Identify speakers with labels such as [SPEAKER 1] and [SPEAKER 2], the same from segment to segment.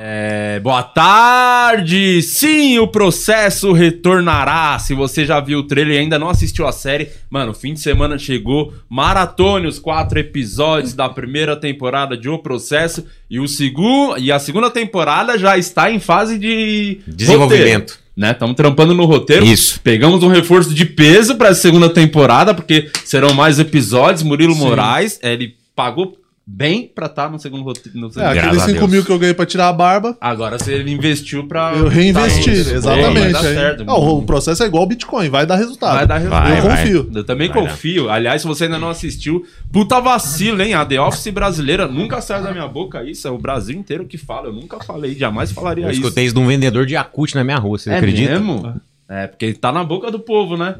[SPEAKER 1] É, boa tarde! Sim, o processo retornará. Se você já viu o trailer e ainda não assistiu a série, mano, fim de semana chegou. Maratone os quatro episódios da primeira temporada de O Processo e o segundo e a segunda temporada já está em fase de
[SPEAKER 2] Desenvolvimento.
[SPEAKER 1] roteiro, né? Estamos trampando no roteiro.
[SPEAKER 2] Isso.
[SPEAKER 1] Pegamos um reforço de peso para a segunda temporada, porque serão mais episódios. Murilo Moraes, eh, ele pagou bem para estar no segundo roteiro. no
[SPEAKER 3] É,
[SPEAKER 1] segundo-
[SPEAKER 3] aqueles
[SPEAKER 2] a
[SPEAKER 3] 5
[SPEAKER 2] Deus.
[SPEAKER 3] mil que eu ganhei pra tirar a barba,
[SPEAKER 1] Agora você investiu pra.
[SPEAKER 3] eu reinvesti.
[SPEAKER 1] Tá, isso. Vai
[SPEAKER 3] exatamente.
[SPEAKER 1] dar
[SPEAKER 3] aí.
[SPEAKER 1] certo.
[SPEAKER 3] Ah, o processo é igual o Bitcoin, vai dar resultado.
[SPEAKER 1] Vai dar resultado.
[SPEAKER 2] Vai,
[SPEAKER 3] eu
[SPEAKER 2] vai.
[SPEAKER 3] confio.
[SPEAKER 1] Eu também
[SPEAKER 2] Vai
[SPEAKER 1] confio. Aliás, se você ainda não assistiu, puta vacilo, hein? A The Office brasileira nunca saiu da minha boca isso. É o Brasil inteiro que fala. Eu nunca falei, jamais falaria
[SPEAKER 2] Eu
[SPEAKER 1] isso.
[SPEAKER 2] escutei isso de um vendedor de Yakut na minha rua, você acredita?
[SPEAKER 1] É mesmo? É, porque tá na boca do povo, né?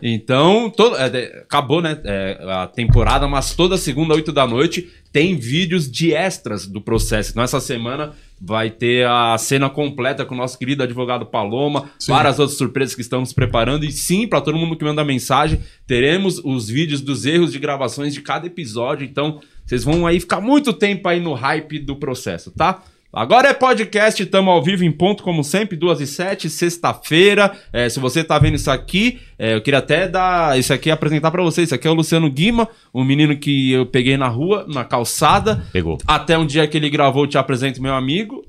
[SPEAKER 1] Então, todo, é, de- acabou, né? é, a temporada, mas toda segunda, 8 da noite, tem vídeos de extras do processo. Então, essa semana vai ter a cena completa com o nosso querido advogado Paloma, várias outras surpresas que estamos preparando. E sim, para todo mundo que manda mensagem, teremos os vídeos dos erros de gravações de cada episódio. Então, vocês vão aí ficar muito tempo aí no hype do processo, tá? Agora é podcast, estamos ao vivo em ponto, como sempre, duas e sete, sexta-feira. É, se você tá vendo isso aqui, é, eu queria até dar isso aqui, apresentar para vocês. Isso aqui é o Luciano Guima, um menino que eu peguei na rua, na calçada.
[SPEAKER 2] Pegou.
[SPEAKER 1] Até um dia que ele gravou Te Apresento Meu Amigo,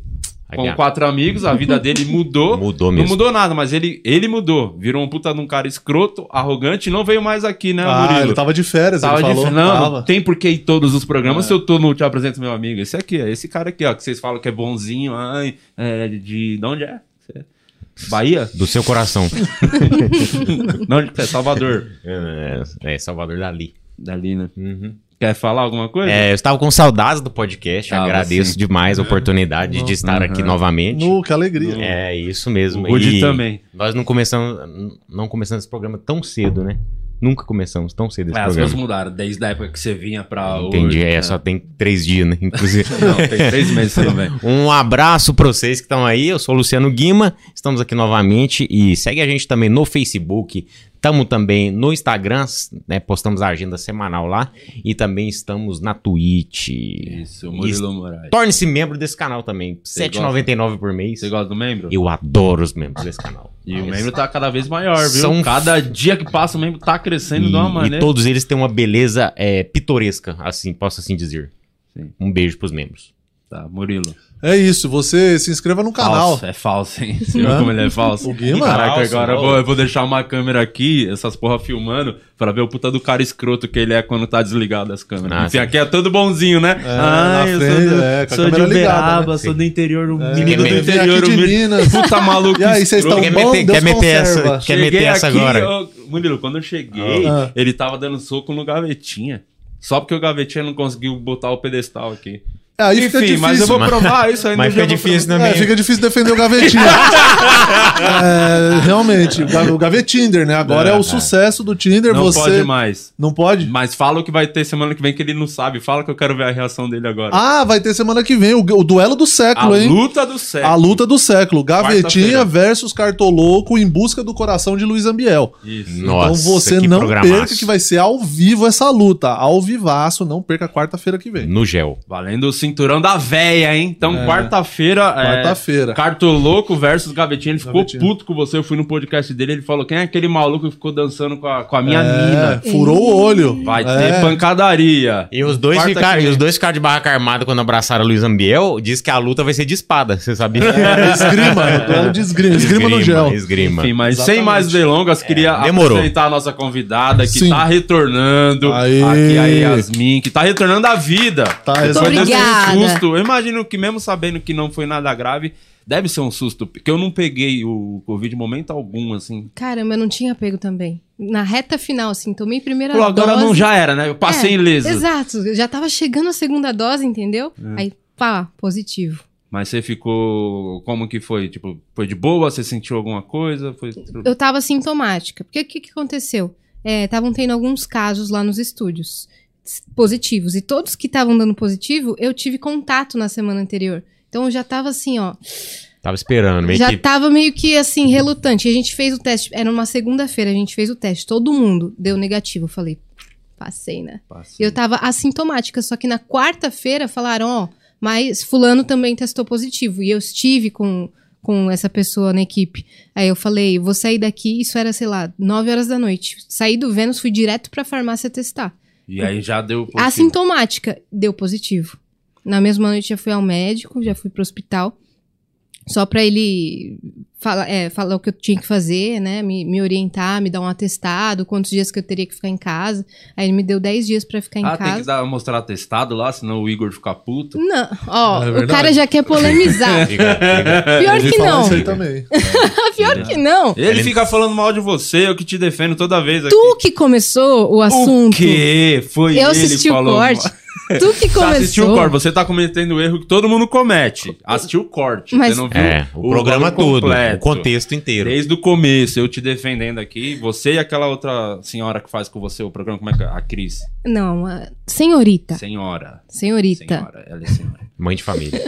[SPEAKER 1] com
[SPEAKER 2] Aqui, ó.
[SPEAKER 1] quatro amigos, a vida dele mudou.
[SPEAKER 2] Mudou
[SPEAKER 1] Não
[SPEAKER 2] mesmo.
[SPEAKER 1] mudou nada, mas ele, ele mudou. Virou um puta de um cara escroto, arrogante, e não veio mais aqui, né,
[SPEAKER 3] Ah, ele tava de férias,
[SPEAKER 1] Tava É.
[SPEAKER 3] ele
[SPEAKER 1] de-
[SPEAKER 3] falou.
[SPEAKER 1] não,
[SPEAKER 3] tava.
[SPEAKER 1] não tem porquê ir todos os programas se eu tô no Te Apresento Meu Amigo. Esse aqui, é esse cara aqui, ó, que vocês falam que é bonzinho, ai, é de... De onde é? Cê- Bahia?
[SPEAKER 2] Do seu coração.
[SPEAKER 1] Não, de- é Salvador.
[SPEAKER 2] é, é, Salvador Dali.
[SPEAKER 1] Dali, né? Quer falar alguma coisa?
[SPEAKER 2] É, eu estava com saudades do podcast,
[SPEAKER 1] Tava,
[SPEAKER 2] agradeço
[SPEAKER 1] sim. Uhum.
[SPEAKER 2] demais a oportunidade de estar aqui novamente.
[SPEAKER 3] Nu, que alegria.
[SPEAKER 2] É, isso mesmo.
[SPEAKER 1] O Rudy também.
[SPEAKER 2] Nós não começamos, não começamos esse programa tão cedo, né? Nunca começamos tão cedo esse
[SPEAKER 1] É, as coisas
[SPEAKER 2] programa.
[SPEAKER 1] mudaram, desde a época que você vinha pra
[SPEAKER 2] Entendi,
[SPEAKER 1] hoje,
[SPEAKER 2] é,
[SPEAKER 1] né?
[SPEAKER 2] só tem três dias, né? Inclusive.
[SPEAKER 1] Não, tem três meses também.
[SPEAKER 2] Um abraço pra vocês que estão aí. Eu sou o Luciano Guima. Estamos aqui novamente e segue a gente também no Facebook. Estamos também no Instagram, né? Postamos a agenda semanal lá e também estamos na Twitch.
[SPEAKER 1] Isso,
[SPEAKER 2] E
[SPEAKER 1] Murilo Moraes.
[SPEAKER 2] Torne-se membro desse canal também. R$
[SPEAKER 1] Você
[SPEAKER 2] 7,99 por mês.
[SPEAKER 1] Você gosta do membro?
[SPEAKER 2] Eu adoro os membros desse canal.
[SPEAKER 1] E o membro tá cada vez maior, viu?
[SPEAKER 2] São-
[SPEAKER 1] Cada dia que passa o membro tá crescendo
[SPEAKER 2] e,
[SPEAKER 1] de uma
[SPEAKER 2] e
[SPEAKER 1] maneira.
[SPEAKER 2] todos eles têm uma beleza é, pitoresca, assim, posso assim dizer.
[SPEAKER 1] Sim.
[SPEAKER 2] Um beijo pros membros.
[SPEAKER 1] Tá, Murilo.
[SPEAKER 3] É isso, você se inscreva no canal.
[SPEAKER 1] Falso, é falso, hein? Você viu
[SPEAKER 3] Hã?
[SPEAKER 1] como ele é falso?
[SPEAKER 3] O Guima?
[SPEAKER 1] Caraca,
[SPEAKER 2] Falso,
[SPEAKER 1] agora eu
[SPEAKER 2] não.
[SPEAKER 1] vou, eu vou deixar uma câmera aqui, essas porra filmando, pra ver o puta do cara escroto que ele é quando tá desligado as câmeras.
[SPEAKER 2] Ah,
[SPEAKER 1] Enfim,
[SPEAKER 2] sim.
[SPEAKER 1] aqui é todo bonzinho, né?
[SPEAKER 3] É, na frente, é, com a câmera ligada, né?
[SPEAKER 1] sou do interior, um
[SPEAKER 3] É,
[SPEAKER 1] menino do
[SPEAKER 2] Ele
[SPEAKER 3] vem
[SPEAKER 1] interior,
[SPEAKER 3] aqui
[SPEAKER 1] um
[SPEAKER 3] de
[SPEAKER 1] menino...
[SPEAKER 3] Minas.
[SPEAKER 1] Puta maluco
[SPEAKER 3] E aí, vocês
[SPEAKER 1] escroto.
[SPEAKER 3] estão
[SPEAKER 2] Quer
[SPEAKER 3] bom?
[SPEAKER 2] meter-
[SPEAKER 3] Deus
[SPEAKER 2] quer meter essa-
[SPEAKER 3] conserva.
[SPEAKER 2] quer meter
[SPEAKER 1] Cheguei
[SPEAKER 2] essa
[SPEAKER 1] aqui,
[SPEAKER 2] agora.
[SPEAKER 1] eu- Murilo, quando eu cheguei,
[SPEAKER 3] Ah.
[SPEAKER 1] ele tava dando soco no gavetinha. Só porque o gavetinha não conseguiu botar o pedestal aqui.
[SPEAKER 3] É, aí fica
[SPEAKER 1] Enfim,
[SPEAKER 3] difícil.
[SPEAKER 1] mas eu vou provar isso aí no
[SPEAKER 2] Mas
[SPEAKER 1] dia
[SPEAKER 2] fica
[SPEAKER 1] eu vou
[SPEAKER 2] difícil,
[SPEAKER 1] provar.
[SPEAKER 2] né?
[SPEAKER 3] É,
[SPEAKER 2] também.
[SPEAKER 3] fica difícil defender o Gavetinho. É, realmente, o Ga- o Gavetinder, né? Agora é, o sucesso do Tinder.
[SPEAKER 1] Não
[SPEAKER 3] você
[SPEAKER 1] pode mais.
[SPEAKER 3] não pode?
[SPEAKER 1] Mas fala o que vai ter semana que vem que ele não sabe. Fala que eu quero ver a reação dele agora.
[SPEAKER 3] Ah, vai ter semana que vem o, o duelo do
[SPEAKER 1] a
[SPEAKER 3] século, hein?
[SPEAKER 1] luta do século.
[SPEAKER 3] A luta do século. Gavetinha
[SPEAKER 1] É. Quarta-feira.
[SPEAKER 3] versus Cartoloco em busca do coração de Luiz Ambiel.
[SPEAKER 1] Isso.
[SPEAKER 2] Nossa,
[SPEAKER 3] então você
[SPEAKER 2] que
[SPEAKER 3] não
[SPEAKER 2] programaço.
[SPEAKER 3] perca que vai ser ao vivo essa luta. Ao vivaço, não perca quarta-feira que vem.
[SPEAKER 2] No gel.
[SPEAKER 1] Valendo o cinturão da véia, hein? Então, quarta-feira.
[SPEAKER 3] É. Quarta-feira.
[SPEAKER 1] É, Cartoloco versus Gavetinha. Ele ficou
[SPEAKER 3] Gavetinha.
[SPEAKER 1] puto com você. Eu fui no podcast dele. Ele falou: quem é aquele maluco que ficou dançando com a, com a minha
[SPEAKER 3] É,
[SPEAKER 1] mina?
[SPEAKER 3] furou o olho.
[SPEAKER 1] Vai
[SPEAKER 3] É.
[SPEAKER 1] ter pancadaria.
[SPEAKER 2] E os dois,
[SPEAKER 1] Quarta
[SPEAKER 2] ficaram,
[SPEAKER 1] que
[SPEAKER 2] e os
[SPEAKER 1] vem.
[SPEAKER 2] dois ficaram de barraca armada quando abraçaram o Luiz Ambiel. Diz que a luta vai ser de espada, você sabia?
[SPEAKER 3] É, esgrima, é duelo de esgrima, esgrima no gel.
[SPEAKER 2] Esgrima.
[SPEAKER 1] Enfim, mas
[SPEAKER 3] Exatamente.
[SPEAKER 1] sem mais delongas, queria
[SPEAKER 2] demorou.
[SPEAKER 1] apresentar a nossa convidada que
[SPEAKER 3] Sim.
[SPEAKER 1] tá retornando.
[SPEAKER 3] Aê.
[SPEAKER 1] Aqui a Yasmin, que tá retornando à vida.
[SPEAKER 3] Tá,
[SPEAKER 1] Depois
[SPEAKER 3] exatamente.
[SPEAKER 1] desse
[SPEAKER 4] Obrigada.
[SPEAKER 1] um susto. Eu imagino que, mesmo sabendo que não foi nada grave, deve ser um susto. Porque eu não peguei o Covid em momento algum, assim.
[SPEAKER 4] Caramba, eu não tinha pego também. Na reta final, assim, tomei primeira
[SPEAKER 1] Falou,
[SPEAKER 4] dose.
[SPEAKER 1] agora não já era, né? Eu passei
[SPEAKER 4] É,
[SPEAKER 1] ileso. É.
[SPEAKER 4] Exato, eu já tava chegando a segunda dose, entendeu? Aí, pá, positivo.
[SPEAKER 1] Mas você ficou. Como que foi? Tipo, foi de boa? Você sentiu alguma coisa? Foi.
[SPEAKER 4] Eu tava sintomática. Porque o que, que aconteceu? Estavam tendo alguns casos lá nos estúdios s- positivos. E todos que estavam dando positivo, eu tive contato na semana anterior. Então eu já tava assim, ó.
[SPEAKER 2] Tava esperando, meio
[SPEAKER 4] já
[SPEAKER 2] que
[SPEAKER 4] tava meio que assim, relutante. E a gente fez o teste. Era uma segunda-feira, a gente fez o teste. Todo mundo deu negativo. Eu falei, passei, né? E
[SPEAKER 1] Passei.
[SPEAKER 4] eu tava assintomática, só que na quarta-feira falaram, ó, Mas fulano também testou positivo. E eu estive com, com essa pessoa na equipe. Aí eu falei, vou sair daqui, isso era, sei lá, 9 horas da noite. Saí do Vênus, fui direto pra farmácia testar.
[SPEAKER 1] E aí já deu. positivo.
[SPEAKER 4] Assintomática, deu positivo. Na mesma noite já fui ao médico, já fui pro hospital, só pra ele fala, é, falar o que eu tinha que fazer, né? Me, me orientar, me dar um atestado, quantos dias que eu teria que ficar em casa. Aí ele me deu 10 dias pra ficar em
[SPEAKER 1] Ah, tem que
[SPEAKER 4] casa.
[SPEAKER 1] dar, mostrar atestado lá, senão o Igor fica puto.
[SPEAKER 4] Não, ó,
[SPEAKER 3] É
[SPEAKER 4] o
[SPEAKER 3] verdade.
[SPEAKER 4] cara já quer polemizar.
[SPEAKER 1] É,
[SPEAKER 4] Pior
[SPEAKER 3] Eu ouvi
[SPEAKER 4] que
[SPEAKER 3] falar
[SPEAKER 4] não. tá
[SPEAKER 3] Isso aí também.
[SPEAKER 4] Pior que não.
[SPEAKER 1] assim, Ele fica falando mal de você, eu que te defendo toda vez aqui.
[SPEAKER 4] Tu que começou o
[SPEAKER 1] O
[SPEAKER 4] assunto.
[SPEAKER 1] quê? Foi
[SPEAKER 4] Eu
[SPEAKER 1] ele
[SPEAKER 4] assisti
[SPEAKER 1] que
[SPEAKER 4] o
[SPEAKER 1] falou.
[SPEAKER 4] corte. Tu que
[SPEAKER 1] Você assistiu o corte,
[SPEAKER 4] começou.
[SPEAKER 1] você tá cometendo o erro que todo mundo comete. Assistiu o corte,
[SPEAKER 4] Mas-
[SPEAKER 1] você não viu
[SPEAKER 2] É, o, programa
[SPEAKER 1] bagulho
[SPEAKER 2] todo,
[SPEAKER 1] completo.
[SPEAKER 2] o contexto inteiro.
[SPEAKER 1] Desde o começo, eu te defendendo aqui, você e aquela outra senhora que faz com você o programa, como é que é? A Cris.
[SPEAKER 4] Não, a- senhorita.
[SPEAKER 1] Senhora.
[SPEAKER 4] Senhorita.
[SPEAKER 1] Senhora, ela é senhora.
[SPEAKER 2] Mãe de família.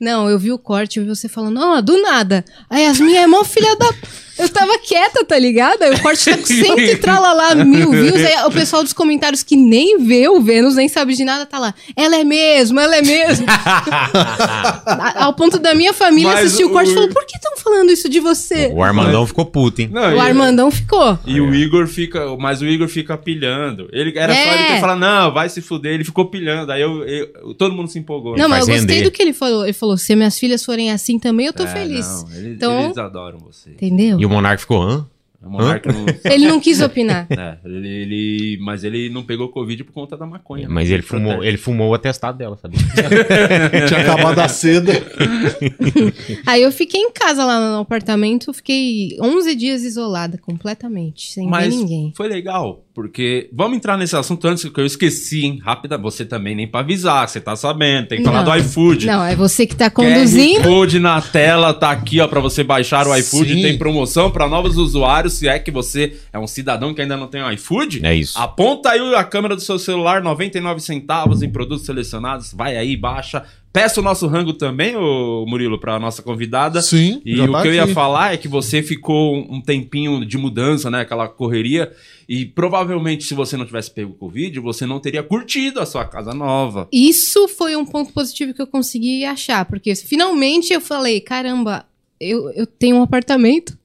[SPEAKER 4] Não, eu vi o corte, eu vi você falando, ó, do nada. A Yasmin é mó filha da. Eu tava quieta, tá ligado? Aí o corte tá com 100 e tralalá, mil views. Aí o pessoal dos comentários que nem vê o Vênus, nem sabe de nada, tá lá. Ela é mesmo, ela é mesmo. A- Ao ponto da minha família
[SPEAKER 1] Mas
[SPEAKER 4] assistir o corte e
[SPEAKER 1] o-
[SPEAKER 4] falou: por que estão falando isso de você?
[SPEAKER 2] o Armandão ficou puto, hein?
[SPEAKER 1] Não,
[SPEAKER 4] O
[SPEAKER 1] e-
[SPEAKER 4] Armandão ficou.
[SPEAKER 1] E o Igor fica, mas o Igor fica pilhando. Ele era só
[SPEAKER 4] É.
[SPEAKER 1] ele ter falado, não, vai se fuder, ele ficou pilhando. Aí eu, eu- todo mundo se empolgou.
[SPEAKER 4] Não, mas
[SPEAKER 2] faz
[SPEAKER 4] eu gostei
[SPEAKER 2] render.
[SPEAKER 4] do que ele falou. Ele falou: se minhas filhas forem assim também, eu tô
[SPEAKER 1] É,
[SPEAKER 4] feliz.
[SPEAKER 1] não, eles,
[SPEAKER 4] Então-
[SPEAKER 1] eles adoram você.
[SPEAKER 4] Entendeu?
[SPEAKER 2] E o Monarca ficou, hã?
[SPEAKER 1] O monarca não.
[SPEAKER 4] Ele não quis opinar.
[SPEAKER 1] É, ele, ele- mas ele não pegou Covid por conta da maconha. né?
[SPEAKER 2] Mas ele fumou,
[SPEAKER 1] Protege.
[SPEAKER 2] ele fumou o atestado dela, sabia?
[SPEAKER 3] Tinha acabado a seda.
[SPEAKER 4] Aí eu fiquei em casa lá no apartamento, fiquei 11 dias isolada completamente, sem
[SPEAKER 1] Mas
[SPEAKER 4] ver ninguém.
[SPEAKER 1] foi legal, porque vamos entrar nesse assunto antes que eu esqueci, hein? Rápida, você também nem pra avisar, você tá sabendo, tem que falar
[SPEAKER 4] Não.
[SPEAKER 1] do iFood.
[SPEAKER 4] Não, é você que tá
[SPEAKER 1] QR
[SPEAKER 4] conduzindo.
[SPEAKER 1] Code na tela, tá aqui, ó, pra você baixar o iFood.
[SPEAKER 2] Sim.
[SPEAKER 1] Tem promoção pra novos usuários, se é que você é um cidadão que ainda não tem o iFood.
[SPEAKER 2] É isso.
[SPEAKER 1] Aponta aí a câmera do seu celular, 99 centavos em produtos selecionados. Vai aí, baixa. Peça o nosso rango também, ô Murilo, pra nossa convidada.
[SPEAKER 3] Sim.
[SPEAKER 1] E
[SPEAKER 3] já
[SPEAKER 1] o que
[SPEAKER 3] tá
[SPEAKER 1] eu ia
[SPEAKER 3] aqui.
[SPEAKER 1] falar é que você ficou um tempinho de mudança, né? Aquela correria. E provavelmente, se você não tivesse pego o Covid, você não teria curtido a sua casa nova.
[SPEAKER 4] Isso foi um ponto positivo que eu consegui achar, porque finalmente eu falei, caramba, eu, eu tenho um apartamento,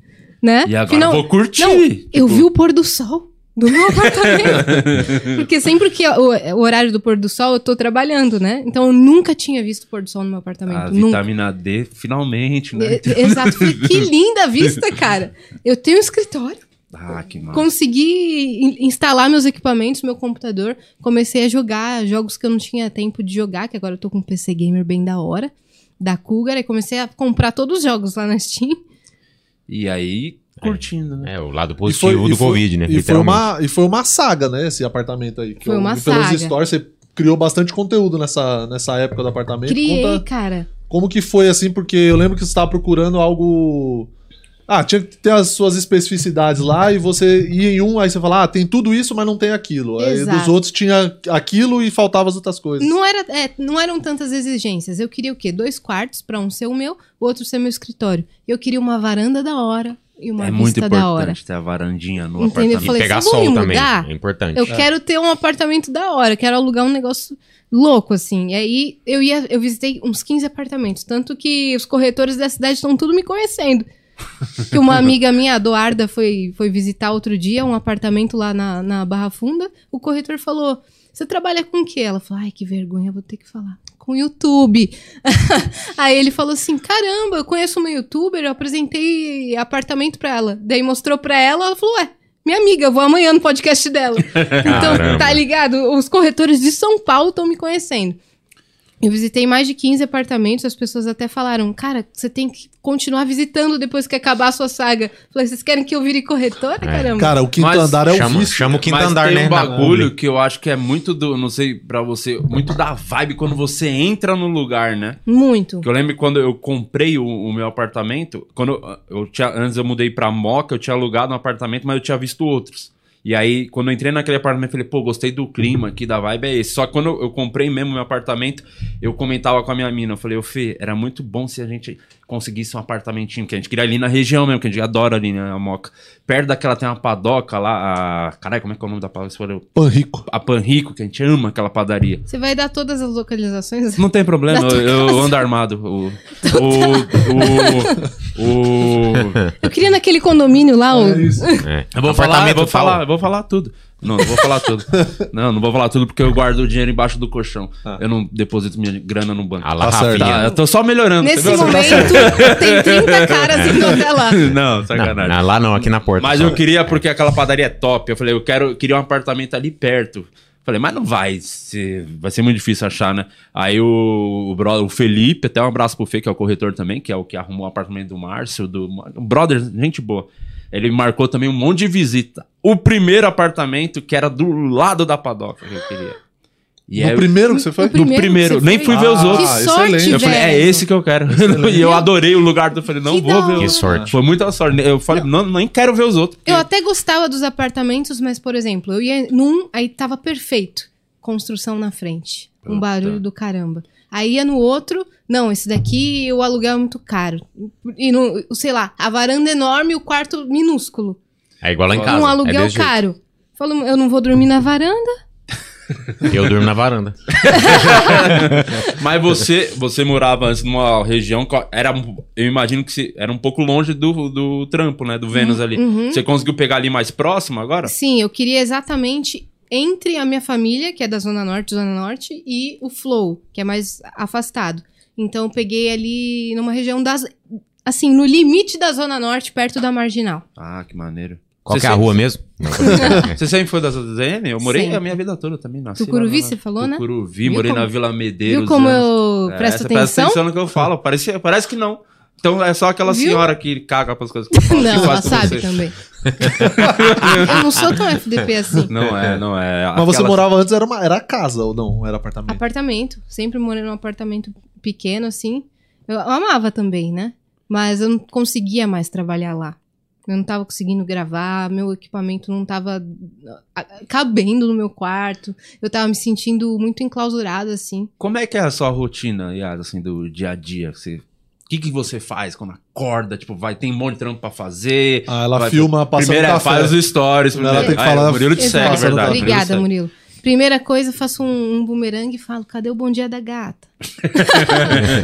[SPEAKER 4] né?
[SPEAKER 1] E agora
[SPEAKER 4] Final-
[SPEAKER 1] eu vou curtir.
[SPEAKER 4] Não, Eu
[SPEAKER 1] Tipo,
[SPEAKER 4] vi o pôr do sol do meu apartamento. Porque sempre que o, o horário do pôr do sol eu tô trabalhando, né? Então eu nunca tinha visto o pôr do sol no meu apartamento.
[SPEAKER 1] A
[SPEAKER 4] nunca.
[SPEAKER 1] Ah, vitamina D, finalmente, né?
[SPEAKER 4] E- Exato. Falei, que linda a vista, cara. Eu tenho um escritório.
[SPEAKER 1] Ah, que mal.
[SPEAKER 4] Consegui in- instalar meus equipamentos, meu computador. Comecei a jogar jogos que eu não tinha tempo de jogar, que agora eu tô com um PC gamer bem da hora, da Cougar. E comecei a comprar todos os jogos lá na Steam.
[SPEAKER 1] E aí, curtindo, né?
[SPEAKER 2] É, o lado
[SPEAKER 3] E
[SPEAKER 2] positivo
[SPEAKER 3] e
[SPEAKER 2] do Covid, né?
[SPEAKER 3] E foi,
[SPEAKER 2] Literalmente.
[SPEAKER 3] uma, e foi uma saga, né? Esse apartamento aí. Que
[SPEAKER 4] Foi uma
[SPEAKER 3] vi pelos
[SPEAKER 4] saga.
[SPEAKER 3] stories, você criou bastante conteúdo nessa, nessa época do apartamento.
[SPEAKER 4] Criei,
[SPEAKER 3] Conta
[SPEAKER 4] cara.
[SPEAKER 3] como que foi, assim, porque eu lembro que você estava procurando algo... Ah, tinha que ter as suas especificidades lá e você ia em um, aí você fala, ah, tem tudo isso, mas não tem aquilo. Aí
[SPEAKER 4] Exato.
[SPEAKER 3] dos outros tinha aquilo e faltava as outras coisas.
[SPEAKER 4] Não, era, é, não eram tantas exigências. Eu queria o quê? Dois quartos pra um ser o meu, o outro ser meu escritório. Eu queria uma varanda da hora e uma
[SPEAKER 1] é muito
[SPEAKER 4] vista
[SPEAKER 1] importante
[SPEAKER 4] da hora.
[SPEAKER 1] ter a varandinha no
[SPEAKER 4] Entendeu? Eu
[SPEAKER 1] apartamento.
[SPEAKER 4] falei,
[SPEAKER 2] e pegar
[SPEAKER 4] se eu vou
[SPEAKER 2] sol
[SPEAKER 4] me
[SPEAKER 2] também.
[SPEAKER 4] mudar,
[SPEAKER 2] É importante.
[SPEAKER 4] um Eu quero ter um apartamento da hora, quero alugar um negócio louco, assim. E aí eu ia, eu visitei uns 15 apartamentos, tanto que os corretores da cidade estão tudo me conhecendo. Que uma amiga minha, a Doarda, foi, foi visitar outro dia um apartamento lá na, na Barra Funda. O corretor falou: Você trabalha com o quê? Ela falou: Ai, que vergonha, vou ter que falar. Com YouTube. Aí ele falou assim: Caramba, eu conheço uma youtuber, eu apresentei apartamento pra ela. Daí mostrou pra ela, ela falou: Ué, minha amiga, eu vou amanhã no podcast dela. então,
[SPEAKER 2] Caramba.
[SPEAKER 4] tá ligado? Os corretores de São Paulo estão me conhecendo. Eu visitei mais de 15 apartamentos, as pessoas até falaram, cara, você tem que continuar visitando depois que acabar a sua saga. Eu Falei, vocês querem que eu vire corretora, caramba?
[SPEAKER 3] Cara, o quinto
[SPEAKER 1] Mas
[SPEAKER 3] andar é o
[SPEAKER 2] chama,
[SPEAKER 3] vício.
[SPEAKER 2] chama o quinto
[SPEAKER 1] Mas
[SPEAKER 2] andar,
[SPEAKER 1] tem
[SPEAKER 2] né?
[SPEAKER 1] um
[SPEAKER 2] da
[SPEAKER 1] bagulho
[SPEAKER 2] publi.
[SPEAKER 1] que eu acho que é muito do, não sei pra você, muito da vibe quando você entra no lugar, né?
[SPEAKER 4] Muito.
[SPEAKER 1] Que eu lembro quando eu comprei o, o meu apartamento, quando eu, eu tinha, antes eu mudei pra Moca, eu tinha alugado um apartamento, mas eu tinha visto outros. E aí, quando eu entrei naquele apartamento, eu falei, pô, gostei do clima aqui, da vibe é esse. Só que quando eu, eu comprei mesmo meu apartamento, eu comentava com a minha mina, eu falei, ô Fê, era muito bom se a gente conseguisse um apartamentinho, que a gente queria ali na região mesmo, que a gente adora ali na Moca. Perto daquela tem uma padoca lá, a... Caralho, como é que é o nome da padoca? Se for eu-
[SPEAKER 3] Panrico.
[SPEAKER 1] A Panrico, que a gente ama aquela padaria.
[SPEAKER 4] Você vai dar todas as localizações?
[SPEAKER 1] Não tem problema, eu, eu ando armado. O, o, o, o,
[SPEAKER 4] Eu queria naquele condomínio lá, um- o...
[SPEAKER 3] É isso.
[SPEAKER 2] É.
[SPEAKER 1] Eu vou falar, eu vou
[SPEAKER 2] Apartamento tal.
[SPEAKER 1] falar, eu vou falar tudo. Não, não vou falar tudo. Não, não vou falar tudo porque eu guardo o dinheiro embaixo do colchão.
[SPEAKER 3] Ah.
[SPEAKER 1] Eu não deposito minha grana no banco.
[SPEAKER 2] A lá,
[SPEAKER 3] Tá certo.
[SPEAKER 2] Rafinha. né?
[SPEAKER 1] Tá, eu tô só melhorando.
[SPEAKER 4] nesse
[SPEAKER 1] você viu?
[SPEAKER 4] momento tem 30 caras em qualquer lá.
[SPEAKER 1] Não,
[SPEAKER 2] Não,
[SPEAKER 1] sacanagem.
[SPEAKER 2] na- lá não, aqui na porta.
[SPEAKER 1] Mas
[SPEAKER 2] só.
[SPEAKER 1] eu queria porque aquela padaria é top. Eu falei, eu quero, eu queria um apartamento ali perto. Falei, mas não vai, ser, vai ser muito difícil achar, né? Aí o, o, brother, o Felipe, até um abraço pro Fê, que é o corretor também, que é o que arrumou o apartamento do Márcio, do o brother, gente boa. Ele marcou também um monte de visita. O primeiro apartamento que era do lado da padoca que eu queria. E é
[SPEAKER 3] no
[SPEAKER 1] aí-
[SPEAKER 3] primeiro que você foi?
[SPEAKER 1] primeiro.
[SPEAKER 4] que você
[SPEAKER 1] nem fui ver os
[SPEAKER 4] Que
[SPEAKER 1] outros.
[SPEAKER 4] sorte,
[SPEAKER 3] excelente.
[SPEAKER 1] eu falei, é
[SPEAKER 4] velho.
[SPEAKER 1] esse que eu quero. e eu adorei o lugar. Eu falei, não
[SPEAKER 4] Que
[SPEAKER 1] vou
[SPEAKER 4] da
[SPEAKER 1] ver
[SPEAKER 4] hora.
[SPEAKER 2] Que
[SPEAKER 1] os
[SPEAKER 2] sorte.
[SPEAKER 1] foi muita sorte. Eu falei, não, nem quero ver os outros. porque-
[SPEAKER 4] Eu até gostava dos apartamentos, mas, por exemplo, eu ia num, aí tava perfeito. Construção na frente. Um
[SPEAKER 1] Puta.
[SPEAKER 4] barulho do caramba. Aí ia no outro, não, esse daqui o aluguel é muito caro. E no, sei lá, a varanda enorme e o quarto minúsculo.
[SPEAKER 2] É igual lá em casa.
[SPEAKER 4] um
[SPEAKER 2] é
[SPEAKER 4] aluguel
[SPEAKER 2] desse jeito.
[SPEAKER 4] caro. Falo, eu não vou dormir na varanda.
[SPEAKER 2] Eu durmo na varanda.
[SPEAKER 1] Mas você, você morava antes numa região que era, eu imagino que se- era um pouco longe do, do trampo, né? Do Vênus ali.
[SPEAKER 4] uhum.
[SPEAKER 1] Você conseguiu pegar ali mais próximo agora?
[SPEAKER 4] Sim, eu queria exatamente entre a minha família, que é da Zona Norte, Zona Norte, e o Flow, que é mais afastado. Então eu peguei ali numa região das. Assim, no limite da Zona Norte, perto da Marginal.
[SPEAKER 1] Ah, que maneiro.
[SPEAKER 2] Qual
[SPEAKER 1] Você
[SPEAKER 2] que é a
[SPEAKER 1] sempre-
[SPEAKER 2] rua mesmo? Não,
[SPEAKER 1] Você sempre foi da ZN? Eu morei
[SPEAKER 4] Sempre.
[SPEAKER 1] a minha vida toda também. Nasci
[SPEAKER 4] Tucuruvi,
[SPEAKER 1] lá na-
[SPEAKER 4] você falou, né?
[SPEAKER 1] Tucuruvi,
[SPEAKER 4] Viu
[SPEAKER 1] morei
[SPEAKER 4] como-
[SPEAKER 1] na Vila Medeiros.
[SPEAKER 4] Viu como
[SPEAKER 1] anos.
[SPEAKER 4] eu
[SPEAKER 1] É,
[SPEAKER 4] presto
[SPEAKER 1] você presta
[SPEAKER 4] atenção?
[SPEAKER 1] atenção no que eu falo. Parece, parece que não. Então é só aquela
[SPEAKER 4] Viu?
[SPEAKER 1] senhora que caga pras coisas que eu falo. que
[SPEAKER 4] Não,
[SPEAKER 1] faz
[SPEAKER 4] ela
[SPEAKER 1] com
[SPEAKER 4] sabe
[SPEAKER 1] você.
[SPEAKER 4] também. eu não sou tão FDP assim.
[SPEAKER 1] Não é, não é.
[SPEAKER 3] Mas você
[SPEAKER 1] Aquela-
[SPEAKER 3] morava antes, era, uma, era casa ou não? Era
[SPEAKER 1] Né?
[SPEAKER 3] apartamento?
[SPEAKER 4] Apartamento. Sempre morei num apartamento pequeno, assim. Eu amava também, né? Mas eu não conseguia mais trabalhar lá. Eu não tava conseguindo gravar, meu equipamento não tava ah, cabendo no meu quarto. Eu tava me sentindo muito enclausurada, assim.
[SPEAKER 1] Como é que é a sua rotina, Yas, assim, do dia a dia? Você... O que, que você faz quando acorda? Tipo, vai, tem um monte de trampo pra fazer.
[SPEAKER 3] Ah, ela
[SPEAKER 1] Vai-
[SPEAKER 3] filma, passa
[SPEAKER 1] Primeiro
[SPEAKER 3] no
[SPEAKER 1] é,
[SPEAKER 3] café.
[SPEAKER 1] faz os stories.
[SPEAKER 3] Ela
[SPEAKER 1] primeiro-
[SPEAKER 3] tem que
[SPEAKER 1] Ah,
[SPEAKER 3] falar-
[SPEAKER 1] o Murilo te
[SPEAKER 3] Exato.
[SPEAKER 1] segue, é
[SPEAKER 3] Passa
[SPEAKER 1] verdade.
[SPEAKER 3] no café.
[SPEAKER 1] Murilo te
[SPEAKER 4] Obrigada,
[SPEAKER 1] segue.
[SPEAKER 4] Murilo. Primeira coisa, eu faço um, um bumerangue e falo, cadê o bom dia da gata?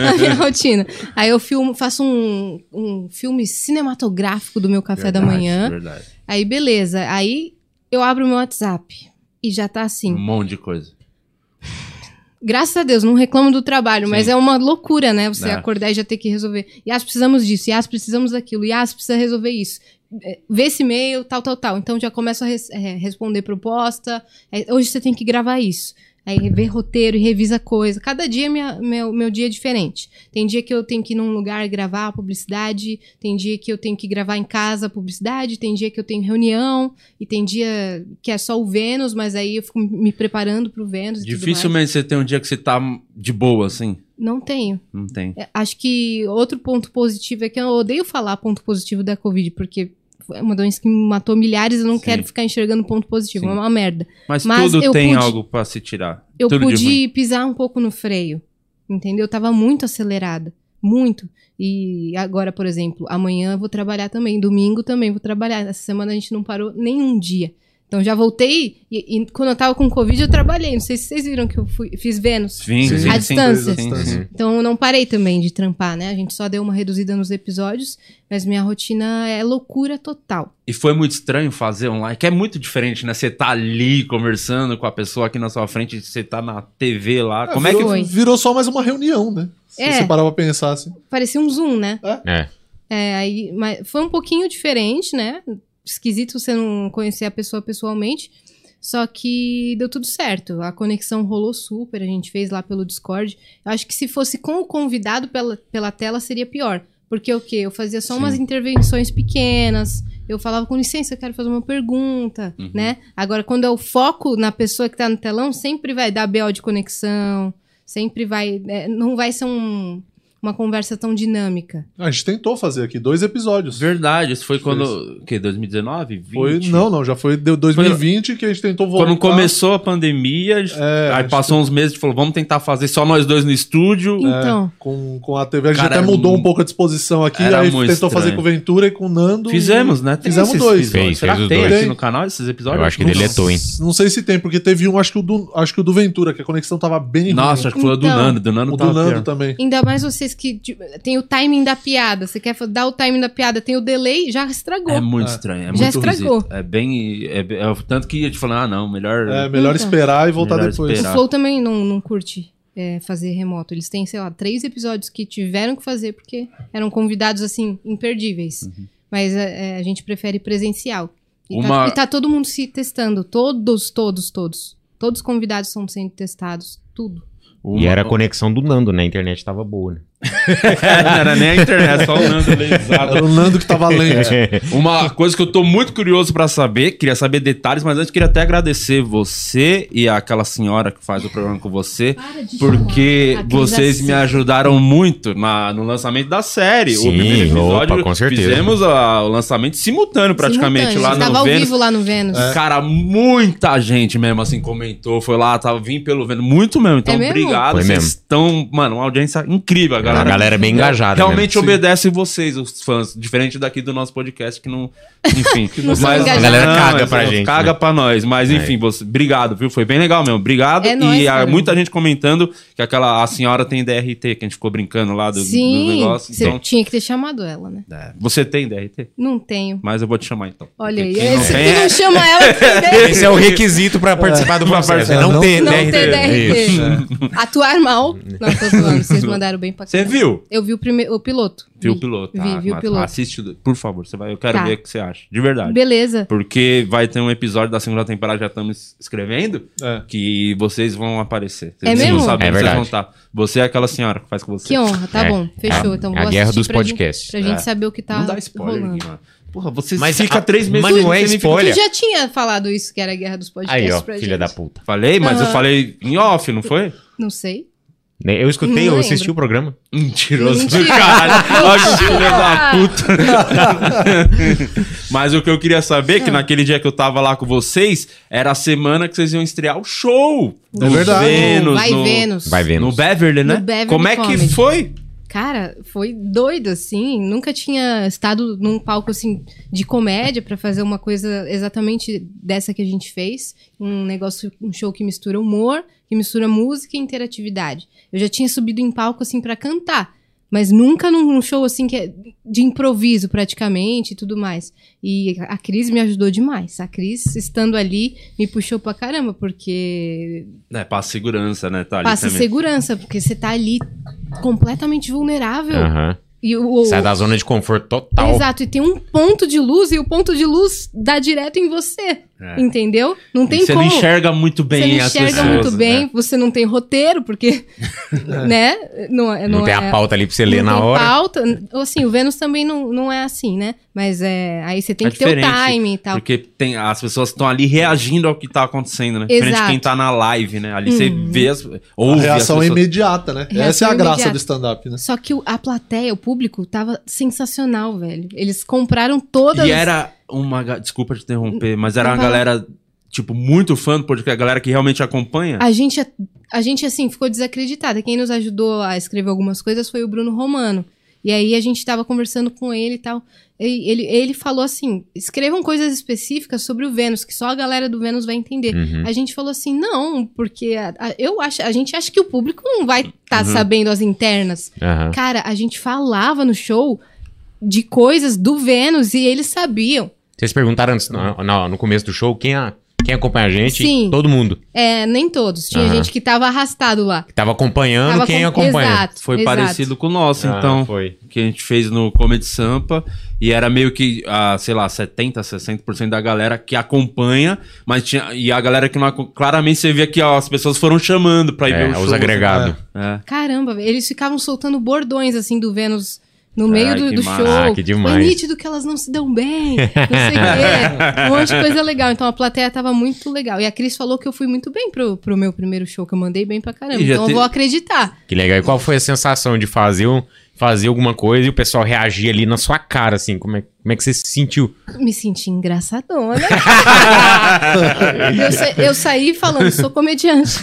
[SPEAKER 4] a minha rotina. Aí eu filmo, faço um, um filme cinematográfico do meu café da
[SPEAKER 1] Verdade,
[SPEAKER 4] manhã.
[SPEAKER 1] Verdade.
[SPEAKER 4] Aí, beleza. Aí eu abro meu WhatsApp. E já tá
[SPEAKER 1] Um
[SPEAKER 4] assim.
[SPEAKER 1] monte de coisa.
[SPEAKER 4] Graças a Deus, não reclamo do trabalho,
[SPEAKER 1] Sim.
[SPEAKER 4] mas é uma loucura, né? Você
[SPEAKER 1] É.
[SPEAKER 4] acordar e já ter que resolver. Yas, precisamos disso. Yas, precisamos daquilo. Yas, precisa resolver isso. É, Vê esse e-mail, tal, tal, tal. Então já começo a res- é, responder proposta. É, hoje você tem que gravar isso. Aí vê roteiro e revisa coisa. Cada dia minha- meu, meu dia é diferente. Tem dia que eu tenho que ir num lugar gravar publicidade, tem dia que eu tenho que gravar em casa publicidade, tem dia que eu tenho reunião, e tem dia que é só o Vênus, mas aí eu fico me preparando pro Vênus. e tudo mais.
[SPEAKER 1] Dificilmente você tem um dia que você tá de boa, assim.
[SPEAKER 4] Não tenho.
[SPEAKER 1] Não tem.
[SPEAKER 4] É, Acho que outro ponto positivo é que eu odeio falar ponto positivo da Covid, porque é uma doença que me matou milhares e eu não
[SPEAKER 1] Sim.
[SPEAKER 4] quero ficar enxergando ponto positivo.
[SPEAKER 1] Sim.
[SPEAKER 4] É uma merda.
[SPEAKER 1] Mas,
[SPEAKER 4] Mas
[SPEAKER 1] tudo
[SPEAKER 4] eu
[SPEAKER 1] tem
[SPEAKER 4] pude-
[SPEAKER 1] algo pra se tirar.
[SPEAKER 4] Eu
[SPEAKER 1] tudo de ruim.
[SPEAKER 4] pude pisar um pouco no freio, entendeu? Eu tava muito acelerada. Muito. E agora, por exemplo, amanhã eu vou trabalhar também, domingo também vou trabalhar. Essa semana a gente não parou nenhum dia. Então já voltei e, e quando eu tava com Covid eu trabalhei. Não sei se vocês viram que eu fui- fiz Vênus.
[SPEAKER 1] Sim,
[SPEAKER 3] Sim.
[SPEAKER 1] sim,
[SPEAKER 4] A
[SPEAKER 1] sim,
[SPEAKER 4] distância.
[SPEAKER 1] sim, sim.
[SPEAKER 2] Uhum.
[SPEAKER 4] Então eu não parei também de trampar, né? A gente só deu uma reduzida nos episódios, mas minha rotina é loucura total.
[SPEAKER 1] E foi muito estranho fazer online, que é muito diferente, né? Você tá ali conversando com a pessoa aqui na sua frente, você tá na TV lá.
[SPEAKER 4] Ah,
[SPEAKER 1] Como é que
[SPEAKER 4] foi?
[SPEAKER 3] Virou só mais uma reunião, né? Se
[SPEAKER 4] É.
[SPEAKER 3] você parar pra pensar assim.
[SPEAKER 4] Parecia um zoom, né?
[SPEAKER 2] É.
[SPEAKER 4] É, aí, mas foi um pouquinho diferente, né? Esquisito você não conhecer a pessoa pessoalmente. Só que deu tudo certo. A conexão rolou super, a gente fez lá pelo Discord. Eu acho que se fosse com o convidado pela, pela tela seria pior. Porque o quê? Eu fazia só
[SPEAKER 1] Sim.
[SPEAKER 4] umas intervenções pequenas. Eu falava, com licença, eu quero fazer uma pergunta,
[SPEAKER 1] Uhum.
[SPEAKER 4] né? Agora, quando eu foco na pessoa que tá no telão, sempre vai dar BO de conexão, sempre vai. é, não vai ser um, uma conversa tão dinâmica.
[SPEAKER 3] Ah, A gente tentou fazer aqui dois episódios.
[SPEAKER 1] Verdade, isso foi quando. O quê? 2019? 20?
[SPEAKER 3] Foi, não, não, já foi deu 2020 que a gente tentou voltar.
[SPEAKER 1] Quando começou a pandemia, a gente-
[SPEAKER 3] É,
[SPEAKER 1] aí
[SPEAKER 3] acho
[SPEAKER 1] passou uns meses e falou: vamos tentar fazer só nós dois no estúdio.
[SPEAKER 4] Então,
[SPEAKER 3] Com, com a TV, a gente
[SPEAKER 1] Cara,
[SPEAKER 3] até mudou
[SPEAKER 1] era
[SPEAKER 3] um pouco a disposição aqui,
[SPEAKER 1] era
[SPEAKER 3] aí tentou
[SPEAKER 1] muito estranho.
[SPEAKER 3] fazer com o Ventura e com o Nando.
[SPEAKER 1] Fizemos, né? Tem
[SPEAKER 3] Fizemos
[SPEAKER 1] esses
[SPEAKER 3] dois.
[SPEAKER 1] episódios.
[SPEAKER 2] Fez,
[SPEAKER 1] Será
[SPEAKER 2] fez
[SPEAKER 1] que
[SPEAKER 2] os
[SPEAKER 1] tem
[SPEAKER 3] dois.
[SPEAKER 1] aqui no canal esses episódios?
[SPEAKER 2] Eu acho que é
[SPEAKER 1] Não
[SPEAKER 2] deletou. hein?
[SPEAKER 3] Não sei se tem, porque teve um, acho que o do, acho que o do Ventura, que a conexão tava bem ruim.
[SPEAKER 1] Nossa, acho que foi o do
[SPEAKER 4] Então,
[SPEAKER 1] Nando. Do Nando
[SPEAKER 3] o
[SPEAKER 1] tá
[SPEAKER 3] do Nando
[SPEAKER 1] pior.
[SPEAKER 3] também.
[SPEAKER 4] ainda mais vocês que tipo, tem o timing da piada. Você quer fa- dar o timing da piada, tem o delay, já estragou.
[SPEAKER 1] É muito
[SPEAKER 3] É.
[SPEAKER 1] estranho. É
[SPEAKER 4] Já
[SPEAKER 1] muito
[SPEAKER 4] estragou.
[SPEAKER 1] esquisito. É bem. É, é, o tanto que eu te falando, ah, não, melhor.
[SPEAKER 3] É, melhor
[SPEAKER 4] Então.
[SPEAKER 3] esperar e voltar
[SPEAKER 1] Melhor
[SPEAKER 3] depois.
[SPEAKER 1] esperar.
[SPEAKER 4] O Flow também não, não curte é, fazer remoto. Eles têm, sei lá, três episódios que tiveram que fazer porque eram convidados, assim, imperdíveis. Mas é, é, a gente prefere presencial. E,
[SPEAKER 1] Uhum. Uma-
[SPEAKER 4] tá, e tá todo mundo se testando. Todos, todos, todos. Todos os convidados estão sendo testados. Tudo.
[SPEAKER 1] uma-
[SPEAKER 2] E era a conexão do Nando, né? A internet tava boa, né?
[SPEAKER 1] não era nem a internet, só o Nando lesado.
[SPEAKER 3] Era o Nando que tava lento.
[SPEAKER 1] É. Uma coisa que eu tô muito curioso pra saber, queria saber detalhes, mas antes queria até agradecer você e aquela senhora que faz o programa com você,
[SPEAKER 4] Para de
[SPEAKER 1] porque
[SPEAKER 4] Aqueles
[SPEAKER 1] vocês
[SPEAKER 4] assim.
[SPEAKER 1] me ajudaram muito na- no lançamento da série.
[SPEAKER 2] Sim, opa, com certeza.
[SPEAKER 1] fizemos a- o lançamento simultâneo praticamente lá
[SPEAKER 4] Tava
[SPEAKER 1] no
[SPEAKER 4] ao
[SPEAKER 1] Vênus. É,
[SPEAKER 4] vivo lá no Vênus.
[SPEAKER 2] É.
[SPEAKER 1] Cara, muita gente mesmo assim comentou, foi lá, tava vim pelo vendo muito mesmo. Então,
[SPEAKER 4] É mesmo?
[SPEAKER 1] obrigado.
[SPEAKER 2] Foi
[SPEAKER 1] Vocês
[SPEAKER 2] mesmo.
[SPEAKER 1] estão, mano, uma audiência incrível, a
[SPEAKER 2] A
[SPEAKER 1] galera.
[SPEAKER 2] galera é bem engajada.
[SPEAKER 1] Né? Realmente
[SPEAKER 2] mesmo.
[SPEAKER 1] obedece vocês, os fãs, diferente daqui do nosso podcast que não, enfim,
[SPEAKER 4] não são engajados. A
[SPEAKER 2] galera caga
[SPEAKER 1] mas,
[SPEAKER 2] pra
[SPEAKER 1] não,
[SPEAKER 2] gente,
[SPEAKER 1] caga
[SPEAKER 2] né?
[SPEAKER 1] pra É. nós, mas enfim, você, obrigado, viu? Foi bem legal mesmo. Obrigado
[SPEAKER 4] É
[SPEAKER 1] e
[SPEAKER 4] nóis,
[SPEAKER 1] há
[SPEAKER 4] cara.
[SPEAKER 1] muita gente comentando que aquela a senhora tem DRT, que a gente ficou brincando lá do, do
[SPEAKER 4] Sim,
[SPEAKER 1] negócio,
[SPEAKER 4] você
[SPEAKER 1] então
[SPEAKER 4] tinha que ter chamado ela, né?
[SPEAKER 1] é, você tem DRT,
[SPEAKER 4] Não tenho.
[SPEAKER 1] mas eu vou te chamar então.
[SPEAKER 4] Olha aí.
[SPEAKER 1] Porque quem não
[SPEAKER 4] Esse
[SPEAKER 1] tem
[SPEAKER 4] que
[SPEAKER 1] é-
[SPEAKER 4] não chama ela, que ideia.
[SPEAKER 2] Esse é o requisito pra participar do processo. É não ter
[SPEAKER 4] Não
[SPEAKER 2] DRT.
[SPEAKER 4] ter
[SPEAKER 1] é
[SPEAKER 4] DRT.
[SPEAKER 2] Isso.
[SPEAKER 4] Atuar mal. Não, tô zoando. Vocês mandaram bem pra
[SPEAKER 1] né? Você
[SPEAKER 4] caramba.
[SPEAKER 1] viu?
[SPEAKER 4] Eu vi o, prime... o piloto.
[SPEAKER 1] Viu o
[SPEAKER 4] Vi.
[SPEAKER 1] piloto.
[SPEAKER 4] Vi,
[SPEAKER 2] Ah,
[SPEAKER 1] tá?
[SPEAKER 4] vi o
[SPEAKER 1] Mas
[SPEAKER 4] piloto.
[SPEAKER 1] Assiste, o- por favor. Você vai, eu quero
[SPEAKER 4] Tá.
[SPEAKER 1] ver o que você acha. De verdade.
[SPEAKER 4] Beleza.
[SPEAKER 1] Porque vai ter um episódio da segunda temporada, já estamos escrevendo,
[SPEAKER 3] É.
[SPEAKER 1] que vocês vão aparecer. Vocês
[SPEAKER 4] É
[SPEAKER 1] vão
[SPEAKER 4] mesmo?
[SPEAKER 1] saber,
[SPEAKER 2] É
[SPEAKER 1] vocês
[SPEAKER 2] verdade.
[SPEAKER 1] vão estar. Você é aquela senhora que faz com você.
[SPEAKER 4] Que honra, tá
[SPEAKER 2] É.
[SPEAKER 4] bom. Fechou.
[SPEAKER 2] É.
[SPEAKER 4] Então
[SPEAKER 2] É
[SPEAKER 4] vou
[SPEAKER 2] a guerra
[SPEAKER 4] assistir
[SPEAKER 2] dos
[SPEAKER 4] pra gente-
[SPEAKER 2] podcasts.
[SPEAKER 4] Pra gente
[SPEAKER 1] É.
[SPEAKER 4] saber o que tá
[SPEAKER 1] Não dá spoiler,
[SPEAKER 4] rolando.
[SPEAKER 1] Guima. Porra, você
[SPEAKER 2] Mas
[SPEAKER 1] fica
[SPEAKER 2] a-
[SPEAKER 1] três meses...
[SPEAKER 2] mas não é
[SPEAKER 1] sem nem ficar-
[SPEAKER 2] spoiler. Olha.
[SPEAKER 4] Tu já tinha falado isso, que era a guerra dos podcasts
[SPEAKER 2] Aí, ó,
[SPEAKER 4] pra
[SPEAKER 2] filha
[SPEAKER 4] gente.
[SPEAKER 2] da puta.
[SPEAKER 1] Falei, mas eu
[SPEAKER 4] Aham.
[SPEAKER 1] falei em off, não foi?
[SPEAKER 4] Não sei.
[SPEAKER 2] Né, Eu escutei,
[SPEAKER 4] Não
[SPEAKER 2] eu assisti
[SPEAKER 4] lembro.
[SPEAKER 2] o programa.
[SPEAKER 1] Mentiroso do
[SPEAKER 4] Mentira.
[SPEAKER 1] caralho. Ó, que filha da
[SPEAKER 4] Ah!
[SPEAKER 1] puta. Mas o que eu queria saber,
[SPEAKER 4] Ah.
[SPEAKER 1] que naquele dia que eu tava lá com vocês, era a semana que vocês iam estrear o show.
[SPEAKER 3] É verdade.
[SPEAKER 1] Vênus,
[SPEAKER 4] Vai
[SPEAKER 1] no-
[SPEAKER 4] Vênus.
[SPEAKER 2] Vai vendo.
[SPEAKER 1] No Beverly, né?
[SPEAKER 4] No Beverly
[SPEAKER 1] Como é que
[SPEAKER 4] Comedy.
[SPEAKER 1] foi?
[SPEAKER 4] Cara, foi doido, assim. Nunca tinha estado num palco, assim, de comédia pra fazer uma coisa exatamente dessa que a gente fez. Um negócio, um show que mistura humor, que mistura música e interatividade. Eu já tinha subido em palco, assim, pra cantar. Mas nunca num num show, assim, que é de improviso, praticamente, e tudo mais. E a Cris me ajudou demais. A Cris, estando ali, me puxou pra caramba, porque
[SPEAKER 1] É, passa segurança, né, Thalita?
[SPEAKER 4] passa segurança, porque você tá ali completamente vulnerável.
[SPEAKER 2] Aham.
[SPEAKER 4] E o, o-
[SPEAKER 2] Sai da zona de conforto total.
[SPEAKER 4] Exato, e tem um ponto de luz e o ponto de luz dá direto em você,
[SPEAKER 1] É.
[SPEAKER 4] entendeu? Não tem
[SPEAKER 1] E você
[SPEAKER 4] como.
[SPEAKER 1] não enxerga muito
[SPEAKER 4] você
[SPEAKER 1] bem
[SPEAKER 4] não
[SPEAKER 1] as
[SPEAKER 4] enxerga
[SPEAKER 1] pessoas,
[SPEAKER 4] muito bem,
[SPEAKER 1] né? É.
[SPEAKER 4] você não tem roteiro, porque, né? Não, é-
[SPEAKER 2] Não, tem
[SPEAKER 4] é-
[SPEAKER 2] a pauta ali pra você ler na
[SPEAKER 4] não tem
[SPEAKER 2] hora.
[SPEAKER 4] pauta. Assim, o Vênus também não, não é assim, né? Mas é, aí você tem
[SPEAKER 1] É
[SPEAKER 4] que ter o
[SPEAKER 1] diferente,
[SPEAKER 4] timing e tal.
[SPEAKER 1] Porque tem, as pessoas estão ali reagindo ao que tá acontecendo, né? Diferente de
[SPEAKER 4] Exato.
[SPEAKER 1] quem tá na live, né? Ali você
[SPEAKER 4] Uhum.
[SPEAKER 1] vê as.
[SPEAKER 3] A
[SPEAKER 1] Ouve
[SPEAKER 3] reação
[SPEAKER 1] as pessoas.
[SPEAKER 3] é imediata, né?
[SPEAKER 4] Reação
[SPEAKER 3] Essa é a graça
[SPEAKER 4] imediata.
[SPEAKER 3] do stand-up, né?
[SPEAKER 4] Só que o- a plateia, o público, tava sensacional, velho. Eles compraram todas
[SPEAKER 1] E era uma. ga- Desculpa te interromper, mas era
[SPEAKER 4] Não
[SPEAKER 1] uma
[SPEAKER 4] vai.
[SPEAKER 1] galera, tipo, muito fã do podcast, a galera que realmente acompanha.
[SPEAKER 4] A gente, é, a gente, assim, ficou desacreditada. Quem nos ajudou a escrever algumas coisas foi o Bruno Romano. E aí a gente tava conversando com ele e tal. E ele, ele falou assim: escrevam coisas específicas sobre o Vênus, que só a galera do Vênus vai entender.
[SPEAKER 2] Uhum.
[SPEAKER 4] A gente falou assim, não, porque a, a- eu acho, a gente acha que o público não vai estar
[SPEAKER 1] Uhum.
[SPEAKER 4] sabendo as internas.
[SPEAKER 2] Aham.
[SPEAKER 4] Cara, a gente falava no show de coisas do Vênus e eles sabiam.
[SPEAKER 2] Vocês perguntaram antes, no, no- no começo do show quem, a- quem acompanha a gente?
[SPEAKER 4] Sim.
[SPEAKER 2] Todo mundo.
[SPEAKER 4] É, nem todos. Tinha
[SPEAKER 2] Aham.
[SPEAKER 4] gente que tava arrastado lá.
[SPEAKER 2] Que tava acompanhando
[SPEAKER 4] Tava
[SPEAKER 2] quem
[SPEAKER 4] com-
[SPEAKER 2] acompanha.
[SPEAKER 4] Exato,
[SPEAKER 1] Foi
[SPEAKER 4] exato.
[SPEAKER 1] parecido com o nosso,
[SPEAKER 2] Ah,
[SPEAKER 1] então.
[SPEAKER 2] Foi.
[SPEAKER 1] que a gente fez no Comedy Sampa e era meio que, ah, sei lá, 70%, 60% da galera que acompanha, mas tinha. E a galera que não acom- Claramente você via que ó, as pessoas foram chamando pra ir
[SPEAKER 2] É,
[SPEAKER 1] ver o show. né?
[SPEAKER 2] os agregados.
[SPEAKER 1] É.
[SPEAKER 4] Caramba, eles ficavam soltando bordões assim do Vênus No meio
[SPEAKER 1] Ai,
[SPEAKER 4] do,
[SPEAKER 1] que
[SPEAKER 4] do
[SPEAKER 1] mara-
[SPEAKER 4] show.
[SPEAKER 2] Ah, que demais.
[SPEAKER 4] Foi nítido que elas não se dão bem. Não sei o quê. Um monte de coisa legal. Então a plateia tava muito legal. E a Cris falou que eu fui muito bem pro, pro meu primeiro show, que eu mandei bem pra caramba.
[SPEAKER 1] E já
[SPEAKER 4] Então
[SPEAKER 1] te-
[SPEAKER 4] eu vou acreditar.
[SPEAKER 2] Que legal. E qual foi a sensação de fazer, um, fazer alguma coisa e o pessoal reagir ali na sua cara, assim? Como é, como é que você se sentiu?
[SPEAKER 4] Me senti engraçadona. eu, sa- eu saí falando, sou comediante.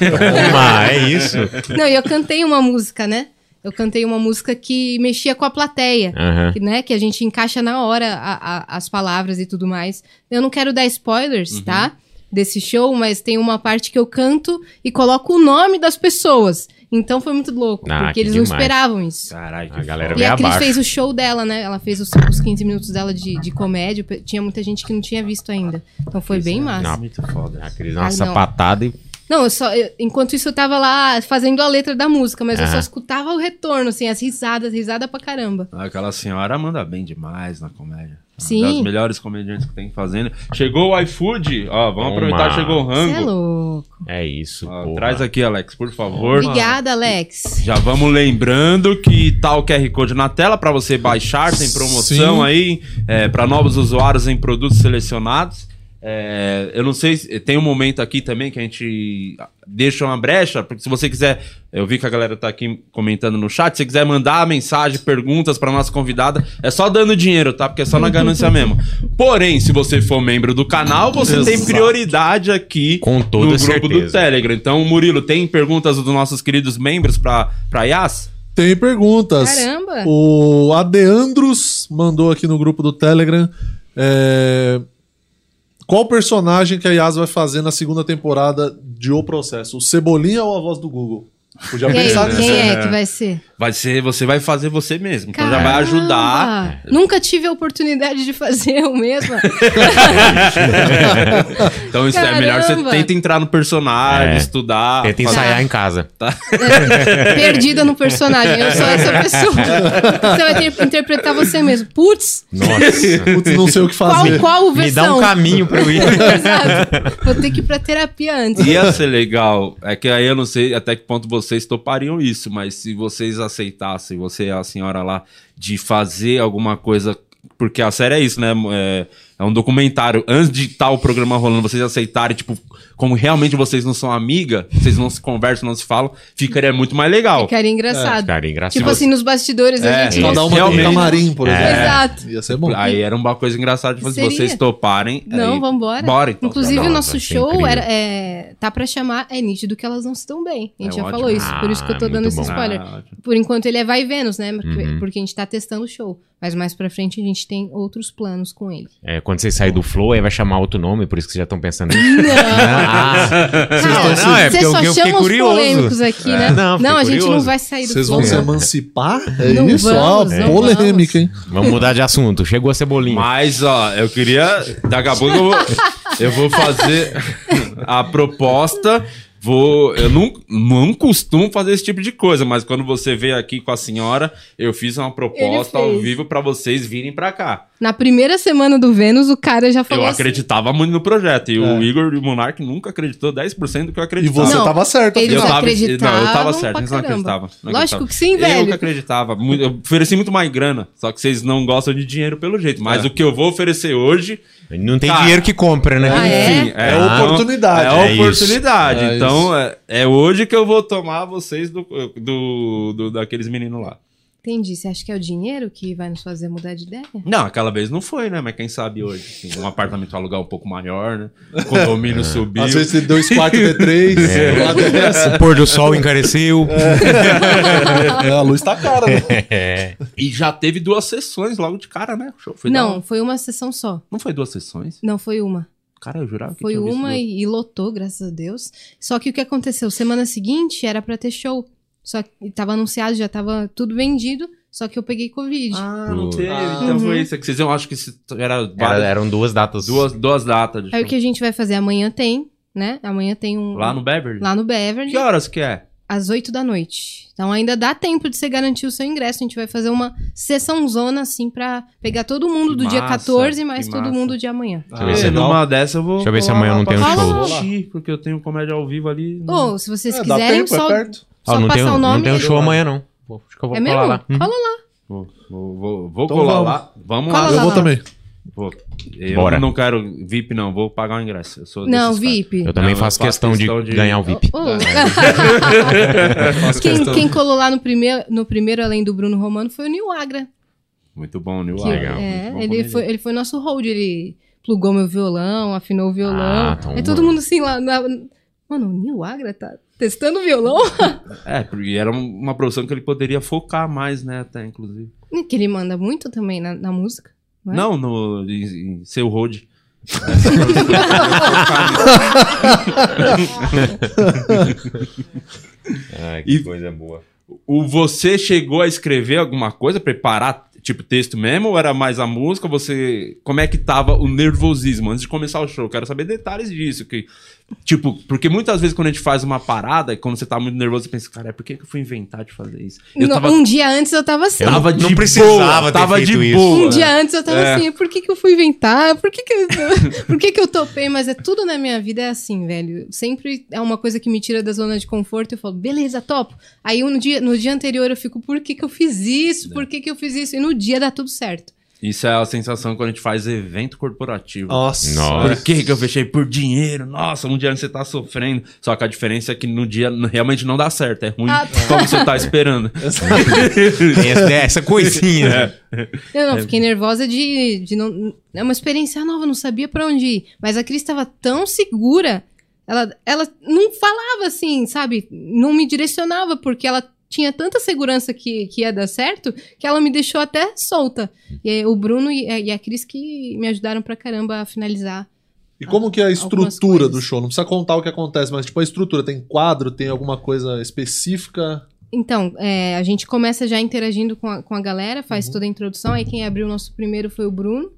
[SPEAKER 2] Uma, é isso.
[SPEAKER 4] Não, e eu cantei uma música, né? Eu cantei uma música que mexia com a plateia.
[SPEAKER 2] Aham.
[SPEAKER 4] que, né, que a gente encaixa na hora a- a- as palavras e tudo mais. Eu não quero dar spoilers,
[SPEAKER 2] Uhum.
[SPEAKER 4] tá? Desse show, mas tem uma parte que eu canto e coloco o nome das pessoas. Então foi muito louco,
[SPEAKER 2] Ah,
[SPEAKER 4] porque
[SPEAKER 2] que
[SPEAKER 4] eles
[SPEAKER 2] demais.
[SPEAKER 4] não esperavam isso.
[SPEAKER 1] Caralho,
[SPEAKER 2] A galera
[SPEAKER 4] E
[SPEAKER 2] Bem
[SPEAKER 4] a Cris
[SPEAKER 2] abaixo.
[SPEAKER 4] fez o show dela, né? Ela fez os, os 15 minutos dela de, de comédia. Pe- Tinha muita gente que não tinha visto ainda. Então foi bem massa.
[SPEAKER 2] é. Não,
[SPEAKER 4] Não,
[SPEAKER 1] Muito foda.
[SPEAKER 2] a Cris deu uma
[SPEAKER 4] Ai, não.
[SPEAKER 2] sapatada e
[SPEAKER 4] eu só. eu- enquanto isso, eu tava lá fazendo a letra da música, mas eu só
[SPEAKER 2] Aham.
[SPEAKER 4] escutava o retorno, assim, as risadas, risada pra caramba.
[SPEAKER 1] Aquela senhora manda bem demais na comédia. Uma
[SPEAKER 4] Sim.
[SPEAKER 1] das melhores comediantes que tem fazendo. Chegou o iFood, ó, vamos
[SPEAKER 2] Toma.
[SPEAKER 1] aproveitar que chegou o
[SPEAKER 4] Você é
[SPEAKER 1] rango.
[SPEAKER 4] louco.
[SPEAKER 2] é isso.
[SPEAKER 1] Ó,
[SPEAKER 2] porra.
[SPEAKER 1] Ah, traz aqui, Alex, por favor.
[SPEAKER 4] Obrigada, Alex.
[SPEAKER 1] Já vamos lembrando que tá o QR Code na tela para você baixar, tem promoção
[SPEAKER 3] Sim.
[SPEAKER 1] aí para novos usuários em produtos selecionados. É, eu não sei, se- tem um momento aqui também que a gente deixa uma brecha, porque se você quiser, eu vi que a galera tá aqui comentando no chat, se você quiser mandar mensagem, perguntas para nossa convidada, é só dando dinheiro, tá? Porque é só na ganância mesmo. Porém, se você for membro do canal, você tem
[SPEAKER 3] Exato.
[SPEAKER 1] prioridade aqui
[SPEAKER 2] Com toda
[SPEAKER 1] no grupo do
[SPEAKER 2] certeza.
[SPEAKER 1] Telegram. Então, Murilo, tem perguntas dos nossos queridos membros pra, pra Yas?
[SPEAKER 3] Tem perguntas.
[SPEAKER 4] Caramba!
[SPEAKER 3] O Adeandros mandou aqui no grupo do Telegram. é, Qual personagem que a Yas vai fazer na segunda temporada de O Processo? O Cebolinha ou a voz do Google? Podia
[SPEAKER 4] Quem,
[SPEAKER 3] pensar
[SPEAKER 4] quem
[SPEAKER 3] nisso.
[SPEAKER 4] é que vai ser?
[SPEAKER 1] Vai ser, você vai fazer você mesmo. Então já vai
[SPEAKER 4] Caramba!
[SPEAKER 1] ajudar.
[SPEAKER 4] Nunca tive a oportunidade de fazer eu mesma.
[SPEAKER 1] Então isso é
[SPEAKER 4] Caramba!
[SPEAKER 1] melhor você tenta entrar no personagem,
[SPEAKER 2] É.
[SPEAKER 1] estudar.
[SPEAKER 2] Tenta
[SPEAKER 1] fazer-
[SPEAKER 2] ensaiar em casa.
[SPEAKER 4] Perdida no personagem. Eu sou essa pessoa. Você vai ter que interpretar você mesmo. Putz,
[SPEAKER 2] Nossa.
[SPEAKER 3] Putz, não sei o que
[SPEAKER 4] qual,
[SPEAKER 3] fazer.
[SPEAKER 4] qual
[SPEAKER 2] Me dá
[SPEAKER 4] versão?
[SPEAKER 2] um caminho pra eu ir.
[SPEAKER 4] Exato. Vou ter que ir pra terapia antes.
[SPEAKER 1] Ia ser legal. É que aí eu não sei até que ponto vocês topariam isso, mas se vocês aceitassem, você e a senhora lá, de fazer alguma coisa. Porque a série é isso, né? É, é um documentário. Antes de estar o programa rolando, vocês aceitarem, tipo, como realmente vocês não são amiga, vocês não se conversam, não se falam, ficaria muito mais legal.
[SPEAKER 4] Ficaria é engraçado.
[SPEAKER 2] É, Cara, engraçado.
[SPEAKER 4] tipo assim, nos bastidores
[SPEAKER 1] É,
[SPEAKER 4] a gente...
[SPEAKER 3] Cada uma
[SPEAKER 1] Realmente.
[SPEAKER 3] tem um camarim, por
[SPEAKER 1] É.
[SPEAKER 3] exemplo.
[SPEAKER 4] Exato.
[SPEAKER 3] Ia ser bom.
[SPEAKER 1] Aí era uma coisa engraçada tipo, de
[SPEAKER 4] Seria.
[SPEAKER 1] vocês toparem.
[SPEAKER 4] Não,
[SPEAKER 1] aí-
[SPEAKER 4] vambora.
[SPEAKER 1] Bora, então.
[SPEAKER 4] Inclusive,
[SPEAKER 2] Nossa,
[SPEAKER 4] o nosso
[SPEAKER 2] achei
[SPEAKER 4] show
[SPEAKER 2] incrível.
[SPEAKER 4] era, é, tá pra chamar. É nítido que elas não se dão bem. A gente
[SPEAKER 1] É
[SPEAKER 4] já
[SPEAKER 1] ótimo.
[SPEAKER 4] falou isso. Por isso que eu tô
[SPEAKER 2] Ah,
[SPEAKER 4] dando
[SPEAKER 2] muito
[SPEAKER 4] esse
[SPEAKER 2] bom.
[SPEAKER 4] spoiler.
[SPEAKER 1] Ah, ótimo.
[SPEAKER 4] Por enquanto ele é vai e Vênus, né? Porque,
[SPEAKER 2] Uhum.
[SPEAKER 4] porque a gente tá testando o show. Mas mais pra frente a gente tem outros planos com ele.
[SPEAKER 2] É, quando vocês saírem do Flow, aí vai chamar outro nome, por isso que vocês já estão pensando nisso.
[SPEAKER 4] Não!
[SPEAKER 2] Ah,
[SPEAKER 4] Cara,
[SPEAKER 2] estão- não, é porque
[SPEAKER 4] Vocês
[SPEAKER 2] eu-
[SPEAKER 4] só
[SPEAKER 2] eu fiquei
[SPEAKER 4] chamam os
[SPEAKER 2] curioso.
[SPEAKER 4] polêmicos aqui, né?
[SPEAKER 2] É, não, fiquei
[SPEAKER 4] a gente não
[SPEAKER 2] curioso.
[SPEAKER 4] vai sair do
[SPEAKER 3] Vocês vão
[SPEAKER 4] flow.
[SPEAKER 3] se emancipar? É
[SPEAKER 4] Não
[SPEAKER 3] isso?
[SPEAKER 4] vamos,
[SPEAKER 3] ah,
[SPEAKER 4] não
[SPEAKER 3] polêmica, hein?
[SPEAKER 2] vamos mudar de assunto. Chegou a cebolinha.
[SPEAKER 1] Mas, ó, eu queria. Daqui a pouco eu vou, eu vou fazer a proposta. Vou, eu não, não costumo fazer esse tipo de coisa, mas quando você veio aqui com a senhora, eu fiz uma proposta
[SPEAKER 4] Ele
[SPEAKER 1] ao
[SPEAKER 4] fez.
[SPEAKER 1] vivo pra vocês virem pra cá.
[SPEAKER 4] Na primeira semana do Vênus, o cara já falou
[SPEAKER 1] eu
[SPEAKER 4] assim,
[SPEAKER 1] acreditava muito no projeto. E o
[SPEAKER 3] É.
[SPEAKER 1] Igor e o Monark nunca acreditou 10% do que eu
[SPEAKER 3] E
[SPEAKER 1] acreditava.
[SPEAKER 3] você
[SPEAKER 4] Não,
[SPEAKER 3] tava certo.
[SPEAKER 4] eles
[SPEAKER 1] eu
[SPEAKER 3] afinal.
[SPEAKER 1] tava,
[SPEAKER 4] acreditavam
[SPEAKER 1] não, eu tava
[SPEAKER 4] pra
[SPEAKER 1] certo, eles não
[SPEAKER 4] caramba.
[SPEAKER 1] acreditavam. não
[SPEAKER 4] Lógico
[SPEAKER 1] acreditavam.
[SPEAKER 4] que sim,
[SPEAKER 1] Eu que
[SPEAKER 4] velho.
[SPEAKER 1] acreditava. muito- Eu ofereci muito mais grana, só que vocês não gostam de dinheiro pelo jeito. Mas
[SPEAKER 3] É.
[SPEAKER 1] o que eu vou oferecer hoje
[SPEAKER 2] Não tem
[SPEAKER 1] Tá.
[SPEAKER 2] dinheiro que compra, né?
[SPEAKER 4] Ah, é?
[SPEAKER 1] Enfim,
[SPEAKER 3] É
[SPEAKER 1] É
[SPEAKER 3] oportunidade.
[SPEAKER 2] É
[SPEAKER 1] oportunidade.
[SPEAKER 3] isso. É
[SPEAKER 1] então, é, é hoje que eu vou tomar vocês do, do, do- daqueles meninos lá.
[SPEAKER 4] Entendi, você acha que é o dinheiro que vai nos fazer mudar de ideia?
[SPEAKER 1] Não, aquela vez não foi, né? Mas quem sabe hoje. assim, um apartamento alugar um pouco maior, né? O
[SPEAKER 2] É.
[SPEAKER 1] condomínio subiu.
[SPEAKER 3] Às vezes ele deu um Spark D3.
[SPEAKER 1] É.
[SPEAKER 3] lá dentro.
[SPEAKER 2] O pôr do sol encareceu.
[SPEAKER 3] É, a luz tá cara, né?
[SPEAKER 2] É.
[SPEAKER 1] E já teve duas sessões logo de cara, né? O show Foi da
[SPEAKER 4] não,
[SPEAKER 1] hora.
[SPEAKER 4] foi uma sessão só.
[SPEAKER 1] Não foi duas sessões?
[SPEAKER 4] Não, foi uma.
[SPEAKER 1] Cara, eu jurava Ah, que
[SPEAKER 4] Foi
[SPEAKER 1] tinha visto
[SPEAKER 4] uma
[SPEAKER 1] duas.
[SPEAKER 4] e, e lotou, graças a Deus. Só que o que aconteceu? Semana seguinte era pra ter show. Só que tava anunciado, já tava tudo vendido. Só que eu peguei Covid.
[SPEAKER 1] Ah, não
[SPEAKER 2] Pô.
[SPEAKER 1] teve.
[SPEAKER 3] Ah.
[SPEAKER 1] Então foi
[SPEAKER 4] Uhum.
[SPEAKER 1] isso. É que vocês eu acho que isso era,
[SPEAKER 2] Era- eram duas datas.
[SPEAKER 1] duas, duas datas de
[SPEAKER 4] Aí É o
[SPEAKER 1] show.
[SPEAKER 4] que a gente vai fazer? Amanhã tem, né? Amanhã tem um.
[SPEAKER 1] Lá no Beverly?
[SPEAKER 4] lá no Beverly,
[SPEAKER 1] Que horas que é?
[SPEAKER 4] às 8 da noite. Então ainda dá tempo de você garantir o seu ingresso. A gente vai fazer uma sessão zona, assim, pra pegar todo mundo
[SPEAKER 1] Que
[SPEAKER 4] do dia
[SPEAKER 1] massa,
[SPEAKER 4] 14, mais
[SPEAKER 1] que
[SPEAKER 4] todo
[SPEAKER 1] massa.
[SPEAKER 4] mundo de amanhã.
[SPEAKER 2] eu ver
[SPEAKER 1] Ah,
[SPEAKER 2] se é
[SPEAKER 1] numa dessa eu vou.
[SPEAKER 2] Deixa eu ver se
[SPEAKER 1] colar
[SPEAKER 2] amanhã
[SPEAKER 1] lá
[SPEAKER 2] não
[SPEAKER 1] pra
[SPEAKER 2] tem um
[SPEAKER 1] falar.
[SPEAKER 4] show.
[SPEAKER 1] Vou assistir, Porque eu tenho comédia ao vivo ali. no-
[SPEAKER 4] Ou, se vocês
[SPEAKER 3] É, dá
[SPEAKER 4] quiserem,
[SPEAKER 3] tempo, é
[SPEAKER 4] só,
[SPEAKER 3] perto.
[SPEAKER 4] só
[SPEAKER 2] Ah, não
[SPEAKER 4] passar
[SPEAKER 2] tem,
[SPEAKER 4] o nome.
[SPEAKER 2] não tem um
[SPEAKER 4] e-
[SPEAKER 2] show amanhã, não. Vou- Acho que eu vou
[SPEAKER 4] É
[SPEAKER 2] colar
[SPEAKER 4] mesmo?
[SPEAKER 2] lá. Hum.
[SPEAKER 4] Cola lá.
[SPEAKER 1] Vou, vou, vou, vou
[SPEAKER 3] Então
[SPEAKER 1] colar
[SPEAKER 3] vamos.
[SPEAKER 1] lá.
[SPEAKER 2] Ah,
[SPEAKER 1] Vamos
[SPEAKER 4] Cola
[SPEAKER 1] lá.
[SPEAKER 4] lá.
[SPEAKER 3] Eu vou também.
[SPEAKER 1] Vou. Eu
[SPEAKER 2] Bora.
[SPEAKER 1] não quero VIP, não. Vou pagar o ingresso. Eu sou
[SPEAKER 4] Não,
[SPEAKER 1] desses caras.
[SPEAKER 4] VIP.
[SPEAKER 2] Eu também
[SPEAKER 1] Não, eu
[SPEAKER 2] faço,
[SPEAKER 1] faço
[SPEAKER 2] questão,
[SPEAKER 1] questão
[SPEAKER 2] de,
[SPEAKER 1] de-
[SPEAKER 2] ganhar o VIP.
[SPEAKER 4] Oh,
[SPEAKER 1] Faço
[SPEAKER 4] quem,
[SPEAKER 1] questão.
[SPEAKER 4] quem colou lá no primeiro, no primeiro, além do Bruno Romano, foi o Nil Agra.
[SPEAKER 1] Muito bom, New
[SPEAKER 4] Que-
[SPEAKER 1] Legal.
[SPEAKER 4] é,
[SPEAKER 1] Muito bom
[SPEAKER 4] ele,
[SPEAKER 1] comediante.
[SPEAKER 4] foi, ele foi nosso hold, ele plugou meu violão, afinou o violão.
[SPEAKER 2] Ah, então,
[SPEAKER 4] Aí todo
[SPEAKER 2] mano.
[SPEAKER 4] mundo assim lá. na- Mano, o Nil Agra tá testando violão?
[SPEAKER 1] É, porque era um- uma produção que ele poderia focar mais, né? Até, inclusive.
[SPEAKER 4] que ele manda muito também na, na música. Ué?
[SPEAKER 1] Não, no em, em seu road.
[SPEAKER 2] Ai,
[SPEAKER 1] que
[SPEAKER 2] Ah, coisa boa.
[SPEAKER 1] O você chegou a escrever alguma coisa, preparar tipo texto mesmo, ou era mais a música? Você como é que tava o nervosismo antes de começar o show? Quero saber detalhes disso, que tipo, porque muitas vezes quando a gente faz uma parada, quando você tá muito nervoso, você pensa, cara, por que que eu fui inventar de fazer isso? Eu
[SPEAKER 4] No-
[SPEAKER 1] tava
[SPEAKER 4] Um dia antes eu tava assim.
[SPEAKER 1] tava
[SPEAKER 2] não
[SPEAKER 1] de
[SPEAKER 2] precisava
[SPEAKER 1] boa,
[SPEAKER 2] ter
[SPEAKER 1] tava
[SPEAKER 2] feito
[SPEAKER 1] de
[SPEAKER 2] isso.
[SPEAKER 1] boa.
[SPEAKER 4] Um dia antes eu tava
[SPEAKER 1] É.
[SPEAKER 4] assim, por que, que eu fui inventar? Por que que, eu, por que que eu topei? Mas é tudo na minha vida é assim, velho. Sempre é uma coisa que me tira da zona de conforto. Eu falo, beleza, topo. Aí um dia, no dia anterior eu fico, por que que eu fiz isso?
[SPEAKER 1] É.
[SPEAKER 4] Por que que eu fiz isso? E no dia dá tudo certo.
[SPEAKER 1] Isso é a sensação quando a gente faz evento corporativo.
[SPEAKER 2] Ah,
[SPEAKER 3] Nossa.
[SPEAKER 2] Nossa.
[SPEAKER 1] Por que, que eu fechei? Por dinheiro. Nossa, um dia antes você tá sofrendo. Só que a diferença é que no dia n- realmente não dá certo. É ruim
[SPEAKER 4] Ah, tá.
[SPEAKER 1] como você tá esperando.
[SPEAKER 2] Essa, essa coisinha.
[SPEAKER 4] Eu não, fiquei nervosa de, de não. É uma experiência nova, eu não sabia pra onde ir. Mas a Cris estava tão segura, ela, ela não falava assim, sabe? Não me direcionava, porque ela tinha tanta segurança que, que ia dar certo, que ela me deixou até solta. E aí, o Bruno e, e a Cris que me ajudaram pra caramba a finalizar.
[SPEAKER 3] E como que é a
[SPEAKER 4] Algumas
[SPEAKER 3] estrutura
[SPEAKER 4] coisas.
[SPEAKER 3] do show? Não precisa contar o que acontece, mas tipo, a estrutura tem quadro, tem alguma coisa específica?
[SPEAKER 4] Então, é, a gente começa já interagindo com a, com a galera, faz
[SPEAKER 2] Uhum.
[SPEAKER 4] toda a introdução. Aí quem abriu o nosso primeiro foi o Bruno.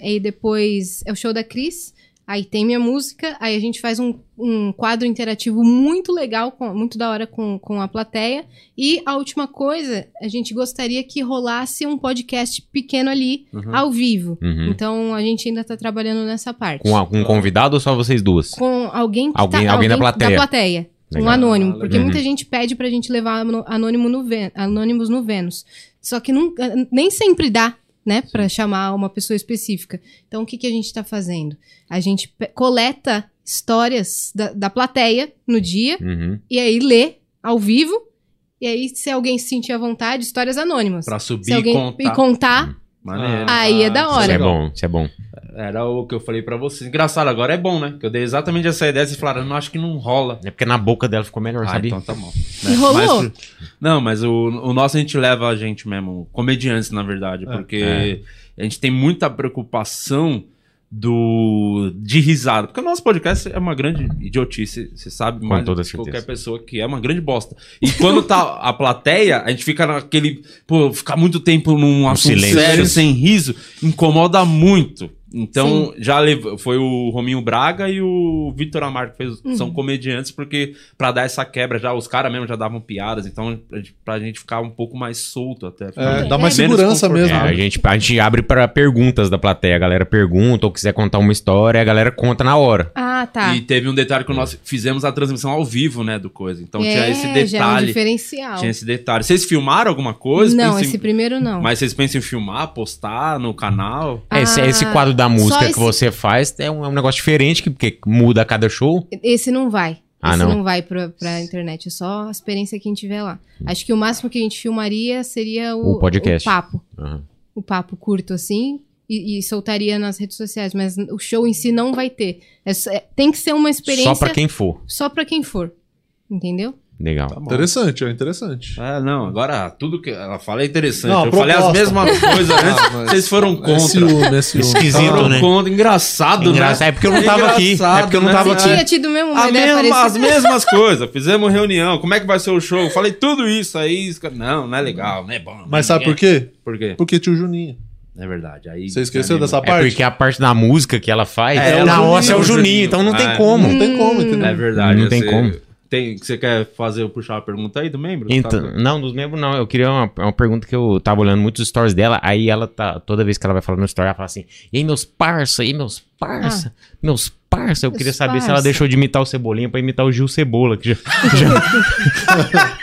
[SPEAKER 4] Aí depois é o show da Cris. Aí tem minha música. Aí a gente faz um, um quadro interativo muito legal, com- muito da hora com, com a plateia. E a última coisa, a gente gostaria que rolasse um podcast pequeno ali,
[SPEAKER 1] Uhum.
[SPEAKER 4] ao vivo.
[SPEAKER 2] Uhum.
[SPEAKER 4] Então a gente ainda tá trabalhando nessa parte.
[SPEAKER 2] Com algum convidado ou só vocês duas?
[SPEAKER 4] Com alguém que
[SPEAKER 2] Alguém-
[SPEAKER 4] tá,
[SPEAKER 2] alguém da plateia.
[SPEAKER 4] plateia. Um
[SPEAKER 2] Legal.
[SPEAKER 1] Ah,
[SPEAKER 4] anônimo, porque
[SPEAKER 2] Uhum.
[SPEAKER 4] muita gente pede pra gente levar ano- anônimo no Ven- anônimos no Vênus. Só que nunca, nem sempre dá, né, Pra chamar uma pessoa específica. Então, o que, que a gente tá fazendo? A gente pe- coleta histórias da, da plateia no dia
[SPEAKER 2] Uhum.
[SPEAKER 4] e aí lê ao vivo. E aí, se alguém se sentir à vontade, histórias anônimas.
[SPEAKER 1] Pra subir
[SPEAKER 4] se alguém
[SPEAKER 1] e contar. Uhum.
[SPEAKER 4] e contar,
[SPEAKER 1] Maneiro.
[SPEAKER 4] Ah. Aí é da
[SPEAKER 3] isso
[SPEAKER 2] Isso
[SPEAKER 4] hora.
[SPEAKER 2] é
[SPEAKER 3] legal.
[SPEAKER 2] bom, isso é bom.
[SPEAKER 1] Era o que eu falei pra vocês. Engraçado, agora é bom, né? Que eu dei exatamente essa ideia. Vocês falaram, não acho que não rola.
[SPEAKER 2] É porque na boca dela ficou melhor,
[SPEAKER 1] Ah,
[SPEAKER 2] sabe?
[SPEAKER 1] então tá bom.
[SPEAKER 4] E rolou?
[SPEAKER 1] Mas- não, mas o, o nosso a gente leva a gente mesmo, comediantes, na verdade,
[SPEAKER 3] É.
[SPEAKER 1] porque a gente tem muita preocupação do de risada. Porque o nosso podcast é uma grande idiotice, você sabe mais
[SPEAKER 2] toda
[SPEAKER 1] do que
[SPEAKER 2] certeza.
[SPEAKER 1] qualquer pessoa que é uma grande bosta. E quando tá a plateia, a gente fica naquele. Pô, ficar muito tempo num assunto
[SPEAKER 2] Um silêncio.
[SPEAKER 1] sério, sem riso, incomoda muito. Então, já levou, foi o Rominho Braga e o Vitor Amar que fez- são comediantes, porque pra dar essa quebra, já os caras mesmo já davam piadas, então pra gente- pra gente ficar um pouco mais solto até.
[SPEAKER 3] É,
[SPEAKER 1] Ficar um
[SPEAKER 3] dá mais
[SPEAKER 1] menos
[SPEAKER 3] segurança
[SPEAKER 1] confortável.
[SPEAKER 2] É,
[SPEAKER 3] mesmo.
[SPEAKER 2] a, gente, a gente abre para perguntas da plateia. A galera pergunta ou quiser contar uma história, a galera conta na hora.
[SPEAKER 4] Ah, tá.
[SPEAKER 1] E teve um detalhe que nós fizemos a transmissão ao vivo, né, do coisa. Então tinha esse
[SPEAKER 4] É, Já é um
[SPEAKER 1] detalhe.
[SPEAKER 4] diferencial.
[SPEAKER 1] tinha esse detalhe. Vocês filmaram alguma coisa?
[SPEAKER 4] não,
[SPEAKER 1] Pensam em-
[SPEAKER 4] esse primeiro não.
[SPEAKER 1] Mas vocês pensam em filmar, postar no canal?
[SPEAKER 2] É, esse,
[SPEAKER 4] Ah,
[SPEAKER 2] esse quadro da música
[SPEAKER 4] só
[SPEAKER 2] que
[SPEAKER 4] esse-
[SPEAKER 2] você faz é um, é um negócio diferente, que, porque muda a cada show.
[SPEAKER 4] Esse não vai.
[SPEAKER 2] Ah,
[SPEAKER 4] Esse
[SPEAKER 2] não.
[SPEAKER 4] não, vai pra, pra internet, é só a experiência que a gente vê lá. Acho que o máximo que a gente filmaria seria o,
[SPEAKER 2] O podcast.
[SPEAKER 4] o papo.
[SPEAKER 2] Aham.
[SPEAKER 4] O papo curto, assim, e, e soltaria nas redes sociais, mas o show em si não vai ter. É só- é- tem que ser uma experiência
[SPEAKER 2] Só pra quem for.
[SPEAKER 4] só pra quem for. Entendeu?
[SPEAKER 2] Legal.
[SPEAKER 1] Tá bom.
[SPEAKER 3] Interessante, é interessante.
[SPEAKER 1] É, não, agora tudo que ela fala é interessante.
[SPEAKER 3] Não, a
[SPEAKER 1] eu falei as
[SPEAKER 3] proposta.
[SPEAKER 1] mesmas coisas
[SPEAKER 3] Ah,
[SPEAKER 1] antes,
[SPEAKER 3] mas-
[SPEAKER 1] é, né? vocês foram
[SPEAKER 3] É
[SPEAKER 1] contra.
[SPEAKER 3] ciúme, é ciúme.
[SPEAKER 2] Esquisito,
[SPEAKER 1] Foram
[SPEAKER 2] né?
[SPEAKER 1] contra. Engraçado,
[SPEAKER 2] Engraçado,
[SPEAKER 1] né?
[SPEAKER 2] é porque eu não tava aqui. É porque eu não
[SPEAKER 1] Engraçado,
[SPEAKER 2] tava
[SPEAKER 1] né?
[SPEAKER 2] aqui.
[SPEAKER 4] Tinha tido mesmo uma
[SPEAKER 1] A
[SPEAKER 4] ideia
[SPEAKER 1] mesma- as
[SPEAKER 4] parecida.
[SPEAKER 1] mesmas coisas. Fizemos reunião. Como é que vai ser o show? Falei tudo isso aí. os caras, Não, não é legal, não é bom.
[SPEAKER 3] Mas sabe por quê?
[SPEAKER 1] por quê?
[SPEAKER 3] Porque tio Juninho.
[SPEAKER 1] É verdade. Aí
[SPEAKER 3] Você esqueceu
[SPEAKER 1] anima.
[SPEAKER 3] dessa
[SPEAKER 2] É
[SPEAKER 3] parte?
[SPEAKER 2] porque a parte da música que ela faz
[SPEAKER 1] É,
[SPEAKER 2] é,
[SPEAKER 1] é o
[SPEAKER 2] na
[SPEAKER 1] Juninho.
[SPEAKER 2] hora é o Juninho, então não tem
[SPEAKER 1] É.
[SPEAKER 2] como.
[SPEAKER 3] Não
[SPEAKER 4] Hum.
[SPEAKER 3] tem como, entendeu?
[SPEAKER 1] É verdade.
[SPEAKER 2] Não tem
[SPEAKER 1] você-
[SPEAKER 2] como.
[SPEAKER 1] Tem, você quer fazer eu puxar a pergunta aí do membro? Tá
[SPEAKER 2] Então, não, dos membros não. Eu queria uma, uma pergunta que eu tava olhando muitos stories dela. Aí ela tá. Toda vez que ela vai falar no story, ela fala assim: E aí, meus parça, e aí, meus parça, meus parça. Eu
[SPEAKER 4] Ah. Meus
[SPEAKER 2] queria saber se
[SPEAKER 4] parça.
[SPEAKER 2] ela deixou de imitar o Cebolinha pra imitar o Gil Cebola. Que já, já-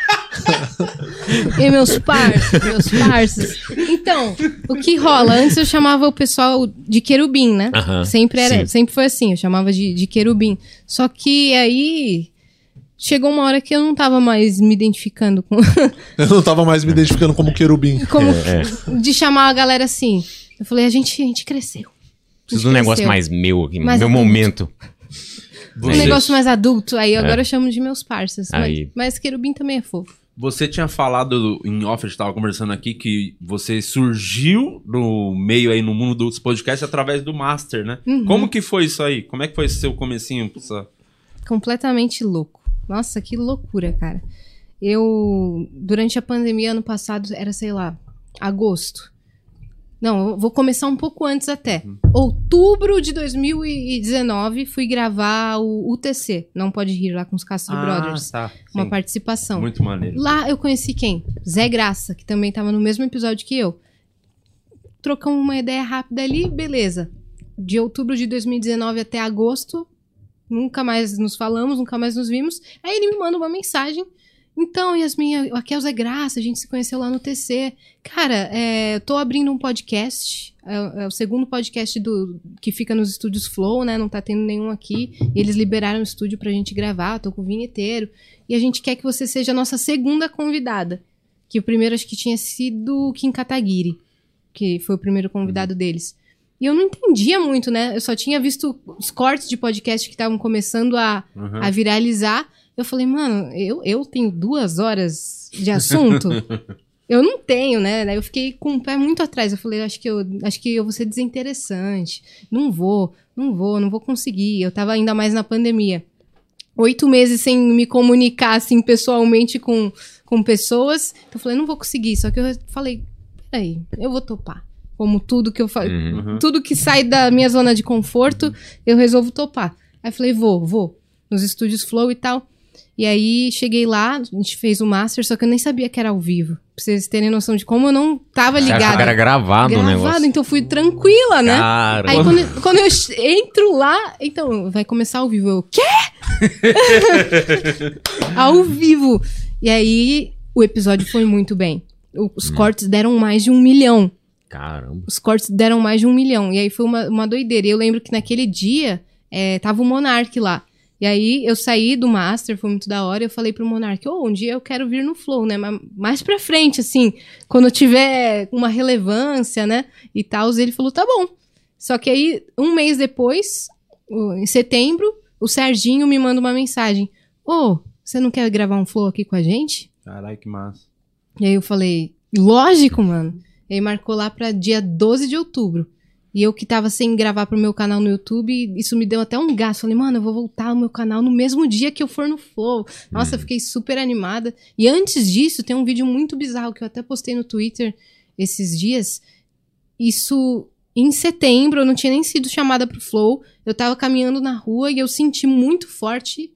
[SPEAKER 4] E meus parceiros, meus parceiros. Então, o que rola? Antes eu chamava o pessoal de querubim, né?
[SPEAKER 2] Aham,
[SPEAKER 4] sempre, era,
[SPEAKER 2] sim.
[SPEAKER 4] sempre foi assim, eu chamava de, de querubim. Só que aí chegou uma hora que eu não tava mais me identificando com,
[SPEAKER 3] Eu não tava mais me identificando como querubim.
[SPEAKER 4] como
[SPEAKER 2] É,
[SPEAKER 4] de chamar a galera assim. Eu falei, a gente, a gente cresceu. A gente
[SPEAKER 2] Preciso de um negócio
[SPEAKER 4] cresceu.
[SPEAKER 2] mais meu aqui,
[SPEAKER 4] Mais
[SPEAKER 2] meu
[SPEAKER 4] adulto.
[SPEAKER 2] momento.
[SPEAKER 4] Um
[SPEAKER 1] Você-
[SPEAKER 4] negócio mais adulto. Aí agora eu chamo de meus parceiros. Mas,
[SPEAKER 2] É. Aí.
[SPEAKER 4] mas querubim também é fofo.
[SPEAKER 1] Você tinha falado em off, a gente tava conversando aqui, que você surgiu no meio aí, no mundo dos podcasts, através do Master, né?
[SPEAKER 4] Uhum.
[SPEAKER 1] Como que foi isso aí? Como é que foi esse seu comecinho? Essa...
[SPEAKER 4] Completamente louco. Nossa, que loucura, cara. Eu, durante a pandemia, ano passado, era, sei lá, agosto. Não, eu vou começar um pouco antes até. Outubro de 2019, fui gravar o UTC, Não Pode Rir, lá com os Castro
[SPEAKER 2] Ah,
[SPEAKER 4] Brothers.
[SPEAKER 1] tá.
[SPEAKER 4] Uma
[SPEAKER 1] Sim.
[SPEAKER 4] participação.
[SPEAKER 1] Muito maneiro.
[SPEAKER 4] Lá eu conheci quem? Zé Graça, que também tava no mesmo episódio que eu. Trocamos uma ideia rápida ali, beleza. De outubro de 2019 até agosto, nunca mais nos falamos, nunca mais nos vimos. Aí ele me manda uma mensagem. Então, Yasmin, eu- aqui é o Zé Graça, a gente se conheceu lá no TC. Cara, é, eu tô abrindo um podcast, é, é o segundo podcast do que fica nos estúdios Flow, né? Não tá tendo nenhum aqui. E eles liberaram o estúdio pra gente gravar, eu tô com o vinheteiro e a gente quer que você seja a nossa segunda convidada. Que o primeiro acho que tinha sido o Kim Kataguiri, que foi o primeiro convidado deles. E eu não entendia muito, né? Eu só tinha visto os cortes de podcast que estavam começando a,
[SPEAKER 1] Uhum.
[SPEAKER 4] a viralizar. Eu falei, mano, eu, eu tenho duas horas de assunto? eu não tenho, né? Daí eu fiquei com o pé muito atrás. Eu falei, acho que eu, acho que eu vou ser desinteressante. Não vou, não vou, não vou conseguir. Eu tava ainda mais na pandemia. Oito meses sem me comunicar, assim, pessoalmente com, com pessoas. Então eu falei, não vou conseguir. Só que eu falei, peraí, eu vou topar. Como tudo que eu fa
[SPEAKER 2] Uhum.
[SPEAKER 1] Uhum.
[SPEAKER 4] tudo que sai da minha zona de conforto, eu resolvo topar. Aí falei, vou, vou, nos estúdios Flow e tal. E aí cheguei lá, a gente fez o master, só que eu nem sabia que era ao vivo. Pra vocês terem noção de como eu não tava
[SPEAKER 2] Você achou
[SPEAKER 4] ligada.
[SPEAKER 2] que era gravado, o
[SPEAKER 4] Tá Gravado,
[SPEAKER 2] negócio.
[SPEAKER 4] então fui tranquila, né?
[SPEAKER 2] Cara,
[SPEAKER 4] Aí quando, eu- quando eu ch- entro lá, então, vai começar ao vivo. Eu, quê? ao vivo. E aí, o episódio foi muito bem. O-
[SPEAKER 2] Hum.
[SPEAKER 4] Os cortes deram mais de um milhão
[SPEAKER 2] caramba.
[SPEAKER 4] os cortes deram mais de um milhão. E aí foi uma, uma doideira. E eu lembro que naquele dia é, tava o Monark lá. E aí eu saí do Master, foi muito da hora. e Eu falei pro Monark, ô, um dia eu quero vir no Flow, né? Mas mais pra frente, assim, quando eu tiver uma relevância, né? E tal. Ele falou, tá bom. Só que aí, um mês depois, o- em setembro, o Serginho me manda uma mensagem. Ô, você não quer gravar um Flow aqui com a gente?
[SPEAKER 1] Caralho, que massa.
[SPEAKER 4] E aí eu falei, lógico, mano. E aí marcou lá pra dia 12 de outubro. E eu que tava sem gravar pro meu canal no YouTube, isso me deu até um gás. Falei, mano, eu vou voltar ao meu canal no mesmo dia que eu for no Flow. Nossa, eu fiquei super animada. E antes disso, tem um vídeo muito bizarro que eu até postei no Twitter esses dias. Isso em setembro, eu não tinha nem sido chamada pro Flow. Eu tava caminhando na rua e eu senti muito forte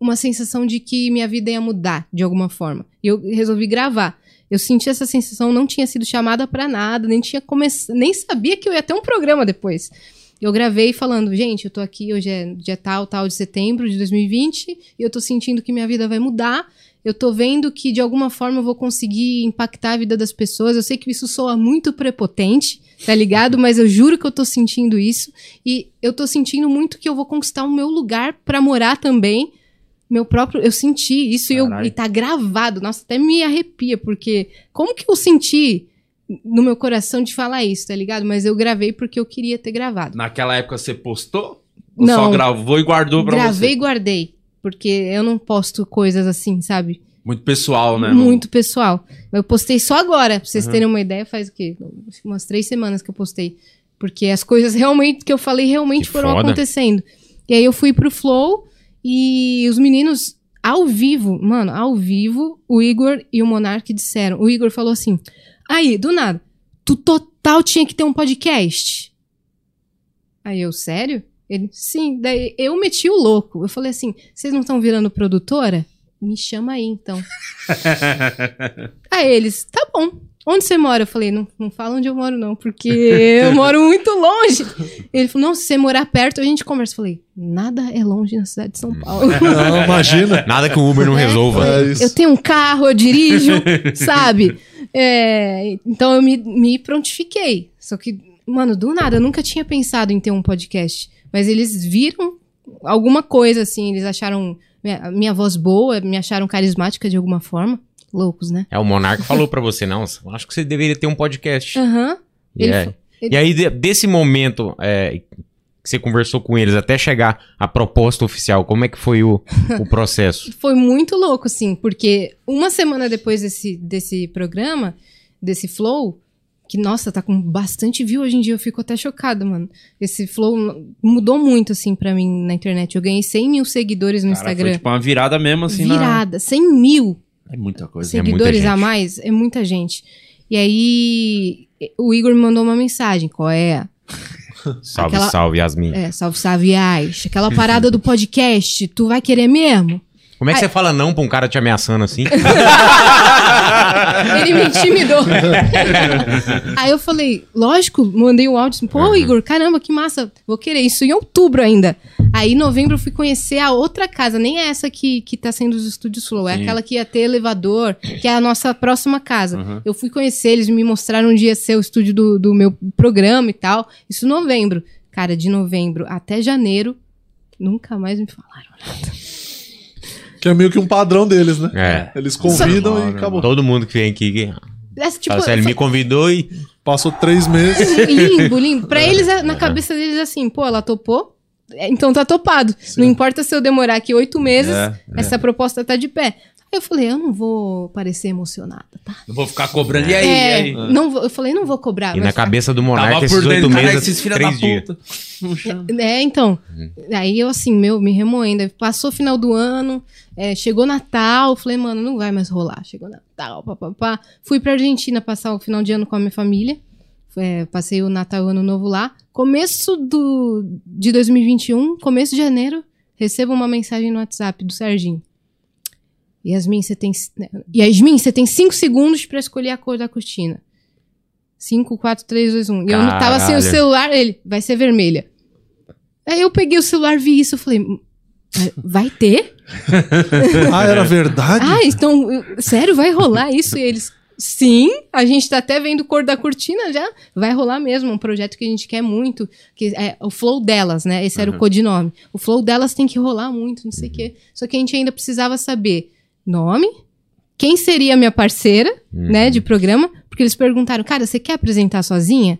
[SPEAKER 4] uma sensação de que minha vida ia mudar de alguma forma. E eu resolvi gravar. Eu senti essa sensação, não tinha sido chamada pra nada, nem tinha começado, nem sabia que eu ia ter um programa depois. Eu gravei falando, gente, eu tô aqui, hoje é dia tal, tal de setembro de 2020, e eu tô sentindo que minha vida vai mudar. Eu tô vendo que de alguma forma eu vou conseguir impactar a vida das pessoas. Eu sei que isso soa muito prepotente, tá ligado? Mas eu juro que eu tô sentindo isso e eu tô sentindo muito que eu vou conquistar o meu lugar pra morar também. Meu próprio, eu senti isso e, eu-
[SPEAKER 1] Caralho.
[SPEAKER 4] e tá gravado. Nossa, até me arrepia, porque como que eu senti no meu coração de falar isso, tá ligado? Mas eu gravei porque eu queria ter gravado.
[SPEAKER 1] Naquela época você postou? Ou
[SPEAKER 4] Não.
[SPEAKER 1] só gravou e guardou pra
[SPEAKER 4] Gravei
[SPEAKER 1] você?
[SPEAKER 4] e guardei, porque eu não posto coisas assim, sabe?
[SPEAKER 1] Muito pessoal, né?
[SPEAKER 4] Muito pessoal. Eu postei só agora, pra vocês
[SPEAKER 1] Uhum.
[SPEAKER 4] terem uma ideia, faz o quê? Umas três semanas que eu postei. Porque as coisas realmente que eu falei realmente
[SPEAKER 2] Que
[SPEAKER 4] foram
[SPEAKER 2] foda.
[SPEAKER 4] acontecendo. E aí eu fui pro Flow e os meninos, ao vivo, mano, ao vivo, o Igor e o Monark disseram. O Igor falou assim: Aí, do nada, tu total tinha que ter um podcast. Aí eu, sério? Ele, sim. Daí eu meti o louco. Eu falei assim: vocês não estão virando produtora? Me chama aí então.
[SPEAKER 1] Não.
[SPEAKER 4] Aí eles, tá bom. Onde você mora? Eu falei, não, não fala onde eu moro, não, porque eu moro muito longe. Ele falou, não, se você morar perto, a gente conversa. Eu falei, nada é longe na cidade de São Paulo.
[SPEAKER 3] Não, imagina.
[SPEAKER 2] Nada que o Uber não
[SPEAKER 4] É,
[SPEAKER 2] resolva.
[SPEAKER 3] É isso.
[SPEAKER 4] Eu tenho um carro, eu dirijo, sabe? É, então eu me, me prontifiquei. Só que, mano, do nada, eu nunca tinha pensado em ter um podcast. Mas eles viram alguma coisa, assim, eles acharam minha, minha voz boa, me acharam carismática de alguma forma. Loucos, né?
[SPEAKER 2] É, o Monarca falou pra você, não, eu acho que você deveria ter um podcast.
[SPEAKER 4] Aham.
[SPEAKER 2] E
[SPEAKER 4] Ele
[SPEAKER 2] é-
[SPEAKER 4] fa-
[SPEAKER 2] E aí, de- desse momento é, que você conversou com eles até chegar a proposta oficial, como é que foi o, o processo?
[SPEAKER 4] Foi muito louco, assim, porque uma semana depois desse, desse programa, desse Flow, que, nossa, tá com bastante view hoje em dia, eu fico até chocada, mano. Esse Flow m- mudou muito, assim, pra mim na internet. Eu ganhei 100 mil seguidores no
[SPEAKER 1] Cara, foi
[SPEAKER 4] Instagram.
[SPEAKER 1] tipo uma virada mesmo, assim. na-
[SPEAKER 4] Virada, 100 mil
[SPEAKER 1] É muita coisa.
[SPEAKER 2] é muita
[SPEAKER 4] seguidores a
[SPEAKER 2] gente.
[SPEAKER 4] mais, é muita gente. E aí, o Igor me mandou uma mensagem, qual é?
[SPEAKER 2] Salve,
[SPEAKER 4] Aquela-
[SPEAKER 2] salve, Yasmin.
[SPEAKER 4] É, salve Saviais, aquela parada do podcast, tu vai querer mesmo?
[SPEAKER 2] Como é que você fala não pra um cara te ameaçando assim?
[SPEAKER 4] Ele me intimidou. Aí eu falei, lógico, mandei um áudio assim, pô,
[SPEAKER 1] Uhum.
[SPEAKER 4] Igor, caramba, que massa, vou querer isso em outubro ainda. Aí em novembro eu fui conhecer a outra casa, nem é essa que, que tá sendo os estúdios Flow, é
[SPEAKER 1] Sim.
[SPEAKER 4] aquela que ia ter elevador, que é a nossa próxima casa.
[SPEAKER 1] Uhum.
[SPEAKER 4] Eu fui conhecer, eles me mostraram onde ia ser o estúdio do, do meu programa e tal. Isso em novembro. Cara, de novembro até janeiro, nunca mais me falaram.
[SPEAKER 3] Que é meio que um padrão deles, né?
[SPEAKER 2] É.
[SPEAKER 3] Eles convidam
[SPEAKER 1] Só-
[SPEAKER 3] e acabou.
[SPEAKER 2] Todo mundo que vem aqui, que-
[SPEAKER 4] Essa, tipo,
[SPEAKER 2] fala assim, ele me convidou e
[SPEAKER 3] Passou três meses.
[SPEAKER 4] Limbo, limbo. Pra eles, é- na cabeça deles, é assim, pô, ela topou, é, então tá topado. Não importa se eu demorar aqui oito meses,
[SPEAKER 1] É,
[SPEAKER 4] essa proposta tá de pé. Aí eu falei, eu não vou parecer emocionada, tá?
[SPEAKER 1] Não vou ficar cobrando. E aí?
[SPEAKER 4] é,
[SPEAKER 1] e aí?
[SPEAKER 4] Não vou- eu falei, não vou cobrar.
[SPEAKER 2] E
[SPEAKER 4] Ah, mas-
[SPEAKER 2] na cabeça do
[SPEAKER 1] Tava
[SPEAKER 2] Monarca esses
[SPEAKER 1] por
[SPEAKER 2] oito
[SPEAKER 1] dentro, caralho,
[SPEAKER 2] meses,
[SPEAKER 1] esses filha da
[SPEAKER 2] três dias.
[SPEAKER 1] puta. Não chama.
[SPEAKER 4] É, então.
[SPEAKER 2] Uhum.
[SPEAKER 4] Aí eu, assim, meu, me remoendo. Aí Passou o final do ano, é, chegou Natal, falei, mano, não vai mais rolar. Chegou Natal, papapá. Fui pra Argentina passar o final de ano com a minha família. É, passei o Natal e o Ano Novo lá. Começo do, de 2021, começo de janeiro, recebo uma mensagem no WhatsApp do Serginho. Yasmin, você tem. né, Yasmin, você tem cinco segundos pra escolher a cor da cortina. 5, 4, 3, 2, 1. E eu não tava sem o
[SPEAKER 2] Caralho.
[SPEAKER 4] celular, ele vai ser vermelha. Aí eu peguei o celular, vi isso, eu falei, "Hum, vai ter?
[SPEAKER 3] Ah, era verdade?
[SPEAKER 4] Ah, então, eu- sério, vai rolar isso? E eles, sim, a gente tá até vendo cor da cortina já, vai rolar mesmo, um projeto que a gente quer muito, que é o flow delas, né? Esse era o codinome. O flow delas tem que rolar muito, não sei o quê. Só que a gente ainda precisava saber nome, quem seria a minha parceira, né, de programa, porque eles perguntaram, cara, você quer apresentar sozinha?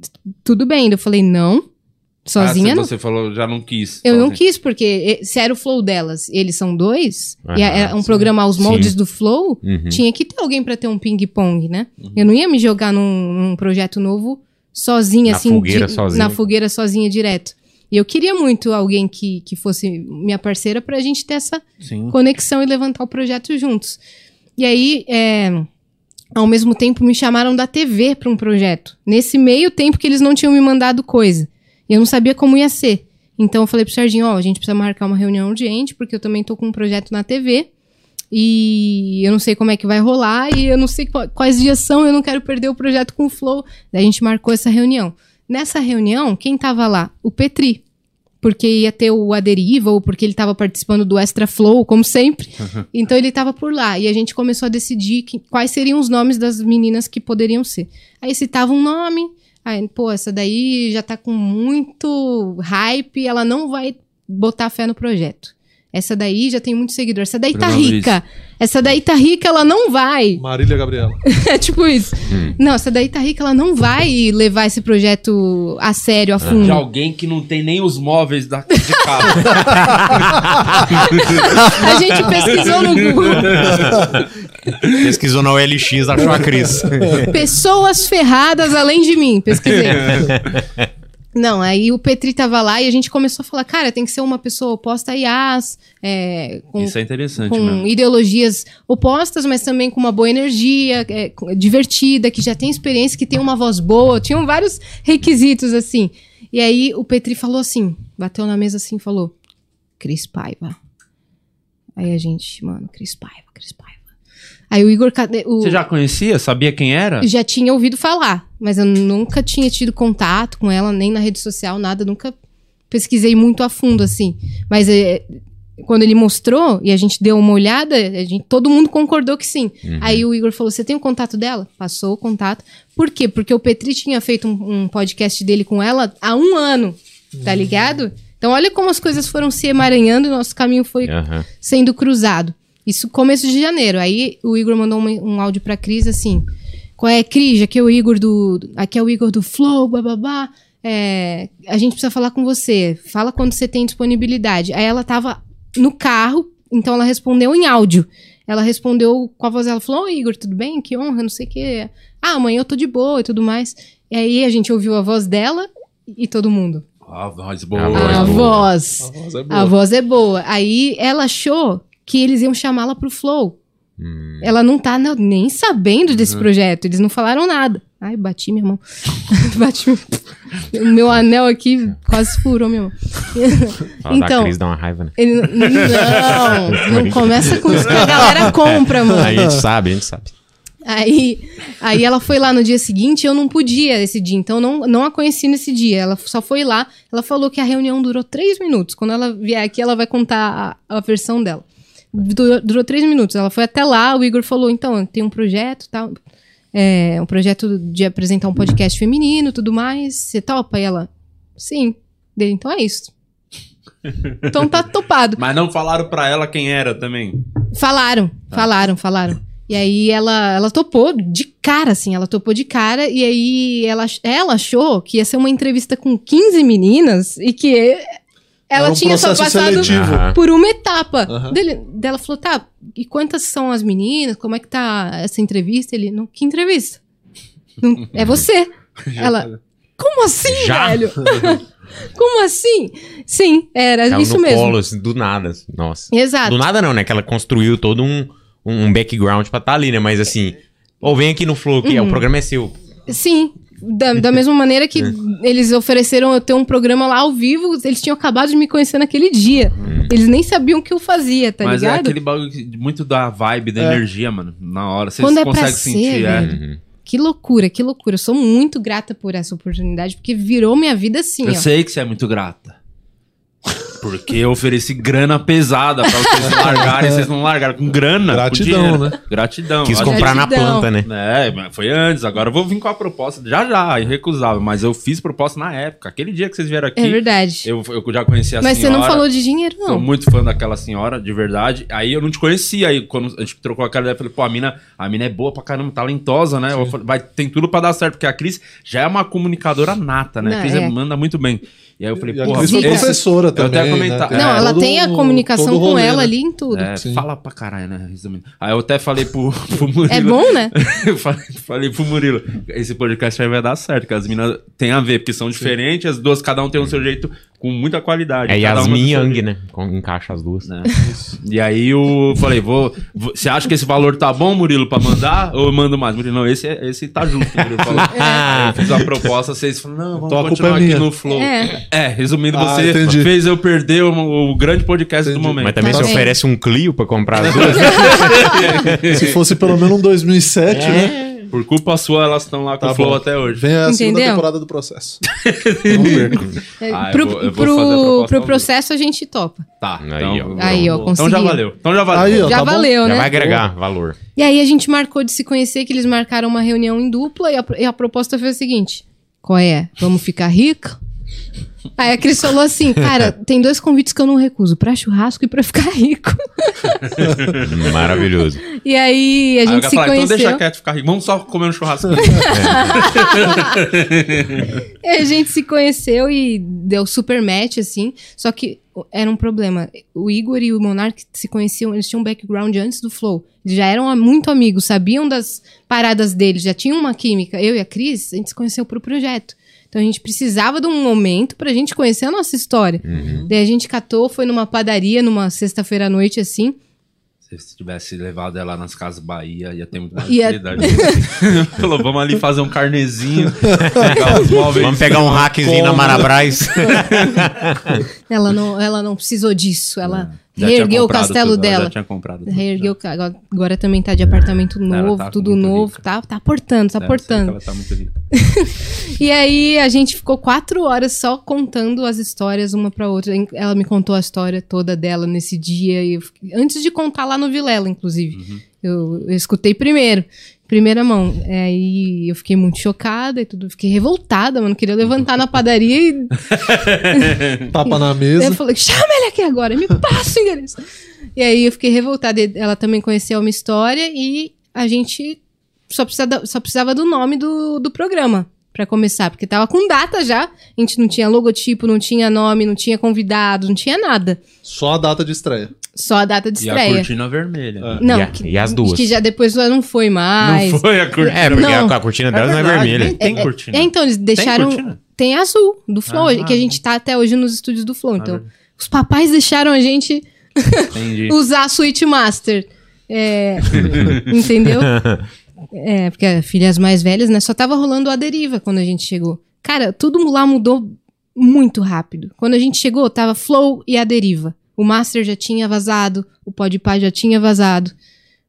[SPEAKER 4] T- Tudo bem, eu falei, não, sozinha
[SPEAKER 1] Ah,
[SPEAKER 4] não.
[SPEAKER 1] você Você falou, já não quis.
[SPEAKER 4] Eu não
[SPEAKER 1] Sozinha.
[SPEAKER 4] quis, porque eh, se era o flow delas, eles são dois,
[SPEAKER 2] Ah,
[SPEAKER 4] e é um programa aos
[SPEAKER 2] Sim.
[SPEAKER 4] moldes do flow,
[SPEAKER 2] Uhum.
[SPEAKER 4] tinha que ter alguém pra ter um ping-pong, né? Eu não ia me jogar num, num projeto novo sozinha,
[SPEAKER 2] Na
[SPEAKER 4] assim,
[SPEAKER 2] fogueira sozinha.
[SPEAKER 4] na fogueira sozinha direto. E eu queria muito alguém que, que fosse minha parceira pra gente ter essa
[SPEAKER 1] Sim.
[SPEAKER 4] conexão e levantar o projeto juntos. E aí, é, ao mesmo tempo, me chamaram da TV para um projeto. Nesse meio tempo que eles não tinham me mandado coisa. E eu não sabia como ia ser. Então eu falei pro Serginho, ó, a gente precisa marcar uma reunião urgente, porque eu também tô com um projeto na TV. E eu não sei como é que vai rolar, e eu não sei qua- quais dias são, eu não quero perder o projeto com o Flow. Daí a gente marcou essa reunião. Nessa reunião, quem tava lá? O Petri porque ia ter o A Deriva ou porque ele estava participando do Extra Flow, como sempre. Então ele estava por lá e a gente começou a decidir que- quais seriam os nomes das meninas que poderiam ser. Aí citava um nome, aí, pô, essa daí já tá com muito hype, ela não vai botar fé no projeto. Essa daí já tem muito seguidor. Essa daí tá
[SPEAKER 1] Bruna Luiz.
[SPEAKER 4] rica. Essa daí tá rica, ela não vai.
[SPEAKER 3] Marília Gabriela.
[SPEAKER 4] É tipo isso. Não, essa daí tá rica, ela não vai levar esse projeto a sério, a fundo.
[SPEAKER 1] De alguém que não tem nem os móveis da, de casa.
[SPEAKER 4] A gente pesquisou no Google.
[SPEAKER 2] Pesquisou na OLX, achou a Cris.
[SPEAKER 4] Pessoas ferradas além de mim, pesquisei. Não, aí o Petri tava lá e a gente começou a falar, cara, tem que ser uma pessoa oposta a IAS, é, com,
[SPEAKER 1] Isso é interessante
[SPEAKER 4] com
[SPEAKER 1] mesmo.
[SPEAKER 4] ideologias opostas, mas também com uma boa energia, é, com- divertida, que já tem experiência, que tem uma voz boa. Tinham vários requisitos, assim. E aí o Petri falou assim, bateu na mesa assim e falou, Cris Paiva. Aí a gente, mano, Cris Paiva, Cris Paiva. Aí o Igor. Cade- O,
[SPEAKER 1] Você já conhecia? Sabia quem era?
[SPEAKER 4] já tinha ouvido falar, mas eu nunca tinha tido contato com ela, nem na rede social, nada, nunca pesquisei muito a fundo, assim. Mas é, quando ele mostrou e a gente deu uma olhada, a gente- todo mundo concordou que sim. Aí o Igor falou: Você tem o contato dela? Passou o contato. Por quê? Porque o Petri tinha feito um, um podcast dele com ela há um ano, tá ligado? Então olha como as coisas foram se emaranhando e nosso caminho foi
[SPEAKER 2] Aham.
[SPEAKER 4] sendo cruzado. Isso começo de janeiro. Aí o Igor mandou um, um áudio pra Cris assim: Qual é, Cris? Aqui é o Igor do. Aqui é o Igor do Flow, bababá. É, a gente precisa falar com você. Fala quando você tem disponibilidade. Aí ela tava no carro, então ela respondeu em áudio. Ela respondeu com a voz dela, falou: Ô Igor, tudo bem? Que honra, não sei o quê. Ah, amanhã eu tô de boa e tudo mais. E aí a gente ouviu a voz dela e todo mundo.
[SPEAKER 1] A Ah, voz
[SPEAKER 2] A
[SPEAKER 1] boa.
[SPEAKER 2] Ah, voz
[SPEAKER 4] a
[SPEAKER 2] boa.
[SPEAKER 4] voz.
[SPEAKER 3] A voz é boa.
[SPEAKER 4] A voz é boa. Aí ela achou que eles iam chamá-la pro Flow. Ela não tá na- nem sabendo desse projeto. Eles não falaram nada. Ai, bati minha mão. bati meu- o meu anel aqui, quase furou minha mão.
[SPEAKER 2] Fala da
[SPEAKER 4] Então-
[SPEAKER 2] Cris dá uma raiva, né?
[SPEAKER 4] Ele- não, não começa com isso que a galera compra,
[SPEAKER 2] A
[SPEAKER 4] mano.
[SPEAKER 2] gente sabe, a gente sabe.
[SPEAKER 4] Aí, aí ela foi lá no dia seguinte, eu não podia esse dia, então não, não a conheci nesse dia. Ela só foi lá, ela falou que a reunião durou três minutos. Quando ela vier aqui, ela vai contar a, a versão dela. Durou, durou três minutos. Ela foi até lá, o Igor falou: então, tem um projeto tal. É, um projeto de apresentar um podcast feminino tudo mais. Você topa? E ela, sim. Dele, então é isso. Então tá topado.
[SPEAKER 1] Mas não falaram pra ela quem era também.
[SPEAKER 4] Falaram,
[SPEAKER 3] Tá.
[SPEAKER 4] falaram, falaram. E aí ela, ela topou de cara, assim, ela topou de cara, e aí ela, ach- ela achou que ia ser uma entrevista com 15 meninas e que ela
[SPEAKER 3] Era um
[SPEAKER 4] tinha só
[SPEAKER 3] processo
[SPEAKER 4] passado
[SPEAKER 3] seletivo. né?
[SPEAKER 2] Aham.
[SPEAKER 4] por uma etapa.
[SPEAKER 3] Aham.
[SPEAKER 4] Dele, dela falou, tá, e quantas são as meninas? Como é que tá essa entrevista? Ele, não, que entrevista? Não, é você.
[SPEAKER 3] tá.
[SPEAKER 4] ela, como assim,
[SPEAKER 2] Já?
[SPEAKER 4] velho? como assim? Sim, era
[SPEAKER 2] Caiu
[SPEAKER 4] isso
[SPEAKER 2] no
[SPEAKER 4] mesmo.
[SPEAKER 2] colo, assim, do nada. assim, Nossa.
[SPEAKER 4] Exato.
[SPEAKER 2] Do nada não, né? Que ela construiu todo um, um background pra estar ali, né? Mas assim, ou vem aqui no Flow, que é,
[SPEAKER 4] Uhum.
[SPEAKER 2] o programa é seu.
[SPEAKER 4] Sim. Da, da mesma maneira
[SPEAKER 1] É.
[SPEAKER 4] que eles ofereceram eu ter um programa lá ao vivo, eles tinham acabado de me conhecer naquele dia.
[SPEAKER 1] Hum.
[SPEAKER 4] Eles nem sabiam o que eu fazia, tá
[SPEAKER 1] Mas é
[SPEAKER 4] ligado?
[SPEAKER 1] aquele bagulho que- muito da vibe, da
[SPEAKER 3] É.
[SPEAKER 1] energia, mano. Na hora, você
[SPEAKER 4] Quando é pra
[SPEAKER 1] consegue
[SPEAKER 4] ser,
[SPEAKER 1] sentir. é.
[SPEAKER 4] velho. Que loucura, que loucura. Eu sou muito grata por essa oportunidade, porque virou minha vida assim,
[SPEAKER 1] Eu
[SPEAKER 4] ó.
[SPEAKER 1] sei que você é muito grata. Porque eu ofereci grana pesada pra vocês largarem, vocês não largaram. Com grana. com
[SPEAKER 3] Gratidão,
[SPEAKER 1] dinheiro.
[SPEAKER 3] né?
[SPEAKER 1] Gratidão.
[SPEAKER 2] Quis
[SPEAKER 1] Acho
[SPEAKER 2] comprar na
[SPEAKER 4] Gratidão.
[SPEAKER 2] planta, né?
[SPEAKER 1] É, mas foi antes, agora eu vou vir com a proposta já já, irrecusável, mas eu fiz proposta na época, aquele dia que vocês vieram aqui,
[SPEAKER 4] É verdade.
[SPEAKER 1] eu, eu já conhecia a
[SPEAKER 4] Mas você
[SPEAKER 1] senhora.
[SPEAKER 4] não falou de dinheiro,
[SPEAKER 1] Sou
[SPEAKER 4] não.
[SPEAKER 1] muito fã daquela senhora, de verdade. Aí eu não te conhecia. Aí quando a gente trocou a cara dela, eu falei, pô, a mina, a mina é boa pra caramba, talentosa, né? Eu falei, vai, tem tudo pra dar certo, porque a Cris já é uma comunicadora nata, né?
[SPEAKER 4] Não,
[SPEAKER 1] a Cris
[SPEAKER 4] é.
[SPEAKER 1] é- manda muito bem. E aí eu
[SPEAKER 3] E
[SPEAKER 1] falei,
[SPEAKER 3] a
[SPEAKER 1] porra,
[SPEAKER 3] Cris foi
[SPEAKER 4] esse-
[SPEAKER 3] professora também.
[SPEAKER 1] até ia
[SPEAKER 3] né?
[SPEAKER 1] comentar.
[SPEAKER 3] Tem
[SPEAKER 4] não,
[SPEAKER 1] é,
[SPEAKER 4] ela
[SPEAKER 3] todo-
[SPEAKER 4] tem a
[SPEAKER 3] todo
[SPEAKER 4] comunicação com
[SPEAKER 3] rolê,
[SPEAKER 4] ela
[SPEAKER 3] né?
[SPEAKER 4] ali em tudo. É,
[SPEAKER 1] é,
[SPEAKER 3] Sim.
[SPEAKER 1] fala pra caralho, né? resumindo. Aí eu até falei pro, pro Murilo.
[SPEAKER 4] bom, né?
[SPEAKER 1] Eu falei, falei pro Murilo, esse podcast aí vai dar certo, porque as minas tem a ver, porque são diferentes, as duas, cada um tem o seu jeito com muita qualidade.
[SPEAKER 2] É
[SPEAKER 1] cada uma
[SPEAKER 2] Yasmin
[SPEAKER 1] do
[SPEAKER 2] e
[SPEAKER 1] seu
[SPEAKER 2] Yang,
[SPEAKER 1] jeito,
[SPEAKER 2] né? Com- Encaixa as duas.
[SPEAKER 1] né? E aí eu falei, vou. vou- Você acha que esse valor tá bom, Murilo, pra mandar? Ou eu mando mais? Murilo, não, esse, é- esse tá junto, Murilo falou. Aí Eu fiz a proposta, vocês falaram, não, vamos
[SPEAKER 3] Ah. Então a culpa
[SPEAKER 1] continuar
[SPEAKER 3] é
[SPEAKER 1] aqui
[SPEAKER 3] minha.
[SPEAKER 1] no Flow.
[SPEAKER 4] É.
[SPEAKER 1] É, resumindo,
[SPEAKER 3] Ah,
[SPEAKER 1] você
[SPEAKER 3] entendi.
[SPEAKER 1] fez eu perder o, o grande podcast
[SPEAKER 3] Entendi.
[SPEAKER 1] do momento.
[SPEAKER 2] Mas também
[SPEAKER 4] Tá
[SPEAKER 2] se
[SPEAKER 4] bem.
[SPEAKER 2] oferece um Clio pra comprar as duas. né?
[SPEAKER 3] Se fosse pelo menos um 2007,
[SPEAKER 4] É,
[SPEAKER 3] né?
[SPEAKER 1] Por culpa sua, elas estão lá com
[SPEAKER 3] Tá
[SPEAKER 1] o Flow
[SPEAKER 3] bom.
[SPEAKER 1] até É. hoje.
[SPEAKER 3] Vem a segunda
[SPEAKER 4] Entendeu?
[SPEAKER 3] temporada do processo. Não perco.
[SPEAKER 4] É,
[SPEAKER 1] Ah, eu
[SPEAKER 4] pro
[SPEAKER 1] vou- eu vou fazer a
[SPEAKER 4] pro,
[SPEAKER 1] proposta
[SPEAKER 4] pro
[SPEAKER 1] ao
[SPEAKER 4] processo a gente topa.
[SPEAKER 1] Tá.
[SPEAKER 2] Aí,
[SPEAKER 1] então,
[SPEAKER 2] ó.
[SPEAKER 4] Aí, ó,
[SPEAKER 1] Então
[SPEAKER 4] conseguiu.
[SPEAKER 1] já valeu. Então já valeu.
[SPEAKER 3] Aí, ó.
[SPEAKER 4] Já
[SPEAKER 3] tá bom?
[SPEAKER 4] valeu,
[SPEAKER 2] Já
[SPEAKER 4] né?
[SPEAKER 2] vai agregar valor.
[SPEAKER 4] E aí a gente marcou de se conhecer, que eles marcaram uma reunião em dupla e a, e a proposta foi a seguinte: qual é? Vamos ficar rica? Aí a Cris falou assim: cara, tem dois convites que eu não recuso, pra churrasco e pra ficar rico.
[SPEAKER 2] Maravilhoso.
[SPEAKER 4] E aí a
[SPEAKER 1] Aí o
[SPEAKER 4] gente
[SPEAKER 1] cara
[SPEAKER 4] se
[SPEAKER 1] fala, então deixa
[SPEAKER 4] conheceu.
[SPEAKER 1] quieto ficar rico. Vamos só comer um churrasco.
[SPEAKER 4] E a gente se conheceu e deu super match, assim. Só que era um problema. O Igor e o Monark se conheciam, eles tinham um background antes do Flow. Eles já eram muito amigos, sabiam das paradas deles, já tinham uma química. Eu e a Cris, a gente se conheceu pro projeto. Então a gente precisava de um momento pra gente conhecer a nossa história.
[SPEAKER 1] Uhum.
[SPEAKER 4] Daí a gente catou, foi numa padaria, numa sexta-feira à noite, assim.
[SPEAKER 1] Se tivesse levado ela nas casas Bahia, ia ter muito mais
[SPEAKER 4] Ia-
[SPEAKER 1] facilidade. Falou, vamos ali fazer um carnezinho. pegar os móveis.
[SPEAKER 2] Vamos pegar
[SPEAKER 1] é.
[SPEAKER 2] um hackzinho na Marabras.
[SPEAKER 4] Ela não, ela não precisou disso. Ela
[SPEAKER 1] É. Já tinha
[SPEAKER 4] reergueu o
[SPEAKER 1] comprado
[SPEAKER 4] castelo
[SPEAKER 1] tudo, ela
[SPEAKER 4] dela.
[SPEAKER 1] Já tinha comprado. tudo,
[SPEAKER 4] Reergueu, o ca- agora, agora também tá de apartamento
[SPEAKER 1] Ela
[SPEAKER 4] novo,
[SPEAKER 1] tá
[SPEAKER 4] tudo
[SPEAKER 1] muito
[SPEAKER 4] novo,
[SPEAKER 1] rica.
[SPEAKER 4] tá, tá aportando, tá
[SPEAKER 1] já. É, eu sei que
[SPEAKER 4] aportando.
[SPEAKER 1] Ela tá muito rica.
[SPEAKER 4] E aí a gente ficou quatro horas só contando as histórias uma pra outra. Em- Ela me contou a história toda dela nesse dia. e eu fiquei- antes de contar lá no Vilela, inclusive.
[SPEAKER 1] Uhum.
[SPEAKER 4] Eu, eu escutei primeiro, primeira mão. É, Aí eu fiquei muito chocada e tudo. Fiquei revoltada, mano. Queria levantar na padaria e
[SPEAKER 3] Tapa na
[SPEAKER 4] eu
[SPEAKER 3] mesa.
[SPEAKER 4] falei, chama ele aqui agora, me passa o endereço. E aí eu fiquei revoltada. e Ela também conheceu uma história e a gente só precisava, só precisava do nome do, do programa pra começar, porque tava com data já. A gente não tinha logotipo, não tinha nome, não tinha convidado, não tinha nada.
[SPEAKER 3] Só a data de estreia.
[SPEAKER 4] Só a data de
[SPEAKER 1] E a
[SPEAKER 4] estreia.
[SPEAKER 1] cortina vermelha.
[SPEAKER 3] É.
[SPEAKER 4] Não,
[SPEAKER 2] E a-
[SPEAKER 4] que-
[SPEAKER 2] e as duas.
[SPEAKER 4] Que já depois já não foi mais.
[SPEAKER 1] Não foi a cortina.
[SPEAKER 2] É, porque
[SPEAKER 4] Não.
[SPEAKER 2] a- a cortina dela não é
[SPEAKER 1] verdade,
[SPEAKER 2] vermelha.
[SPEAKER 1] Nem tem cortina.
[SPEAKER 4] É, então, eles deixaram. Tem,
[SPEAKER 1] cortina?
[SPEAKER 4] azul, do Flow,
[SPEAKER 1] Ah.
[SPEAKER 4] que a gente tá até hoje nos estúdios do Flow. Então,
[SPEAKER 1] verdade.
[SPEAKER 4] os papais deixaram a gente
[SPEAKER 1] Entendi.
[SPEAKER 4] usar a Switch Master. É, entendeu? É, porque as filhas mais velhas, né? Só tava rolando a deriva quando a gente chegou. Cara, tudo lá mudou muito rápido. Quando a gente chegou, tava Flow e a deriva. O Master já tinha vazado, o Podpah já tinha vazado.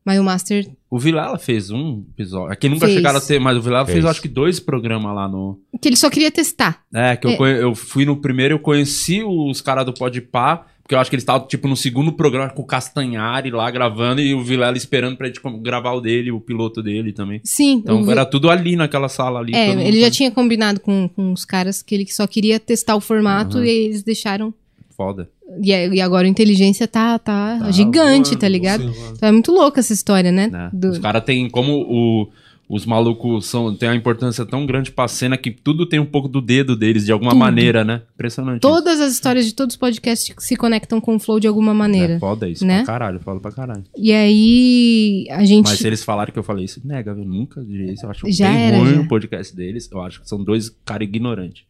[SPEAKER 4] Mas o Master
[SPEAKER 1] O Vilela fez um episódio. Aqui nunca
[SPEAKER 4] Fez.
[SPEAKER 1] chegaram a ter, mas o Vilela fez,
[SPEAKER 2] Fez.
[SPEAKER 1] acho que dois programas lá no.
[SPEAKER 4] que ele só queria testar.
[SPEAKER 1] É, que eu,
[SPEAKER 4] É.
[SPEAKER 1] conhe- eu fui no primeiro, eu conheci os caras do Podpah, porque eu acho que eles estavam, tipo, no segundo programa com o Castanhari lá gravando e o Vilela esperando pra gente com- gravar o dele, o piloto dele também.
[SPEAKER 4] Sim,
[SPEAKER 1] Então
[SPEAKER 4] o Vi-
[SPEAKER 1] era tudo ali naquela sala ali.
[SPEAKER 4] Uhum. é,
[SPEAKER 1] todo mundo
[SPEAKER 4] ele já tinha combinado com, com os caras que ele só queria testar o formato
[SPEAKER 1] Aham.
[SPEAKER 4] e eles deixaram.
[SPEAKER 1] Foda.
[SPEAKER 4] E, a- e agora a inteligência tá, tá,
[SPEAKER 1] Tá
[SPEAKER 4] gigante, tá
[SPEAKER 1] voando,
[SPEAKER 4] ligado?
[SPEAKER 3] Sim, mano.
[SPEAKER 4] Então é muito louca essa história, né?
[SPEAKER 1] né?
[SPEAKER 4] Do-
[SPEAKER 1] Os caras têm como o- os malucos são, tem uma importância tão grande pra cena que tudo tem um pouco do dedo deles, de alguma
[SPEAKER 4] Tudo.
[SPEAKER 1] maneira, né? Impressionante.
[SPEAKER 4] Todas as histórias de todos os podcasts se conectam com o Flow de alguma
[SPEAKER 1] isso.
[SPEAKER 4] maneira.
[SPEAKER 1] É, foda isso,
[SPEAKER 4] né?
[SPEAKER 1] pra caralho, foda pra caralho.
[SPEAKER 4] E aí a gente.
[SPEAKER 1] Mas se eles falaram que eu falei isso, nega, eu nunca diria isso. Eu acho
[SPEAKER 4] Já
[SPEAKER 1] bem
[SPEAKER 4] era,
[SPEAKER 1] ruim
[SPEAKER 4] já.
[SPEAKER 1] o podcast deles. Eu acho que são dois caras ignorantes.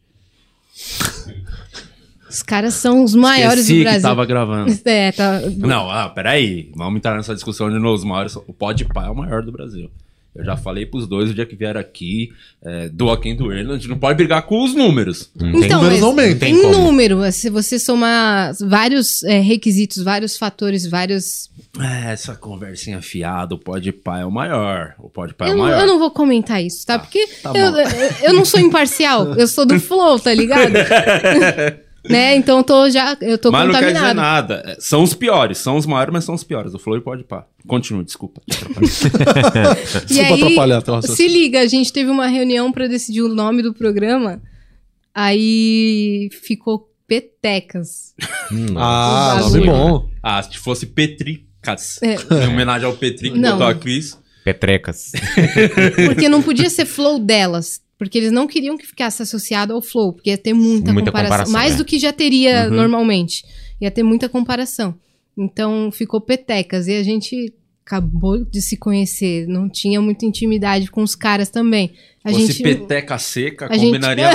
[SPEAKER 4] Os caras são os maiores
[SPEAKER 1] Esqueci
[SPEAKER 4] do Brasil.
[SPEAKER 1] que tava gravando.
[SPEAKER 4] É, tá-
[SPEAKER 1] Não, ah, peraí. Vamos entrar nessa discussão de novo. Os maiores- O Podpah é o maior do Brasil. Eu já falei pros dois o dia que vieram aqui. É, doa quem doer. A gente não pode brigar com os números.
[SPEAKER 2] Não tem
[SPEAKER 4] Então,
[SPEAKER 2] como.
[SPEAKER 4] mas-
[SPEAKER 3] não mentem.
[SPEAKER 2] tem
[SPEAKER 4] em
[SPEAKER 2] como.
[SPEAKER 4] número, se você somar vários é, requisitos, vários fatores, vários.
[SPEAKER 1] É, essa conversinha fiada, o Podpah é o maior. O Podpah é
[SPEAKER 4] eu,
[SPEAKER 1] o
[SPEAKER 4] não,
[SPEAKER 1] maior.
[SPEAKER 4] eu não vou comentar isso, tá? Porque
[SPEAKER 1] tá
[SPEAKER 4] eu,
[SPEAKER 1] bom.
[SPEAKER 4] eu- eu não sou imparcial, eu sou do Flow, tá ligado? né? Então eu tô já. Eu tô
[SPEAKER 1] mas não quer dizer
[SPEAKER 4] contaminado.
[SPEAKER 1] nada. É, São os piores. São os maiores, mas são os piores. O Flow e o Podpah. Continua, desculpa.
[SPEAKER 3] Desculpa
[SPEAKER 4] aí,
[SPEAKER 3] atrapalhar tá? teu raciocínio.
[SPEAKER 4] Se liga, a gente teve uma reunião pra decidir o nome do programa. Aí ficou Petecas.
[SPEAKER 3] Ah,
[SPEAKER 4] O
[SPEAKER 3] nome
[SPEAKER 4] bagulho.
[SPEAKER 3] bom.
[SPEAKER 1] Ah, se fosse Petricas.
[SPEAKER 4] É.
[SPEAKER 1] Em homenagem ao Petri que
[SPEAKER 4] Não.
[SPEAKER 1] botou a Cris.
[SPEAKER 2] Petrecas.
[SPEAKER 4] Porque não podia ser Flow delas. Porque eles não queriam que ficasse associado ao Flow, porque ia ter muita,
[SPEAKER 2] Muita
[SPEAKER 4] comparação.
[SPEAKER 2] comparação,
[SPEAKER 4] mais
[SPEAKER 2] é.
[SPEAKER 4] do que já teria
[SPEAKER 1] né? Uhum.
[SPEAKER 4] normalmente. Ia ter muita comparação. Então ficou Petecas. E a gente acabou de se conhecer. Não tinha muita intimidade com os caras também. A
[SPEAKER 1] fosse
[SPEAKER 4] gente.
[SPEAKER 1] peteca seca,
[SPEAKER 4] a gente-
[SPEAKER 1] combinaria.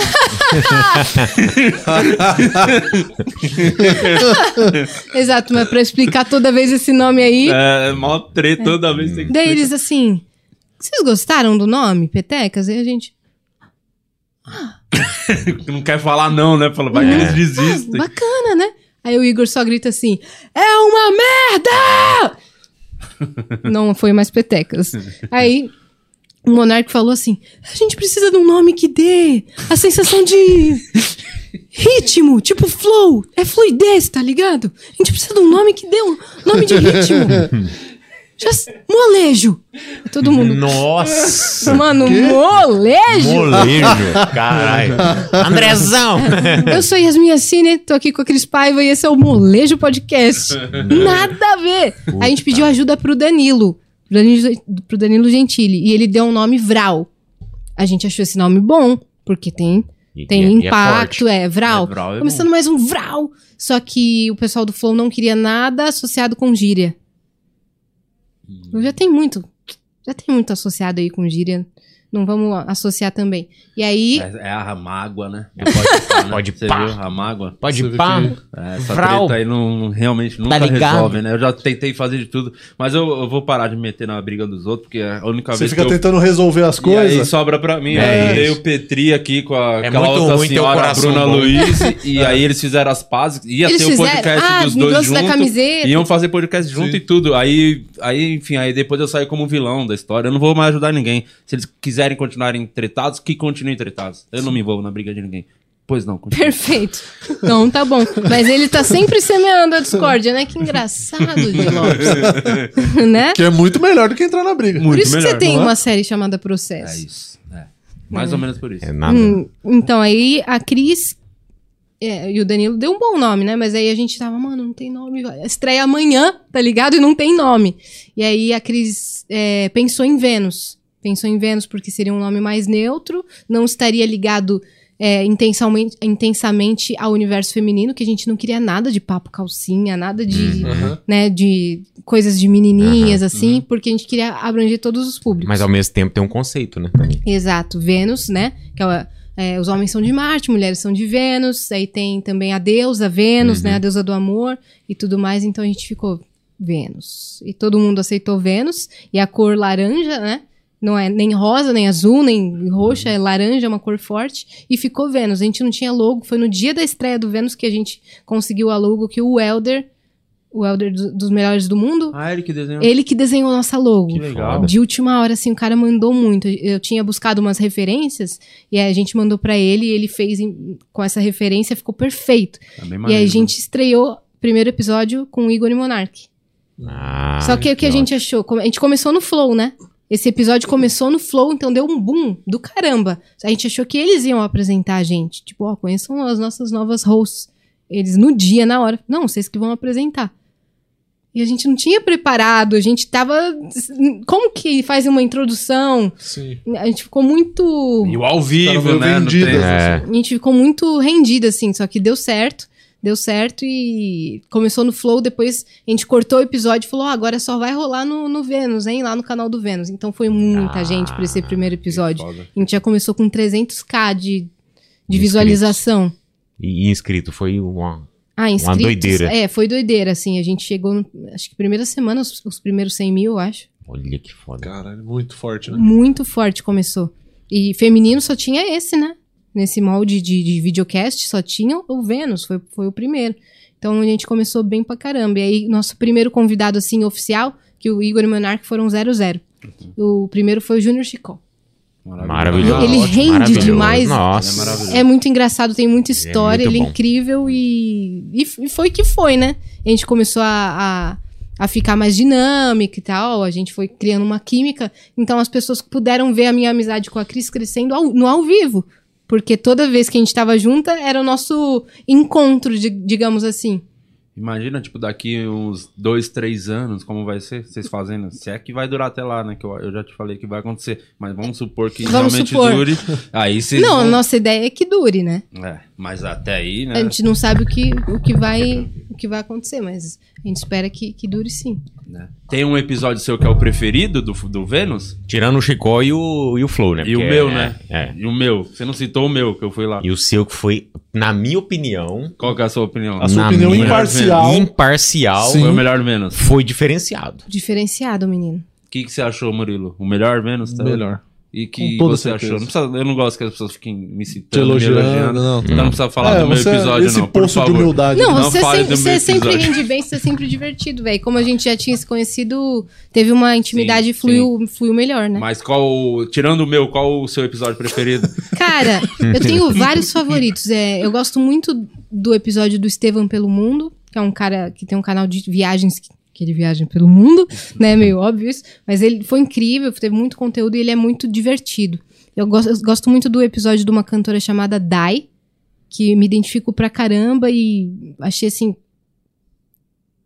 [SPEAKER 4] Exato, mas pra explicar toda vez esse nome aí.
[SPEAKER 1] É, mó treta toda vez. tem que
[SPEAKER 4] Daí
[SPEAKER 1] explicar.
[SPEAKER 4] eles assim, vocês gostaram do nome, Petecas? E a gente,
[SPEAKER 1] Não quer falar não, né? Fala, vai que eles desistem.
[SPEAKER 4] "Ah, bacana, né? Aí o Igor só grita assim, é uma merda! Não foi mais Petecas. Aí o Monark falou assim, a gente precisa de um nome que dê a sensação de ritmo, tipo flow, é fluidez, tá ligado? A gente precisa de um nome que dê um nome de ritmo. Já, molejo. Todo mundo,
[SPEAKER 2] Nossa!
[SPEAKER 4] mano, molejo?
[SPEAKER 2] Molejo! Caralho! Andrezão!
[SPEAKER 4] Eu sou Yasmin Assine, tô aqui com a Cris Paiva e esse é o Molejo Podcast. Nada a ver! a gente pediu ajuda pro Danilo, pro Danilo, pro Danilo Gentili, e ele deu um nome Vral. A gente achou esse nome bom, porque tem,
[SPEAKER 2] E-
[SPEAKER 4] tem
[SPEAKER 2] e é- e é
[SPEAKER 4] impacto,
[SPEAKER 2] forte.
[SPEAKER 4] é, Vral.
[SPEAKER 1] É, Vral é
[SPEAKER 4] Começando mais um Vral! Só que o pessoal do Flow não queria nada associado com gíria.
[SPEAKER 2] Hum.
[SPEAKER 4] Já tem muito, já tem muito associado aí com gíria Não vamos associar também. E aí.
[SPEAKER 1] É, é a mágoa, né? Pode pá, né?
[SPEAKER 2] é Pode
[SPEAKER 1] Você
[SPEAKER 2] pá.
[SPEAKER 1] viu a mágoa?
[SPEAKER 2] Pode
[SPEAKER 3] Você vê
[SPEAKER 2] pá.
[SPEAKER 3] que-
[SPEAKER 1] É, essa
[SPEAKER 2] Vral.
[SPEAKER 1] treta aí não, realmente
[SPEAKER 4] Tá
[SPEAKER 1] nunca
[SPEAKER 2] ligado?
[SPEAKER 1] resolve, né? Eu já tentei fazer de tudo, mas eu, eu vou parar de me meter na briga dos outros, porque é a única
[SPEAKER 3] Você
[SPEAKER 1] vez
[SPEAKER 3] fica
[SPEAKER 1] que eu...
[SPEAKER 3] tentando resolver as
[SPEAKER 1] E aí
[SPEAKER 3] coisas.
[SPEAKER 1] sobra pra mim. né?
[SPEAKER 2] É
[SPEAKER 1] eu virei
[SPEAKER 2] isso.
[SPEAKER 1] o Petri aqui com a,
[SPEAKER 2] É
[SPEAKER 1] aquela
[SPEAKER 2] muito
[SPEAKER 1] outra
[SPEAKER 2] ruim ter o
[SPEAKER 1] senhora, a
[SPEAKER 2] coração
[SPEAKER 1] Bruna
[SPEAKER 2] bom.
[SPEAKER 1] Luiz, e aí eles fizeram as pazes. Ia
[SPEAKER 4] Eles
[SPEAKER 1] ter o
[SPEAKER 4] fizeram?
[SPEAKER 1] podcast
[SPEAKER 4] Ah,
[SPEAKER 1] dos dois
[SPEAKER 4] mudança da
[SPEAKER 1] juntos.
[SPEAKER 4] camiseta.
[SPEAKER 1] Iam fazer podcast junto e tudo. Aí, aí, enfim, aí depois eu saí como vilão da história. Eu não vou mais ajudar ninguém. Se eles quiserem continuarem tretados, que continuem tretados. Eu não me envolvo na briga de ninguém. Pois não, continua.
[SPEAKER 4] Perfeito. Então tá bom. Mas ele tá sempre semeando a discórdia, né? Que engraçado, de Lopes. né?
[SPEAKER 3] Que é muito melhor do que entrar na briga.
[SPEAKER 4] Por isso que você tem
[SPEAKER 3] não é?
[SPEAKER 4] uma série chamada
[SPEAKER 1] É
[SPEAKER 4] Processo.
[SPEAKER 1] isso. é. Mais ou menos por isso.
[SPEAKER 2] É nada.
[SPEAKER 4] Hum, então aí a Cris é, e o Danilo deu um bom nome, né? Mas aí a gente tava, mano, não tem nome. vai- Estreia amanhã, tá ligado? E não tem nome. E aí a Cris é, pensou em Vênus. Pensou em Vênus porque seria um nome mais neutro, não estaria ligado é, intensalmente- intensamente ao universo feminino, que a gente não queria nada de papo calcinha, nada de,
[SPEAKER 3] Aham.
[SPEAKER 1] Uhum.
[SPEAKER 4] né, de coisas de menininhas, assim, porque a gente queria abranger todos os públicos.
[SPEAKER 2] Mas ao mesmo tempo tem um conceito, né?
[SPEAKER 4] Exato, Vênus, né? Que é o- é, os homens são de Marte, mulheres são de Vênus, aí tem também a deusa Vênus, né? A deusa do amor e tudo mais, então a gente ficou Vênus. E todo mundo aceitou Vênus, e a cor laranja, né? Não é nem rosa, nem azul, nem roxa, é laranja, é uma cor forte. E ficou Vênus. A gente não tinha logo. Foi no dia da estreia do Vênus que a gente conseguiu a logo que o Elder, o Elder do- dos melhores do mundo,
[SPEAKER 1] Ah, ele que desenhou.
[SPEAKER 4] ele que desenhou a nossa logo.
[SPEAKER 1] Que legal.
[SPEAKER 4] De última hora, assim, o cara mandou muito. Eu tinha buscado umas referências e aí a gente mandou pra ele e ele fez em- com essa referência, ficou perfeito.
[SPEAKER 1] Tá bem
[SPEAKER 4] e aí a
[SPEAKER 1] maneiro.
[SPEAKER 4] gente estreou o primeiro episódio com o Igor e Monark.
[SPEAKER 2] Ah,
[SPEAKER 4] Só que o que a gente achou? Come- A gente começou no Flow, né? Esse episódio começou no Flow, então deu um boom do caramba. A gente achou que eles iam apresentar a gente. Tipo, ó, conheçam as nossas novas hosts. Eles no dia, na hora. Não, vocês que vão apresentar. E a gente não tinha preparado, a gente tava. Como que faz uma introdução?
[SPEAKER 3] Sim.
[SPEAKER 4] A gente ficou muito.
[SPEAKER 1] E o ao
[SPEAKER 2] Tá
[SPEAKER 3] Tava
[SPEAKER 1] vivo,
[SPEAKER 3] meio
[SPEAKER 1] né? Não
[SPEAKER 3] vendido,
[SPEAKER 1] tem-
[SPEAKER 3] né?
[SPEAKER 2] É.
[SPEAKER 4] A gente ficou muito rendida, assim, só que deu certo. Deu certo e começou no Flow, depois a gente cortou o episódio e falou: "Ó, agora só vai rolar no, no Vênus, hein? Lá no canal do Vênus. Então foi muita
[SPEAKER 2] Ah,
[SPEAKER 4] gente pra esse primeiro episódio.
[SPEAKER 1] Foda.
[SPEAKER 4] A gente já começou com 300k de, de
[SPEAKER 2] Inscritos.
[SPEAKER 4] visualização.
[SPEAKER 2] E inscrito foi uma.
[SPEAKER 4] Ah, inscritos.
[SPEAKER 2] doideira.
[SPEAKER 4] É, foi doideira, assim. A gente chegou, no- acho que primeira semana, os, os primeiros 100 mil, eu acho.
[SPEAKER 2] Olha que foda.
[SPEAKER 3] Caralho, muito forte, né?
[SPEAKER 4] Muito forte começou. E feminino só tinha esse, né? Nesse molde de, de videocast só tinha o Vênus, foi, foi o primeiro. Então a gente começou bem pra caramba. E aí, nosso primeiro convidado, assim, oficial, que o Igor e o Monark foram 0-0.
[SPEAKER 3] Uhum.
[SPEAKER 4] O primeiro foi o Júnior Chicó.
[SPEAKER 2] É. Maravilhoso.
[SPEAKER 4] Ele
[SPEAKER 2] Ótimo,
[SPEAKER 4] rende
[SPEAKER 2] maravilhoso.
[SPEAKER 4] demais.
[SPEAKER 1] Ele é
[SPEAKER 2] Nossa.
[SPEAKER 1] maravilhoso.
[SPEAKER 4] É muito engraçado, tem muita
[SPEAKER 2] é
[SPEAKER 4] história,
[SPEAKER 2] muito
[SPEAKER 4] ele é
[SPEAKER 2] bom.
[SPEAKER 4] incrível e, e f- e foi que foi, né? A gente começou a, a, a ficar mais dinâmica e tal, a gente foi criando uma química, então as pessoas puderam ver a minha amizade com a Cris crescendo ao- no ao vivo, porque toda vez que a gente tava junta era o nosso encontro, di- digamos assim.
[SPEAKER 1] Imagina, tipo, daqui uns dois, três anos, como vai ser vocês fazendo. Se é que vai durar até lá, né? Que eu, eu já te falei que vai acontecer. Mas vamos supor que
[SPEAKER 4] Vamos
[SPEAKER 1] realmente
[SPEAKER 4] supor.
[SPEAKER 1] dure. Aí vocês.
[SPEAKER 4] Não, a
[SPEAKER 1] vão-
[SPEAKER 4] nossa ideia é que dure, né?
[SPEAKER 1] É, mas até aí,
[SPEAKER 2] É.
[SPEAKER 1] né?
[SPEAKER 4] A gente não sabe o que, o que, vai, o que vai acontecer, mas a gente espera que, que dure sim.
[SPEAKER 1] né? Tem um episódio seu que é o preferido do, do Vênus?
[SPEAKER 2] Tirando o Chicó e o, e o Flow, né?
[SPEAKER 1] E o
[SPEAKER 2] Porque
[SPEAKER 1] meu,
[SPEAKER 2] é-
[SPEAKER 1] né?
[SPEAKER 2] É.
[SPEAKER 1] E o meu. Você não citou o meu, que eu fui lá.
[SPEAKER 2] E o seu que foi, na minha opinião,
[SPEAKER 1] Qual que é a sua opinião?
[SPEAKER 3] A sua
[SPEAKER 2] Na
[SPEAKER 3] opinião
[SPEAKER 2] minha-
[SPEAKER 3] imparcial.
[SPEAKER 2] imparcial,
[SPEAKER 3] Sim.
[SPEAKER 1] Foi o melhor Vênus.
[SPEAKER 2] foi diferenciado.
[SPEAKER 4] Diferenciado, menino.
[SPEAKER 1] O que, que você achou, Murilo? O melhor Vênus? Tá?
[SPEAKER 3] Melhor.
[SPEAKER 1] E que
[SPEAKER 3] Com toda
[SPEAKER 1] você
[SPEAKER 3] certeza.
[SPEAKER 1] achou? Não precisa- eu não gosto que as pessoas fiquem me citando.
[SPEAKER 3] Te
[SPEAKER 1] me
[SPEAKER 3] elogiando. Não.
[SPEAKER 1] Então não precisa falar
[SPEAKER 3] É,
[SPEAKER 1] do meu
[SPEAKER 3] você-
[SPEAKER 1] episódio,
[SPEAKER 3] esse
[SPEAKER 1] não. Por
[SPEAKER 3] poço de
[SPEAKER 1] favor.
[SPEAKER 3] humildade.
[SPEAKER 4] Não,
[SPEAKER 1] Não
[SPEAKER 4] você,
[SPEAKER 1] fale
[SPEAKER 4] sempre,
[SPEAKER 1] do meu
[SPEAKER 4] você sempre
[SPEAKER 1] episódio.
[SPEAKER 4] rende bem, você é sempre divertido, velho. Como a gente já tinha se conhecido, teve uma intimidade e
[SPEAKER 1] sim.
[SPEAKER 4] fluiu, fluiu melhor, né?
[SPEAKER 1] Mas qual, o- tirando o meu, qual o seu episódio preferido?
[SPEAKER 4] Cara, eu tenho vários favoritos. É, eu gosto muito do episódio do Estevam pelo Mundo, que é um cara que tem um canal de viagens que, que ele viaja pelo mundo, né? Meio óbvio isso. Mas ele foi incrível, teve muito conteúdo e ele é muito divertido. Eu gosto, eu gosto muito do episódio de uma cantora chamada Dai, que me identifico pra caramba e achei assim.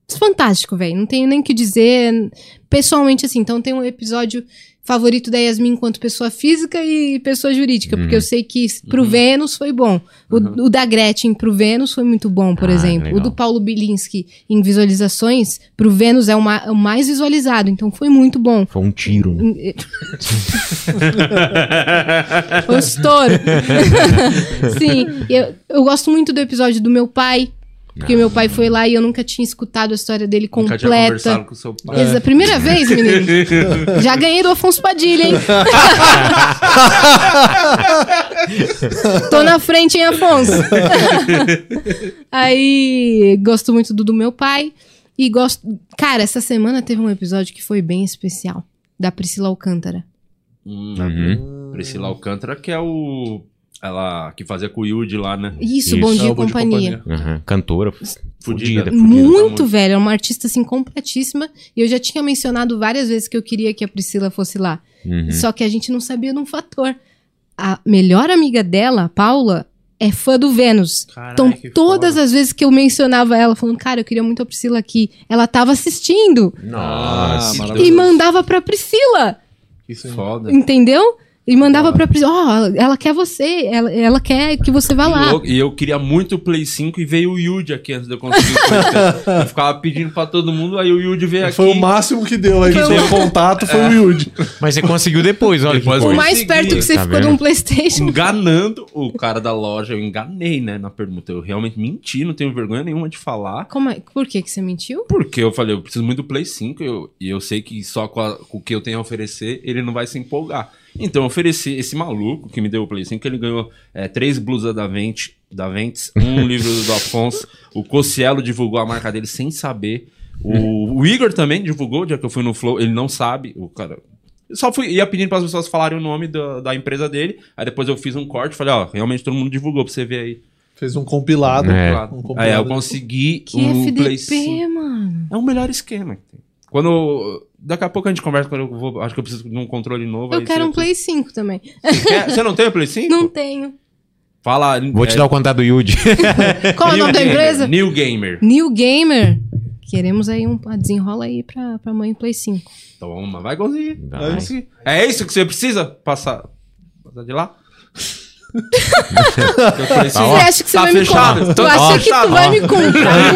[SPEAKER 4] Fantástico, velho. Não tenho nem o que dizer pessoalmente, assim. Então tem um episódio favorito da Yasmin enquanto pessoa física e pessoa jurídica, porque eu sei que pro Vênus foi bom. O, o da Gretchen pro Vênus foi muito bom, por
[SPEAKER 2] Ah,
[SPEAKER 4] exemplo.
[SPEAKER 2] legal.
[SPEAKER 4] O do Paulo Bilinski em visualizações, pro Vênus é o ma- o mais visualizado, então foi muito bom.
[SPEAKER 2] Foi um tiro, né?
[SPEAKER 4] Foi um estouro. Sim, eu, eu gosto muito do episódio do meu pai, porque meu pai foi lá e eu nunca tinha escutado a história dele
[SPEAKER 1] Nunca tinha
[SPEAKER 4] completa. É.
[SPEAKER 1] conversado É. com seu pai.
[SPEAKER 4] Exa, primeira vez, menino. Já ganhei do Afonso Padilha, hein? Tô na frente, hein, Afonso? Aí, gosto muito do, do meu pai. E gosto. Cara, essa semana teve um episódio que foi bem especial da Priscila Alcântara.
[SPEAKER 1] Hum,
[SPEAKER 2] Uhum.
[SPEAKER 1] Priscila Alcântara, que é o. Ela que fazia com o Yudi lá, né?
[SPEAKER 4] Isso,
[SPEAKER 2] Isso.
[SPEAKER 4] Bom
[SPEAKER 3] É,
[SPEAKER 4] Dia
[SPEAKER 3] o Bom Dia
[SPEAKER 4] Companhia.
[SPEAKER 2] Aham. uhum. Cantora.
[SPEAKER 1] Fudida.
[SPEAKER 2] Fudida.
[SPEAKER 1] tá
[SPEAKER 4] Muito
[SPEAKER 1] muito.
[SPEAKER 4] velha, é uma artista assim completíssima. E eu já tinha mencionado várias vezes que eu queria que a Priscila fosse lá.
[SPEAKER 2] Uhum.
[SPEAKER 4] Só que a gente não sabia de um fator. A melhor amiga dela, a Paula, é fã do Vênus.
[SPEAKER 1] Caralho,
[SPEAKER 4] Então,
[SPEAKER 1] que
[SPEAKER 4] todas
[SPEAKER 1] foda.
[SPEAKER 4] as vezes que eu mencionava ela, falando, cara, eu queria muito a Priscila aqui, ela tava assistindo
[SPEAKER 1] Nossa,
[SPEAKER 3] Ah,
[SPEAKER 1] maravilhoso.
[SPEAKER 4] e mandava pra Priscila,
[SPEAKER 3] Isso aí.
[SPEAKER 1] Foda.
[SPEAKER 4] entendeu? E mandava pra Priscila, ó, ela- ela quer você, ela, ela quer que você vá
[SPEAKER 1] Que
[SPEAKER 4] lá.
[SPEAKER 1] louco. E eu queria muito o Play 5 e veio o Yudi aqui antes de eu conseguir. o Play 5. eu ficava pedindo pra todo mundo, aí o Yudi veio aqui.
[SPEAKER 3] Foi o máximo que deu aí, que
[SPEAKER 1] Foi
[SPEAKER 3] seu contato foi
[SPEAKER 1] É.
[SPEAKER 3] o Yudi.
[SPEAKER 2] Mas você conseguiu depois, olha
[SPEAKER 1] Depois
[SPEAKER 2] que
[SPEAKER 4] O
[SPEAKER 1] eu
[SPEAKER 2] coisa.
[SPEAKER 4] mais
[SPEAKER 1] consegui,
[SPEAKER 4] perto que você
[SPEAKER 2] tá
[SPEAKER 4] ficou de
[SPEAKER 2] vendo?
[SPEAKER 4] um Playstation.
[SPEAKER 1] Enganando o cara da loja, eu enganei, né, na permuta. Eu realmente menti, não tenho vergonha nenhuma de falar.
[SPEAKER 4] Como é? Por que, que você mentiu?
[SPEAKER 1] Porque eu falei, eu preciso muito do Play 5 eu- e eu sei que só com, a- com o que eu tenho a oferecer, ele não vai se empolgar. Então eu ofereci esse maluco que me deu o Play 5, ele ganhou é, três blusas da Ventes, da Ventes um livro do Afonso, o Cocielo divulgou a marca dele sem saber, o, o Igor também divulgou, já que eu fui no Flow, ele não sabe, o cara... eu Só fui, ia pedindo para as pessoas falarem o nome da, da empresa dele, aí depois eu fiz um corte, falei, ó, realmente todo mundo divulgou pra você ver aí.
[SPEAKER 3] Fez um compilado.
[SPEAKER 2] É.
[SPEAKER 3] Um
[SPEAKER 1] Aí eu
[SPEAKER 3] compilado.
[SPEAKER 1] consegui
[SPEAKER 4] Que
[SPEAKER 1] um
[SPEAKER 4] FDP,
[SPEAKER 1] Play 5.
[SPEAKER 4] mano.
[SPEAKER 1] É o melhor esquema. que tem. Quando. eu- Daqui a pouco a gente conversa quando eu vou. Acho que eu preciso de um controle novo.
[SPEAKER 4] Eu
[SPEAKER 1] aí
[SPEAKER 4] quero
[SPEAKER 1] você-
[SPEAKER 4] um Play 5 também.
[SPEAKER 1] Você, quer? Você não tem o Play 5?
[SPEAKER 4] Não tenho.
[SPEAKER 1] Fala.
[SPEAKER 2] Vou te dar um- o contato do Yudi.
[SPEAKER 4] Qual é o nome da empresa?
[SPEAKER 1] New Gamer.
[SPEAKER 4] New Gamer. Queremos aí um. ah, Desenrola aí pra, pra mãe Play 5.
[SPEAKER 1] Toma, vai conseguir.
[SPEAKER 2] Vai.
[SPEAKER 1] Vai conseguir. É isso que você precisa? Passar. Passar de lá? Eu falei,
[SPEAKER 2] Tá
[SPEAKER 1] "Sim,
[SPEAKER 4] você acha que você
[SPEAKER 1] tá
[SPEAKER 4] vai me
[SPEAKER 1] fechado.
[SPEAKER 4] comprar? Tu
[SPEAKER 1] Tá
[SPEAKER 4] acha que
[SPEAKER 1] fechado. Ah,
[SPEAKER 4] tu vai me comprar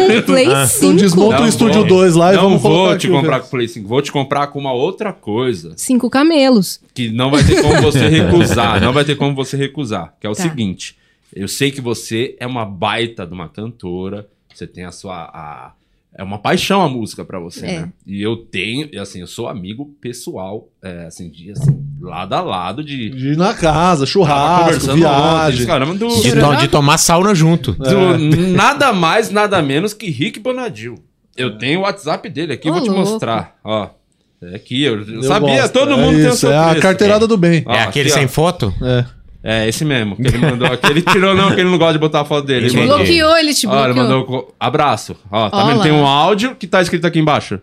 [SPEAKER 4] um Play 5?
[SPEAKER 3] Então desmonta
[SPEAKER 1] Não
[SPEAKER 3] o Estúdio
[SPEAKER 1] vou.
[SPEAKER 3] 2 lá e
[SPEAKER 1] Não
[SPEAKER 3] vamos
[SPEAKER 1] vou
[SPEAKER 3] colocar
[SPEAKER 1] te
[SPEAKER 3] aqui o
[SPEAKER 1] comprar com
[SPEAKER 3] Vênus.
[SPEAKER 1] o Play 5. Vou te comprar com uma outra coisa.
[SPEAKER 4] Cinco camelos.
[SPEAKER 1] que não vai ter como você recusar, não vai ter como você recusar, que é o
[SPEAKER 4] Tá.
[SPEAKER 1] seguinte, eu sei que você é uma baita de uma cantora, você tem a sua a- é uma paixão a música pra você,
[SPEAKER 4] É.
[SPEAKER 1] né? E eu tenho, e assim, eu sou amigo pessoal, é, assim, de assim, lado a lado de
[SPEAKER 3] De ir na casa,
[SPEAKER 1] Tava
[SPEAKER 3] churrasco,
[SPEAKER 1] ontem,
[SPEAKER 3] viagem. É,
[SPEAKER 1] caramba, do,
[SPEAKER 2] De, to- de tomar sauna junto.
[SPEAKER 1] do nada mais, nada menos que Rick Bonadil.
[SPEAKER 3] É.
[SPEAKER 1] Eu tenho o WhatsApp dele aqui,
[SPEAKER 4] Ô,
[SPEAKER 1] vou te
[SPEAKER 4] louco.
[SPEAKER 1] mostrar, ó. É aqui, eu, eu
[SPEAKER 3] Eu
[SPEAKER 1] sabia,
[SPEAKER 3] gosto.
[SPEAKER 1] todo
[SPEAKER 3] É
[SPEAKER 1] mundo tem um o
[SPEAKER 3] isso,
[SPEAKER 1] seu
[SPEAKER 3] É a
[SPEAKER 1] preço.
[SPEAKER 3] carteirada do bem.
[SPEAKER 1] Ó,
[SPEAKER 2] é aquele
[SPEAKER 1] Ah, aqui, ó.
[SPEAKER 2] sem foto?
[SPEAKER 3] É.
[SPEAKER 1] É, esse mesmo. Que ele mandou aqui. Ele tirou, não, que ele não gosta de botar a foto dele. Ele
[SPEAKER 2] Entendi.
[SPEAKER 1] mandou,
[SPEAKER 4] Bloqueou, ele te
[SPEAKER 1] ó, ele
[SPEAKER 4] bloqueou.
[SPEAKER 1] mandou co- abraço. Ó, tá
[SPEAKER 4] Ó
[SPEAKER 1] vendo?
[SPEAKER 4] lá.
[SPEAKER 1] Tem um áudio que tá escrito aqui embaixo.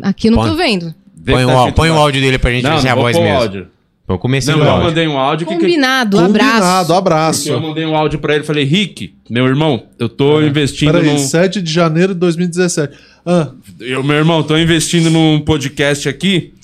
[SPEAKER 4] Aqui eu não
[SPEAKER 2] Põe.
[SPEAKER 4] tô vendo.
[SPEAKER 1] Vê
[SPEAKER 2] Põe,
[SPEAKER 1] que tá
[SPEAKER 2] o,
[SPEAKER 1] escrito
[SPEAKER 2] põe o
[SPEAKER 1] embaixo.
[SPEAKER 2] áudio dele pra gente ver se é
[SPEAKER 1] Não, não
[SPEAKER 2] a
[SPEAKER 1] vou
[SPEAKER 2] voz
[SPEAKER 1] pôr o
[SPEAKER 2] mesmo.
[SPEAKER 1] áudio.
[SPEAKER 2] Vou começar
[SPEAKER 1] Não,
[SPEAKER 2] o
[SPEAKER 1] eu
[SPEAKER 2] áudio.
[SPEAKER 1] mandei um áudio. Que, que...
[SPEAKER 4] Combinado,
[SPEAKER 3] Combinado,
[SPEAKER 4] abraço.
[SPEAKER 3] abraço.
[SPEAKER 1] Eu mandei um áudio pra ele e falei, Rick, meu irmão, eu tô
[SPEAKER 2] É.
[SPEAKER 1] investindo
[SPEAKER 3] Peraí,
[SPEAKER 1] num...
[SPEAKER 3] 7 de janeiro de 2017. Ah,
[SPEAKER 1] Eu, meu irmão, tô investindo num podcast aqui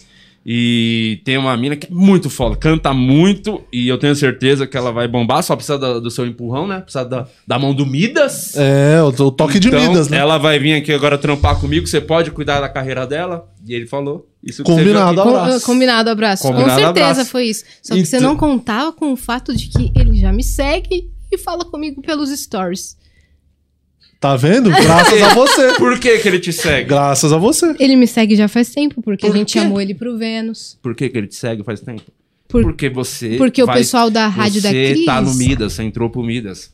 [SPEAKER 1] e tem uma mina que é muito foda, canta muito e eu tenho certeza que ela vai bombar, só precisa da- do seu empurrão, né? Precisa da, da mão do Midas.
[SPEAKER 3] é, o, o toque de
[SPEAKER 1] Então,
[SPEAKER 3] Midas, né?
[SPEAKER 1] Ela vai vir aqui agora trampar comigo, você pode cuidar da carreira dela? E ele falou. Isso que você viu
[SPEAKER 3] Combinado,
[SPEAKER 1] aqui.
[SPEAKER 4] Com- ah,
[SPEAKER 3] abraço.
[SPEAKER 4] combinado, abraço.
[SPEAKER 1] Combinado,
[SPEAKER 4] Com certeza
[SPEAKER 1] abraço.
[SPEAKER 4] foi isso. Só que você
[SPEAKER 1] Então-
[SPEAKER 4] não contava com o fato de que ele já me segue e fala comigo pelos stories.
[SPEAKER 3] Tá vendo? Graças a você.
[SPEAKER 1] Por que que ele te segue?
[SPEAKER 3] Graças a você.
[SPEAKER 4] Ele me segue já faz tempo, porque
[SPEAKER 1] Por
[SPEAKER 4] a gente
[SPEAKER 1] quê?
[SPEAKER 4] chamou ele pro Vênus.
[SPEAKER 1] Por que que ele te segue faz tempo?
[SPEAKER 4] Por-
[SPEAKER 1] Porque você
[SPEAKER 4] Porque o
[SPEAKER 1] vai-
[SPEAKER 4] pessoal da rádio é da Cris.
[SPEAKER 1] Você tá no Midas, você entrou pro Midas.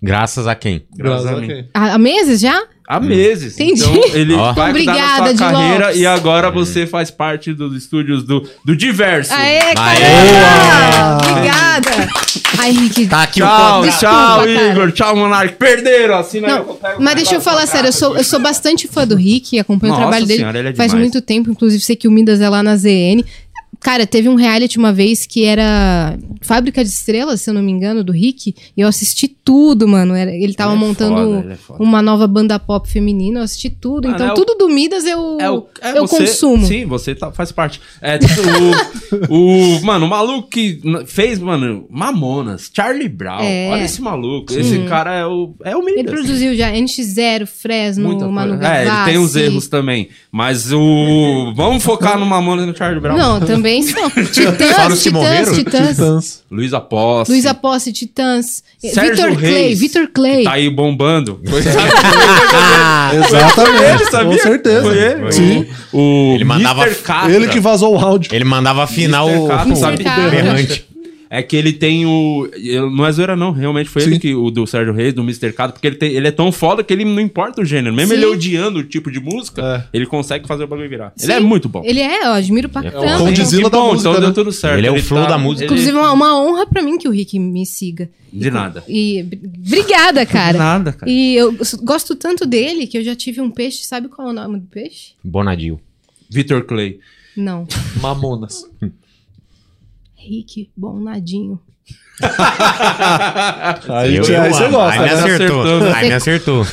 [SPEAKER 2] Graças a quem?
[SPEAKER 1] Graças a mim.
[SPEAKER 3] quem?
[SPEAKER 4] Há, há meses já?
[SPEAKER 1] Há meses.
[SPEAKER 4] Entendi.
[SPEAKER 1] Então ele
[SPEAKER 2] Ó.
[SPEAKER 1] vai
[SPEAKER 4] Obrigada,
[SPEAKER 1] cuidar da sua
[SPEAKER 4] Di
[SPEAKER 1] carreira
[SPEAKER 4] Lopes.
[SPEAKER 1] e agora você faz parte dos estúdios do, do Diverso.
[SPEAKER 4] Aê,
[SPEAKER 3] Boa!
[SPEAKER 4] caramba! Obrigada! Ai, Rick.
[SPEAKER 2] Tá aqui
[SPEAKER 1] Tchau,
[SPEAKER 2] o
[SPEAKER 4] Desculpa,
[SPEAKER 1] tchau,
[SPEAKER 4] cara.
[SPEAKER 1] Igor. Tchau, Monark. Perderam. Assina aí, eu
[SPEAKER 4] Não,
[SPEAKER 1] pego o
[SPEAKER 4] mas deixa eu
[SPEAKER 1] negócio
[SPEAKER 4] falar
[SPEAKER 1] pra
[SPEAKER 4] sério, eu
[SPEAKER 1] cá.
[SPEAKER 4] sou, eu sou bastante fã do Rick, acompanho
[SPEAKER 1] Nossa
[SPEAKER 4] o trabalho dele
[SPEAKER 1] senhora, ele é
[SPEAKER 4] faz
[SPEAKER 1] demais.
[SPEAKER 4] muito tempo, inclusive sei que o Midas é lá na ZN. Cara, teve um reality uma vez que era Fábrica de Estrelas, se eu não me engano, do Rick. E eu assisti tudo, mano. Era- ele tava
[SPEAKER 1] Ele é
[SPEAKER 4] montando
[SPEAKER 1] foda, ele é foda.
[SPEAKER 4] uma nova banda pop feminina. Eu assisti tudo.
[SPEAKER 1] Mano,
[SPEAKER 4] então,
[SPEAKER 1] é o-
[SPEAKER 4] tudo do Midas eu,
[SPEAKER 1] É o- é
[SPEAKER 4] tipo, eu
[SPEAKER 1] você-
[SPEAKER 4] consumo.
[SPEAKER 1] Sim, você tá- faz parte. É, tipo, o, o- Mano, o maluco que n- fez, mano, Mamonas, Charlie Brown.
[SPEAKER 4] É.
[SPEAKER 1] Olha esse maluco. Esse cara é o. É o
[SPEAKER 4] Ele
[SPEAKER 1] Midas.
[SPEAKER 4] produziu já NX0, Fresno,
[SPEAKER 1] Muita
[SPEAKER 4] Manu
[SPEAKER 1] coisa. É, ele tem uns
[SPEAKER 4] Gavassi.
[SPEAKER 1] erros também. Mas o. Vamos focar no Mamonas e no Charlie Brown.
[SPEAKER 4] Não, também são.
[SPEAKER 2] Fora os
[SPEAKER 4] Titãs,
[SPEAKER 2] que
[SPEAKER 4] Titãs,
[SPEAKER 2] morreram?
[SPEAKER 4] Titãs.
[SPEAKER 3] Titãs.
[SPEAKER 1] Luiz Aposta.
[SPEAKER 4] Luísa Posse, Titãs. eh,
[SPEAKER 1] Sérgio
[SPEAKER 4] Vitor Clay,
[SPEAKER 1] Reis,
[SPEAKER 4] Vitor Clay.
[SPEAKER 1] Tá aí bombando. Foi
[SPEAKER 3] Exatamente.
[SPEAKER 1] ele, sabia?
[SPEAKER 3] Com certeza.
[SPEAKER 1] Foi ele.
[SPEAKER 3] Sim.
[SPEAKER 1] o
[SPEAKER 2] Ele mandava-
[SPEAKER 1] Mr. Catra.
[SPEAKER 3] Ele que vazou o áudio.
[SPEAKER 2] Ele mandava afinar
[SPEAKER 1] Mr.
[SPEAKER 2] o.
[SPEAKER 1] Catra,
[SPEAKER 2] o-
[SPEAKER 1] sabe?
[SPEAKER 4] Catra.
[SPEAKER 2] berrante.
[SPEAKER 1] É que ele tem o. eu- Não é zoeira, não. Realmente foi ele
[SPEAKER 3] Sim.
[SPEAKER 1] que. O do Sérgio Reis, do Mr. Catra, porque ele, tem- ele é tão foda que ele não importa o gênero. Mesmo
[SPEAKER 4] Sim.
[SPEAKER 1] ele odiando o tipo de música,
[SPEAKER 3] É.
[SPEAKER 1] ele consegue fazer o bagulho virar. Ele é
[SPEAKER 4] Sim.
[SPEAKER 1] muito bom.
[SPEAKER 4] Ele é, eu admiro pra
[SPEAKER 3] o
[SPEAKER 4] caramba. é um-
[SPEAKER 3] Conde Condizila
[SPEAKER 1] Que
[SPEAKER 3] da
[SPEAKER 1] bom,
[SPEAKER 3] música,
[SPEAKER 1] Então deu
[SPEAKER 3] né?
[SPEAKER 1] tudo certo.
[SPEAKER 2] Ele é o flow da música.
[SPEAKER 4] tá Inclusive, uma, uma honra pra mim que o Rick me siga.
[SPEAKER 1] De nada.
[SPEAKER 4] E br- obrigada, cara.
[SPEAKER 1] nada, cara.
[SPEAKER 4] E eu s- gosto tanto dele que eu já tive um peixe. Sabe qual é o nome do peixe?
[SPEAKER 2] Bonadio.
[SPEAKER 1] Vitor Clay.
[SPEAKER 4] Não.
[SPEAKER 3] Mamonas.
[SPEAKER 4] Rick Bonadinho.
[SPEAKER 3] Aí,
[SPEAKER 2] Eu-
[SPEAKER 3] aí
[SPEAKER 2] eu
[SPEAKER 3] você
[SPEAKER 2] amo.
[SPEAKER 3] gosta.
[SPEAKER 2] Aí me
[SPEAKER 1] né?
[SPEAKER 2] acertou.
[SPEAKER 1] Acertou, né?
[SPEAKER 2] Aí me acertou.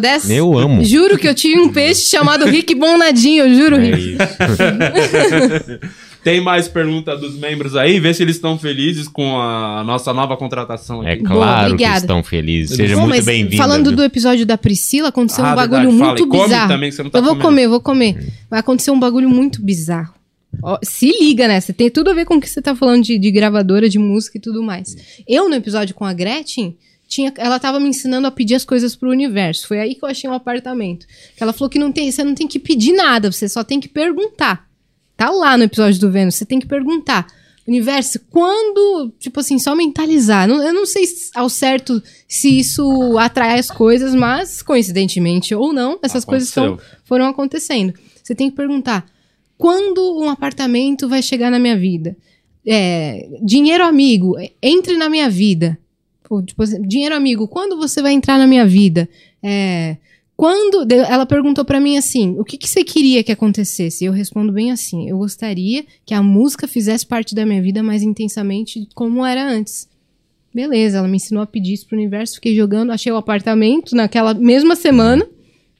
[SPEAKER 4] dessa?
[SPEAKER 2] Eu amo.
[SPEAKER 4] Juro que eu tive um peixe chamado Rick Bonadinho, eu juro,
[SPEAKER 2] É
[SPEAKER 4] Rick.
[SPEAKER 2] isso.
[SPEAKER 1] Tem mais pergunta dos membros aí? Vê se eles estão felizes com a nossa nova contratação
[SPEAKER 2] É
[SPEAKER 1] aqui.
[SPEAKER 4] Boa,
[SPEAKER 2] claro que
[SPEAKER 4] obrigada.
[SPEAKER 2] estão felizes. Seja
[SPEAKER 4] Bom,
[SPEAKER 2] muito
[SPEAKER 4] mas
[SPEAKER 2] bem-vindo.
[SPEAKER 4] Falando
[SPEAKER 2] viu?
[SPEAKER 4] do episódio da Priscila, aconteceu
[SPEAKER 1] Ah,
[SPEAKER 4] um bagulho
[SPEAKER 1] verdade, fala
[SPEAKER 4] muito
[SPEAKER 1] aí. Come
[SPEAKER 4] bizarro.
[SPEAKER 1] também, que você não tá
[SPEAKER 4] eu vou
[SPEAKER 1] comendo.
[SPEAKER 4] comer, eu vou comer. Vai acontecer um bagulho muito bizarro. Ó, se liga nessa, tem tudo a ver com o que você tá falando de, de gravadora, de música e tudo mais. Eu, no episódio com a Gretchen, tinha, ela tava me ensinando a pedir as coisas pro universo. Foi aí que eu achei um apartamento. Que Ela falou que não tem, você não tem que pedir nada, você só tem que perguntar. Tá lá no episódio do Vênus, você tem que perguntar. Universo, quando, tipo assim, só mentalizar. Não- Eu não sei se- ao certo se isso atrai as coisas, mas coincidentemente ou não, essas coisas tão,
[SPEAKER 1] Aconteceu.
[SPEAKER 4] foram acontecendo. Você tem que perguntar: quando um apartamento vai chegar na minha vida? É, dinheiro amigo, é, entre na minha vida. Ou, tipo assim, dinheiro amigo, quando você vai entrar na minha vida? É, quando de- ela perguntou pra mim assim, o que, que você queria que acontecesse? Eu respondo bem assim, eu gostaria que a música fizesse parte da minha vida mais intensamente como era antes. Beleza, ela me ensinou a pedir isso pro universo, fiquei jogando, achei o apartamento naquela mesma semana.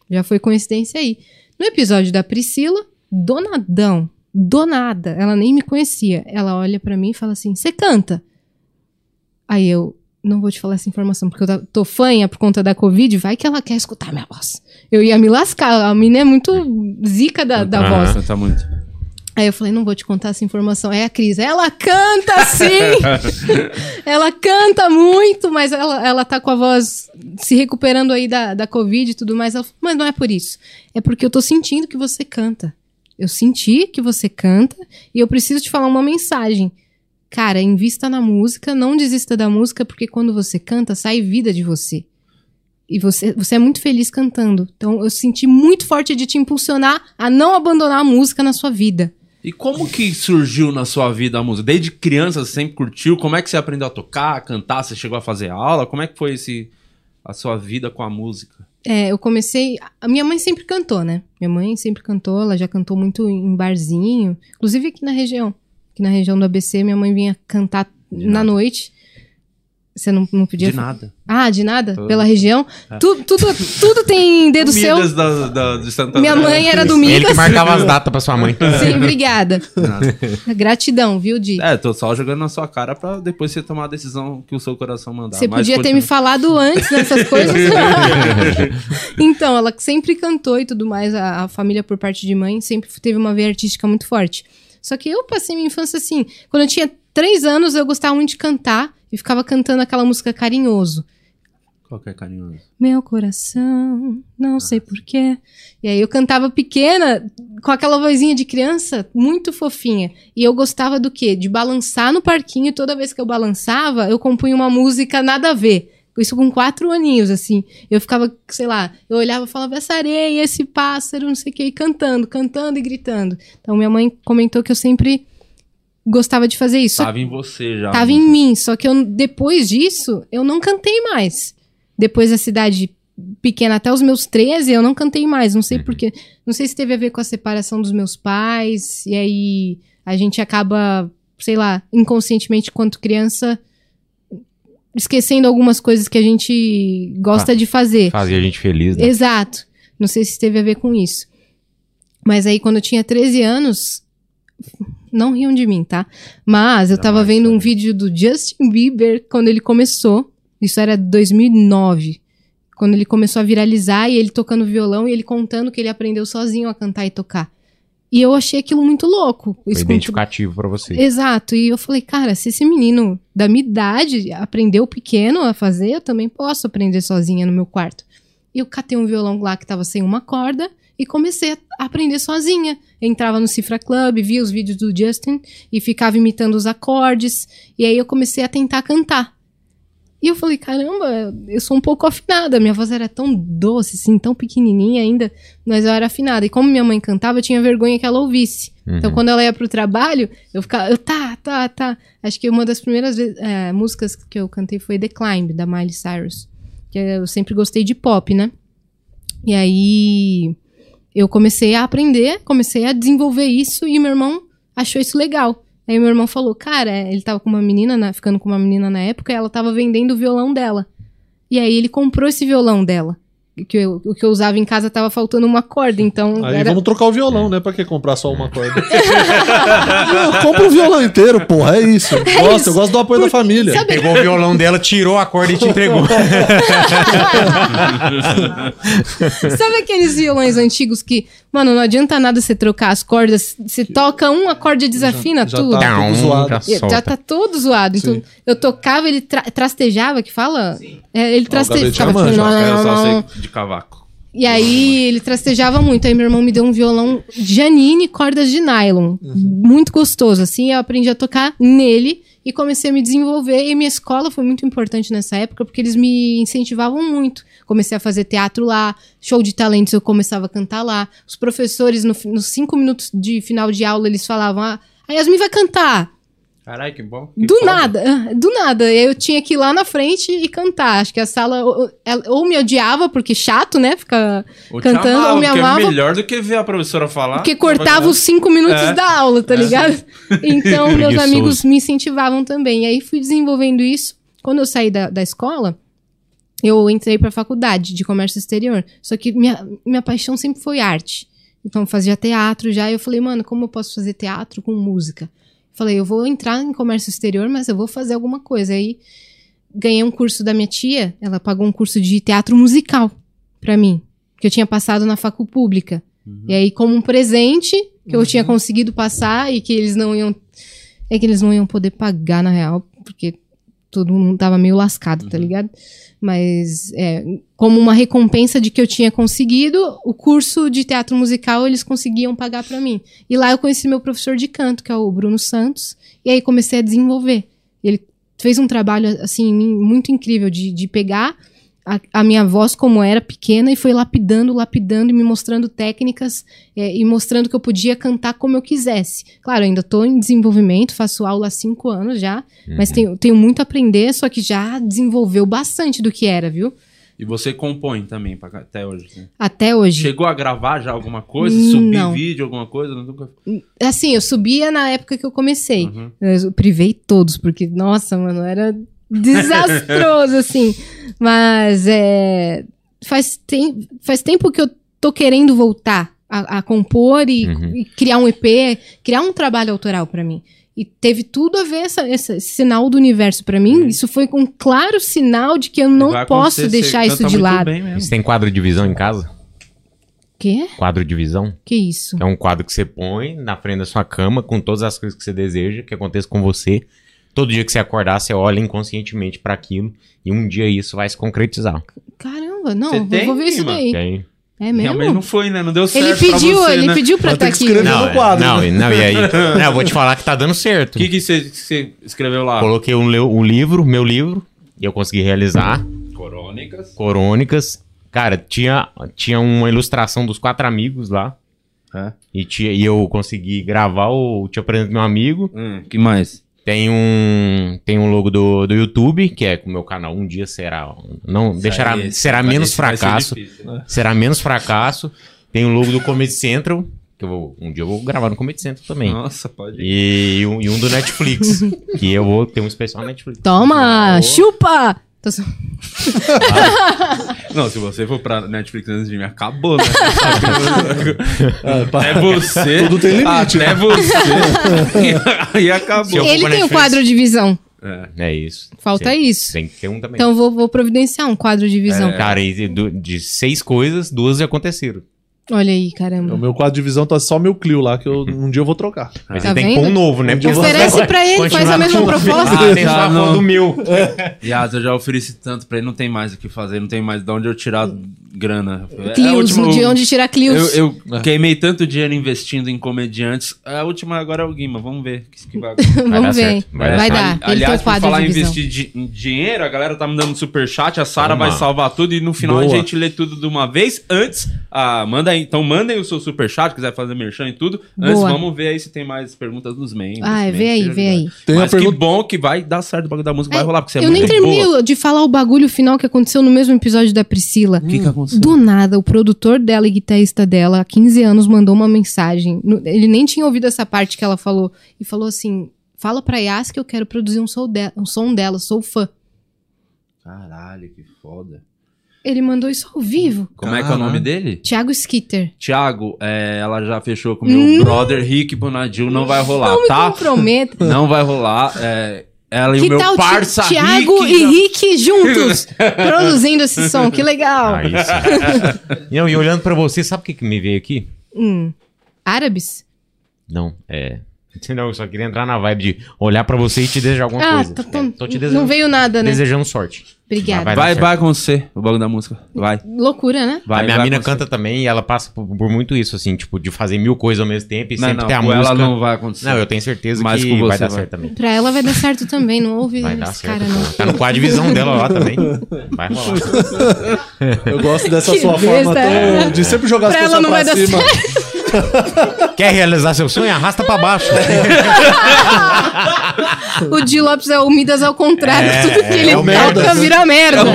[SPEAKER 4] Já foi coincidência aí. No episódio da Priscila, donadão, donada, ela nem me conhecia. Ela olha pra mim e fala assim: "Você canta?" Aí eu não vou te falar essa informação, porque eu ta- tô fanha por conta da Covid, vai que ela quer escutar minha voz. Eu ia me lascar, a menina é muito zica da, da
[SPEAKER 2] Ah.
[SPEAKER 4] voz.
[SPEAKER 1] Nossa, tá muito.
[SPEAKER 4] Aí eu falei, não vou te contar essa informação. Aí a Cris, ela canta sim! ela canta muito, mas ela, ela tá com a voz se recuperando aí da, da Covid e tudo mais. Ela falou, mas não é por isso. É porque eu tô sentindo que você canta. Eu senti que você canta e eu preciso te falar uma mensagem. Cara, invista na música, não desista da música, porque quando você canta, sai vida de você. E você, você é muito feliz cantando. Então, eu senti muito forte de te impulsionar a não abandonar a música na sua vida.
[SPEAKER 1] E como que surgiu na sua vida a música? Desde criança você sempre curtiu? Como é que você aprendeu a tocar, a cantar? Você chegou a fazer aula? Como é que foi esse a sua vida com a música?
[SPEAKER 4] É, eu comecei. A minha mãe sempre cantou, né? Minha mãe sempre cantou, ela já cantou muito em barzinho, inclusive aqui na região. Aqui na região do ABC, minha mãe vinha cantar
[SPEAKER 1] De
[SPEAKER 4] na
[SPEAKER 1] nada.
[SPEAKER 4] noite. Você não, não podia.
[SPEAKER 1] De nada.
[SPEAKER 4] Ah, de nada?
[SPEAKER 1] Todo-
[SPEAKER 4] Pela região?
[SPEAKER 1] É.
[SPEAKER 4] Tu- tudo, tudo tem dedo seu.
[SPEAKER 1] Comidas tá da, da, de Santa né?
[SPEAKER 4] Minha
[SPEAKER 1] André.
[SPEAKER 4] mãe era do
[SPEAKER 2] Ele que
[SPEAKER 4] Midas. É.
[SPEAKER 2] marcava as datas pra sua mãe.
[SPEAKER 4] Sim, obrigada.
[SPEAKER 1] Nada.
[SPEAKER 4] Gratidão, viu, Di?
[SPEAKER 1] É, tô só jogando na sua cara pra depois você tomar a decisão que o seu coração mandar.
[SPEAKER 4] Você
[SPEAKER 1] Mas
[SPEAKER 4] podia ter
[SPEAKER 1] continua.
[SPEAKER 4] me falado antes dessas coisas. então, ela sempre cantou e tudo mais. A, a família, por parte de mãe, sempre teve uma veia artística muito forte. Só que eu passei minha infância assim. Quando eu tinha três anos, eu gostava muito de cantar e ficava cantando aquela música carinhoso.
[SPEAKER 1] Qualquer carinhoso.
[SPEAKER 4] Meu coração, não sei porquê. E aí eu cantava pequena, com aquela vozinha de criança, muito fofinha. E eu gostava do quê? De balançar no parquinho. e Toda vez que eu balançava, eu compunha uma música nada a ver. Isso com quatro aninhos, assim. Eu ficava, sei lá, eu olhava e falava essa areia, esse pássaro, não sei o quê, e cantando, cantando e gritando. Então minha mãe comentou que eu sempre gostava de fazer isso. Só
[SPEAKER 1] Tava em você já.
[SPEAKER 4] Tava em mim, só que eu, depois disso, eu não cantei mais. Depois da cidade pequena, até os meus 13, eu não cantei mais. Não sei porquê. Não sei se teve a ver com a separação dos meus pais, e aí A gente acaba, sei lá, inconscientemente, quanto criança, esquecendo algumas coisas que a gente gosta de fazer.
[SPEAKER 2] Fazia a gente feliz, né?
[SPEAKER 4] Exato. Não sei se teve a ver com isso. Mas aí, quando eu tinha 13 anos. Não riam de mim, tá? Mas eu
[SPEAKER 2] Ainda
[SPEAKER 4] tava
[SPEAKER 2] mais,
[SPEAKER 4] vendo um
[SPEAKER 2] né?
[SPEAKER 4] vídeo do Justin Bieber quando ele começou. Isso era 2009. Quando ele começou a viralizar e ele tocando violão e ele contando que ele aprendeu sozinho a cantar e tocar. E eu achei aquilo muito louco.
[SPEAKER 2] Foi
[SPEAKER 4] com-
[SPEAKER 2] identificativo pra você.
[SPEAKER 4] Exato. E eu falei, cara, se esse menino da minha idade aprendeu pequeno a fazer, eu também posso aprender sozinha no meu quarto. E eu catei um violão lá que tava sem uma corda e comecei a aprender sozinha. Entrava no Cifra Club, via os vídeos do Justin e ficava imitando os acordes. E aí eu comecei a tentar cantar. E eu falei, caramba, eu sou um pouco afinada. Minha voz era tão doce, assim, tão pequenininha ainda, mas eu era afinada. E como minha mãe cantava, eu tinha vergonha que ela ouvisse. Então,
[SPEAKER 2] Uhum.
[SPEAKER 4] quando ela ia pro trabalho, eu ficava, eu, tá, tá, tá. Acho que uma das primeiras ve- é, músicas que eu cantei foi The Climb, da Miley Cyrus. Que é, eu sempre gostei de pop, né? E aí eu comecei a aprender, comecei a desenvolver isso e meu irmão achou isso legal. Aí meu irmão falou, cara, é, ele tava com uma menina, na- ficando com uma menina na época, e ela tava vendendo o violão dela. E aí ele comprou esse violão dela. Que eu- o que eu usava em casa tava faltando uma corda, então
[SPEAKER 3] Aí
[SPEAKER 4] era
[SPEAKER 3] vamos trocar o violão, né? Pra que comprar só uma corda? Não, Compra o violão inteiro, porra. É isso. Eu gosto,
[SPEAKER 4] isso.
[SPEAKER 3] eu gosto do apoio da família.
[SPEAKER 4] Sabe-
[SPEAKER 2] Pegou o violão dela, tirou a corda e te entregou.
[SPEAKER 4] Tá um Sabe aqueles violões antigos que, mano, não adianta nada você trocar as cordas. Você toca um acorde e desafina
[SPEAKER 3] já
[SPEAKER 4] tudo.
[SPEAKER 3] tá. tudo zoado.
[SPEAKER 2] já
[SPEAKER 4] E Já
[SPEAKER 2] solta.
[SPEAKER 4] tá todo zoado. Então,
[SPEAKER 3] Sim.
[SPEAKER 4] eu tocava, ele tra- trastejava, que fala? É, ele
[SPEAKER 3] Gabriel
[SPEAKER 4] traste... ficava
[SPEAKER 3] Tchaman,
[SPEAKER 4] assim,
[SPEAKER 3] já
[SPEAKER 4] "Não, não,
[SPEAKER 1] Eu
[SPEAKER 4] não,
[SPEAKER 1] só
[SPEAKER 4] não".
[SPEAKER 1] sei de cavaco.
[SPEAKER 4] E aí ele trastejava muito. Aí meu irmão me deu um violão Janine, cordas de nylon.
[SPEAKER 1] Uhum.
[SPEAKER 4] Muito gostoso, assim. Eu aprendi a tocar nele e comecei a me desenvolver. E minha escola foi muito importante nessa época, porque eles me incentivavam muito. Comecei a fazer teatro lá, show de talentos eu começava a cantar lá. Os professores, no fi- nos cinco minutos de final de aula, eles falavam: ah, a Yasmin vai cantar.
[SPEAKER 1] Caralho, que bom. que
[SPEAKER 4] Do
[SPEAKER 1] foda.
[SPEAKER 4] nada, ah, do nada. Eu tinha que ir lá na frente e cantar. Acho que a sala ou, ela- ou me odiava, porque chato, né? Ficar
[SPEAKER 1] Ou te
[SPEAKER 4] cantando,
[SPEAKER 1] amava,
[SPEAKER 4] ou me
[SPEAKER 1] porque
[SPEAKER 4] amava.
[SPEAKER 1] É melhor do que ver a professora falar.
[SPEAKER 4] Porque cortava os cinco minutos
[SPEAKER 1] É.
[SPEAKER 4] da aula, tá
[SPEAKER 1] É.
[SPEAKER 4] ligado? Então, meus
[SPEAKER 2] Preguiçoso.
[SPEAKER 4] amigos me incentivavam também. E aí fui desenvolvendo isso. Quando eu saí da, da escola, eu entrei pra faculdade de comércio exterior. Só que minha, minha paixão sempre foi arte. Então, eu fazia teatro já. E eu falei, mano, como eu posso fazer teatro com música? Falei, eu vou entrar em comércio exterior, mas eu vou fazer alguma coisa. Aí ganhei um curso da minha tia. Ela pagou um curso de teatro musical pra mim. Que eu tinha passado na facu pública. E aí, como um presente que eu tinha conseguido passar e que eles não iam. É que eles não iam poder pagar, na real, porque todo mundo tava meio lascado, tá ligado? Mas é, como uma recompensa de que eu tinha conseguido, o curso de teatro musical eles conseguiam pagar pra mim. E lá eu conheci meu professor de canto, que é o Bruno Santos, e aí comecei a desenvolver. Ele fez um trabalho, assim, em mim muito incrível de, de pegar a, a minha voz como era pequena e foi lapidando, lapidando e me mostrando técnicas é, e mostrando que eu podia cantar como eu quisesse. Claro, eu ainda estou em desenvolvimento, faço aula há cinco anos já, mas tenho, tenho muito a aprender, só que já desenvolveu bastante do que era, viu?
[SPEAKER 1] E você compõe também pra cá- até hoje. né?
[SPEAKER 4] Até hoje.
[SPEAKER 1] Chegou a gravar já alguma coisa?
[SPEAKER 4] Hum,
[SPEAKER 1] subir
[SPEAKER 4] não.
[SPEAKER 1] vídeo, alguma coisa? Nunca...
[SPEAKER 4] Assim, eu subia na época que eu comecei.
[SPEAKER 1] Uhum.
[SPEAKER 4] Eu privei todos, porque, nossa, mano, era desastroso, assim. Mas é, faz, tem, faz tempo que eu tô querendo voltar a, a compor e,
[SPEAKER 2] Uhum.
[SPEAKER 4] e criar um EP, criar um trabalho autoral pra mim. E teve tudo a ver essa, essa- esse sinal do universo pra mim. Isso foi um claro sinal de que eu não
[SPEAKER 1] Uhum. Vai
[SPEAKER 4] posso
[SPEAKER 1] acontecer,
[SPEAKER 4] deixar
[SPEAKER 1] você
[SPEAKER 4] isso
[SPEAKER 1] canta
[SPEAKER 4] de
[SPEAKER 1] muito
[SPEAKER 4] lado.
[SPEAKER 1] bem mesmo.
[SPEAKER 2] Você tem quadro de visão em casa?
[SPEAKER 4] Quê?
[SPEAKER 2] Quadro de visão?
[SPEAKER 4] Que isso?
[SPEAKER 2] É um quadro que você põe na frente da sua cama com todas as coisas que você deseja que aconteça com você. Todo dia que você acordar, você olha inconscientemente pra aquilo e um dia isso vai se concretizar.
[SPEAKER 4] Caramba, não,
[SPEAKER 1] Você
[SPEAKER 4] eu
[SPEAKER 1] tem,
[SPEAKER 4] vou ver isso
[SPEAKER 1] mano?
[SPEAKER 4] daí.
[SPEAKER 2] Tem-
[SPEAKER 4] É
[SPEAKER 1] Realmente
[SPEAKER 4] mesmo?
[SPEAKER 1] não foi, né? Não deu certo.
[SPEAKER 4] Ele
[SPEAKER 1] pra
[SPEAKER 4] pediu,
[SPEAKER 1] você,
[SPEAKER 4] ele
[SPEAKER 1] né?
[SPEAKER 4] pediu pra
[SPEAKER 3] Mas
[SPEAKER 4] estar
[SPEAKER 3] tem que
[SPEAKER 4] aqui.
[SPEAKER 3] escrever
[SPEAKER 4] né?
[SPEAKER 3] no
[SPEAKER 2] é-
[SPEAKER 3] quadro,
[SPEAKER 2] não,
[SPEAKER 3] né?
[SPEAKER 2] e- não, e aí? Não, eu vou te falar que tá dando certo.
[SPEAKER 1] O que, que você, que você escreveu lá?
[SPEAKER 2] Coloquei um, leu- um livro, meu livro, e eu consegui realizar.
[SPEAKER 1] Corônicas.
[SPEAKER 2] Corônicas. Cara, tinha, tinha uma ilustração dos quatro amigos lá.
[SPEAKER 1] É.
[SPEAKER 2] E, tinha- e eu consegui gravar o Te Apresento Meu Amigo.
[SPEAKER 1] Hum, que mais?
[SPEAKER 2] Tem um, tem um logo do, do YouTube, que é com o meu canal. Um dia será. Não, deixará,
[SPEAKER 1] Esse-
[SPEAKER 2] será
[SPEAKER 1] esse
[SPEAKER 2] menos
[SPEAKER 1] vai ser
[SPEAKER 2] fracasso.
[SPEAKER 1] difícil, né?
[SPEAKER 2] Será menos fracasso. Tem um logo do Comedy Central, Que eu vou, um dia eu vou gravar no Comedy Central também.
[SPEAKER 1] Nossa, pode ir.
[SPEAKER 2] E, um, e um do Netflix. que eu vou ter um especial Netflix.
[SPEAKER 4] Toma!
[SPEAKER 2] Eu-
[SPEAKER 4] Chupa! Tô só-
[SPEAKER 1] Não, se você for pra Netflix antes de mim, acabou, né?
[SPEAKER 3] É, pá.
[SPEAKER 1] Até você.
[SPEAKER 3] Tudo tem limite,
[SPEAKER 1] Até você. e acabou.
[SPEAKER 2] eu
[SPEAKER 4] Ele
[SPEAKER 2] vou
[SPEAKER 4] tem um
[SPEAKER 2] Netflix.
[SPEAKER 4] quadro de visão.
[SPEAKER 1] É.
[SPEAKER 2] É isso.
[SPEAKER 4] Falta
[SPEAKER 2] Sim. É.
[SPEAKER 4] isso.
[SPEAKER 2] Tem que ter um também.
[SPEAKER 4] Então vou, vou providenciar um quadro de
[SPEAKER 1] É.
[SPEAKER 4] visão.
[SPEAKER 2] Cara, e de, do- de seis coisas, duas já aconteceram.
[SPEAKER 1] Tá
[SPEAKER 4] Olha aí,
[SPEAKER 3] O
[SPEAKER 4] caramba.
[SPEAKER 3] meu quadro de visão tá só meu Clio lá, que eu, um dia eu vou trocar.
[SPEAKER 2] Mas
[SPEAKER 4] Tá
[SPEAKER 2] você tem que pôr
[SPEAKER 4] vendo?
[SPEAKER 2] um novo, né? Porque
[SPEAKER 4] Oferece
[SPEAKER 2] você-
[SPEAKER 4] pra ele, faz a
[SPEAKER 2] continuar
[SPEAKER 4] mesma
[SPEAKER 2] com-
[SPEAKER 4] proposta.
[SPEAKER 2] Ah, tem
[SPEAKER 1] Ah,
[SPEAKER 2] só a
[SPEAKER 1] não.
[SPEAKER 2] foto do meu.
[SPEAKER 1] Yas, eu já ofereci tanto pra ele, não tem mais o que fazer, não tem mais de onde eu tirar grana. É a
[SPEAKER 4] Clios,
[SPEAKER 1] última-
[SPEAKER 4] Hum. de onde tirar
[SPEAKER 1] Eu,
[SPEAKER 4] Clios.
[SPEAKER 1] eu queimei tanto dinheiro investindo em comediantes. A última agora é o Guima. Vamos ver o que que vai acontecer.
[SPEAKER 2] Vai dar
[SPEAKER 4] Vamos ver.
[SPEAKER 2] certo, vai dar
[SPEAKER 4] Vai
[SPEAKER 2] certo.
[SPEAKER 4] dar. Ele
[SPEAKER 1] Aliás,
[SPEAKER 4] tem um
[SPEAKER 1] por
[SPEAKER 4] quadro
[SPEAKER 1] falar
[SPEAKER 4] de
[SPEAKER 1] em
[SPEAKER 4] visão.
[SPEAKER 1] investir di- em dinheiro, a galera tá me dando superchat, a Sara
[SPEAKER 2] Toma.
[SPEAKER 1] vai salvar tudo e no final
[SPEAKER 3] Boa.
[SPEAKER 1] a gente lê tudo de uma vez. Antes, ah, manda aí, então mandem o seu superchat, quiser fazer merchan e tudo. Antes,
[SPEAKER 4] Boa.
[SPEAKER 1] vamos ver aí se tem mais perguntas dos membros.
[SPEAKER 4] Ah, é,
[SPEAKER 1] membros,
[SPEAKER 4] vê aí,
[SPEAKER 1] que
[SPEAKER 4] vê aí.
[SPEAKER 3] Tem
[SPEAKER 1] Mas
[SPEAKER 3] a pergunta-
[SPEAKER 1] que bom que vai dar certo o bagulho da música, vai rolar, porque você é
[SPEAKER 4] eu nem
[SPEAKER 1] muito
[SPEAKER 4] terminei
[SPEAKER 1] boa.
[SPEAKER 4] de falar o bagulho final que aconteceu no mesmo episódio da Priscila.
[SPEAKER 1] O que,
[SPEAKER 3] Hum.
[SPEAKER 1] que aconteceu?
[SPEAKER 4] Do nada, o produtor dela e guitarrista dela, há 15 anos, mandou uma mensagem. No- Ele nem tinha ouvido essa parte que ela falou. E falou assim: fala pra Yas que eu quero produzir um, sol de- um som dela, sou fã.
[SPEAKER 1] Caralho, que foda.
[SPEAKER 4] Ele mandou isso ao vivo.
[SPEAKER 1] Como é que é o nome
[SPEAKER 3] Caralho.
[SPEAKER 1] dele?
[SPEAKER 4] Thiago Skitter.
[SPEAKER 1] Tiago, é, ela já fechou com meu brother Rick Bonadil, não vai rolar,
[SPEAKER 4] Hum. Não me
[SPEAKER 1] tá?
[SPEAKER 4] comprometa.
[SPEAKER 1] Não vai rolar. é, ela e
[SPEAKER 4] que
[SPEAKER 1] o meu
[SPEAKER 4] tal Ti-
[SPEAKER 1] parça
[SPEAKER 4] Thiago
[SPEAKER 1] Rick.
[SPEAKER 4] e Rick juntos produzindo esse som? Que legal.
[SPEAKER 2] Aí sim. Não, e olhando pra você, sabe o que, que me veio aqui?
[SPEAKER 4] Hum. Árabes?
[SPEAKER 2] Não, é. Não, eu só queria entrar na vibe de olhar pra você e te desejar alguma
[SPEAKER 4] ah,
[SPEAKER 2] coisa.
[SPEAKER 4] tá
[SPEAKER 2] É,
[SPEAKER 4] tão...
[SPEAKER 2] tô te
[SPEAKER 4] não
[SPEAKER 2] desejando,
[SPEAKER 4] veio nada, né?
[SPEAKER 2] desejando sorte.
[SPEAKER 4] Obrigada.
[SPEAKER 2] Vai dar
[SPEAKER 1] Vai,
[SPEAKER 2] certo.
[SPEAKER 1] vai acontecer o bagulho da música. Vai.
[SPEAKER 4] Loucura, né?
[SPEAKER 1] vai
[SPEAKER 2] a minha
[SPEAKER 1] vai
[SPEAKER 2] mina
[SPEAKER 1] acontecer.
[SPEAKER 2] canta também e ela passa por, por muito isso, assim, tipo, de fazer mil coisas ao mesmo tempo e
[SPEAKER 1] Não,
[SPEAKER 2] sempre
[SPEAKER 1] não,
[SPEAKER 2] tem a
[SPEAKER 1] com
[SPEAKER 2] música.
[SPEAKER 1] ela não vai acontecer.
[SPEAKER 2] Não, eu tenho certeza
[SPEAKER 1] Mas
[SPEAKER 2] que
[SPEAKER 1] com você
[SPEAKER 2] vai dar
[SPEAKER 1] vai.
[SPEAKER 2] certo também.
[SPEAKER 4] Pra ela vai dar certo também, não ouve
[SPEAKER 2] Vai dar
[SPEAKER 4] esse
[SPEAKER 2] certo.
[SPEAKER 4] cara, não.
[SPEAKER 2] pô. Tá no quadro de visão dela lá também. Vai rolar.
[SPEAKER 3] Eu gosto dessa
[SPEAKER 4] Que
[SPEAKER 3] sua
[SPEAKER 4] besta.
[SPEAKER 3] forma tão- de sempre jogar as
[SPEAKER 4] Pra ela
[SPEAKER 3] pessoas
[SPEAKER 4] não vai
[SPEAKER 3] pra
[SPEAKER 4] dar
[SPEAKER 3] cima.
[SPEAKER 2] Quer realizar seu sonho? Arrasta pra baixo.
[SPEAKER 4] O D. Lopes é o Midas ao contrário.
[SPEAKER 2] É,
[SPEAKER 4] Tudo que
[SPEAKER 2] é,
[SPEAKER 4] ele
[SPEAKER 2] é
[SPEAKER 4] toca
[SPEAKER 2] o né? merda.
[SPEAKER 4] vira
[SPEAKER 1] É o
[SPEAKER 4] merda.
[SPEAKER 2] Merda.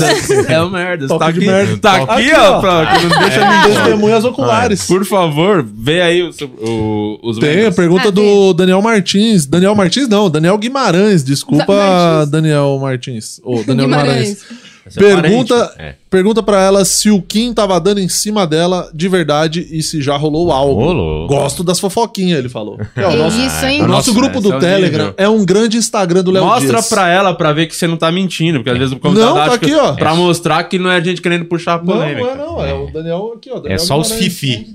[SPEAKER 1] merda. É o merda.
[SPEAKER 3] Toque
[SPEAKER 1] Tá
[SPEAKER 3] de
[SPEAKER 1] aqui,
[SPEAKER 3] merda.
[SPEAKER 1] tá aqui,
[SPEAKER 3] Aqui, ó.
[SPEAKER 1] ó. pra- que não deixa
[SPEAKER 3] Tem
[SPEAKER 1] mentir.
[SPEAKER 3] Testemunhas oculares.
[SPEAKER 1] Ah, é. Por favor, vê aí o seu- o- os
[SPEAKER 3] Tem a
[SPEAKER 1] membros.
[SPEAKER 3] pergunta
[SPEAKER 4] Ah,
[SPEAKER 3] do Daniel Martins. Daniel Martins não, Daniel Guimarães. Desculpa,
[SPEAKER 4] Martins.
[SPEAKER 3] Daniel Martins. Ô, Daniel Guimarães.
[SPEAKER 4] Guimarães.
[SPEAKER 1] Esse é
[SPEAKER 3] Pergunta,
[SPEAKER 1] parente.
[SPEAKER 2] É.
[SPEAKER 3] pergunta pra ela se o Kim tava dando em cima dela de verdade e se já rolou algo.
[SPEAKER 2] Rolou.
[SPEAKER 3] Gosto das fofoquinhas, ele falou. É, o
[SPEAKER 4] É
[SPEAKER 3] nosso,
[SPEAKER 4] isso,
[SPEAKER 3] o
[SPEAKER 4] hein?
[SPEAKER 1] Nossa,
[SPEAKER 3] nosso grupo
[SPEAKER 1] esse é
[SPEAKER 3] do
[SPEAKER 1] o
[SPEAKER 3] Telegram
[SPEAKER 1] nível.
[SPEAKER 3] é um grande Instagram do Léo
[SPEAKER 1] Mostra
[SPEAKER 3] Dias.
[SPEAKER 1] pra ela pra ver que você não tá mentindo, porque às vezes o
[SPEAKER 3] Não, tá aqui, ó.
[SPEAKER 1] Pra mostrar que não é a gente querendo puxar a
[SPEAKER 3] Não, não
[SPEAKER 1] é polêmica.
[SPEAKER 3] é não, é o Daniel aqui, ó.
[SPEAKER 2] É
[SPEAKER 3] Daniel
[SPEAKER 2] só os
[SPEAKER 3] Guimarães.
[SPEAKER 2] fifi.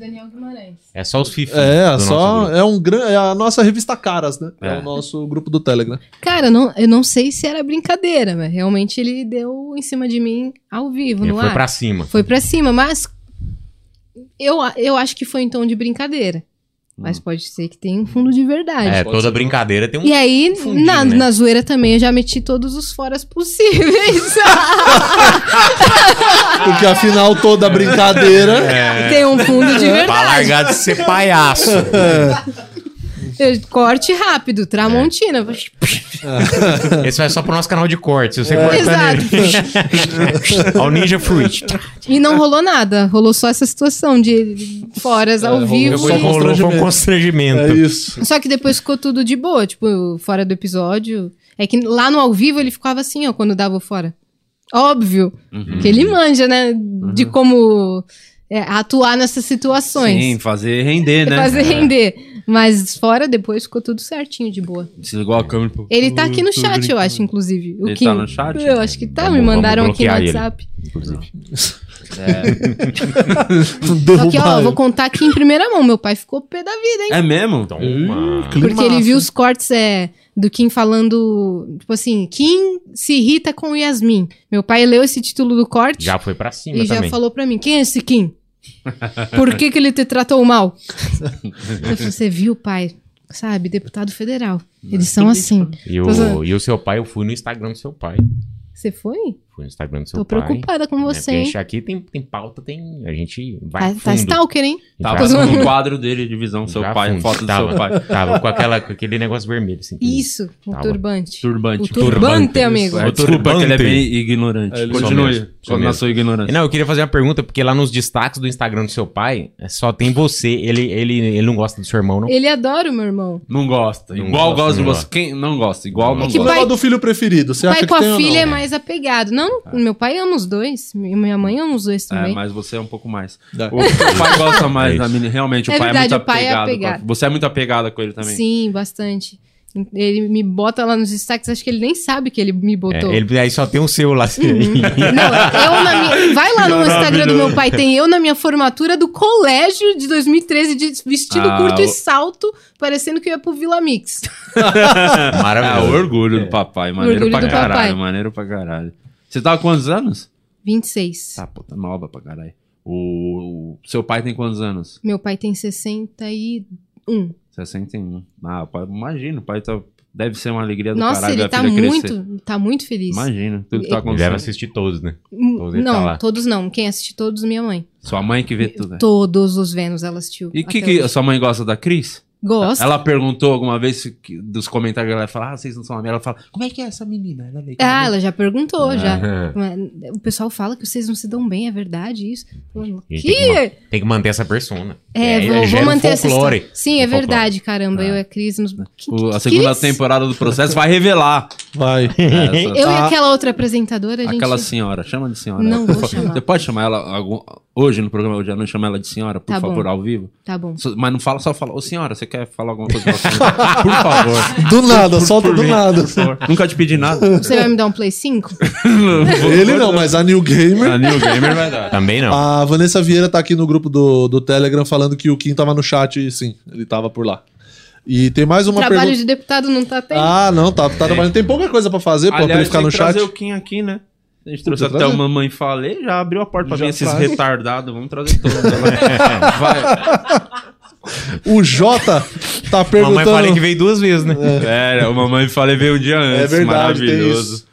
[SPEAKER 2] É só os fifi.
[SPEAKER 3] É,
[SPEAKER 2] do nosso
[SPEAKER 3] só
[SPEAKER 2] grupo.
[SPEAKER 3] é um grande, é a nossa revista Caras, né? É.
[SPEAKER 1] É.
[SPEAKER 3] o nosso grupo do Telegram.
[SPEAKER 4] Cara, não, eu não sei se era brincadeira, mas realmente ele deu em cima de mim ao vivo,
[SPEAKER 2] Ele
[SPEAKER 4] no
[SPEAKER 2] foi
[SPEAKER 4] ar.
[SPEAKER 2] pra cima.
[SPEAKER 4] Foi pra cima, mas eu, a- eu acho que foi em tom de brincadeira. Mas pode ser que tenha um fundo de verdade.
[SPEAKER 2] Hum. É, toda brincadeira tem um.
[SPEAKER 4] E aí,
[SPEAKER 2] Fundir,
[SPEAKER 4] na,
[SPEAKER 2] né?
[SPEAKER 4] na zoeira também, eu já meti todos os foras possíveis.
[SPEAKER 3] Porque afinal toda
[SPEAKER 1] É.
[SPEAKER 3] brincadeira
[SPEAKER 4] Tem um fundo de
[SPEAKER 2] é, Pra
[SPEAKER 4] verdade.
[SPEAKER 2] largar de ser palhaço.
[SPEAKER 4] Eu- corte rápido, Tramontina.
[SPEAKER 2] É. Esse vai só pro nosso canal de corte.
[SPEAKER 3] É.
[SPEAKER 2] Se você cortar
[SPEAKER 4] Exato.
[SPEAKER 2] nele. Ao Ninja Fruit.
[SPEAKER 4] E não rolou nada, rolou só essa situação de
[SPEAKER 1] É,
[SPEAKER 4] foras ao
[SPEAKER 3] rolou
[SPEAKER 4] vivo.
[SPEAKER 3] só
[SPEAKER 2] Foi
[SPEAKER 4] e-
[SPEAKER 3] com-
[SPEAKER 2] rolou foi um constrangimento.
[SPEAKER 1] então.
[SPEAKER 3] é isso.
[SPEAKER 4] Só que depois ficou tudo de boa, tipo, fora do episódio. É que lá no ao vivo ele ficava assim, ó, quando dava o fora. Óbvio.
[SPEAKER 1] Uhum.
[SPEAKER 4] Que ele manja, né? De como é, atuar nessas situações.
[SPEAKER 1] Sim, fazer render, né?
[SPEAKER 4] Fazer
[SPEAKER 1] É.
[SPEAKER 4] render. Mas fora, depois ficou tudo certinho, de boa.
[SPEAKER 1] Desligou a câmera. pô.
[SPEAKER 4] Ele tá aqui no
[SPEAKER 1] Eu tô
[SPEAKER 4] chat, eu
[SPEAKER 1] brincando.
[SPEAKER 4] acho, inclusive. O
[SPEAKER 1] Ele
[SPEAKER 4] Kim.
[SPEAKER 1] tá no chat?
[SPEAKER 4] Eu acho que tá,
[SPEAKER 2] Vamos-
[SPEAKER 4] me mandaram
[SPEAKER 2] vamos
[SPEAKER 4] aqui no
[SPEAKER 2] bloquear ele.
[SPEAKER 4] WhatsApp.
[SPEAKER 2] Inclusive.
[SPEAKER 4] Só que, ó,
[SPEAKER 3] Derrubar
[SPEAKER 4] eu vou
[SPEAKER 3] ele.
[SPEAKER 4] contar aqui em primeira mão. Meu pai ficou pé da vida, hein?
[SPEAKER 1] É mesmo?
[SPEAKER 2] Então,
[SPEAKER 4] Porque ele
[SPEAKER 3] massa.
[SPEAKER 4] viu os cortes é, do Kim falando, tipo assim, Kim se irrita com Yasmin. Meu pai leu esse título do corte
[SPEAKER 2] já foi pra cima
[SPEAKER 4] e já
[SPEAKER 2] também.
[SPEAKER 4] falou pra mim, quem é esse Kim? Por que que ele te tratou mal? Eu falei, Você viu, pai? Sabe, deputado federal. Eles são assim.
[SPEAKER 2] E o,
[SPEAKER 4] Tô zoando.
[SPEAKER 2] e o seu pai, eu fui no Instagram do seu pai.
[SPEAKER 4] Você foi?
[SPEAKER 2] foi no Instagram do seu
[SPEAKER 4] Tô
[SPEAKER 2] pai.
[SPEAKER 4] preocupada com
[SPEAKER 2] né?
[SPEAKER 4] você,
[SPEAKER 2] Porque a
[SPEAKER 4] hein?
[SPEAKER 2] gente aqui tem, tem pauta, tem. A gente vai.
[SPEAKER 4] Tá,
[SPEAKER 2] fundo.
[SPEAKER 4] tá stalker, hein?
[SPEAKER 2] A gente
[SPEAKER 1] Tava
[SPEAKER 2] vai fundo.
[SPEAKER 1] no um quadro dele de visão do seu
[SPEAKER 2] Já
[SPEAKER 1] pai,
[SPEAKER 2] fundo.
[SPEAKER 1] foto do
[SPEAKER 2] Tava.
[SPEAKER 1] seu pai.
[SPEAKER 2] Tava com, aquela, com aquele negócio vermelho, assim. que-
[SPEAKER 4] Isso, o
[SPEAKER 2] Tá,
[SPEAKER 4] turbante.
[SPEAKER 1] Turbante.
[SPEAKER 4] O turbante, amigo.
[SPEAKER 1] É, desculpa, que ele é bem ignorante.
[SPEAKER 3] É, ele-
[SPEAKER 2] Isso
[SPEAKER 1] Continue
[SPEAKER 2] mesmo, isso
[SPEAKER 1] só na
[SPEAKER 2] mesmo.
[SPEAKER 1] sua ignorância.
[SPEAKER 2] Não, eu queria fazer uma pergunta, porque lá nos destaques do Instagram do seu pai, é, só tem você. Ele, ele, ele não gosta do seu irmão, não?
[SPEAKER 4] Ele adora o meu irmão.
[SPEAKER 1] Não gosta.
[SPEAKER 2] Não
[SPEAKER 1] Igual
[SPEAKER 2] gosta,
[SPEAKER 1] gosta de
[SPEAKER 2] não
[SPEAKER 1] você. Quem não gosta? Igual não
[SPEAKER 4] É que
[SPEAKER 1] gosta.
[SPEAKER 3] O
[SPEAKER 4] vai-
[SPEAKER 3] negócio do filho preferido, você acha
[SPEAKER 4] pai
[SPEAKER 3] que
[SPEAKER 4] com
[SPEAKER 3] tem
[SPEAKER 4] a
[SPEAKER 3] ou
[SPEAKER 4] filha é
[SPEAKER 3] não?
[SPEAKER 4] mais apegado. Não,
[SPEAKER 2] Ah.
[SPEAKER 4] meu pai ama os dois. mi- Minha mãe ama os dois
[SPEAKER 1] É,
[SPEAKER 4] também.
[SPEAKER 1] mas você é um pouco mais.
[SPEAKER 3] É.
[SPEAKER 1] O o pai gosta mais
[SPEAKER 2] É
[SPEAKER 1] da menina. Realmente, o
[SPEAKER 4] É
[SPEAKER 1] pai
[SPEAKER 4] verdade,
[SPEAKER 1] é
[SPEAKER 4] o
[SPEAKER 1] muito
[SPEAKER 4] pai é
[SPEAKER 1] apegado. com a-
[SPEAKER 4] apegado.
[SPEAKER 1] Você é muito apegada com ele também.
[SPEAKER 4] Sim, bastante. Ele me bota lá nos destaques, acho que ele nem sabe que ele me
[SPEAKER 2] É,
[SPEAKER 4] botou.
[SPEAKER 2] ele, aí só tem o seu lá. assim.
[SPEAKER 4] Não, é eu na minha... Vai lá no Instagram do meu pai, tem eu na minha formatura do colégio de 2013, de vestido
[SPEAKER 1] Ah,
[SPEAKER 4] curto
[SPEAKER 1] o-
[SPEAKER 4] e salto, parecendo que eu ia pro Vila Mix.
[SPEAKER 1] Ah, o
[SPEAKER 2] Maravilhoso.
[SPEAKER 1] orgulho do papai. Maneiro
[SPEAKER 4] orgulho
[SPEAKER 1] pra
[SPEAKER 4] do
[SPEAKER 1] caralho.
[SPEAKER 4] papai.
[SPEAKER 1] Maneiro pra caralho. Você tava com quantos anos?
[SPEAKER 4] 26.
[SPEAKER 1] Tá, pô, tá nova pra caralho. O, o seu pai tem quantos anos?
[SPEAKER 4] Meu pai tem 61.
[SPEAKER 1] 61. Ah, o pai, imagino. O pai tá- deve ser uma alegria do
[SPEAKER 4] Nossa,
[SPEAKER 1] caralho
[SPEAKER 4] ele
[SPEAKER 1] ver a
[SPEAKER 4] tá
[SPEAKER 1] filha crescer.
[SPEAKER 4] muito, tá muito feliz.
[SPEAKER 1] Imagina tudo que tá
[SPEAKER 2] Ele deve
[SPEAKER 1] acontecendo.
[SPEAKER 2] assistir todos, né?
[SPEAKER 4] Hum,
[SPEAKER 2] Todos ele tá
[SPEAKER 4] Não,
[SPEAKER 2] lá.
[SPEAKER 4] todos não. Quem assiste todos, minha mãe.
[SPEAKER 1] Sua mãe que vê tudo. né?
[SPEAKER 4] Todos os Vênus ela assistiu.
[SPEAKER 1] E que,
[SPEAKER 4] até
[SPEAKER 1] que
[SPEAKER 4] hoje.
[SPEAKER 1] sua mãe gosta da Cris?
[SPEAKER 4] Gosta.
[SPEAKER 1] Ela perguntou alguma vez se- que- dos comentários, ela fala, ah, vocês não são amigos. Ela fala, como é que é essa menina? Ela é legal.
[SPEAKER 4] Ah, ela já perguntou,
[SPEAKER 1] É.
[SPEAKER 4] já.
[SPEAKER 2] Aham.
[SPEAKER 4] Mas O pessoal fala que vocês não se dão bem, é verdade isso? Falando,
[SPEAKER 2] Gente,
[SPEAKER 4] que?
[SPEAKER 2] tem Tem que manter essa persona.
[SPEAKER 4] É, vou, vou
[SPEAKER 2] gera um
[SPEAKER 4] manter essa
[SPEAKER 2] folclore.
[SPEAKER 4] história. Sim, é
[SPEAKER 2] Um folclore.
[SPEAKER 4] verdade, caramba. Eu e a Cris. Nos... Que-
[SPEAKER 1] O- a
[SPEAKER 4] que
[SPEAKER 1] segunda
[SPEAKER 4] Cris?
[SPEAKER 1] temporada do processo vai revelar
[SPEAKER 3] Vai.
[SPEAKER 1] essa-
[SPEAKER 4] Eu e
[SPEAKER 3] Ah.
[SPEAKER 4] aquela outra apresentadora, a gente.
[SPEAKER 1] aquela senhora. Chama de senhora.
[SPEAKER 4] Não
[SPEAKER 1] por
[SPEAKER 4] vou
[SPEAKER 1] favor.
[SPEAKER 4] chamar.
[SPEAKER 1] Você pode chamar ela algum- hoje no programa hoje à noite, chama ela de senhora, por
[SPEAKER 4] Tá bom.
[SPEAKER 1] favor, ao vivo.
[SPEAKER 4] Tá bom.
[SPEAKER 1] So- Mas não fala, só fala, ô senhora, você quer falar alguma coisa? com a senhora? por favor.
[SPEAKER 3] Do nada,
[SPEAKER 1] Por-
[SPEAKER 3] solta
[SPEAKER 1] por
[SPEAKER 3] do
[SPEAKER 1] mim,
[SPEAKER 3] nada.
[SPEAKER 1] por favor. Nunca te pedi nada.
[SPEAKER 4] Você vai me dar um Play 5?
[SPEAKER 3] Ele não, mas a New Gamer.
[SPEAKER 1] A Ah, New Gamer vai dar.
[SPEAKER 2] Também não.
[SPEAKER 3] A Vanessa Vieira tá aqui no grupo do, do Telegram falando que o Kim tava no chat, e sim, ele tava por lá. E tem mais uma
[SPEAKER 4] Trabalho
[SPEAKER 3] pergunta.
[SPEAKER 4] de deputado não tá tendo.
[SPEAKER 3] Ah, não, tá, tá trabalhando. Tem pouca coisa pra fazer, pô, pra ele
[SPEAKER 1] Aliás,
[SPEAKER 3] ficar
[SPEAKER 1] tem
[SPEAKER 3] no
[SPEAKER 1] que
[SPEAKER 3] chat.
[SPEAKER 1] trazer o Kim aqui, né? A gente trouxe
[SPEAKER 3] Puta,
[SPEAKER 1] até
[SPEAKER 3] trazer.
[SPEAKER 1] o Mamãe Falei, já abriu a porta pra
[SPEAKER 3] Já
[SPEAKER 1] mim, esses
[SPEAKER 3] traz.
[SPEAKER 1] retardados, vamos trazer todos. Vai.
[SPEAKER 3] O Jota tá
[SPEAKER 2] Mamãe falei que
[SPEAKER 3] perguntando.
[SPEAKER 2] veio duas vezes, né?
[SPEAKER 1] É, o Mamãe Falei veio um dia antes,
[SPEAKER 3] É verdade, tem
[SPEAKER 1] maravilhoso.
[SPEAKER 3] isso.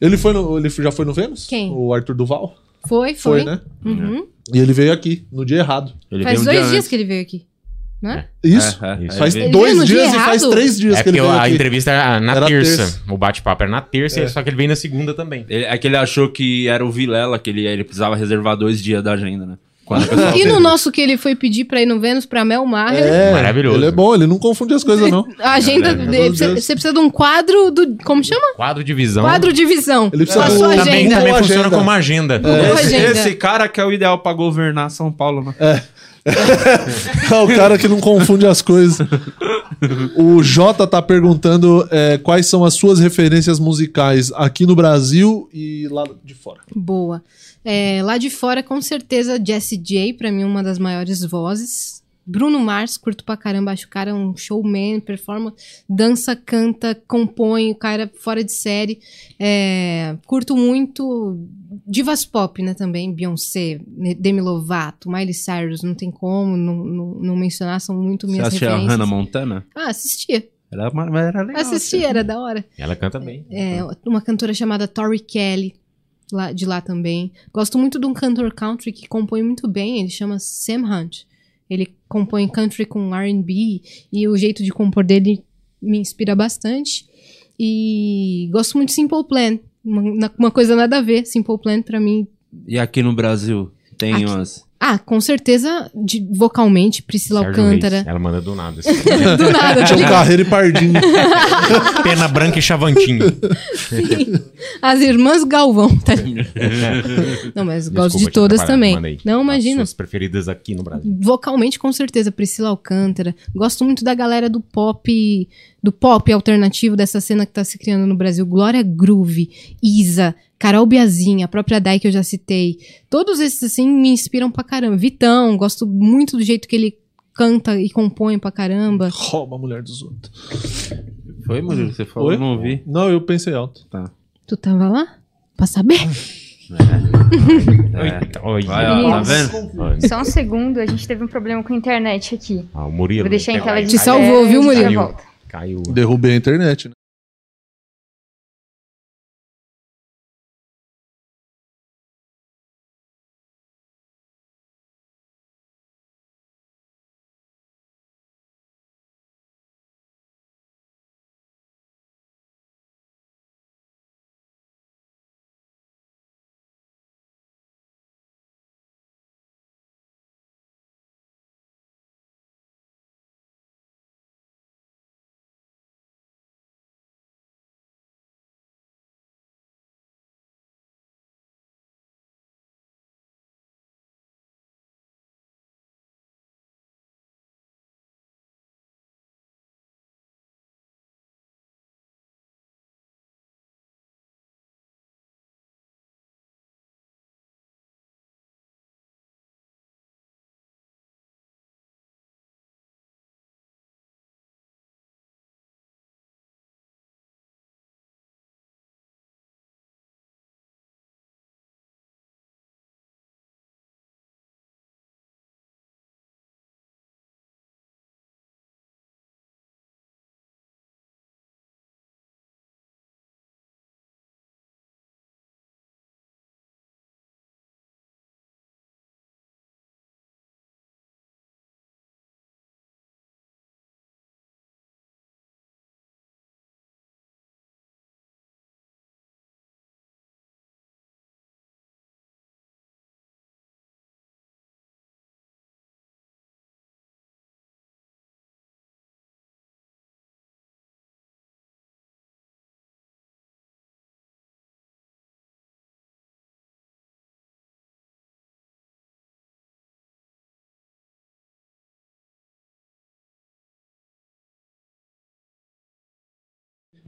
[SPEAKER 3] Ele, foi no, ele já foi no Vênus?
[SPEAKER 4] Quem?
[SPEAKER 3] O Arthur Duval? Foi,
[SPEAKER 4] Foi, foi.
[SPEAKER 3] né?
[SPEAKER 4] Uhum.
[SPEAKER 3] E ele veio aqui, no dia errado.
[SPEAKER 1] Ele veio
[SPEAKER 4] Faz
[SPEAKER 1] um
[SPEAKER 4] dois
[SPEAKER 1] dia
[SPEAKER 4] dias
[SPEAKER 1] antes.
[SPEAKER 4] que ele veio aqui. Né?
[SPEAKER 3] Isso.
[SPEAKER 1] É, é,
[SPEAKER 2] Isso.
[SPEAKER 1] é,
[SPEAKER 3] Faz
[SPEAKER 1] ele veio-
[SPEAKER 3] dois
[SPEAKER 4] veio no
[SPEAKER 3] dias
[SPEAKER 4] dia
[SPEAKER 3] e faz
[SPEAKER 4] errado?
[SPEAKER 3] três dias
[SPEAKER 2] É
[SPEAKER 3] que ele
[SPEAKER 2] porque
[SPEAKER 3] veio
[SPEAKER 2] a
[SPEAKER 3] aqui.
[SPEAKER 2] entrevista era na
[SPEAKER 3] Era
[SPEAKER 2] terça.
[SPEAKER 3] terça. É.
[SPEAKER 2] O bate-papo era na terça, só que ele veio na segunda também.
[SPEAKER 1] ele- é que ele achou que era o Vilela, que ele, ele precisava reservar dois dias da agenda, né? Quando a pessoa
[SPEAKER 4] E
[SPEAKER 1] veio.
[SPEAKER 4] no nosso que ele foi pedir pra ir no Vênus pra Mel Maher,
[SPEAKER 3] É,
[SPEAKER 2] Maravilhoso.
[SPEAKER 3] Ele é bom, ele não confunde as coisas, não.
[SPEAKER 4] a agenda
[SPEAKER 1] Meu
[SPEAKER 4] dele.
[SPEAKER 3] Deus.
[SPEAKER 4] Você você precisa de um quadro do. Como chama?
[SPEAKER 2] Quadro de visão.
[SPEAKER 4] Quadro de visão.
[SPEAKER 3] Ele precisa
[SPEAKER 4] Com a
[SPEAKER 3] do-
[SPEAKER 4] sua
[SPEAKER 2] também,
[SPEAKER 4] agenda.
[SPEAKER 2] também
[SPEAKER 3] Boa
[SPEAKER 2] funciona
[SPEAKER 3] agenda. É.
[SPEAKER 2] como agenda.
[SPEAKER 4] Boa
[SPEAKER 1] Esse,
[SPEAKER 4] agenda.
[SPEAKER 1] esse cara que é o ideal pra governar São Paulo, né?
[SPEAKER 3] É o cara que não confunde as coisas. O Jota tá perguntando é, quais são as suas referências musicais aqui no Brasil e lá de fora.
[SPEAKER 4] Boa. É, lá de fora, com certeza, Jessie J, pra mim, uma das maiores vozes. Bruno Mars, curto pra caramba, acho o cara um showman, performa, dança, canta, compõe, o cara fora de série. É, curto muito divas pop, né, também, Beyoncé, Demi Lovato, Miley Cyrus, não tem como não, não, não mencionar, são muito
[SPEAKER 1] Você
[SPEAKER 4] minhas
[SPEAKER 1] assistia a
[SPEAKER 4] referências.
[SPEAKER 1] Hannah Montana?
[SPEAKER 4] ah, assistia,
[SPEAKER 1] Era, mar- mas era legal.
[SPEAKER 4] assistia, era da hora.
[SPEAKER 2] Ela canta bem.
[SPEAKER 4] É, uma cantora chamada Tori Kelly, lá- de lá também. Gosto muito de um cantor country que compõe muito bem, ele chama Sam Hunt. Ele compõe country com RB e o jeito de compor dele me inspira bastante. E gosto muito de Simple Plan. Uma, uma coisa nada a ver, Simple Plan pra mim.
[SPEAKER 1] assim. E aqui no Brasil, tem
[SPEAKER 4] Aqui.
[SPEAKER 1] umas...
[SPEAKER 4] Ah, com certeza, de, vocalmente, Priscila
[SPEAKER 2] Sérgio
[SPEAKER 4] Alcântara.
[SPEAKER 2] Reis. Ela manda do nada. assim.
[SPEAKER 4] Do nada, tá
[SPEAKER 3] Tinha um
[SPEAKER 4] ligado?
[SPEAKER 3] carreiro e pardinho.
[SPEAKER 2] Pena branca e chavantinho.
[SPEAKER 4] As irmãs Galvão, tá ligado? Não, mas gosto de
[SPEAKER 2] Desculpa te
[SPEAKER 4] todas
[SPEAKER 2] atrapalhar,
[SPEAKER 4] também.
[SPEAKER 2] manda aí.
[SPEAKER 4] Não,
[SPEAKER 2] As
[SPEAKER 4] imagina.
[SPEAKER 2] suas preferidas aqui no Brasil.
[SPEAKER 4] vocalmente com certeza Priscila Alcântara. Gosto muito da galera do pop, do pop alternativo dessa cena que tá se criando no Brasil. Glória Groove, Isa, Carol Biazinha, a própria Dai que eu já citei. Todos esses assim me inspiram pra caramba. Vitão, gosto muito do jeito que ele canta e compõe pra caramba.
[SPEAKER 3] Rouba a mulher dos outros.
[SPEAKER 1] Foi, Murilo, que você falou?
[SPEAKER 3] Oi?
[SPEAKER 1] Eu não ouvi.
[SPEAKER 3] Não, eu pensei alto.
[SPEAKER 4] Tu tava lá? Pra saber?
[SPEAKER 1] É.
[SPEAKER 2] Olha,
[SPEAKER 1] Vai, ó, tá
[SPEAKER 5] Nossa.
[SPEAKER 1] vendo?
[SPEAKER 2] Olha.
[SPEAKER 5] Só um segundo, a gente teve um problema com a internet aqui.
[SPEAKER 2] Ah, o Murilo.
[SPEAKER 5] Vou deixar em tela de
[SPEAKER 4] Te
[SPEAKER 5] espera,
[SPEAKER 4] salvou,
[SPEAKER 5] a
[SPEAKER 4] viu,
[SPEAKER 5] gente já
[SPEAKER 4] Murilo?
[SPEAKER 5] volta.
[SPEAKER 2] Caiu.
[SPEAKER 3] Derrubei a internet. né?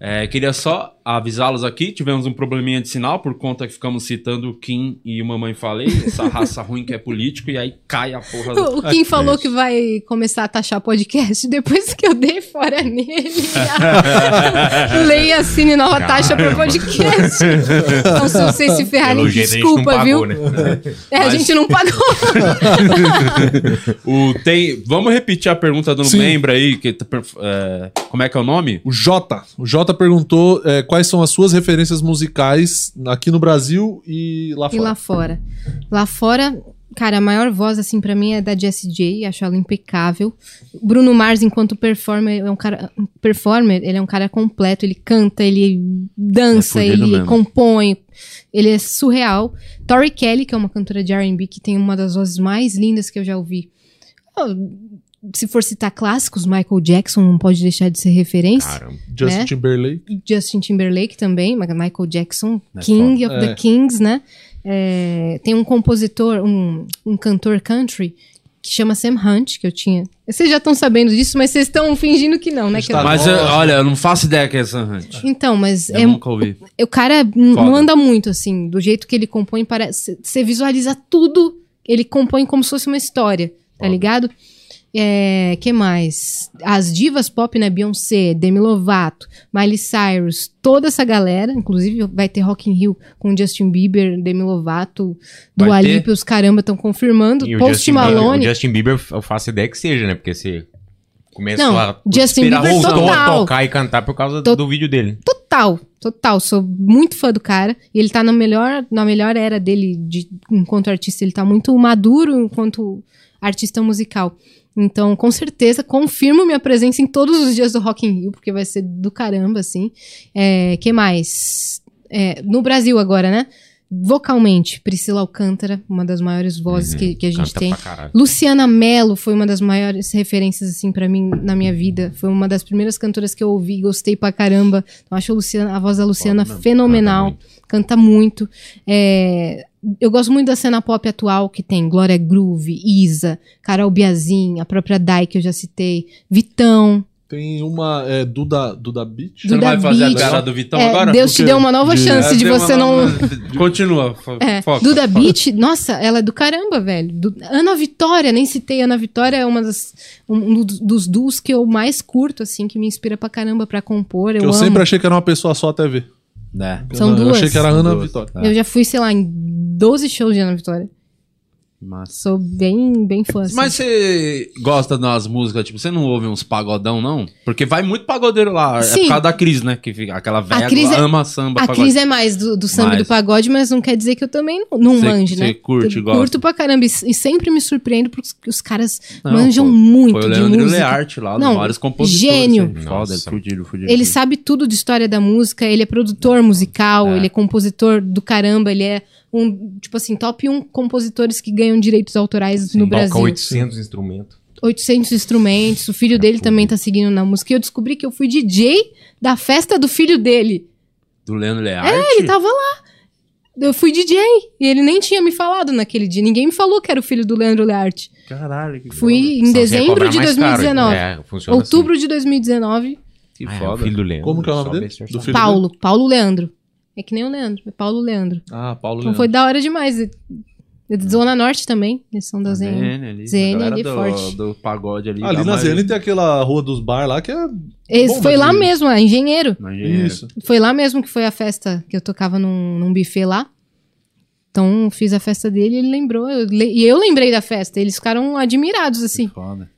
[SPEAKER 1] É, queria só avisá-los aqui, tivemos um probleminha de sinal por conta que ficamos citando o Kim e o Mamãe Falei, essa raça ruim que é político, e aí cai a porra do...
[SPEAKER 4] O Kim falou que vai começar a taxar podcast depois que eu dei fora nele. Leia, assine nova taxa pro podcast. Então, se vocês se ferrarem,
[SPEAKER 2] Pelo jeito
[SPEAKER 4] desculpa,
[SPEAKER 2] a gente
[SPEAKER 4] viu?
[SPEAKER 2] não pagou, né?
[SPEAKER 4] É, a
[SPEAKER 1] Mas-
[SPEAKER 4] gente não pagou.
[SPEAKER 1] O tem... Vamos repetir a pergunta do
[SPEAKER 3] Sim.
[SPEAKER 1] membro aí, que... tá per- é, Como é que é o nome?
[SPEAKER 3] O Jota. O Jota perguntou é, quais são as suas referências musicais aqui no Brasil e lá
[SPEAKER 4] E
[SPEAKER 3] fora.
[SPEAKER 4] lá fora? Lá fora, cara, a maior voz, assim, pra mim é da Jessie J, acho ela impecável. Bruno Mars, enquanto performer, é um cara. um Performer, ele é um cara completo, ele canta, ele dança,
[SPEAKER 1] É fudido
[SPEAKER 4] ele
[SPEAKER 1] mesmo.
[SPEAKER 4] compõe. Ele é surreal. Tori Kelly, que é uma cantora de RB, que tem uma das vozes mais lindas que eu já ouvi. Oh, Se for citar clássicos, Michael Jackson não pode deixar de ser referência.
[SPEAKER 2] Caramba.
[SPEAKER 3] Justin
[SPEAKER 4] né?
[SPEAKER 3] Timberlake.
[SPEAKER 4] Justin Timberlake também, Ma- Michael Jackson,
[SPEAKER 1] É
[SPEAKER 4] King of
[SPEAKER 3] É.
[SPEAKER 4] the Kings, né? É, tem um compositor, um, um cantor country que chama Sam Hunt, que eu tinha. Vocês já estão sabendo disso, mas vocês estão fingindo que não, né? Que eu-
[SPEAKER 3] Tá
[SPEAKER 1] Mas
[SPEAKER 3] bom.
[SPEAKER 1] eu- olha, eu não faço ideia que é essa Hunt.
[SPEAKER 4] Então, mas
[SPEAKER 1] Eu
[SPEAKER 4] é-
[SPEAKER 1] nunca ouvi.
[SPEAKER 4] o cara n- não anda muito, assim, do jeito que ele compõe, parece. Você visualiza tudo, ele compõe como se fosse uma história, tá
[SPEAKER 1] Foda.
[SPEAKER 4] ligado? É, que mais? As divas pop, né? Beyoncé, Demi Lovato, Miley Cyrus, toda essa galera, inclusive vai ter Rock in Rio com Justin Bieber, Demi Lovato, Dua
[SPEAKER 1] Vai ter?
[SPEAKER 4] Lipa, os caramba estão confirmando.
[SPEAKER 2] E o
[SPEAKER 4] Post
[SPEAKER 2] Justin Bieber,
[SPEAKER 4] Malone.
[SPEAKER 2] o Justin Bieber, eu faço ideia que seja, né? Porque você começou
[SPEAKER 4] Não,
[SPEAKER 2] a
[SPEAKER 4] Justin
[SPEAKER 2] inspirar-
[SPEAKER 4] Bieber
[SPEAKER 2] voltou a
[SPEAKER 4] total.
[SPEAKER 2] tocar e cantar por causa
[SPEAKER 4] To-
[SPEAKER 2] do vídeo dele.
[SPEAKER 4] Total, total. Sou muito fã do cara. E ele tá na melhor, na melhor era dele de, enquanto artista. Ele tá muito maduro enquanto artista musical. Então, com certeza, confirmo minha presença em todos os dias do Rock in Rio, porque vai ser do caramba, assim. É, que mais? É, no Brasil agora, né? Vocalmente, Priscila Alcântara, uma das maiores vozes
[SPEAKER 2] Uhum.
[SPEAKER 4] que, que a gente
[SPEAKER 2] Canta
[SPEAKER 4] tem.
[SPEAKER 2] pra caralho.
[SPEAKER 4] Luciana Mello foi uma das maiores referências, assim, pra mim, na minha vida. Foi uma das primeiras cantoras que eu ouvi e gostei pra caramba. Então, acho a, Luciana- a voz da Luciana
[SPEAKER 2] Foda mesmo.
[SPEAKER 4] fenomenal.
[SPEAKER 2] Canta
[SPEAKER 4] Canta muito. É, Eu gosto muito da cena pop atual que tem Glória Groove, Isa, Carol Biazin, a própria Dai, que eu já citei, Vitão.
[SPEAKER 3] Tem uma é, Duda, Duda Beach.
[SPEAKER 1] Você não vai
[SPEAKER 4] Duda
[SPEAKER 1] fazer a
[SPEAKER 4] Beach.
[SPEAKER 1] cara do Vitão
[SPEAKER 4] É,
[SPEAKER 1] Então, agora?
[SPEAKER 4] Deus te
[SPEAKER 3] Porque-
[SPEAKER 4] deu uma nova
[SPEAKER 3] de-
[SPEAKER 4] chance
[SPEAKER 1] É,
[SPEAKER 4] de
[SPEAKER 1] deu
[SPEAKER 4] você
[SPEAKER 1] uma-
[SPEAKER 4] não.
[SPEAKER 1] Continua. fo-
[SPEAKER 4] É,
[SPEAKER 1] foca.
[SPEAKER 4] Duda Beat, nossa, ela é do caramba, velho. Du- Ana Vitória, nem citei. Ana Vitória é uma das, um dos- dos duos que eu mais curto, assim, que me inspira pra caramba pra compor. Eu,
[SPEAKER 3] Que eu
[SPEAKER 4] amo.
[SPEAKER 3] sempre achei que era uma pessoa só até ver.
[SPEAKER 1] É.
[SPEAKER 4] São
[SPEAKER 3] eu, Eu
[SPEAKER 4] duas.
[SPEAKER 3] achei que era
[SPEAKER 1] São
[SPEAKER 3] Ana
[SPEAKER 1] duas.
[SPEAKER 3] Vitória.
[SPEAKER 1] achei-
[SPEAKER 4] Eu já fui, sei lá, em 12 shows de Ana Vitória.
[SPEAKER 1] Massa.
[SPEAKER 4] Sou bem, bem fã. assim.
[SPEAKER 1] Mas você gosta das músicas, tipo, você não ouve uns pagodão, não? Porque vai muito pagodeiro lá. É
[SPEAKER 4] Sim.
[SPEAKER 1] por causa da Cris, né? Que fica aquela velha
[SPEAKER 4] Cris é-
[SPEAKER 1] ama samba,
[SPEAKER 4] a Cris é mais do, do samba e do
[SPEAKER 1] Mais.
[SPEAKER 4] pagode, mas não quer dizer que eu também não, não
[SPEAKER 1] Cê-
[SPEAKER 4] manje,
[SPEAKER 1] cê
[SPEAKER 4] né?
[SPEAKER 1] curte,
[SPEAKER 4] Eu
[SPEAKER 1] gosta.
[SPEAKER 4] Curto pra caramba. E, s- e sempre me surpreendo porque os caras
[SPEAKER 1] Não,
[SPEAKER 4] manjam
[SPEAKER 1] pô,
[SPEAKER 4] muito
[SPEAKER 1] Foi o
[SPEAKER 4] de
[SPEAKER 1] Leandro
[SPEAKER 4] música.
[SPEAKER 1] Learte lá,
[SPEAKER 4] Não,
[SPEAKER 1] dos maiores compositores.
[SPEAKER 4] gênio.
[SPEAKER 1] assim. Foda,
[SPEAKER 2] Nossa.
[SPEAKER 1] fudido, fudido.
[SPEAKER 4] Ele sabe tudo de história da música, ele é produtor musical, ele é compositor do caramba, ele é um, tipo assim, top 1 compositores que ganham direitos autorais no
[SPEAKER 2] Toca
[SPEAKER 4] Brasil.
[SPEAKER 2] 800 instrumentos.
[SPEAKER 4] 800 instrumentos, o filho dele também tá seguindo na música. E eu descobri que eu fui DJ da festa do filho dele.
[SPEAKER 1] Do Leandro Learte?
[SPEAKER 4] É, Ele tá- tava lá. Eu fui DJ e ele nem tinha me falado naquele dia. Ninguém me falou que era o filho do Leandro Learte.
[SPEAKER 1] Caralho, que foda.
[SPEAKER 4] Fui em
[SPEAKER 2] Senão você ia
[SPEAKER 4] dezembro
[SPEAKER 2] cobrar
[SPEAKER 4] de
[SPEAKER 2] mais caro.
[SPEAKER 4] 2019.
[SPEAKER 2] É, funciona
[SPEAKER 4] Outubro de 2019,
[SPEAKER 1] Que
[SPEAKER 2] assim. Ah, é, o
[SPEAKER 1] foda.
[SPEAKER 2] filho do Leandro.
[SPEAKER 3] Como que é o nome
[SPEAKER 2] Só
[SPEAKER 3] dele?
[SPEAKER 2] besteira.
[SPEAKER 3] Do filho
[SPEAKER 4] Paulo, Paulo Leandro. É que nem o Leandro, é Paulo Leandro.
[SPEAKER 3] Ah, Paulo
[SPEAKER 4] Então
[SPEAKER 3] Leandro.
[SPEAKER 4] foi da hora demais. E- e Zona Norte também, eles são da ZN.
[SPEAKER 1] Zene ali.
[SPEAKER 4] Zene
[SPEAKER 1] galera
[SPEAKER 4] ali
[SPEAKER 1] do,
[SPEAKER 4] forte.
[SPEAKER 1] do pagode ali.
[SPEAKER 3] Ali
[SPEAKER 1] da
[SPEAKER 3] na
[SPEAKER 1] maioria-
[SPEAKER 3] Zene tem aquela rua dos bar lá que é
[SPEAKER 4] Esse
[SPEAKER 3] Bom,
[SPEAKER 4] foi
[SPEAKER 3] mas
[SPEAKER 4] lá
[SPEAKER 3] ele-
[SPEAKER 4] mesmo, é, engenheiro.
[SPEAKER 1] na engenheira.
[SPEAKER 3] isso.
[SPEAKER 4] Foi lá mesmo que foi a festa que eu tocava num, num buffet lá. Então fiz a festa dele e ele lembrou. eu le- e eu lembrei da festa. Eles ficaram admirados,
[SPEAKER 1] Que
[SPEAKER 4] assim.
[SPEAKER 1] Foda.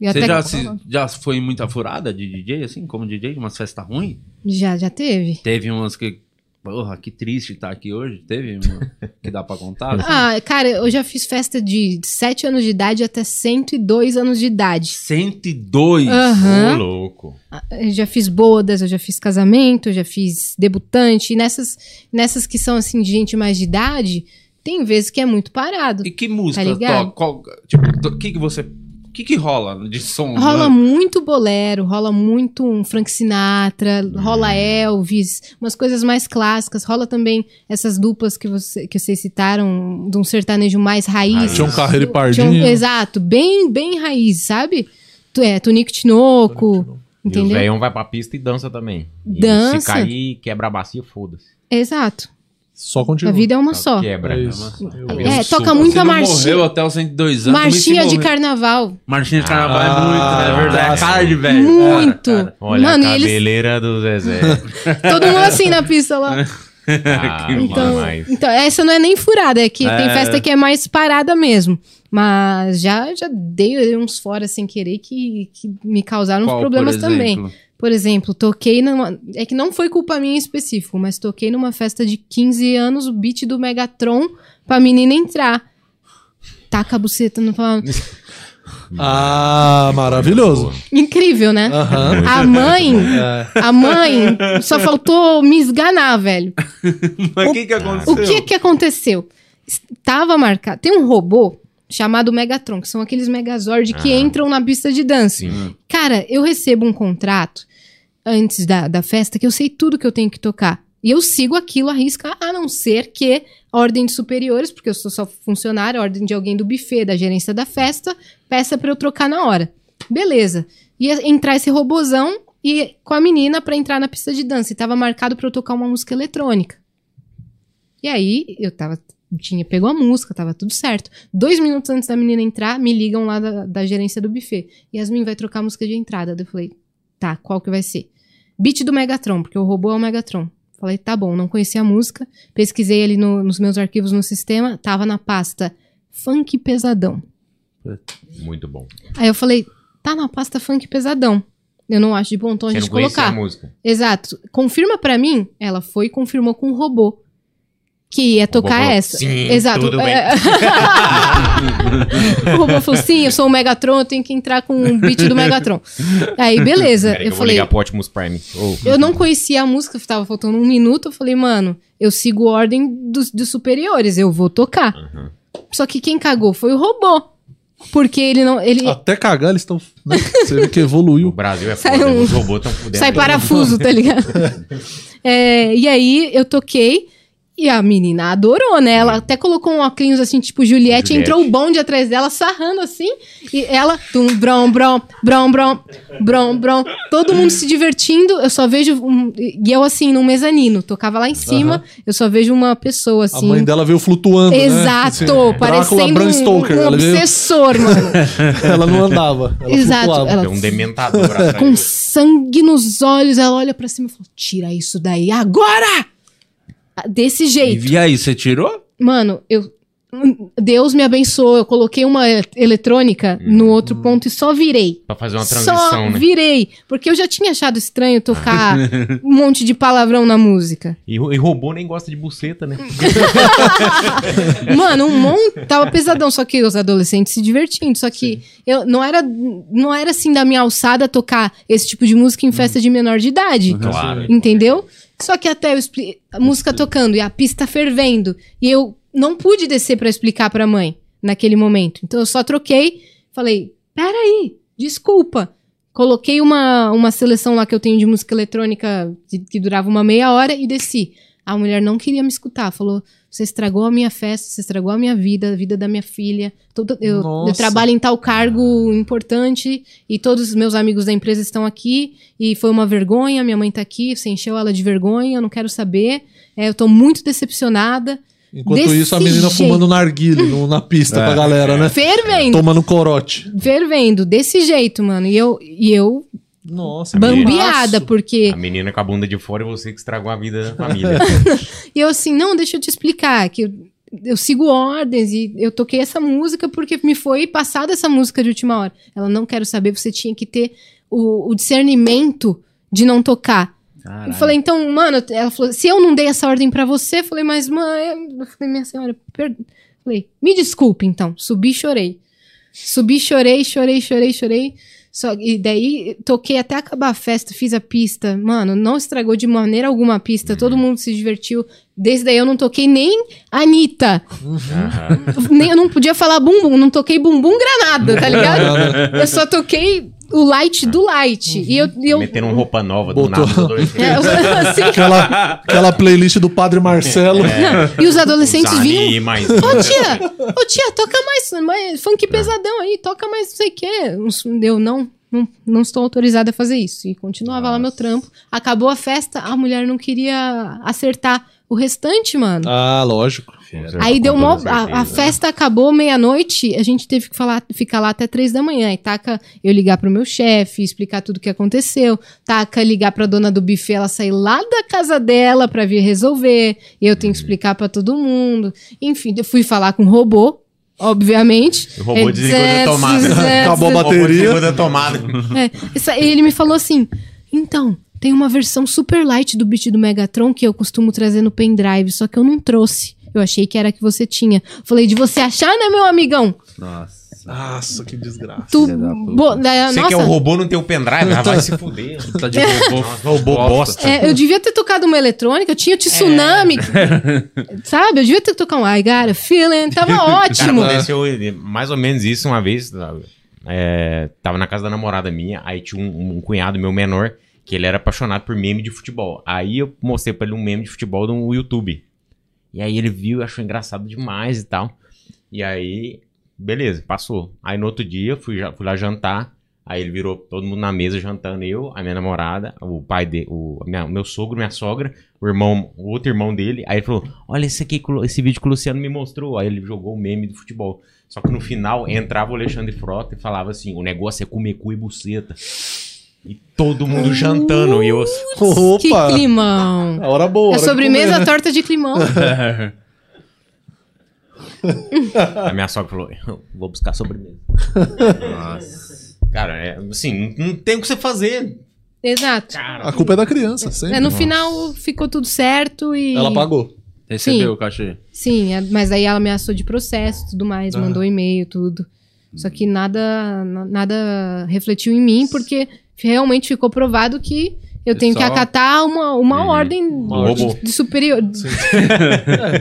[SPEAKER 4] E
[SPEAKER 1] Você
[SPEAKER 4] até-
[SPEAKER 1] já, se, já foi em muita furada de DJ, assim, como DJ, de umas festas ruins?
[SPEAKER 4] já, já teve.
[SPEAKER 1] Teve umas que. Porra, que triste estar aqui hoje. Teve uma que dá pra contar? assim?
[SPEAKER 4] Ah, cara, eu já fiz festa de 7 anos de idade até 102 anos de idade.
[SPEAKER 1] 102.
[SPEAKER 4] Aham.
[SPEAKER 2] Ô, louco.
[SPEAKER 4] Eu já fiz bodas, eu já fiz casamento, eu já fiz debutante. E nessas, nessas que são, assim, de gente mais de idade, tem vezes que é muito parado.
[SPEAKER 1] E que música
[SPEAKER 4] Tá ligado?
[SPEAKER 1] toca? Qual- tipo, to- que que você. O que que rola de som? né?
[SPEAKER 4] Rola muito bolero, rola muito um Frank Sinatra, rola Elvis, umas coisas mais clássicas. Rola também essas duplas que, você, que vocês citaram, de um sertanejo mais raiz.
[SPEAKER 2] Raiz.
[SPEAKER 3] Tinha um carreiro e
[SPEAKER 4] Tinha um-
[SPEAKER 3] pardinho.
[SPEAKER 4] exato, bem, bem raiz, sabe? Tu- É, Tonico Tinoco,
[SPEAKER 2] E o
[SPEAKER 4] Entendeu?
[SPEAKER 2] velhão vai pra pista e dança também. E se
[SPEAKER 4] Dança.
[SPEAKER 2] cair, quebra a bacia, foda-se.
[SPEAKER 4] Exato.
[SPEAKER 3] Só continua.
[SPEAKER 4] A vida é uma só.
[SPEAKER 2] Quebra.
[SPEAKER 3] É
[SPEAKER 2] né,
[SPEAKER 3] isso.
[SPEAKER 2] mano?
[SPEAKER 3] Eu-
[SPEAKER 2] Cabeça
[SPEAKER 4] É,
[SPEAKER 2] de
[SPEAKER 4] toca
[SPEAKER 2] sopa.
[SPEAKER 4] muito
[SPEAKER 1] Você
[SPEAKER 4] a
[SPEAKER 1] não
[SPEAKER 4] marchinha.
[SPEAKER 1] morreu até os 102 anos. também se
[SPEAKER 4] Marchinha de
[SPEAKER 1] morrer.
[SPEAKER 4] carnaval.
[SPEAKER 1] Marchinha de carnaval é muito, né?
[SPEAKER 2] Ah,
[SPEAKER 1] é verdade.
[SPEAKER 2] nossa.
[SPEAKER 1] Cara de velho.
[SPEAKER 4] Muito.
[SPEAKER 1] Cara, cara.
[SPEAKER 2] Olha
[SPEAKER 4] Mano,
[SPEAKER 2] a
[SPEAKER 4] e eles.
[SPEAKER 2] cabeleira do Zezé.
[SPEAKER 4] Todo mundo assim na pista lá.
[SPEAKER 2] Ah,
[SPEAKER 4] Então,
[SPEAKER 2] mas-
[SPEAKER 4] então, essa não é nem furada, é que tem
[SPEAKER 1] É.
[SPEAKER 4] festa que é mais parada mesmo. Mas já, já dei uns fora sem querer que, que me causaram uns
[SPEAKER 1] Qual, por
[SPEAKER 4] problemas também.
[SPEAKER 1] exemplo?
[SPEAKER 4] Por exemplo, toquei numa. É que não foi culpa minha em específico, mas toquei numa festa de 15 anos o beat do Megatron pra menina entrar. Taca a buceta no pau.
[SPEAKER 3] Ah, maravilhoso.
[SPEAKER 4] Incrível, né?
[SPEAKER 3] Aham.
[SPEAKER 1] Ah,
[SPEAKER 4] A mãe,
[SPEAKER 3] É.
[SPEAKER 4] a mãe só faltou me esganar, velho.
[SPEAKER 1] Mas o que que aconteceu?
[SPEAKER 4] O que que aconteceu? Estava marcado. Tem um robô chamado Megatron, que são aqueles Megazord que entram na pista de dança.
[SPEAKER 3] Hum.
[SPEAKER 2] Sim.
[SPEAKER 4] Cara, eu recebo um contrato antes da, da festa que eu sei tudo que eu tenho que tocar. E eu sigo aquilo à risca, a não ser que a ordem de superiores, porque eu sou só funcionário, a ordem de alguém do buffet, da gerência da festa, peça pra eu trocar na hora. Beleza. Ia entrar esse robozão e com a menina pra entrar na pista de dança. E tava marcado pra eu tocar uma música eletrônica. E aí, eu tava. Tinha, pegou a música, tava tudo certo. Dois minutos antes da menina entrar, me ligam lá da, da gerência do buffet. Yasmin vai trocar a música de entrada. Daí Eu falei, tá, qual que vai ser? Beat do Megatron, porque o robô é o Megatron. Falei, tá bom, não conhecia a música. Pesquisei ali no- nos meus arquivos no sistema, tava na pasta funk pesadão.
[SPEAKER 2] Muito bom.
[SPEAKER 4] Aí eu falei, tá na pasta funk pesadão. Eu não acho de bom tom a
[SPEAKER 2] Você
[SPEAKER 4] gente
[SPEAKER 2] não conhecia
[SPEAKER 4] colocar.
[SPEAKER 2] a música.
[SPEAKER 4] Exato. Confirma pra mim. Ela foi e confirmou com o robô que ia tocar
[SPEAKER 2] falou,
[SPEAKER 4] essa.
[SPEAKER 2] "Sim,
[SPEAKER 4] Exato.
[SPEAKER 2] tudo bem."
[SPEAKER 4] É. o robô falou: sim, eu sou o Megatron, eu tenho que entrar com o beat do Megatron. Aí, beleza.
[SPEAKER 2] Peraí, que
[SPEAKER 4] eu
[SPEAKER 2] eu vou
[SPEAKER 4] falei.
[SPEAKER 2] ligar pro Optimus Prime. Ô,
[SPEAKER 4] Eu não conhecia a música, tava faltando um minuto. Eu falei, mano, eu sigo ordem dos, dos superiores, eu vou tocar. Só que quem cagou foi o robô. Porque ele não. Ele,
[SPEAKER 3] Até cagar eles estão. né? Você vê que
[SPEAKER 2] O
[SPEAKER 3] evoluiu.
[SPEAKER 2] Brasil é foda,
[SPEAKER 4] Sai um-
[SPEAKER 2] os robôs estão fudendo.
[SPEAKER 4] Sai
[SPEAKER 2] todo
[SPEAKER 4] parafuso, tá ligado? É, e aí eu toquei e a menina adorou, né?
[SPEAKER 3] Hum.
[SPEAKER 4] Ela até colocou um óculos assim, tipo Juliette,
[SPEAKER 2] Juliette.
[SPEAKER 4] entrou o bonde atrás dela, sarrando assim, e ela, tum, brom, brom, brom, brom, brom, brom, todo mundo se divertindo, eu só vejo, um- e eu assim, num mezanino, tocava lá em cima, eu só vejo uma pessoa
[SPEAKER 3] A
[SPEAKER 4] assim...
[SPEAKER 3] mãe dela veio flutuando. né?
[SPEAKER 4] Exato,
[SPEAKER 3] Assim, Drácula,
[SPEAKER 4] parecendo
[SPEAKER 3] Bram
[SPEAKER 4] um,
[SPEAKER 3] Stoker.
[SPEAKER 4] um
[SPEAKER 3] ela, veio-
[SPEAKER 4] obsessor, mano.
[SPEAKER 3] ela não andava. Ela
[SPEAKER 4] Exato,
[SPEAKER 3] flutuava. é
[SPEAKER 4] ela-
[SPEAKER 2] mundo. Tem um dementador atrás.
[SPEAKER 4] com sangue nos olhos. Ela olha pra cima e fala: Tira isso daí agora! Desse jeito.
[SPEAKER 1] E aí, você tirou?
[SPEAKER 4] Mano, eu. Deus me abençoou. Eu coloquei uma eletrônica no outro ponto e só virei.
[SPEAKER 2] Pra fazer Uhum. uma
[SPEAKER 4] Só
[SPEAKER 2] transição, né?
[SPEAKER 4] virei. Porque eu já tinha achado estranho tocar um monte de palavrão na música.
[SPEAKER 2] E, ro- e robô nem gosta de buceta, né?
[SPEAKER 4] Mano, um monte. Tava pesadão, só que os adolescentes se divertindo. Só que eu não era, não era assim da minha alçada tocar esse tipo de música
[SPEAKER 2] Uhum.
[SPEAKER 4] em festa de menor de idade.
[SPEAKER 2] Claro.
[SPEAKER 4] Entendeu? Só que até eu expli- a música tocando e a pista fervendo. E eu não pude descer pra explicar pra mãe naquele momento. Então eu só troquei, falei: peraí, desculpa. Coloquei uma, uma seleção lá que eu tenho de música eletrônica de- que durava uma meia hora e desci. A mulher não queria me escutar, falou: você estragou a minha festa, você estragou a minha vida, a vida da minha filha. Todo, eu, eu
[SPEAKER 3] Nossa.
[SPEAKER 4] trabalho em tal cargo importante e todos os meus amigos da empresa estão aqui e foi uma vergonha, minha mãe tá aqui, você encheu ela de vergonha, eu não quero saber. É, eu tô muito decepcionada.
[SPEAKER 3] Enquanto
[SPEAKER 4] Desse
[SPEAKER 3] isso, a menina
[SPEAKER 4] jeito.
[SPEAKER 3] fumando narguile no- na pista
[SPEAKER 1] É.
[SPEAKER 3] pra galera, né?
[SPEAKER 4] Fervendo,
[SPEAKER 3] Tomando corote.
[SPEAKER 4] fervendo, desse jeito, mano. E eu, e eu
[SPEAKER 3] Nossa,
[SPEAKER 2] Bambi.
[SPEAKER 4] bambeada,
[SPEAKER 3] que
[SPEAKER 4] porque
[SPEAKER 2] A menina com a bunda de fora e você que estragou a vida da família.
[SPEAKER 4] E eu assim, não, deixa eu te explicar, que eu, eu sigo ordens e eu toquei essa música porque me foi passada essa música de última hora. Ela, não quero saber, você tinha que ter o, o discernimento de não tocar. Eu falei, então, mano, ela falou, se eu não dei essa ordem pra você, eu falei, mas mãe, eu falei, minha senhora, per... falei, me desculpe então, subi e chorei. Subi, chorei, chorei, chorei, chorei. Só, e daí toquei até acabar a festa, fiz a pista. Mano, não estragou de maneira alguma a pista, todo mundo se divertiu. Desde daí eu não toquei nem Anitta.
[SPEAKER 2] Aham.
[SPEAKER 4] nem, eu não podia falar bumbum, não toquei bumbum granada, tá ligado? eu só toquei o light do light. E eu. e eu
[SPEAKER 2] Metendo uma roupa nova do
[SPEAKER 3] Botou.
[SPEAKER 2] nada. do adolescente.
[SPEAKER 4] É, eu- assim,
[SPEAKER 3] Aquela, aquela playlist do Padre Marcelo.
[SPEAKER 1] É.
[SPEAKER 4] Não, e os adolescentes
[SPEAKER 2] Os
[SPEAKER 4] vinham.
[SPEAKER 2] animais.
[SPEAKER 4] Ô tia, ô tia, toca mais, mais funk pesadão aí, toca mais não sei o quê. Uns- Eu não, não, não estou autorizada a fazer isso. E continuava lá meu trampo. Acabou a festa, a mulher não queria acertar o restante, mano.
[SPEAKER 3] Ah, lógico.
[SPEAKER 4] Aí deu mó.
[SPEAKER 2] é uma né?
[SPEAKER 4] A, a festa acabou meia-noite, a gente teve que falar, ficar lá até três da manhã. E taca eu ligar pro meu chefe, explicar tudo o que aconteceu. Taca ligar pra dona do buffet, ela sair lá da casa dela pra vir resolver. E eu
[SPEAKER 2] Uhum.
[SPEAKER 4] tenho que explicar pra todo mundo. Enfim, eu fui falar com o robô, obviamente. É
[SPEAKER 2] O robô desligou da
[SPEAKER 4] Etc,
[SPEAKER 2] é tomada.
[SPEAKER 4] etc.
[SPEAKER 3] Acabou a bateria.
[SPEAKER 2] da tomada.
[SPEAKER 4] É, isso aí ele me falou assim: então, tem uma versão super light do beat do Megatron que eu costumo trazer no pendrive, só que eu não trouxe. Eu achei que era a que você tinha. Falei, de você achar, né, meu amigão?
[SPEAKER 1] Nossa.
[SPEAKER 3] Nossa, que desgraça.
[SPEAKER 4] Tu.
[SPEAKER 1] Ah, Filha da puta.
[SPEAKER 4] bo- da-
[SPEAKER 2] Você
[SPEAKER 4] Ah, Nossa,
[SPEAKER 2] que é o robô, não tem o pendrive. Ah, vai se fuder.
[SPEAKER 1] Tá de robô.
[SPEAKER 2] Robô bosta.
[SPEAKER 4] é, eu devia ter tocado uma eletrônica, eu tinha o tsunami.
[SPEAKER 2] É.
[SPEAKER 4] Sabe? Eu devia ter tocado um I got a feeling, tava
[SPEAKER 2] Cara,
[SPEAKER 4] ótimo.
[SPEAKER 2] aconteceu mais ou menos isso uma vez. tá? é, tava na casa da namorada minha, aí tinha um, um cunhado meu menor, que ele era apaixonado por meme de futebol. Aí eu mostrei pra ele um meme de futebol do YouTube. E aí ele viu e achou engraçado demais e tal. E aí, beleza, passou. Aí no outro dia, fui, já- fui lá jantar. Aí ele virou todo mundo na mesa jantando, eu, a minha namorada, o pai dele, o minha- meu sogro, minha sogra, o irmão, o outro irmão dele. Aí ele falou: Olha esse aqui, que o Lu- esse vídeo que o Luciano me mostrou. Aí ele jogou o meme do futebol. Só que no final entrava o Alexandre Frota e falava assim: O negócio é comer cu e buceta. E todo mundo jantando. E eu.
[SPEAKER 4] Que
[SPEAKER 3] Opa!
[SPEAKER 4] climão.
[SPEAKER 3] A hora boa.
[SPEAKER 4] A
[SPEAKER 3] hora de
[SPEAKER 4] sobremesa
[SPEAKER 1] é?
[SPEAKER 3] comer.
[SPEAKER 4] torta de climão.
[SPEAKER 2] A minha sogra falou: "Eu Vou buscar sobremesa. Cara, é, assim, não não tem o que você fazer.
[SPEAKER 4] Exato.
[SPEAKER 3] A culpa é da criança, sempre.
[SPEAKER 4] É, no final ficou tudo certo e.
[SPEAKER 3] Ela pagou.
[SPEAKER 1] Recebeu o cachê.
[SPEAKER 4] Sim, a- mas aí ela ameaçou de processo e tudo mais,
[SPEAKER 3] Ah.
[SPEAKER 4] mandou e-mail, tudo.
[SPEAKER 3] Uhum.
[SPEAKER 4] Só que nada, na- nada refletiu em mim, porque realmente ficou provado que
[SPEAKER 3] É
[SPEAKER 4] eu tenho que
[SPEAKER 1] Pessoal.
[SPEAKER 4] acatar uma, uma
[SPEAKER 3] Uhum.
[SPEAKER 4] ordem
[SPEAKER 3] Um
[SPEAKER 2] robô.
[SPEAKER 4] de, de superior. As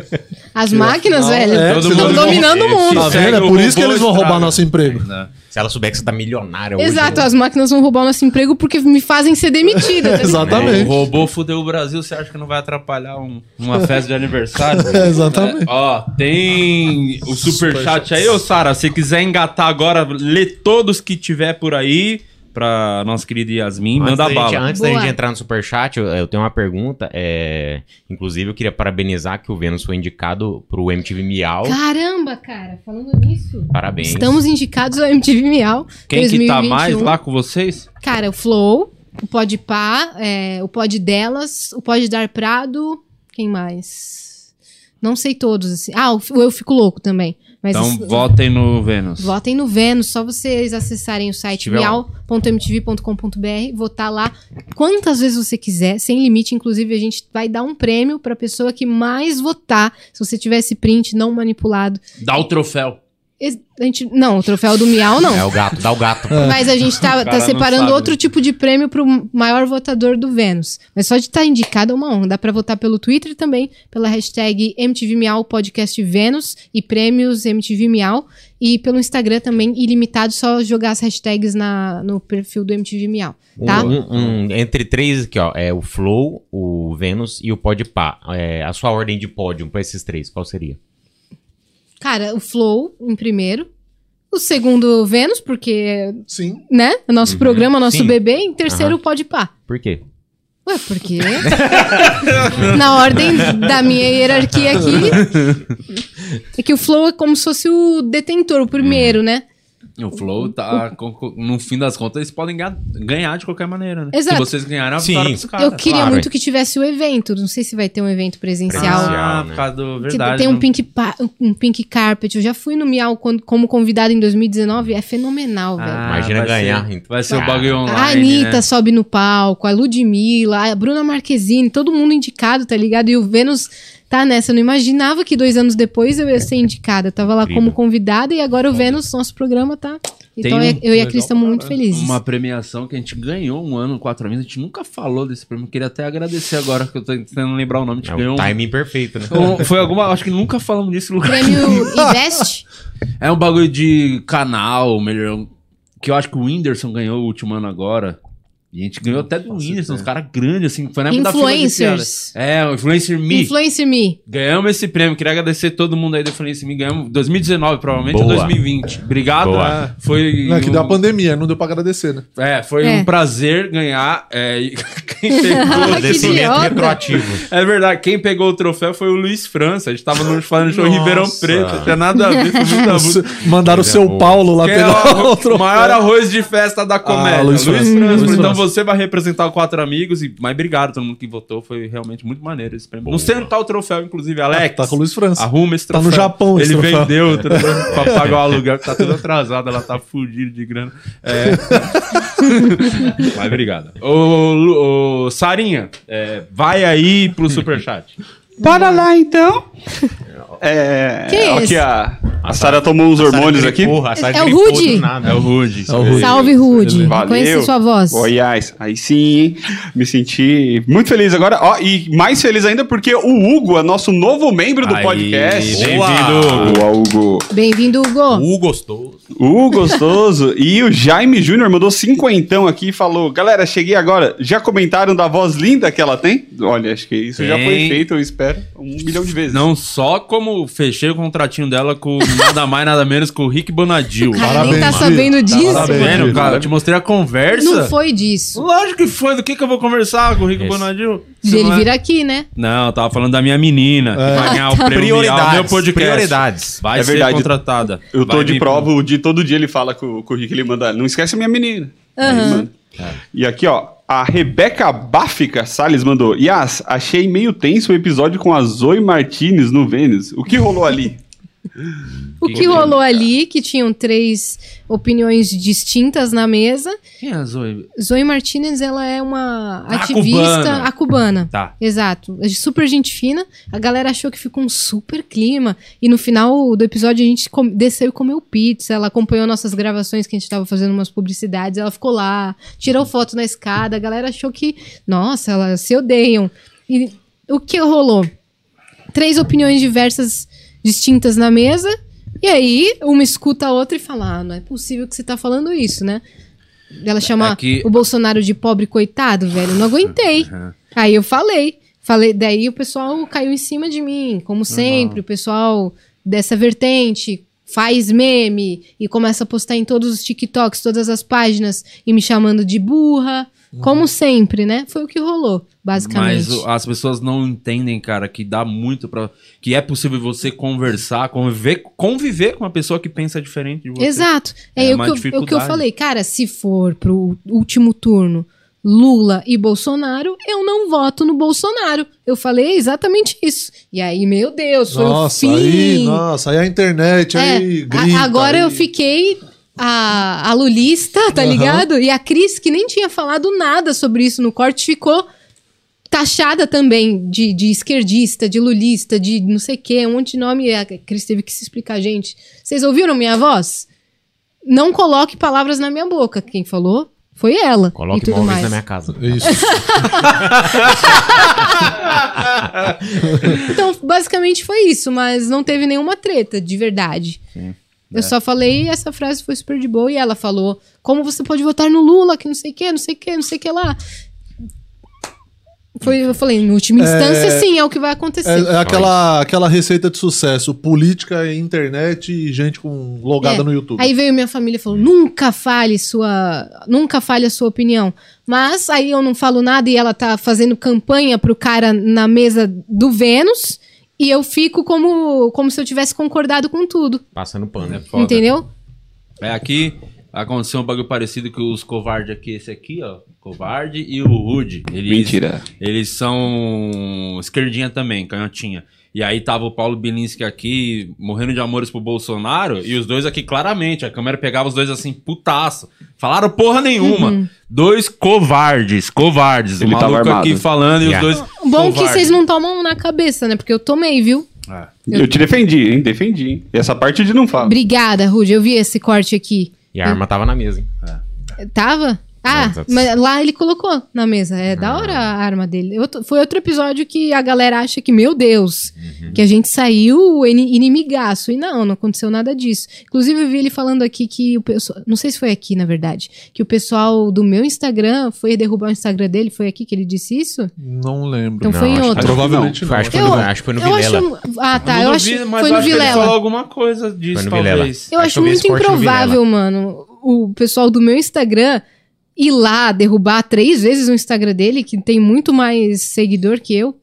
[SPEAKER 3] Tira
[SPEAKER 4] máquinas,
[SPEAKER 3] a-
[SPEAKER 4] velho,
[SPEAKER 3] É,
[SPEAKER 1] todo
[SPEAKER 4] estão
[SPEAKER 1] mundo
[SPEAKER 4] dominando o
[SPEAKER 1] morrer,
[SPEAKER 4] mundo.
[SPEAKER 3] Tá
[SPEAKER 1] Segue
[SPEAKER 3] vendo? É
[SPEAKER 1] o
[SPEAKER 3] por isso que
[SPEAKER 1] robô
[SPEAKER 3] eles vão
[SPEAKER 1] estrada.
[SPEAKER 3] roubar nosso emprego.
[SPEAKER 1] Né?
[SPEAKER 2] Se ela souber que você tá milionária
[SPEAKER 3] é,
[SPEAKER 2] hoje.
[SPEAKER 4] Exato, as máquinas vão roubar nosso emprego porque me fazem ser demitida. tá ligado?
[SPEAKER 1] O
[SPEAKER 3] Exatamente.
[SPEAKER 1] robô fudeu o Brasil, você acha que não vai atrapalhar um- uma festa de aniversário?
[SPEAKER 3] É, exatamente.
[SPEAKER 1] É, ó, tem o superchat aí, ô Sara. Se quiser engatar agora, lê todos que tiver por aí pra nossa querida Yasmin,
[SPEAKER 2] Antes
[SPEAKER 1] manda
[SPEAKER 2] da gente-
[SPEAKER 1] bala.
[SPEAKER 2] antes da
[SPEAKER 4] Boa.
[SPEAKER 2] gente entrar no superchat, eu, eu tenho uma pergunta. é, inclusive, eu queria parabenizar que o Vênus foi indicado pro MTV Miau.
[SPEAKER 4] Caramba, cara, falando nisso.
[SPEAKER 2] Parabéns.
[SPEAKER 4] Estamos indicados ao MTV Miau.
[SPEAKER 1] Quem que tá
[SPEAKER 4] 2021.
[SPEAKER 1] mais lá com vocês?
[SPEAKER 4] Cara, o Flow, o Pod Pá, é, o Pod Delas, o Pod Dar Prado, quem mais? Não sei todos, assim. Ah, o, F- o Eu Fico Louco também. Mas
[SPEAKER 1] então
[SPEAKER 4] isso-
[SPEAKER 1] votem no Vênus.
[SPEAKER 4] votem no Vênus, só vocês acessarem o site
[SPEAKER 2] Tiver um.
[SPEAKER 4] miau.mtv.com.br, votar lá quantas vezes você quiser, sem limite. Inclusive, a gente vai dar um prêmio pra pessoa que mais votar. Se você tiver esse print não manipulado.
[SPEAKER 1] Dá o troféu.
[SPEAKER 4] Ex- A gente, não, o troféu do Miau não.
[SPEAKER 2] É o gato, dá o gato.
[SPEAKER 4] Mas a gente tá,
[SPEAKER 1] O cara
[SPEAKER 4] tá
[SPEAKER 1] não
[SPEAKER 4] separando
[SPEAKER 1] sabe.
[SPEAKER 4] outro tipo de prêmio pro maior votador do Vênus. Mas só de estar indicado é uma honra. Dá pra votar pelo Twitter também, pela hashtag MTVMiau Podcast Vênus e prêmios MTVMiau. E pelo Instagram também, ilimitado, só jogar as hashtags na, no perfil do MTVMiau. Tá?
[SPEAKER 2] Um- um- um- entre três aqui, ó. É o Flow, o Vênus e o Podpah. É, a sua ordem de pódio pra esses três, qual seria?
[SPEAKER 4] Cara, o Flow em primeiro. O segundo, o Vênus, porque,
[SPEAKER 3] Sim.
[SPEAKER 4] né? É nosso
[SPEAKER 1] Uhum.
[SPEAKER 4] programa, nosso
[SPEAKER 2] Sim.
[SPEAKER 4] bebê. Em terceiro,
[SPEAKER 2] Aham.
[SPEAKER 4] o Pode Pá.
[SPEAKER 2] Por quê?
[SPEAKER 4] Ué, por quê? Na ordem da minha hierarquia aqui. É que o Flow é como se fosse o detentor, o primeiro, né?
[SPEAKER 1] O Flow tá. com- com- No fim das contas, eles podem ganhar, ganhar de qualquer maneira, né?
[SPEAKER 4] Exato.
[SPEAKER 1] Se vocês ganharem, é uma
[SPEAKER 2] Sim.
[SPEAKER 1] vitória pros caras.
[SPEAKER 4] Eu queria
[SPEAKER 2] claro,
[SPEAKER 4] muito
[SPEAKER 2] é.
[SPEAKER 4] que tivesse o evento. Não sei se vai ter um evento presencial.
[SPEAKER 2] Presencial.
[SPEAKER 1] Ah,
[SPEAKER 2] né?
[SPEAKER 1] por causa do.
[SPEAKER 4] Tipo,
[SPEAKER 1] Verdade. né?
[SPEAKER 4] tem um
[SPEAKER 1] não-
[SPEAKER 4] pink, pa- um pink carpet. Eu já fui no Miau quando- como convidada em 2019. É fenomenal, velho.
[SPEAKER 1] Ah,
[SPEAKER 2] Imagina
[SPEAKER 1] vai
[SPEAKER 2] ganhar,
[SPEAKER 1] ser-
[SPEAKER 2] então.
[SPEAKER 1] vai ser o
[SPEAKER 2] Ah.
[SPEAKER 1] bagulho online.
[SPEAKER 4] A Anitta
[SPEAKER 1] né?
[SPEAKER 4] sobe no palco, a Ludmilla, a Bruna Marquezine, todo mundo indicado, tá ligado? E o Vênus tá nessa. Eu não imaginava que dois anos depois eu ia
[SPEAKER 1] É.
[SPEAKER 4] ser indicada. Eu tava lá
[SPEAKER 2] Incrível.
[SPEAKER 4] como convidada e agora o Vênus, nosso programa, tá. Então
[SPEAKER 1] um-
[SPEAKER 4] eu- eu e a
[SPEAKER 3] legal
[SPEAKER 4] Cris estamos
[SPEAKER 3] pra
[SPEAKER 4] muito felizes.
[SPEAKER 1] Uma premiação que a gente ganhou um ano, quatro amigos. A gente nunca falou desse prêmio. Queria até agradecer agora, que eu tô tentando lembrar o nome. A gente
[SPEAKER 2] É
[SPEAKER 1] ganhou
[SPEAKER 2] o
[SPEAKER 1] um-
[SPEAKER 2] timing perfeito, né?
[SPEAKER 1] um- Foi alguma. Acho que nunca falamos disso em lugar.
[SPEAKER 4] Prêmio Invest?
[SPEAKER 1] É um bagulho de canal, melhor. Que eu acho que o Whindersson ganhou o último ano agora. E a gente ganhou até do Whindersson,
[SPEAKER 2] é.
[SPEAKER 1] uns caras grandes, assim. Foi na época da fila de
[SPEAKER 4] Influencers.
[SPEAKER 1] piada. É, o Influencer Me.
[SPEAKER 4] Influence Me.
[SPEAKER 1] Ganhamos esse prêmio. Queria agradecer todo mundo aí da Influencer Me. Ganhamos 2019, provavelmente, ou
[SPEAKER 2] Boa.
[SPEAKER 1] 2020. Obrigado.
[SPEAKER 2] Boa.
[SPEAKER 1] Foi.
[SPEAKER 3] Não, é que
[SPEAKER 1] um-
[SPEAKER 3] deu a pandemia, não deu pra agradecer, né?
[SPEAKER 1] É, foi
[SPEAKER 4] É.
[SPEAKER 1] um prazer ganhar. É, e quem pegou-
[SPEAKER 4] Ai, que
[SPEAKER 2] Agradecimento
[SPEAKER 4] idiota.
[SPEAKER 2] retroativo.
[SPEAKER 1] é verdade, quem pegou o troféu foi o Luiz França. A gente tava no, falando show em
[SPEAKER 2] Nossa.
[SPEAKER 1] Ribeirão Preto, não tinha nada a ver com muita
[SPEAKER 3] Você-
[SPEAKER 1] música.
[SPEAKER 3] Mandaram o
[SPEAKER 2] Ele é
[SPEAKER 3] seu
[SPEAKER 2] bom.
[SPEAKER 3] Paulo lá
[SPEAKER 1] Quem é o
[SPEAKER 3] pegar
[SPEAKER 1] arro-
[SPEAKER 3] outro.
[SPEAKER 1] maior arroz de festa da comédia?
[SPEAKER 3] Ah, Luiz
[SPEAKER 1] Luiz,
[SPEAKER 3] França.
[SPEAKER 1] França.
[SPEAKER 3] Luiz
[SPEAKER 1] Então
[SPEAKER 3] França.
[SPEAKER 1] você vai representar o Quatro Amigos. E, mas obrigado a todo mundo que votou. Foi realmente muito maneiro esse prêmio. Não sei onde tá o troféu, inclusive, Alex.
[SPEAKER 3] Tá com o Luiz França.
[SPEAKER 1] Arruma esse
[SPEAKER 3] Tá no
[SPEAKER 1] troféu.
[SPEAKER 3] Japão esse
[SPEAKER 1] Ele
[SPEAKER 3] troféu.
[SPEAKER 1] vendeu o troféu pra pagar o aluguel, que tá tudo atrasado, ela tá fudida de grana. É. Mas obrigado. Ô, Lu- ô, Sarinha, é, vai aí pro superchat.
[SPEAKER 6] Para lá, então. É.
[SPEAKER 4] Que é
[SPEAKER 6] ó,
[SPEAKER 4] esse?
[SPEAKER 6] aqui a, a Sara tomou os hormônios aqui.
[SPEAKER 2] Porra, essa
[SPEAKER 4] É o
[SPEAKER 2] gripou
[SPEAKER 4] Rude?
[SPEAKER 2] do nada.
[SPEAKER 1] É o Rude.
[SPEAKER 3] É o Rude.
[SPEAKER 4] Salve, Rude.
[SPEAKER 6] Valeu.
[SPEAKER 4] Conheci sua voz.
[SPEAKER 6] Ó, Oh, yes. Aí sim, hein? me senti muito feliz agora. Ó, e mais feliz ainda porque o Hugo é nosso novo membro do
[SPEAKER 1] Aí,
[SPEAKER 6] podcast.
[SPEAKER 1] bem-vindo,
[SPEAKER 6] Boa, Hugo.
[SPEAKER 4] Bem-vindo, Hugo.
[SPEAKER 2] O gostoso.
[SPEAKER 6] O gostoso. e o Jaime Júnior mandou cinquentão aqui e falou: Galera, cheguei agora. Já comentaram da voz linda que ela tem? Olha, acho que isso já foi
[SPEAKER 1] Tem.
[SPEAKER 6] feito, eu espero, um milhão de vezes.
[SPEAKER 1] Não só como fechei o contratinho dela com nada mais, nada menos que o Rick Bonadil.
[SPEAKER 4] Cara, nem tá
[SPEAKER 3] Parabéns,
[SPEAKER 4] sabendo
[SPEAKER 3] Gil.
[SPEAKER 4] disso.
[SPEAKER 1] Tá
[SPEAKER 3] Parabéns,
[SPEAKER 1] vendo,
[SPEAKER 3] Gil.
[SPEAKER 1] cara? Eu te mostrei a conversa.
[SPEAKER 4] Não foi disso.
[SPEAKER 1] Lógico que foi. Do que, que eu vou conversar com o Rick
[SPEAKER 2] Esse.
[SPEAKER 1] Bonadil?
[SPEAKER 4] De
[SPEAKER 1] Você
[SPEAKER 4] ele É.
[SPEAKER 1] não é-
[SPEAKER 4] vir aqui, né?
[SPEAKER 1] Não, eu tava falando da minha menina. que vai ganhar
[SPEAKER 4] Tá.
[SPEAKER 1] o prêmio Bial, meu podcast.
[SPEAKER 2] Prioridades.
[SPEAKER 1] Vai
[SPEAKER 6] É
[SPEAKER 1] ser
[SPEAKER 6] verdade.
[SPEAKER 1] contratada.
[SPEAKER 6] Eu tô
[SPEAKER 1] Vai
[SPEAKER 6] de
[SPEAKER 1] vir-
[SPEAKER 6] prova, o dia, todo dia ele fala com, com o Rick, ele manda, não esquece a minha menina. Aí
[SPEAKER 4] Aham.
[SPEAKER 6] manda. E aqui, ó, a Rebeca Báfica Salles mandou, Yas, achei meio tenso o episódio com a Zoe Martinez no Vênus. O que rolou ali?
[SPEAKER 4] O que rolou
[SPEAKER 1] É.
[SPEAKER 4] ali, que tinham três opiniões distintas na mesa.
[SPEAKER 1] Quem é a Zoe?
[SPEAKER 4] Zoe Martinez, ela é uma
[SPEAKER 1] A
[SPEAKER 4] ativista,
[SPEAKER 1] Ah, cubana.
[SPEAKER 4] a cubana.
[SPEAKER 1] Tá.
[SPEAKER 4] Exato. É Super gente fina. A galera achou que ficou um super clima. E no final do episódio a gente com- desceu e comeu pizza. Ela acompanhou nossas gravações que a gente tava fazendo umas publicidades. Ela ficou lá, tirou foto na escada. A galera achou que, nossa, elas se odeiam. E o que rolou? Três opiniões diversas, distintas na mesa. E aí, uma escuta a outra e fala: ah, não é possível que você tá falando isso, né? Ela chamar
[SPEAKER 1] É que- Uhum.
[SPEAKER 4] o Bolsonaro de pobre coitado, velho. Não aguentei. Aí eu falei. Falei, daí o pessoal caiu em cima de mim, como sempre, o pessoal dessa vertente faz meme e começa a postar em todos os TikToks, todas as páginas e me chamando de burra, como sempre, né? Foi o que rolou, basicamente.
[SPEAKER 1] Uhum. Mas o- as pessoas não entendem, cara, que dá muito pra. Que é possível você conversar, conviver, conviver com uma pessoa que pensa diferente de você.
[SPEAKER 4] Exato. É,
[SPEAKER 1] É
[SPEAKER 4] o,
[SPEAKER 1] uma
[SPEAKER 4] que eu, é o que eu
[SPEAKER 1] dificuldade.
[SPEAKER 4] falei. Cara, se for pro último turno Lula e Bolsonaro, eu não voto no Bolsonaro. Eu falei exatamente isso. E aí, meu Deus, foi
[SPEAKER 3] Nossa,
[SPEAKER 4] o fim.
[SPEAKER 3] aí, nossa, aí a internet, aí
[SPEAKER 4] É, a-
[SPEAKER 3] grita.
[SPEAKER 4] agora
[SPEAKER 3] aí-
[SPEAKER 4] eu fiquei a, a lulista, tá
[SPEAKER 3] Aham.
[SPEAKER 4] ligado? E a Cris, que nem tinha falado nada sobre isso no corte, ficou taxada também de, de esquerdista, de lulista, de não sei o quê, um monte de nome. A Cris teve que se explicar, gente. Vocês ouviram minha voz? Não coloque palavras na minha boca. Quem falou foi ela. e
[SPEAKER 2] Coloque
[SPEAKER 4] tudo
[SPEAKER 2] móveis
[SPEAKER 4] mais.
[SPEAKER 2] na minha casa.
[SPEAKER 3] Isso.
[SPEAKER 4] Então, basicamente foi isso, mas não teve nenhuma treta, de verdade. Eu só falei, essa frase foi super de boa, e ela falou: como você pode votar no Lula, que não sei o que, não sei o que, não sei o que lá. Foi, eu falei, em última instância, sim, é o que vai acontecer.
[SPEAKER 3] É, é aquela, aquela receita de sucesso: política, internet e gente com logada
[SPEAKER 4] É.
[SPEAKER 3] no YouTube.
[SPEAKER 4] Aí veio minha família e falou: nunca fale sua. Nunca fale a sua opinião. Mas aí eu não falo nada e ela tá fazendo campanha pro cara na mesa do Vênus. E eu fico como, como se eu tivesse concordado com tudo.
[SPEAKER 2] Passando pano. É
[SPEAKER 1] Foda.
[SPEAKER 4] Entendeu?
[SPEAKER 1] É aqui aconteceu um bagulho parecido que os covardes aqui, esse aqui, ó. Covarde e o Rude. Eles,
[SPEAKER 6] Mentira.
[SPEAKER 1] Eles são esquerdinha também, canhotinha. E aí tava o Paulo Bilinski aqui, morrendo de amores pro Bolsonaro, e os dois aqui claramente, a câmera pegava os dois assim, putaço. Falaram porra nenhuma.
[SPEAKER 4] Uhum.
[SPEAKER 1] Dois covardes, covardes.
[SPEAKER 6] Ele
[SPEAKER 1] o
[SPEAKER 6] tava
[SPEAKER 1] maluco aqui
[SPEAKER 6] armado.
[SPEAKER 1] falando e os
[SPEAKER 2] Yeah.
[SPEAKER 1] dois.
[SPEAKER 4] Bom é que
[SPEAKER 1] covardes.
[SPEAKER 4] vocês não tomam na cabeça, né? Porque eu tomei, viu?
[SPEAKER 1] É.
[SPEAKER 6] Eu te defendi, hein? Defendi. hein? E essa parte de não fala.
[SPEAKER 4] Obrigada, Rude. Eu vi esse corte aqui.
[SPEAKER 2] E a arma tava na mesa, hein?
[SPEAKER 4] Tava? Ah,
[SPEAKER 2] Exato.
[SPEAKER 4] mas lá ele colocou na mesa. É da hora a arma dele. Outro- foi outro episódio que a galera acha que, meu Deus, Que a gente saiu ini- inimigaço. E não, não aconteceu nada disso. Inclusive, eu vi ele falando aqui que o pessoal. Não sei se foi aqui, na verdade. Que o pessoal do meu Instagram foi derrubar o Instagram dele. Foi aqui que ele disse isso?
[SPEAKER 3] Não lembro.
[SPEAKER 4] Então foi em
[SPEAKER 2] acho que
[SPEAKER 4] outro.
[SPEAKER 2] não.
[SPEAKER 3] Provavelmente
[SPEAKER 2] Foi-
[SPEAKER 3] não.
[SPEAKER 2] Acho que foi
[SPEAKER 4] Eu-
[SPEAKER 2] no, acho que foi no
[SPEAKER 4] eu
[SPEAKER 2] Vilela.
[SPEAKER 4] acho. Ah, tá.
[SPEAKER 1] Eu
[SPEAKER 4] Eu
[SPEAKER 1] não
[SPEAKER 4] acho.
[SPEAKER 1] vi, mas
[SPEAKER 4] Foi
[SPEAKER 1] eu
[SPEAKER 4] no
[SPEAKER 1] acho que ele falou
[SPEAKER 4] Vilela.
[SPEAKER 1] alguma coisa
[SPEAKER 2] Foi
[SPEAKER 1] disso,
[SPEAKER 2] no Vilela.
[SPEAKER 1] talvez.
[SPEAKER 4] Eu
[SPEAKER 2] Acho
[SPEAKER 4] acho
[SPEAKER 2] que eu vi
[SPEAKER 4] muito
[SPEAKER 2] esse corte no
[SPEAKER 4] improvável, mano, o pessoal do meu Instagram ir lá derrubar três vezes o Instagram dele, que tem muito mais seguidor que eu.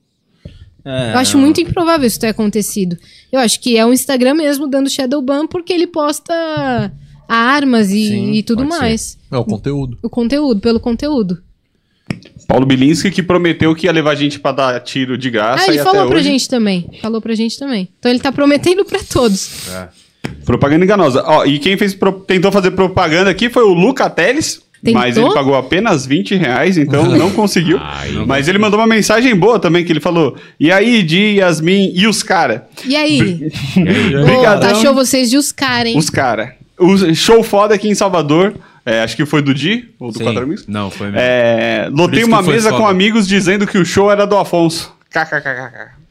[SPEAKER 1] É.
[SPEAKER 4] Eu acho muito improvável isso ter acontecido. Eu acho que é o Instagram mesmo dando shadow ban porque ele posta armas e,
[SPEAKER 2] Sim,
[SPEAKER 4] e tudo
[SPEAKER 2] pode ser.
[SPEAKER 4] mais.
[SPEAKER 3] É o conteúdo.
[SPEAKER 4] O conteúdo, pelo conteúdo.
[SPEAKER 6] Paulo Bilinski que prometeu que ia levar a gente pra dar tiro de graça.
[SPEAKER 4] ah, ele
[SPEAKER 6] e
[SPEAKER 4] falou
[SPEAKER 6] Tá até
[SPEAKER 4] pra
[SPEAKER 6] hoje,
[SPEAKER 4] gente também. Falou pra gente também. Então ele tá prometendo pra todos.
[SPEAKER 6] Propaganda enganosa. Ó, e quem fez pro- tentou fazer propaganda aqui foi o Luca Teles.
[SPEAKER 4] Tentou?
[SPEAKER 6] Mas ele pagou apenas 20 reais, então não conseguiu.
[SPEAKER 2] Ai,
[SPEAKER 6] mas ele mandou uma mensagem boa também, que ele falou: E aí, Di, Yasmin e os cara?
[SPEAKER 4] E aí? Ô,
[SPEAKER 6] Obrigadão.
[SPEAKER 4] Taxou vocês de os caras, hein?
[SPEAKER 6] Os cara. O show foda aqui em Salvador, é, acho que foi do Di, ou do
[SPEAKER 1] Sim.
[SPEAKER 6] Quatro Amigos.
[SPEAKER 1] Não, foi mesmo.
[SPEAKER 6] É,
[SPEAKER 1] Por
[SPEAKER 6] lotei
[SPEAKER 1] isso que
[SPEAKER 6] uma
[SPEAKER 1] foi
[SPEAKER 6] mesa
[SPEAKER 1] foda.
[SPEAKER 6] com amigos dizendo que o show era do Afonso. KKKKK.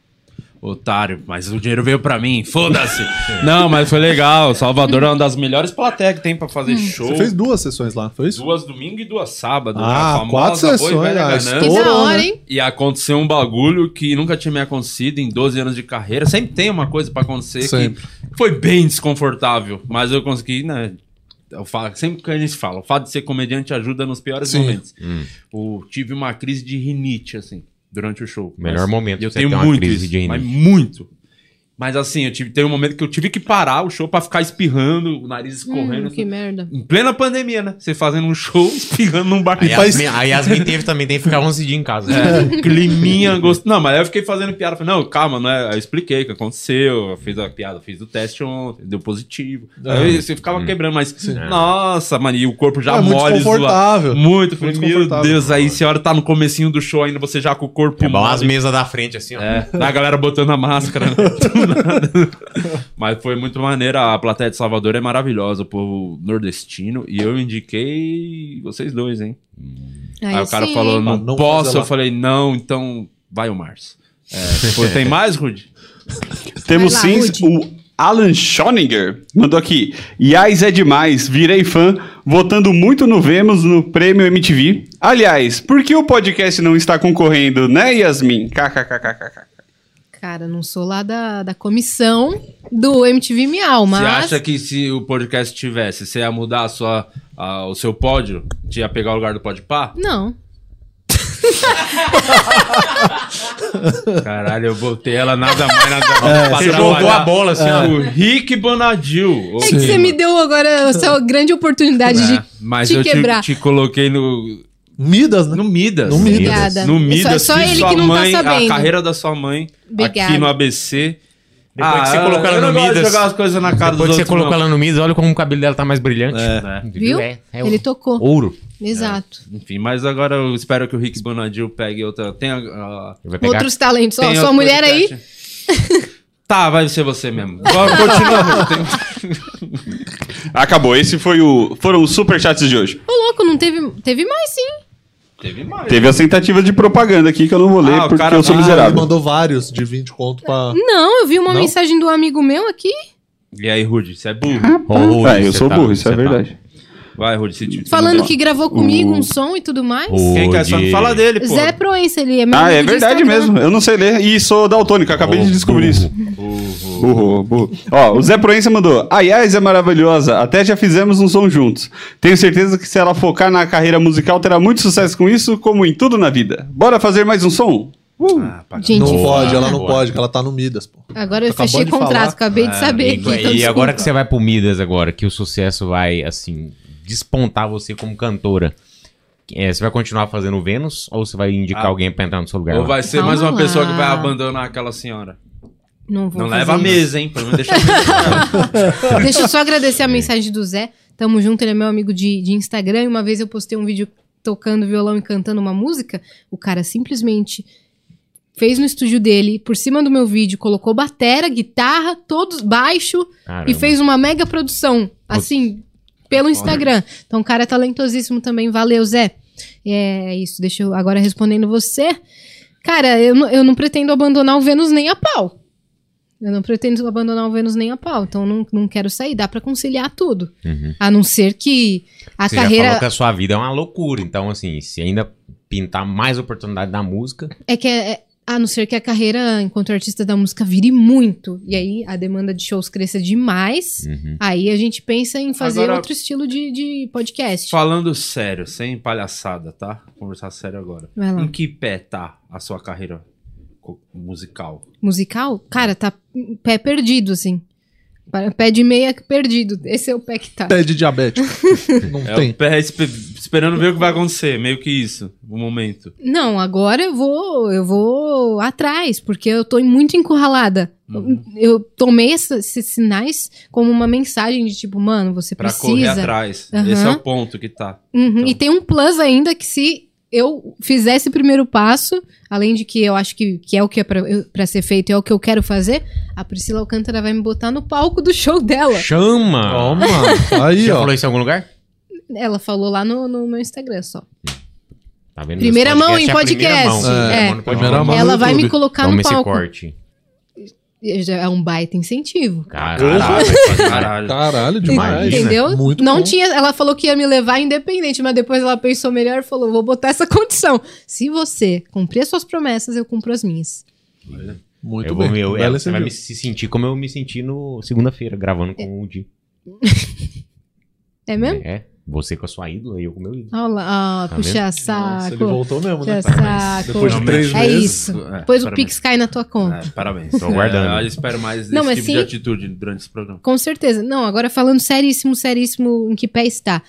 [SPEAKER 1] Otário, mas o dinheiro veio pra mim, foda-se. não, mas foi legal. Salvador é uma das melhores plateias que tem pra
[SPEAKER 4] Hum.
[SPEAKER 1] fazer show.
[SPEAKER 3] Você fez duas sessões lá, foi isso?
[SPEAKER 1] Duas domingo e duas sábado. né?
[SPEAKER 3] Ah,
[SPEAKER 1] a famosa
[SPEAKER 3] quatro
[SPEAKER 1] boa e
[SPEAKER 3] sessões,
[SPEAKER 1] velha
[SPEAKER 3] ah,
[SPEAKER 1] ganância.
[SPEAKER 3] estou-
[SPEAKER 4] que da
[SPEAKER 3] Morou,
[SPEAKER 4] hora,
[SPEAKER 3] né?
[SPEAKER 4] hein?
[SPEAKER 1] E aconteceu um bagulho que nunca tinha me acontecido em 12 anos de carreira. Sempre tem uma coisa pra acontecer
[SPEAKER 3] Sempre.
[SPEAKER 1] que foi bem desconfortável, mas eu consegui, né? Eu falo, sempre que a gente fala, o fato de ser comediante ajuda nos piores
[SPEAKER 3] Sim.
[SPEAKER 1] momentos.
[SPEAKER 2] Hum.
[SPEAKER 1] O, tive uma crise de rinite, assim, durante o show.
[SPEAKER 2] Melhor momento
[SPEAKER 1] Eu
[SPEAKER 2] pra você
[SPEAKER 1] tenho
[SPEAKER 2] ter uma
[SPEAKER 1] muito
[SPEAKER 2] crise
[SPEAKER 1] isso,
[SPEAKER 2] de rinite.
[SPEAKER 1] Mas muito. Mas assim, eu tive, tem um momento que eu tive que parar o show pra ficar espirrando, o nariz escorrendo.
[SPEAKER 4] Hum, que merda.
[SPEAKER 1] Em plena pandemia, né? Você fazendo um show, espirrando num bar.
[SPEAKER 2] A Yasmin,
[SPEAKER 3] faz-
[SPEAKER 2] a Yasmin teve também, tem que ficar 11 dias em casa.
[SPEAKER 1] É, climinha gostoso. Não, mas aí eu fiquei fazendo piada. Falei, não, calma, não é, eu expliquei o que aconteceu. Eu fiz a piada, fiz o teste ontem, deu positivo. Aí você ficava quebrando, mas. Nossa, mano, e o corpo já
[SPEAKER 3] é muito
[SPEAKER 1] mole, zoado.
[SPEAKER 3] desconfortável.
[SPEAKER 1] Muito, falei,
[SPEAKER 3] Muito
[SPEAKER 1] meu
[SPEAKER 3] desconfortável.
[SPEAKER 1] Deus, aí você hora tá no comecinho do show ainda, você já com o corpo
[SPEAKER 2] É bom as
[SPEAKER 1] mole.
[SPEAKER 2] mesas da frente, assim, ó.
[SPEAKER 1] É, a galera botando a máscara. né? Do nada. Mas foi muito maneiro. A plateia de Salvador é maravilhosa, o povo nordestino. E eu indiquei vocês dois, hein? Aí, o cara
[SPEAKER 4] sim,
[SPEAKER 1] falou,
[SPEAKER 4] hein?
[SPEAKER 1] não,
[SPEAKER 3] Ah, não
[SPEAKER 1] posso.
[SPEAKER 3] fazer lá.
[SPEAKER 1] Eu falei, não, então vai o Márcio. É, pô, tem mais, Rude?
[SPEAKER 6] Temos
[SPEAKER 4] lá,
[SPEAKER 6] sim
[SPEAKER 4] Rude.
[SPEAKER 6] o Alan Schoninger. Mandou aqui. Yais é demais, virei fã, votando muito no Vemos no prêmio MTV. Aliás, por que o podcast não está concorrendo, né, Yasmin? KKKKK.
[SPEAKER 4] Cara, não sou lá da, da comissão do MTV Miau,
[SPEAKER 1] Você
[SPEAKER 4] mas.
[SPEAKER 1] acha que se o podcast tivesse, você ia mudar a sua, a- o seu pódio? Você ia pegar o lugar do Podpah?
[SPEAKER 4] Não.
[SPEAKER 1] Caralho, eu botei ela nada mais, nada mais. pra
[SPEAKER 2] É, Você
[SPEAKER 1] trabalhar.
[SPEAKER 2] jogou a bola, assim, ó.
[SPEAKER 1] O Rick Bonadil.
[SPEAKER 4] É que você me deu agora essa grande oportunidade
[SPEAKER 1] É,
[SPEAKER 4] de.
[SPEAKER 1] mas
[SPEAKER 4] te
[SPEAKER 1] eu
[SPEAKER 4] quebrar.
[SPEAKER 1] Te, te coloquei no,
[SPEAKER 3] Midas, né?
[SPEAKER 1] no Midas.
[SPEAKER 3] No Midas.
[SPEAKER 4] Obrigada. É
[SPEAKER 1] No Midas.
[SPEAKER 4] Só- só
[SPEAKER 1] fiz
[SPEAKER 4] ele
[SPEAKER 1] sua
[SPEAKER 4] que não tá
[SPEAKER 1] mãe,
[SPEAKER 4] sabendo.
[SPEAKER 1] A carreira da sua mãe
[SPEAKER 4] Obrigada.
[SPEAKER 1] aqui no ABC.
[SPEAKER 2] Depois que você colocou ela
[SPEAKER 1] Ah, eu
[SPEAKER 2] no
[SPEAKER 1] não gosto de
[SPEAKER 2] Midas-
[SPEAKER 1] jogar as coisas na cara
[SPEAKER 2] Depois
[SPEAKER 1] dos
[SPEAKER 2] que você
[SPEAKER 1] outros,
[SPEAKER 2] colocou
[SPEAKER 1] não.
[SPEAKER 2] ela no Midas, olha como o cabelo dela tá mais brilhante.
[SPEAKER 1] É.
[SPEAKER 4] Viu?
[SPEAKER 2] É, é
[SPEAKER 4] Ele
[SPEAKER 2] ouro.
[SPEAKER 4] tocou.
[SPEAKER 2] Ouro.
[SPEAKER 4] Exato.
[SPEAKER 1] Enfim, mas agora eu espero que o Rick Bonadil pegue outra. Tem a. a-
[SPEAKER 2] Ele vai pegar
[SPEAKER 4] Outros talentos. Ó,
[SPEAKER 1] tem
[SPEAKER 4] sua
[SPEAKER 1] outro
[SPEAKER 4] mulher aí.
[SPEAKER 1] podcast. Tá, vai ser você mesmo. Agora continua. Tem-
[SPEAKER 6] Acabou, esse foi o. Foram os superchats de hoje.
[SPEAKER 4] Ô, louco, não teve. Teve mais, sim.
[SPEAKER 1] Teve mais.
[SPEAKER 6] Teve as tentativas de propaganda aqui que eu não vou ler
[SPEAKER 1] Ah, o
[SPEAKER 6] porque
[SPEAKER 1] cara-
[SPEAKER 6] eu sou
[SPEAKER 1] Ah,
[SPEAKER 3] ele
[SPEAKER 6] miserável.
[SPEAKER 3] mandou vários de 20 conto pra.
[SPEAKER 4] Não, eu vi uma
[SPEAKER 3] Não?
[SPEAKER 4] mensagem do amigo meu aqui.
[SPEAKER 1] E aí, Rude, você é burro.
[SPEAKER 2] ouro.
[SPEAKER 6] é, eu
[SPEAKER 2] Você
[SPEAKER 6] sou
[SPEAKER 2] tá-
[SPEAKER 6] burro, isso é
[SPEAKER 2] você tá-
[SPEAKER 6] verdade.
[SPEAKER 1] Vai, Rude, se te-
[SPEAKER 4] Falando
[SPEAKER 6] mandou.
[SPEAKER 4] que gravou comigo
[SPEAKER 6] O-
[SPEAKER 4] um som e tudo mais.
[SPEAKER 2] O-
[SPEAKER 1] Quem quer só
[SPEAKER 2] Rude.
[SPEAKER 1] fala dele, pô.
[SPEAKER 4] Zé Proença, ele é meu
[SPEAKER 6] Ah,
[SPEAKER 4] amigo
[SPEAKER 6] é
[SPEAKER 4] de
[SPEAKER 6] verdade
[SPEAKER 4] Instagram.
[SPEAKER 6] mesmo. Eu não sei ler e sou daltônico, acabei
[SPEAKER 2] Ô,
[SPEAKER 6] de descobrir
[SPEAKER 2] burro.
[SPEAKER 6] isso. Burro, burro. Ó, o Zé Proença mandou. A Yas é maravilhosa, até já fizemos um som juntos. Tenho certeza que se ela focar na carreira musical, terá muito sucesso com isso, como em tudo na vida. Bora fazer mais um som?
[SPEAKER 1] Ah, paga-
[SPEAKER 4] Gente,
[SPEAKER 3] Não
[SPEAKER 2] Boa,
[SPEAKER 3] pode, ela não
[SPEAKER 2] boa.
[SPEAKER 3] pode, que ela tá no Midas, pô.
[SPEAKER 4] agora eu
[SPEAKER 3] Acabou
[SPEAKER 4] fechei
[SPEAKER 3] de
[SPEAKER 4] contrato,
[SPEAKER 3] falar.
[SPEAKER 4] acabei
[SPEAKER 1] Ah,
[SPEAKER 4] de saber.
[SPEAKER 2] E,
[SPEAKER 4] aqui, então
[SPEAKER 2] e agora que
[SPEAKER 4] desculpa.
[SPEAKER 2] você vai pro Midas agora, que o sucesso vai, assim, despontar você como cantora, é, você vai continuar fazendo o Vênus ou você vai indicar
[SPEAKER 1] Ah.
[SPEAKER 2] alguém pra entrar no seu lugar?
[SPEAKER 1] Ou vai ser
[SPEAKER 4] Calma
[SPEAKER 1] mais uma
[SPEAKER 4] lá.
[SPEAKER 1] pessoa que vai abandonar aquela senhora.
[SPEAKER 4] Não, vou
[SPEAKER 1] não
[SPEAKER 4] fazer
[SPEAKER 1] leva a
[SPEAKER 4] isso.
[SPEAKER 1] mesa, hein? Pelo menos deixa eu
[SPEAKER 4] Deixa eu só agradecer a mensagem do Zé. Tamo junto, ele é meu amigo de, de Instagram. E uma vez eu postei um vídeo tocando violão e cantando uma música. O cara simplesmente fez no estúdio dele, por cima do meu vídeo, colocou batera, guitarra, todos baixo
[SPEAKER 2] Caramba.
[SPEAKER 4] e fez uma mega produção, assim, pelo Instagram. Então o cara é talentosíssimo também. Valeu, Zé. É isso, deixa eu agora respondendo você. Cara, eu, não- eu não pretendo abandonar o Vênus nem a pau. Eu não pretendo abandonar o Vênus nem a pau, então não, não quero sair. Dá pra conciliar tudo. A não ser que a
[SPEAKER 2] Uhum. Você já
[SPEAKER 4] carreira.
[SPEAKER 2] falou que a sua vida é uma loucura. Então, assim, se ainda pintar mais oportunidade da música,
[SPEAKER 4] É que é- é- a não ser que a carreira enquanto artista da música vire muito. E aí a demanda de shows cresça demais.
[SPEAKER 2] uhum.
[SPEAKER 4] Aí a gente pensa em fazer
[SPEAKER 1] Agora-
[SPEAKER 4] outro estilo de, de podcast.
[SPEAKER 1] Falando sério, sem palhaçada, tá? Vou conversar sério agora.
[SPEAKER 4] Vai lá.
[SPEAKER 1] Em que pé tá a sua carreira co- musical?
[SPEAKER 4] musical, cara, tá pé perdido, assim. Pa- Pé de meia perdido. Esse é o pé que tá.
[SPEAKER 3] Pé de diabético. Não
[SPEAKER 1] É
[SPEAKER 3] tem.
[SPEAKER 1] o pé espe- esperando ver o que vai acontecer, meio que isso, o momento.
[SPEAKER 4] Não, agora eu vou, eu vou atrás, porque eu tô muito encurralada.
[SPEAKER 1] Hum.
[SPEAKER 4] Eu tomei essa- esses sinais como uma mensagem de tipo, mano, você
[SPEAKER 1] Pra correr
[SPEAKER 4] precisa.
[SPEAKER 1] atrás.
[SPEAKER 4] Aham.
[SPEAKER 1] Esse é o ponto que tá.
[SPEAKER 4] Uhum,
[SPEAKER 1] Então.
[SPEAKER 4] E tem um plus ainda que se eu fizesse o primeiro passo, além de que eu acho que, que é o que é pra, eu- pra ser feito, é o que eu quero fazer, a Priscila Alcântara vai me botar no palco do show dela.
[SPEAKER 2] chama!
[SPEAKER 3] Toma. Aí,
[SPEAKER 2] Já
[SPEAKER 3] ó.
[SPEAKER 2] falou isso em algum lugar?
[SPEAKER 4] Ela falou lá no, no meu Instagram só.
[SPEAKER 2] Tá vendo?
[SPEAKER 4] Primeira
[SPEAKER 2] Esse
[SPEAKER 4] mão em
[SPEAKER 2] é a
[SPEAKER 4] podcast.
[SPEAKER 2] primeira mão.
[SPEAKER 4] É.
[SPEAKER 2] Mão no podcast. um
[SPEAKER 3] Primeira mão.
[SPEAKER 4] Ela
[SPEAKER 3] no
[SPEAKER 4] vai
[SPEAKER 3] YouTube.
[SPEAKER 4] me colocar
[SPEAKER 2] Toma
[SPEAKER 4] no
[SPEAKER 2] esse
[SPEAKER 4] palco.
[SPEAKER 2] corte.
[SPEAKER 4] Já É um baita incentivo.
[SPEAKER 2] Caralho.
[SPEAKER 4] Tá.
[SPEAKER 1] Caralho.
[SPEAKER 3] Caralho, demais. É
[SPEAKER 2] Imagina.
[SPEAKER 4] Entendeu?
[SPEAKER 3] Muito
[SPEAKER 4] não
[SPEAKER 3] bom.
[SPEAKER 4] tinha. Ela falou que ia me levar independente, mas depois ela pensou melhor e falou: vou botar essa condição. Se você cumprir as suas promessas, eu cumpro as minhas.
[SPEAKER 3] Muito
[SPEAKER 2] Eu vou,
[SPEAKER 3] bem.
[SPEAKER 2] me- eu,
[SPEAKER 3] Bela
[SPEAKER 2] ela, você vai
[SPEAKER 3] serviu.
[SPEAKER 2] me se sentir como eu me senti no segunda-feira, gravando com o Di.
[SPEAKER 4] É mesmo?
[SPEAKER 2] É. Você com a sua ídola e eu com o meu ídolo.
[SPEAKER 4] Olha lá, ah,
[SPEAKER 2] Tá
[SPEAKER 4] puxa
[SPEAKER 3] Nossa, ele
[SPEAKER 4] saco.
[SPEAKER 3] voltou mesmo, né?
[SPEAKER 4] Puxa saco.
[SPEAKER 3] Depois de um três
[SPEAKER 4] é
[SPEAKER 3] meses.
[SPEAKER 4] isso.
[SPEAKER 1] É,
[SPEAKER 4] Depois o
[SPEAKER 1] parabéns.
[SPEAKER 4] Pix cai na tua conta.
[SPEAKER 1] É, parabéns.
[SPEAKER 2] Tô aguardando.
[SPEAKER 1] É, eu espero mais
[SPEAKER 4] Não,
[SPEAKER 1] desse
[SPEAKER 4] mas
[SPEAKER 1] tipo
[SPEAKER 4] sim-
[SPEAKER 1] de atitude durante esse programa.
[SPEAKER 4] Com certeza. Não, agora falando seríssimo, seríssimo, em que pé está?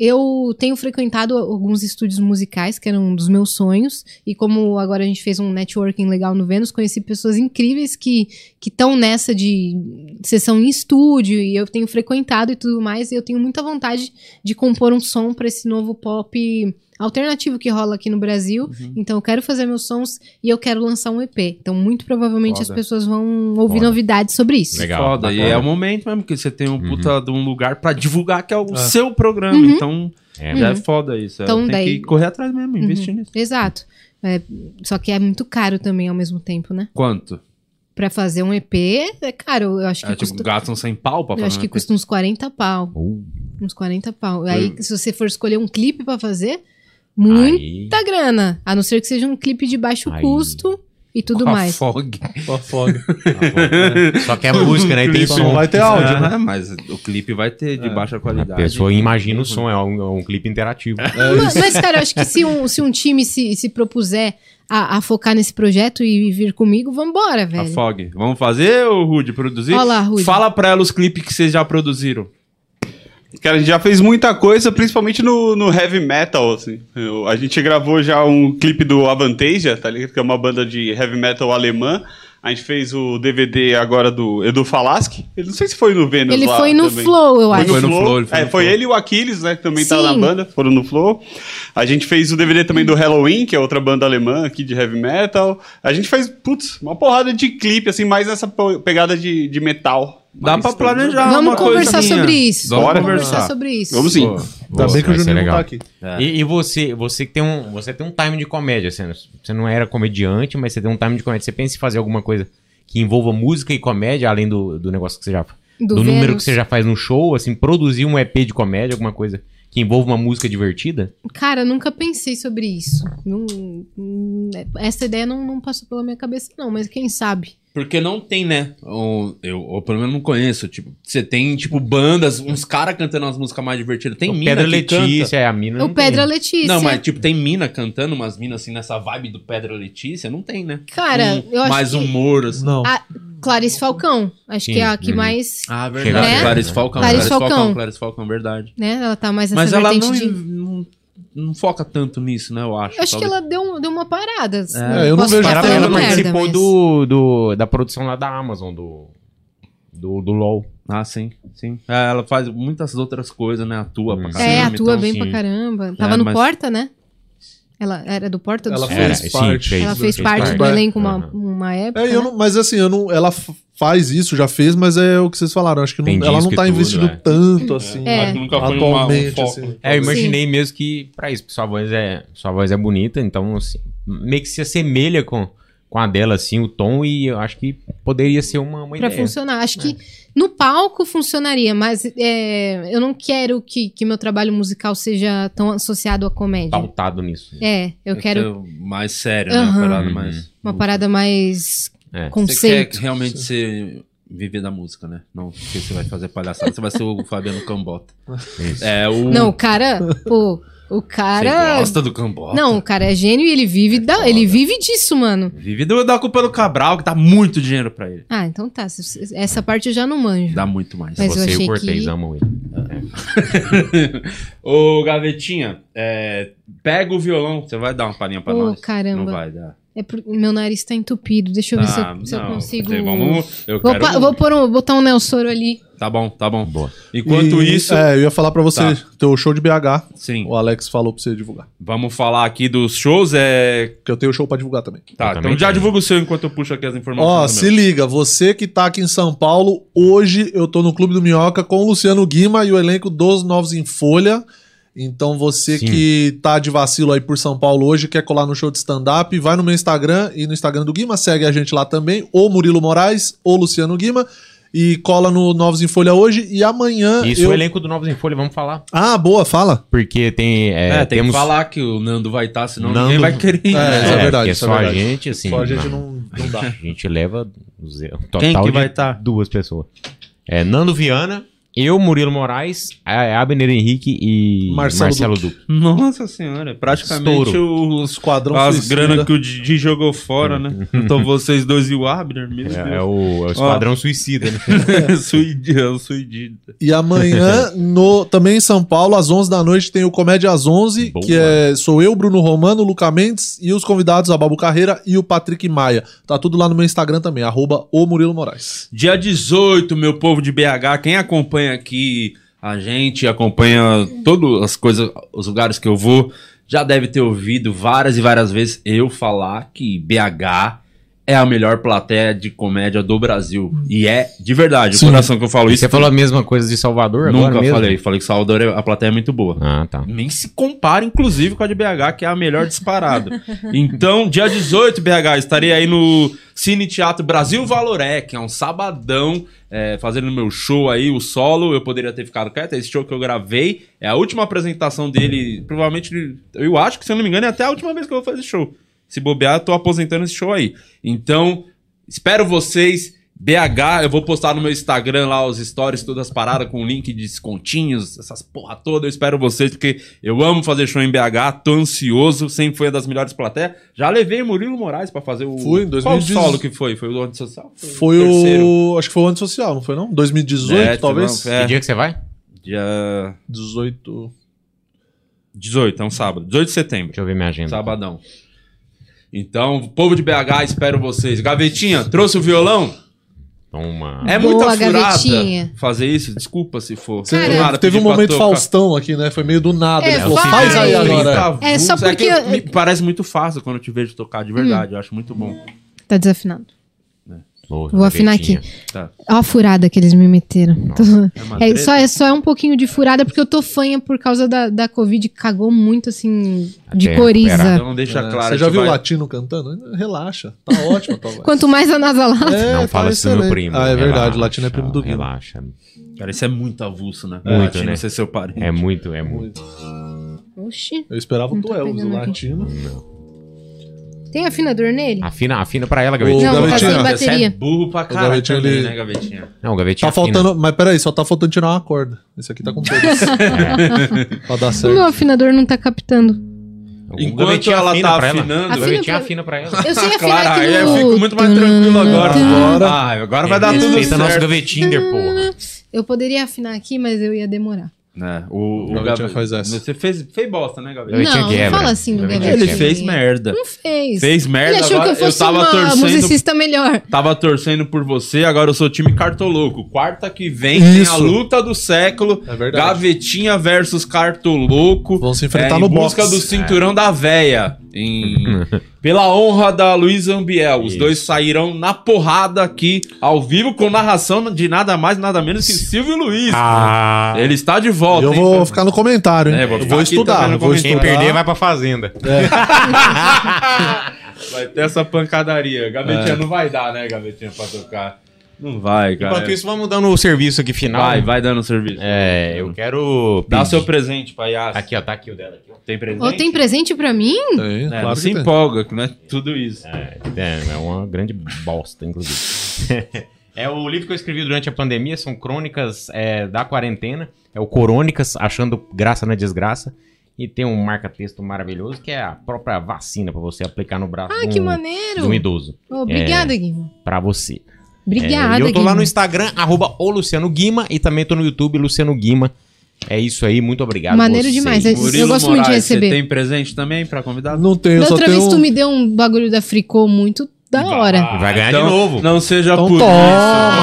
[SPEAKER 4] Eu tenho frequentado alguns estúdios musicais, que eram um dos meus sonhos, e como agora a gente fez um networking legal no Vênus, conheci pessoas incríveis que que estão nessa de sessão em estúdio, e eu tenho frequentado e tudo mais, e eu tenho muita vontade de compor um som para esse novo pop alternativo que rola aqui no Brasil. Então eu quero fazer meus sons e eu quero lançar um EP. Então muito provavelmente as
[SPEAKER 1] Foda.
[SPEAKER 4] pessoas vão ouvir
[SPEAKER 2] Foda.
[SPEAKER 4] novidades sobre isso.
[SPEAKER 2] Legal.
[SPEAKER 1] Foda. E
[SPEAKER 2] Bacana.
[SPEAKER 1] é o momento mesmo que você tem um
[SPEAKER 2] Uhum. Ah.
[SPEAKER 1] puta de um lugar pra divulgar que é o
[SPEAKER 3] É.
[SPEAKER 1] seu programa.
[SPEAKER 4] Uhum.
[SPEAKER 1] Então,
[SPEAKER 2] É.
[SPEAKER 1] já é foda isso.
[SPEAKER 4] Então,
[SPEAKER 1] Então, tem
[SPEAKER 4] daí-
[SPEAKER 1] que correr atrás mesmo,
[SPEAKER 4] Uhum.
[SPEAKER 1] investir nisso.
[SPEAKER 4] Exato. É, só que é muito caro também ao mesmo tempo, né?
[SPEAKER 1] Quanto?
[SPEAKER 4] Pra fazer um EP, é caro. Eu acho que,
[SPEAKER 1] É, tipo, né?
[SPEAKER 4] custa,
[SPEAKER 1] gastam sem pau pra
[SPEAKER 4] eu
[SPEAKER 1] fazer.
[SPEAKER 4] acho que
[SPEAKER 1] uma
[SPEAKER 4] custa uns 40 pau.
[SPEAKER 2] Uh,
[SPEAKER 4] Uns 40 pau. Aí, se você for escolher um clipe pra fazer, muita
[SPEAKER 2] aí,
[SPEAKER 4] grana. A não ser que seja um clipe de baixo
[SPEAKER 2] Aí.
[SPEAKER 4] custo e tudo
[SPEAKER 1] coisa.
[SPEAKER 4] mais.
[SPEAKER 1] Fog.
[SPEAKER 3] Tá foda.
[SPEAKER 2] Só que é música, né? E tem
[SPEAKER 3] Clipe
[SPEAKER 2] som. É.
[SPEAKER 3] não vai ter áudio, né?
[SPEAKER 1] Ah, mas o clipe vai ter de baixa
[SPEAKER 2] A
[SPEAKER 1] qualidade.
[SPEAKER 2] pessoa imagina o som, é um, é um clipe
[SPEAKER 3] Tá
[SPEAKER 2] interativo.
[SPEAKER 4] Mas, mas, cara, eu acho que se um, se um time se, se propuser a, a focar nesse projeto e vir comigo, vambora,
[SPEAKER 1] A
[SPEAKER 4] velho.
[SPEAKER 1] Fog. Vamos fazer, ô Rude, produzir?
[SPEAKER 4] Olha lá, Rudy.
[SPEAKER 1] Fala pra ela os clipes que vocês já produziram.
[SPEAKER 6] Cara, a gente já fez muita coisa, principalmente no, no heavy metal, assim. Eu- a gente gravou já um clipe do Avantasia, tá ligado? Que é uma banda de heavy metal alemã. A gente fez o DVD agora do Edu Falaschi. Eu não sei se foi no Vênus
[SPEAKER 4] Ele
[SPEAKER 6] lá
[SPEAKER 4] foi no
[SPEAKER 6] também.
[SPEAKER 4] Flow, eu
[SPEAKER 6] Foi
[SPEAKER 4] acho.
[SPEAKER 6] no,
[SPEAKER 1] Foi no
[SPEAKER 6] Flow.
[SPEAKER 1] Flow, ele foi
[SPEAKER 6] é,
[SPEAKER 1] no
[SPEAKER 6] foi
[SPEAKER 1] Flow.
[SPEAKER 6] ele e o Aquiles, né? Que também tá na
[SPEAKER 4] Sim.
[SPEAKER 6] banda, foram no Flow. A gente fez o DVD também do Halloween, que é outra banda alemã aqui de heavy metal. A gente fez, putz, uma porrada de clipe, assim, mais nessa po- pegada de, de metal.
[SPEAKER 1] Dá
[SPEAKER 6] Mas
[SPEAKER 1] pra
[SPEAKER 6] também-
[SPEAKER 1] planejar uma
[SPEAKER 4] Vamos conversar
[SPEAKER 1] coisinha.
[SPEAKER 4] sobre isso.
[SPEAKER 1] Bora
[SPEAKER 4] Vamos conversar
[SPEAKER 1] conversar.
[SPEAKER 4] sobre isso.
[SPEAKER 6] Vamos sim.
[SPEAKER 1] Boa.
[SPEAKER 3] Ainda bem que o
[SPEAKER 2] vai ser
[SPEAKER 3] Juninho não
[SPEAKER 2] legal.
[SPEAKER 3] tá aqui.
[SPEAKER 1] É.
[SPEAKER 2] E, e você, você que tem um, você tem um time de comédia, você, você não era comediante, mas você tem um time de comédia. Você pensa em fazer alguma coisa que envolva música e comédia, além do, do negócio que você já do, número que
[SPEAKER 4] Vênus.
[SPEAKER 2] você já faz no show, assim, produzir um EP de comédia, alguma coisa que envolva uma música divertida?
[SPEAKER 4] Cara, eu nunca pensei sobre isso. Não- hum, essa ideia não, não passou pela minha cabeça, não, mas quem sabe?
[SPEAKER 1] Porque não tem, né? Ou, eu, ou pelo menos não conheço. Tipo, você tem, tipo, bandas, uns caras cantando umas músicas mais divertidas. Tem
[SPEAKER 2] O
[SPEAKER 1] mina
[SPEAKER 2] Pedra
[SPEAKER 1] que
[SPEAKER 2] Então, Letícia, é a mina.
[SPEAKER 4] o
[SPEAKER 2] não
[SPEAKER 4] Pedra
[SPEAKER 2] tem.
[SPEAKER 1] canta.
[SPEAKER 4] Letícia.
[SPEAKER 1] Hum. Não, mas, tipo, tem mina cantando umas minas, assim, nessa vibe do Pedra Letícia. Não tem, né?
[SPEAKER 4] Cara,
[SPEAKER 1] Um-
[SPEAKER 4] eu acho
[SPEAKER 1] mais
[SPEAKER 4] que-
[SPEAKER 1] humor, assim.
[SPEAKER 3] Não.
[SPEAKER 4] Ah, Clarice Falcão. Acho
[SPEAKER 2] Sim,
[SPEAKER 4] que é a que
[SPEAKER 2] uhum.
[SPEAKER 4] mais.
[SPEAKER 1] Ah,
[SPEAKER 2] verdade.
[SPEAKER 4] Né?
[SPEAKER 1] Clarice Falcão.
[SPEAKER 4] Clarice Falcão.
[SPEAKER 1] Clarice Falcão, verdade.
[SPEAKER 4] Né? Ela tá mais nessa
[SPEAKER 1] Mas ela
[SPEAKER 4] vertente
[SPEAKER 1] não,
[SPEAKER 4] de.
[SPEAKER 1] não, não foca tanto nisso, né? Eu acho.
[SPEAKER 4] Eu acho que
[SPEAKER 1] talvez.
[SPEAKER 4] ela deu, um- deu uma parada.
[SPEAKER 3] É, eu não
[SPEAKER 4] posso
[SPEAKER 3] vejo
[SPEAKER 4] estar
[SPEAKER 3] ela
[SPEAKER 2] Ela,
[SPEAKER 4] falando
[SPEAKER 2] ela
[SPEAKER 3] Falando
[SPEAKER 2] participou
[SPEAKER 4] mas-
[SPEAKER 2] do, do- da produção lá da Amazon, do, do, do LOL.
[SPEAKER 1] Ah, sim, sim. É, ela faz muitas outras coisas, né? Atua
[SPEAKER 2] Hum.
[SPEAKER 1] pra caramba.
[SPEAKER 4] É, atua
[SPEAKER 1] então,
[SPEAKER 4] bem
[SPEAKER 1] sim.
[SPEAKER 4] pra caramba. Tava
[SPEAKER 1] É,
[SPEAKER 4] no
[SPEAKER 1] mas-
[SPEAKER 4] Porta, né? Ela era do Porta do
[SPEAKER 3] Ela
[SPEAKER 4] Sul.
[SPEAKER 2] É,
[SPEAKER 3] fez parte.
[SPEAKER 4] Ela fez, parte, do
[SPEAKER 3] parte.
[SPEAKER 1] Uhum.
[SPEAKER 4] elenco uma,
[SPEAKER 2] Aham.
[SPEAKER 4] uma época.
[SPEAKER 3] É, eu não- mas assim, eu não, ela f- faz isso, já fez, mas é o que vocês falaram. Acho que não-
[SPEAKER 2] Tem
[SPEAKER 3] ela não
[SPEAKER 2] disco e
[SPEAKER 3] tá
[SPEAKER 2] tudo,
[SPEAKER 3] investindo
[SPEAKER 2] é.
[SPEAKER 3] tanto assim.
[SPEAKER 4] É. Acho
[SPEAKER 1] que nunca foi uma- um
[SPEAKER 3] atualmente,
[SPEAKER 1] foco.
[SPEAKER 3] assim.
[SPEAKER 2] É, eu imaginei mesmo que pra isso, porque sua voz é, sua voz é bonita, então assim, meio que se assemelha com, com a dela, assim, o tom, e eu acho que poderia ser uma, uma
[SPEAKER 4] Pra
[SPEAKER 2] ideia.
[SPEAKER 4] funcionar. Acho
[SPEAKER 1] É.
[SPEAKER 4] que no palco funcionaria, mas é, eu não quero que, que meu trabalho musical seja tão associado à comédia.
[SPEAKER 2] Pautado nisso.
[SPEAKER 4] É, eu quero
[SPEAKER 1] Mais sério, né?
[SPEAKER 4] Aham.
[SPEAKER 1] Uma parada
[SPEAKER 2] Uhum.
[SPEAKER 1] mais.
[SPEAKER 4] uma parada mais
[SPEAKER 2] É.
[SPEAKER 1] Você
[SPEAKER 4] conceito.
[SPEAKER 1] quer realmente ser. Viver da música, né? Não, porque você vai fazer palhaçada, você vai ser o Fabiano Cambota.
[SPEAKER 2] Isso.
[SPEAKER 1] É o.
[SPEAKER 4] Não, o cara, pô, o
[SPEAKER 1] Você
[SPEAKER 4] cara.
[SPEAKER 1] gosta do Cambota?
[SPEAKER 4] Não, o cara é gênio e ele vive, da, ele vive disso, mano.
[SPEAKER 1] Vive do- da culpa do Cabral, que dá muito dinheiro pra ele.
[SPEAKER 4] Ah, então tá. se- se- Essa parte eu já não manjo.
[SPEAKER 1] Dá muito mais.
[SPEAKER 4] Mas eu
[SPEAKER 2] Você e
[SPEAKER 4] achei
[SPEAKER 2] o Cortez
[SPEAKER 4] que-
[SPEAKER 2] amam ele.
[SPEAKER 1] Ô, Gavetinha, é, pega o violão, você vai dar uma palhinha pra
[SPEAKER 4] Ô,
[SPEAKER 1] nós?
[SPEAKER 4] caramba.
[SPEAKER 1] Não vai dar.
[SPEAKER 4] É por- Meu nariz tá entupido. Deixa eu ver se
[SPEAKER 1] Tá,
[SPEAKER 4] eu, se eu
[SPEAKER 1] não,
[SPEAKER 4] consigo.
[SPEAKER 1] tem- Vamos, eu
[SPEAKER 4] Vou,
[SPEAKER 1] quero
[SPEAKER 4] pa-
[SPEAKER 1] um.
[SPEAKER 4] vou pôr um- botar um Nelsoro ali.
[SPEAKER 1] Tá bom, tá bom.
[SPEAKER 2] Boa.
[SPEAKER 1] Enquanto
[SPEAKER 3] E-
[SPEAKER 1] isso,
[SPEAKER 3] É, eu ia falar pra você,
[SPEAKER 1] Tá.
[SPEAKER 3] teu show de BH,
[SPEAKER 1] sim,
[SPEAKER 3] o Alex falou pra você divulgar.
[SPEAKER 1] vamos falar aqui dos shows. É...
[SPEAKER 3] Porque eu tenho show pra divulgar também.
[SPEAKER 1] Tá,
[SPEAKER 2] também
[SPEAKER 1] então já
[SPEAKER 2] tenho.
[SPEAKER 1] divulga o seu enquanto eu puxo aqui as informações.
[SPEAKER 3] Ó,
[SPEAKER 2] é
[SPEAKER 1] do
[SPEAKER 3] se
[SPEAKER 1] meu.
[SPEAKER 3] liga, você que tá aqui em São Paulo, hoje eu tô no Clube do Minhoca com o Luciano Guima e o elenco dos Novos em Folha. Então você
[SPEAKER 2] Sim.
[SPEAKER 3] que tá de vacilo aí por São Paulo hoje, quer colar no show de stand-up, vai no meu Instagram e no Instagram do Guima, segue a gente lá também, ou Murilo Moraes, ou Luciano Guima, e cola no Novos em Folha hoje e amanhã
[SPEAKER 2] Isso,
[SPEAKER 3] Ah, eu...
[SPEAKER 2] o elenco do Novos em Folha, vamos falar.
[SPEAKER 3] Ah, boa, fala.
[SPEAKER 2] Porque tem. É,
[SPEAKER 1] É, tem
[SPEAKER 2] temos...
[SPEAKER 1] que falar que o Nando vai estar, senão
[SPEAKER 2] Nando-
[SPEAKER 1] ninguém vai querer. ir. né?
[SPEAKER 3] É,
[SPEAKER 2] É,
[SPEAKER 3] isso é verdade,
[SPEAKER 2] porque
[SPEAKER 3] isso é
[SPEAKER 2] só
[SPEAKER 3] verdade.
[SPEAKER 2] a gente, assim.
[SPEAKER 3] Só a gente
[SPEAKER 2] na-
[SPEAKER 3] não, não dá.
[SPEAKER 2] A gente leva os- o total
[SPEAKER 1] Quem que
[SPEAKER 2] de
[SPEAKER 1] vai tá?
[SPEAKER 2] duas pessoas. É Nando Viana, eu, Murilo Moraes, a- Abner Henrique e
[SPEAKER 3] Marcelo
[SPEAKER 2] Marcelo,
[SPEAKER 3] Duque.
[SPEAKER 2] Duque.
[SPEAKER 1] Nossa senhora, praticamente os
[SPEAKER 3] Esquadrão
[SPEAKER 1] as
[SPEAKER 3] Suicida.
[SPEAKER 1] grana que o Didi jogou fora, né? Então vocês dois e o Abner, meu
[SPEAKER 2] É, é
[SPEAKER 1] Deus.
[SPEAKER 2] o, é o Esquadrão Suicida, né?
[SPEAKER 1] Suidi- é o Suidi.
[SPEAKER 3] E amanhã, no, também em São Paulo, às 11 da noite, tem o Comédia às 11,
[SPEAKER 2] Boa.
[SPEAKER 3] que é sou eu, Bruno Romano, Luca Mendes e os convidados, a Babu Carreira e o Patrick Maia. Tá tudo lá no meu Instagram também, arroba o Murilo Moraes.
[SPEAKER 1] Dia 18, meu povo de BH, quem acompanha aqui a gente, acompanha todas as coisas, os lugares que eu vou, já deve ter ouvido várias e várias vezes eu falar que BH é a melhor plateia de comédia do Brasil. E é de verdade,
[SPEAKER 3] Sim.
[SPEAKER 1] o coração que eu falo isso.
[SPEAKER 2] Você falou a mesma coisa de Salvador
[SPEAKER 1] Nunca
[SPEAKER 2] agora mesmo?
[SPEAKER 1] falei, falei que Salvador é- a plateia é muito boa.
[SPEAKER 2] Ah, tá.
[SPEAKER 1] Nem se compara, inclusive, com a de BH, que é a melhor disparada. Então, dia 18, BH, estarei aí no Cine Teatro Brasil Valoré, que é um sabadão, é, fazendo meu show aí, o solo. Eu poderia ter ficado quieto, é esse show que eu gravei é a última apresentação dele. Provavelmente, ele- eu acho que, se eu não me engano, é até a última vez que eu vou fazer show. Se bobear, eu tô aposentando esse show aí. Então, espero vocês. BH, eu vou postar no meu Instagram lá os stories, todas as paradas com link de descontinhos, essas porra toda. Eu espero vocês, porque eu amo fazer show em BH, tô ansioso, sempre foi uma das melhores plateias. Já levei Murilo Moraes pra fazer o.
[SPEAKER 3] Fui, em
[SPEAKER 1] Qual o
[SPEAKER 3] 2010.
[SPEAKER 1] solo que foi? Foi o do antissocial?
[SPEAKER 3] Foi
[SPEAKER 1] terceiro.
[SPEAKER 3] o. Acho que foi o antissocial, não foi não? 2018,
[SPEAKER 1] É,
[SPEAKER 3] talvez?
[SPEAKER 1] não, é.
[SPEAKER 2] Que dia que você vai?
[SPEAKER 1] Dia
[SPEAKER 3] 18.
[SPEAKER 1] 18, é um sábado. 18 de setembro.
[SPEAKER 2] Deixa eu ver minha agenda.
[SPEAKER 1] Sabadão. Então, povo de BH, espero vocês. Gavetinha, trouxe o violão?
[SPEAKER 2] Toma.
[SPEAKER 1] É
[SPEAKER 4] Boa,
[SPEAKER 1] muita furada
[SPEAKER 4] Gavetinha.
[SPEAKER 1] fazer isso? Desculpa se for.
[SPEAKER 3] Cê-
[SPEAKER 4] Cara,
[SPEAKER 1] Do nada,
[SPEAKER 3] teve um
[SPEAKER 1] pedir pra
[SPEAKER 3] momento
[SPEAKER 1] tocar.
[SPEAKER 3] Faustão aqui, né? Foi meio do nada.
[SPEAKER 4] É,
[SPEAKER 3] ele falou,
[SPEAKER 4] vai!
[SPEAKER 3] faz aí agora.
[SPEAKER 1] Trinta
[SPEAKER 4] É, só
[SPEAKER 1] avulsos. que
[SPEAKER 4] porque-
[SPEAKER 1] me parece muito fácil quando eu te vejo tocar de verdade. Eu acho muito bom.
[SPEAKER 4] Tá desafinado.
[SPEAKER 2] Boa,
[SPEAKER 4] Vou afinar
[SPEAKER 2] gavetinha.
[SPEAKER 4] aqui.
[SPEAKER 1] Tá.
[SPEAKER 4] Ó a furada que eles me meteram.
[SPEAKER 1] É uma
[SPEAKER 4] É,
[SPEAKER 1] treta.
[SPEAKER 4] só, é, só é um pouquinho de furada, porque eu tô fanha por causa da, da Covid, que cagou muito, assim, de
[SPEAKER 2] Até
[SPEAKER 4] coriza.
[SPEAKER 2] recuperar.
[SPEAKER 1] Então deixa
[SPEAKER 3] É,
[SPEAKER 1] claro.
[SPEAKER 3] Você já
[SPEAKER 1] que
[SPEAKER 3] viu o
[SPEAKER 1] vai-
[SPEAKER 3] latino cantando? Relaxa, tá ótimo a tua voz.
[SPEAKER 4] Quanto mais anasalada.
[SPEAKER 3] É,
[SPEAKER 2] Não
[SPEAKER 3] tá
[SPEAKER 2] fala isso do meu
[SPEAKER 3] excelente.
[SPEAKER 2] primo.
[SPEAKER 3] Ah, é verdade,
[SPEAKER 2] relaxa,
[SPEAKER 3] o latino é primo do Guima.
[SPEAKER 2] Relaxa.
[SPEAKER 1] Cara, isso é muito avulso, né?
[SPEAKER 2] Muito,
[SPEAKER 1] Latino
[SPEAKER 2] né?
[SPEAKER 1] ser seu parente.
[SPEAKER 2] É muito, é muito.
[SPEAKER 4] Oxi.
[SPEAKER 3] Eu esperava
[SPEAKER 4] Não
[SPEAKER 3] o
[SPEAKER 4] tô
[SPEAKER 3] do Elvis, o
[SPEAKER 4] pegando aqui.
[SPEAKER 3] latino.
[SPEAKER 4] Tem afinador nele?
[SPEAKER 2] Afina, afina pra ela, Gavetinha.
[SPEAKER 4] Não, vou
[SPEAKER 3] Gavetinha.
[SPEAKER 4] fazer de
[SPEAKER 1] Você é
[SPEAKER 4] bateria.
[SPEAKER 1] burro pra caralho
[SPEAKER 3] Gavetinho,
[SPEAKER 1] também,
[SPEAKER 3] ele-
[SPEAKER 1] né, Gavetinha?
[SPEAKER 2] Não, Gavetinha
[SPEAKER 3] Tá
[SPEAKER 1] né?
[SPEAKER 2] afina.
[SPEAKER 3] faltando. Mas peraí, só tá faltando tirar uma corda. Esse aqui tá com todos. pra dar
[SPEAKER 4] O meu
[SPEAKER 3] certo.
[SPEAKER 4] afinador não tá captando.
[SPEAKER 2] O
[SPEAKER 1] Enquanto
[SPEAKER 2] Gavetinha
[SPEAKER 1] ela
[SPEAKER 2] afina
[SPEAKER 1] tá
[SPEAKER 2] pra ela.
[SPEAKER 1] afinando...
[SPEAKER 4] Afina
[SPEAKER 2] Gavetinha
[SPEAKER 4] pra-
[SPEAKER 2] afina pra ela.
[SPEAKER 4] Eu sei afinar
[SPEAKER 1] Claro,
[SPEAKER 4] aqui
[SPEAKER 1] aí
[SPEAKER 4] no...
[SPEAKER 1] eu fico muito mais tranquilo agora.
[SPEAKER 3] Agora-
[SPEAKER 1] Ah, agora vai dar tudo
[SPEAKER 2] Respeita
[SPEAKER 1] certo.
[SPEAKER 2] nosso Gavetinder, porra.
[SPEAKER 4] Eu poderia afinar aqui, mas eu ia demorar.
[SPEAKER 1] Né, O, o
[SPEAKER 3] Gavetinha
[SPEAKER 1] Gavetinha
[SPEAKER 3] faz essa.
[SPEAKER 1] Você fez, fez bosta, né, Gavetinha?
[SPEAKER 2] Gavetinha
[SPEAKER 4] não,
[SPEAKER 2] quebra.
[SPEAKER 4] não fala assim do
[SPEAKER 2] Gavetinha
[SPEAKER 4] Gavetinha.
[SPEAKER 1] Ele fez merda.
[SPEAKER 4] Não fez.
[SPEAKER 1] Fez merda,
[SPEAKER 4] Ele achou
[SPEAKER 1] agora
[SPEAKER 4] que eu fosse
[SPEAKER 1] eu tava
[SPEAKER 4] uma
[SPEAKER 1] torcendo-
[SPEAKER 4] musicista melhor.
[SPEAKER 1] Tava torcendo por você, agora eu sou time cartoloco. Quarta que vem tem
[SPEAKER 3] Isso.
[SPEAKER 1] a luta do século.
[SPEAKER 3] É verdade.
[SPEAKER 1] Gavetinha versus cartoloco.
[SPEAKER 3] Vão se enfrentar
[SPEAKER 1] em
[SPEAKER 3] no
[SPEAKER 1] busca
[SPEAKER 3] boxe.
[SPEAKER 1] do cinturão da véia. Em... Pela honra da Luísa Ambiel. Os
[SPEAKER 2] Isso.
[SPEAKER 1] dois sairão na porrada aqui, ao vivo, com narração de nada mais, nada menos que Silvio Luiz.
[SPEAKER 2] Ah.
[SPEAKER 1] Ele está de
[SPEAKER 3] E
[SPEAKER 1] volta.
[SPEAKER 3] eu
[SPEAKER 1] hein?
[SPEAKER 3] vou ficar no comentário, hein?
[SPEAKER 1] É, vou
[SPEAKER 3] vou, eu
[SPEAKER 1] ficar
[SPEAKER 3] vou
[SPEAKER 1] aqui
[SPEAKER 3] estudar.
[SPEAKER 1] também no
[SPEAKER 3] eu Vou
[SPEAKER 1] comentário.
[SPEAKER 2] Quem
[SPEAKER 3] estudar.
[SPEAKER 2] perder vai pra fazenda.
[SPEAKER 1] Vai ter essa pancadaria. Gavetinha não vai dar, né, Gavetinha, pra tocar. Não vai, cara.
[SPEAKER 2] É. Enquanto isso, vamos dando o serviço aqui final.
[SPEAKER 1] Vai, vai dando serviço.
[SPEAKER 2] É, eu quero.
[SPEAKER 1] Dá o
[SPEAKER 2] pedir-
[SPEAKER 1] seu presente pra Yas.
[SPEAKER 2] Aqui, ó, tá aqui o dela. Aqui, ó.
[SPEAKER 1] Tem presente?
[SPEAKER 4] Ou tem presente pra mim?
[SPEAKER 1] É,
[SPEAKER 3] Tem,
[SPEAKER 1] não
[SPEAKER 3] claro
[SPEAKER 1] se
[SPEAKER 3] que tem.
[SPEAKER 1] empolga, que não é tudo isso.
[SPEAKER 2] É, é uma grande bosta, inclusive. é o livro que eu escrevi durante a pandemia, são crônicas é, da quarentena. É o Corônicas, Achando Graça na Desgraça. E tem um marca-texto maravilhoso que é a própria vacina pra você aplicar no braço
[SPEAKER 4] Ah,
[SPEAKER 2] de um-
[SPEAKER 4] que
[SPEAKER 2] de
[SPEAKER 4] maneiro.
[SPEAKER 2] um idoso.
[SPEAKER 1] É.
[SPEAKER 4] Obrigada, Guima.
[SPEAKER 2] Pra você. É,
[SPEAKER 4] Obrigada,
[SPEAKER 2] e eu tô lá no
[SPEAKER 4] Guima.
[SPEAKER 2] Instagram, arroba o Luciano Guima, e também tô no YouTube, Luciano Guima. É isso aí, muito obrigado.
[SPEAKER 4] Maneiro
[SPEAKER 2] vocês.
[SPEAKER 4] demais, é- Eu gosto muito de receber.
[SPEAKER 1] Você tem presente também pra convidar?
[SPEAKER 3] Não tem, eu
[SPEAKER 4] Da
[SPEAKER 3] só
[SPEAKER 4] outra
[SPEAKER 3] tenho.
[SPEAKER 4] vez tu me deu um bagulho da Fricô muito da hora.
[SPEAKER 2] Vai ganhar de novo.
[SPEAKER 1] Não seja
[SPEAKER 3] Então
[SPEAKER 1] por
[SPEAKER 3] toma!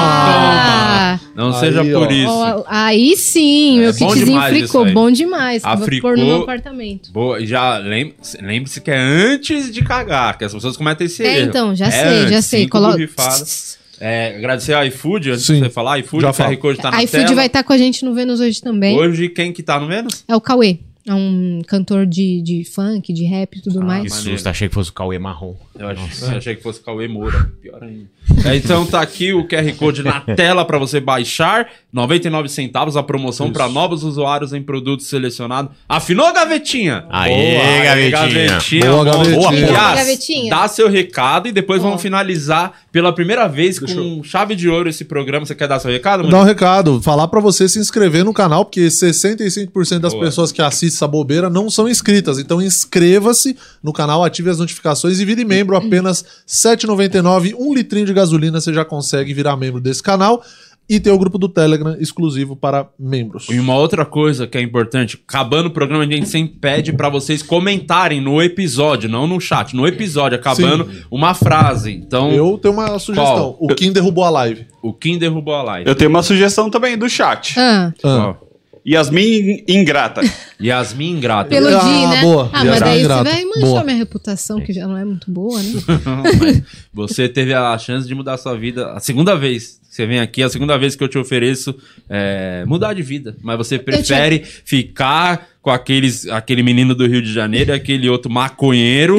[SPEAKER 1] isso. Não seja
[SPEAKER 3] Aí,
[SPEAKER 1] por
[SPEAKER 3] ó.
[SPEAKER 1] isso.
[SPEAKER 4] Ó, aí sim, meu
[SPEAKER 1] É bom
[SPEAKER 4] kitzinho
[SPEAKER 1] demais isso
[SPEAKER 4] fricou,
[SPEAKER 1] aí.
[SPEAKER 4] bom demais.
[SPEAKER 1] A
[SPEAKER 4] Vou
[SPEAKER 1] Fricô-
[SPEAKER 4] pôr no meu apartamento.
[SPEAKER 1] Boa, e já lem- lembre-se que é antes de cagar, que as pessoas cometem esse
[SPEAKER 4] É,
[SPEAKER 1] erro.
[SPEAKER 4] então, já
[SPEAKER 1] É
[SPEAKER 4] sei, já
[SPEAKER 1] antes,
[SPEAKER 4] sei.
[SPEAKER 1] cinco
[SPEAKER 4] Coloca.
[SPEAKER 1] borrifadas. É, agradecer a iFood, antes de
[SPEAKER 3] Sim.
[SPEAKER 1] você falar, iFood,
[SPEAKER 3] Já
[SPEAKER 1] o QR
[SPEAKER 3] falo.
[SPEAKER 1] Code tá na
[SPEAKER 4] A iFood
[SPEAKER 1] tela.
[SPEAKER 4] vai estar com a gente no Vênus hoje também.
[SPEAKER 1] Hoje, quem que tá no menos?
[SPEAKER 4] É o Cauê. É um cantor de, de funk, de rap e tudo
[SPEAKER 1] Ah,
[SPEAKER 2] Que
[SPEAKER 4] mais.
[SPEAKER 2] susto, achei que fosse o Cauê Marrom.
[SPEAKER 1] Eu ach- eu achei que fosse Cauê Moura, pior ainda. É, então tá aqui o QR Code na tela pra você baixar, 99 centavos a promoção pra novos usuários em produtos selecionados. Afinou, gavetinha?
[SPEAKER 2] Aê,
[SPEAKER 1] aê,
[SPEAKER 2] gavetinha.
[SPEAKER 1] gavetinha. bom.
[SPEAKER 3] Boa, gavetinha.
[SPEAKER 4] Boa,
[SPEAKER 1] Aliás,
[SPEAKER 4] gavetinha.
[SPEAKER 1] Dá seu recado e depois
[SPEAKER 4] Ó.
[SPEAKER 1] vamos finalizar pela primeira vez
[SPEAKER 3] Deixa
[SPEAKER 1] com chave de ouro esse programa. Você quer dar seu recado,
[SPEAKER 3] Dar
[SPEAKER 1] mano?
[SPEAKER 3] um recado, falar pra você se inscrever no canal, porque 65% das
[SPEAKER 1] Boa.
[SPEAKER 3] pessoas que assistem essa bobeira não são inscritas. Então inscreva-se no canal, ative as notificações e vire membro. Apenas R$ 7,99, um litrinho de gasolina, você já consegue virar membro desse canal e ter o grupo do Telegram exclusivo para membros.
[SPEAKER 1] E um uma outra coisa que é importante, acabando o programa, a gente sempre pede pra vocês comentarem no episódio, não no chat, no episódio, acabando uma frase. Então,
[SPEAKER 3] Eu tenho uma sugestão. O Kim derrubou a live.
[SPEAKER 1] o Kim derrubou a live.
[SPEAKER 6] Eu tenho uma sugestão também do chat.
[SPEAKER 4] Ah,
[SPEAKER 3] Ah.
[SPEAKER 1] Ó,
[SPEAKER 6] Yasmin Ingrata.
[SPEAKER 1] Yasmin Ingrata.
[SPEAKER 4] pelo
[SPEAKER 3] Ah,
[SPEAKER 4] Di, né?
[SPEAKER 3] boa.
[SPEAKER 4] Ah, mas
[SPEAKER 3] Exato.
[SPEAKER 4] daí você
[SPEAKER 3] Ingrato.
[SPEAKER 4] vai manchar
[SPEAKER 3] Boa.
[SPEAKER 4] minha reputação, que já não é muito boa, né?
[SPEAKER 1] Não, mas você teve a chance de mudar sua vida a segunda vez. que Você vem aqui, a segunda vez que eu te ofereço é, mudar de vida. Mas você prefere ficar com aqueles, aquele menino do Rio de Janeiro, e aquele outro maconheiro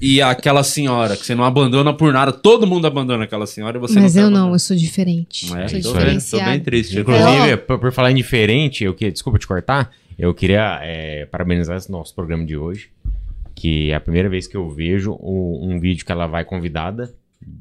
[SPEAKER 1] e aquela senhora que você não abandona por nada. Todo mundo abandona aquela senhora e você
[SPEAKER 4] mas
[SPEAKER 1] não quer
[SPEAKER 4] eu não,
[SPEAKER 1] abandonar.
[SPEAKER 4] eu sou diferente.
[SPEAKER 1] É, tô
[SPEAKER 4] sou
[SPEAKER 1] bem, tô bem
[SPEAKER 4] diferenciada.
[SPEAKER 1] triste.
[SPEAKER 2] Inclusive,
[SPEAKER 4] Ó.
[SPEAKER 2] por, por falar em diferente, eu que, desculpa te cortar, eu queria é, parabenizar esse nosso programa de hoje, que é a primeira vez que eu vejo o- um vídeo que ela vai convidada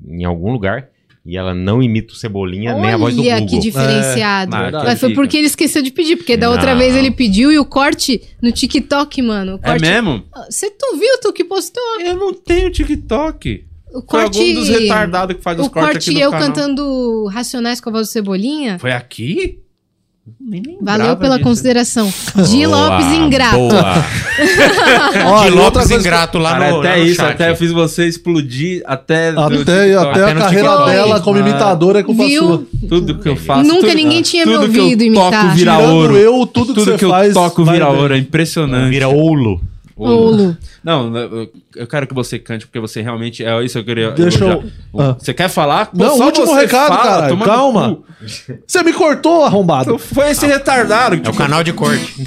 [SPEAKER 2] em algum lugar e ela não imita o Cebolinha nem a voz do
[SPEAKER 4] Olha
[SPEAKER 2] Google.
[SPEAKER 4] que diferenciado.
[SPEAKER 1] É, mas
[SPEAKER 4] Mas foi
[SPEAKER 1] fica.
[SPEAKER 4] porque ele esqueceu de pedir, porque da outra
[SPEAKER 2] Não.
[SPEAKER 4] vez ele pediu e o corte no TikTok, mano. O
[SPEAKER 1] É
[SPEAKER 4] corte.
[SPEAKER 1] mesmo?
[SPEAKER 4] Você tu viu, tu que postou?
[SPEAKER 1] Eu não tenho TikTok.
[SPEAKER 4] O
[SPEAKER 1] Foi
[SPEAKER 4] corte.
[SPEAKER 1] algum dos retardados que faz os
[SPEAKER 4] o
[SPEAKER 1] cortes
[SPEAKER 4] corte
[SPEAKER 1] aqui
[SPEAKER 4] e
[SPEAKER 1] no
[SPEAKER 4] eu
[SPEAKER 1] canal.
[SPEAKER 4] cantando Racionais com a voz do Cebolinha.
[SPEAKER 1] Foi aqui? Nem lembrava
[SPEAKER 4] Valeu pela
[SPEAKER 1] disso.
[SPEAKER 4] consideração. Di
[SPEAKER 2] Boa,
[SPEAKER 4] Lopes ingrato.
[SPEAKER 2] boa.
[SPEAKER 3] Ó,
[SPEAKER 2] Di
[SPEAKER 3] e outra
[SPEAKER 2] Lopes
[SPEAKER 3] coisa-
[SPEAKER 2] ingrato lá
[SPEAKER 1] Cara,
[SPEAKER 2] no,
[SPEAKER 1] até
[SPEAKER 2] lá no
[SPEAKER 1] isso,
[SPEAKER 2] chat.
[SPEAKER 1] até eu fiz você explodir até. do
[SPEAKER 3] Até,
[SPEAKER 1] TikTok.
[SPEAKER 3] até,
[SPEAKER 2] Até
[SPEAKER 3] a
[SPEAKER 2] no
[SPEAKER 3] carreira
[SPEAKER 4] TikTok.
[SPEAKER 3] dela como
[SPEAKER 1] Ah.
[SPEAKER 3] imitadora é culpa
[SPEAKER 4] Viu?
[SPEAKER 3] sua.
[SPEAKER 1] Tudo que eu faço.
[SPEAKER 4] Nunca
[SPEAKER 1] tudo-
[SPEAKER 4] ninguém tinha
[SPEAKER 1] tudo
[SPEAKER 4] me
[SPEAKER 1] que eu
[SPEAKER 4] ouvido imitar.
[SPEAKER 1] Toco, vira
[SPEAKER 3] Tirando
[SPEAKER 1] ouro.
[SPEAKER 3] eu, tudo que
[SPEAKER 1] tudo
[SPEAKER 3] você
[SPEAKER 1] que eu
[SPEAKER 3] faz
[SPEAKER 1] toco
[SPEAKER 3] vai
[SPEAKER 1] vira
[SPEAKER 3] bem.
[SPEAKER 1] ouro. É impressionante.
[SPEAKER 2] Vira ouro.
[SPEAKER 4] Olo.
[SPEAKER 1] Não, eu- eu quero que você cante, porque você realmente. É isso que eu queria.
[SPEAKER 3] Deixa
[SPEAKER 1] elogiar.
[SPEAKER 3] eu- ah.
[SPEAKER 1] Você quer falar? Pô,
[SPEAKER 3] Não,
[SPEAKER 1] só
[SPEAKER 3] último
[SPEAKER 1] você
[SPEAKER 3] recado,
[SPEAKER 1] fala,
[SPEAKER 3] caralho.
[SPEAKER 1] toma no
[SPEAKER 3] Calma.
[SPEAKER 1] cu.
[SPEAKER 3] Você me cortou, arrombado.
[SPEAKER 1] Então Foi esse retardado.
[SPEAKER 2] É o canal de corte.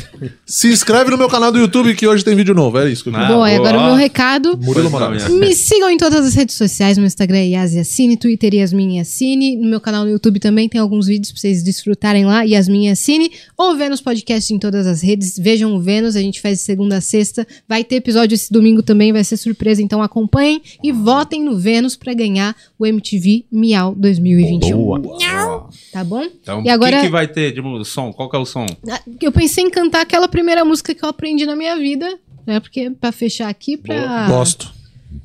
[SPEAKER 3] Se inscreve no meu canal do YouTube que hoje tem vídeo novo. É isso que eu queria.
[SPEAKER 1] Ah,
[SPEAKER 4] boa, e agora o
[SPEAKER 1] boa.
[SPEAKER 4] meu recado.
[SPEAKER 3] Murilo
[SPEAKER 1] Pois não,
[SPEAKER 3] Moraes.
[SPEAKER 1] minha-
[SPEAKER 4] Me sigam em todas as redes sociais, no Instagram é Yas Yassine, Twitter é Yasmin Yassine, no meu canal no YouTube também tem alguns vídeos pra vocês desfrutarem lá, Yasmin Yassine, ou Vênus Podcast em todas as redes, vejam o Vênus, a gente faz de segunda a sexta, vai ter episódio esse domingo também, vai ser surpresa, então acompanhem e votem no Vênus pra ganhar o MTV Miau 2021,
[SPEAKER 2] Boa.
[SPEAKER 4] tá bom?
[SPEAKER 1] Então,
[SPEAKER 4] E agora-
[SPEAKER 1] o que, que vai ter de mu- som? Qual que é o som?
[SPEAKER 4] Ah, Eu pensei em cantar aquela primeira música que eu aprendi na minha vida, né, porque pra fechar aqui, pra...
[SPEAKER 3] Gosto.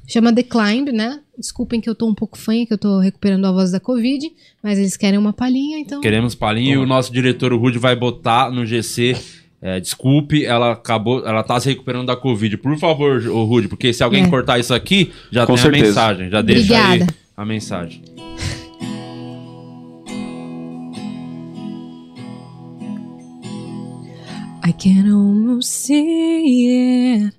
[SPEAKER 4] Chama The Climb, né? Desculpem que eu tô um pouco fanha, que eu tô recuperando a voz da Covid, mas eles querem uma palhinha, então.
[SPEAKER 1] Queremos Palinho. E o nosso diretor, o Rude, vai botar no GC. é, desculpe, ela acabou, ela tá se recuperando da Covid. Por favor, o Rude, porque se alguém
[SPEAKER 4] É.
[SPEAKER 1] cortar isso aqui, já
[SPEAKER 6] Com
[SPEAKER 1] tem a
[SPEAKER 6] certeza.
[SPEAKER 1] mensagem. Já deixa aí
[SPEAKER 4] Obrigada.
[SPEAKER 1] a mensagem.
[SPEAKER 4] I can almost see it.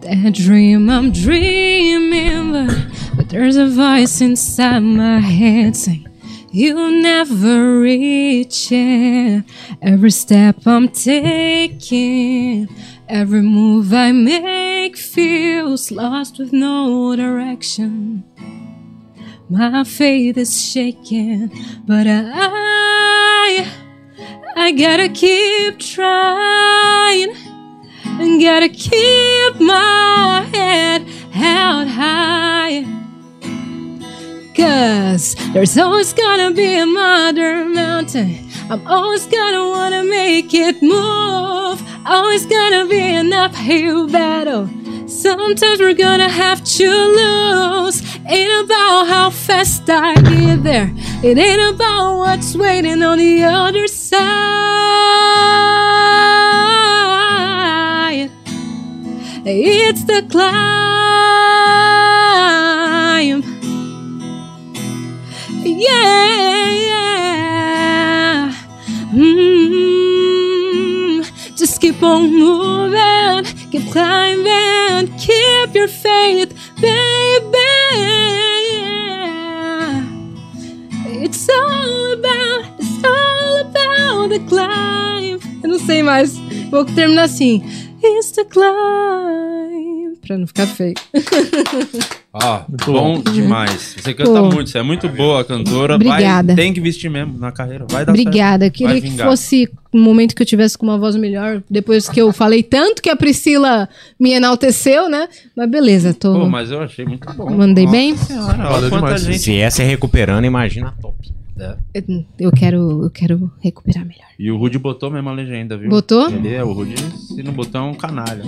[SPEAKER 4] That dream I'm dreaming, but, but there's a voice inside my head saying, You'll never reach it. Every step I'm taking, Every move I make feels lost with no direction. My faith is shaken, but I, I gotta keep trying. And gotta keep my head held high. Cause there's always gonna be another mountain. I'm always gonna wanna make it move. Always gonna be an uphill battle. Sometimes we're gonna have to lose. Ain't about how fast I get there. It ain't about what's waiting on the other side. It's the climb. Yeah, yeah. Mm, just keep on moving, keep climbing, keep your faith, baby. Yeah. It's all about, it's all about the climb. Eu não sei mais, vou terminar assim. It's the climb. Pra não ficar feio.
[SPEAKER 1] Ó,
[SPEAKER 3] Muito
[SPEAKER 1] bom demais. Você canta
[SPEAKER 4] Pô.
[SPEAKER 1] muito, você é muito boa cantora.
[SPEAKER 4] Obrigada.
[SPEAKER 1] Vai, tem que investir mesmo na carreira. Vai dar tá certo.
[SPEAKER 4] Obrigada. Eu
[SPEAKER 1] Vai
[SPEAKER 4] queria que
[SPEAKER 1] vingar.
[SPEAKER 4] fosse um momento que eu tivesse com uma voz melhor, depois que eu falei tanto que a Priscila me enalteceu, né? Mas beleza, tô.
[SPEAKER 1] Pô, mas eu achei muito bom.
[SPEAKER 4] Mandei
[SPEAKER 1] Nossa
[SPEAKER 4] bem?
[SPEAKER 1] Senhora, olha
[SPEAKER 3] Valeu
[SPEAKER 1] quanta
[SPEAKER 3] demais.
[SPEAKER 1] gente.
[SPEAKER 2] Se essa é recuperando, imagina a top.
[SPEAKER 4] Eu- Eu quero, eu quero recuperar melhor.
[SPEAKER 1] E o Rude botou mesmo a legenda, viu?
[SPEAKER 4] Botou?
[SPEAKER 1] Ele é o Rude, se não botar é um canalha.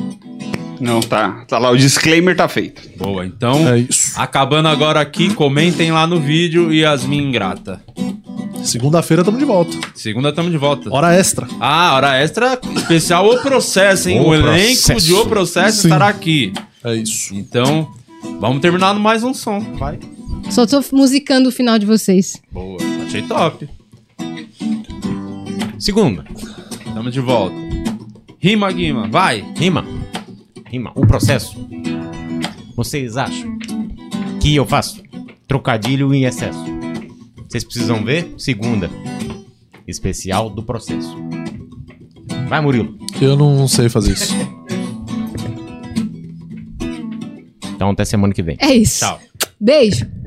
[SPEAKER 6] Não, tá. Tá lá, o disclaimer tá feito.
[SPEAKER 1] Boa, então.
[SPEAKER 3] É isso.
[SPEAKER 1] Acabando agora aqui, comentem lá no vídeo e Yasmin Ingrata.
[SPEAKER 3] Segunda-feira estamos de volta.
[SPEAKER 1] Segunda tamo de volta.
[SPEAKER 3] Hora extra.
[SPEAKER 1] Ah, hora extra especial O Processo, hein?
[SPEAKER 2] O
[SPEAKER 1] O, elenco
[SPEAKER 2] Processo.
[SPEAKER 1] de O Processo
[SPEAKER 3] Sim.
[SPEAKER 1] estará aqui.
[SPEAKER 3] É isso.
[SPEAKER 1] Então, vamos terminar no mais um som. Vai.
[SPEAKER 4] Só tô musicando o final de vocês.
[SPEAKER 1] Boa. Achei top.
[SPEAKER 2] Segunda,
[SPEAKER 1] Tamo de volta. Rima, Guima, vai.
[SPEAKER 2] rima. Rima, o processo. Vocês acham que eu faço trocadilho em excesso? Vocês precisam ver? Segunda, especial do processo. Vai, Murilo.
[SPEAKER 3] Que eu não sei fazer isso.
[SPEAKER 2] Então, até semana que vem.
[SPEAKER 4] É isso.
[SPEAKER 2] Tchau.
[SPEAKER 4] Beijo.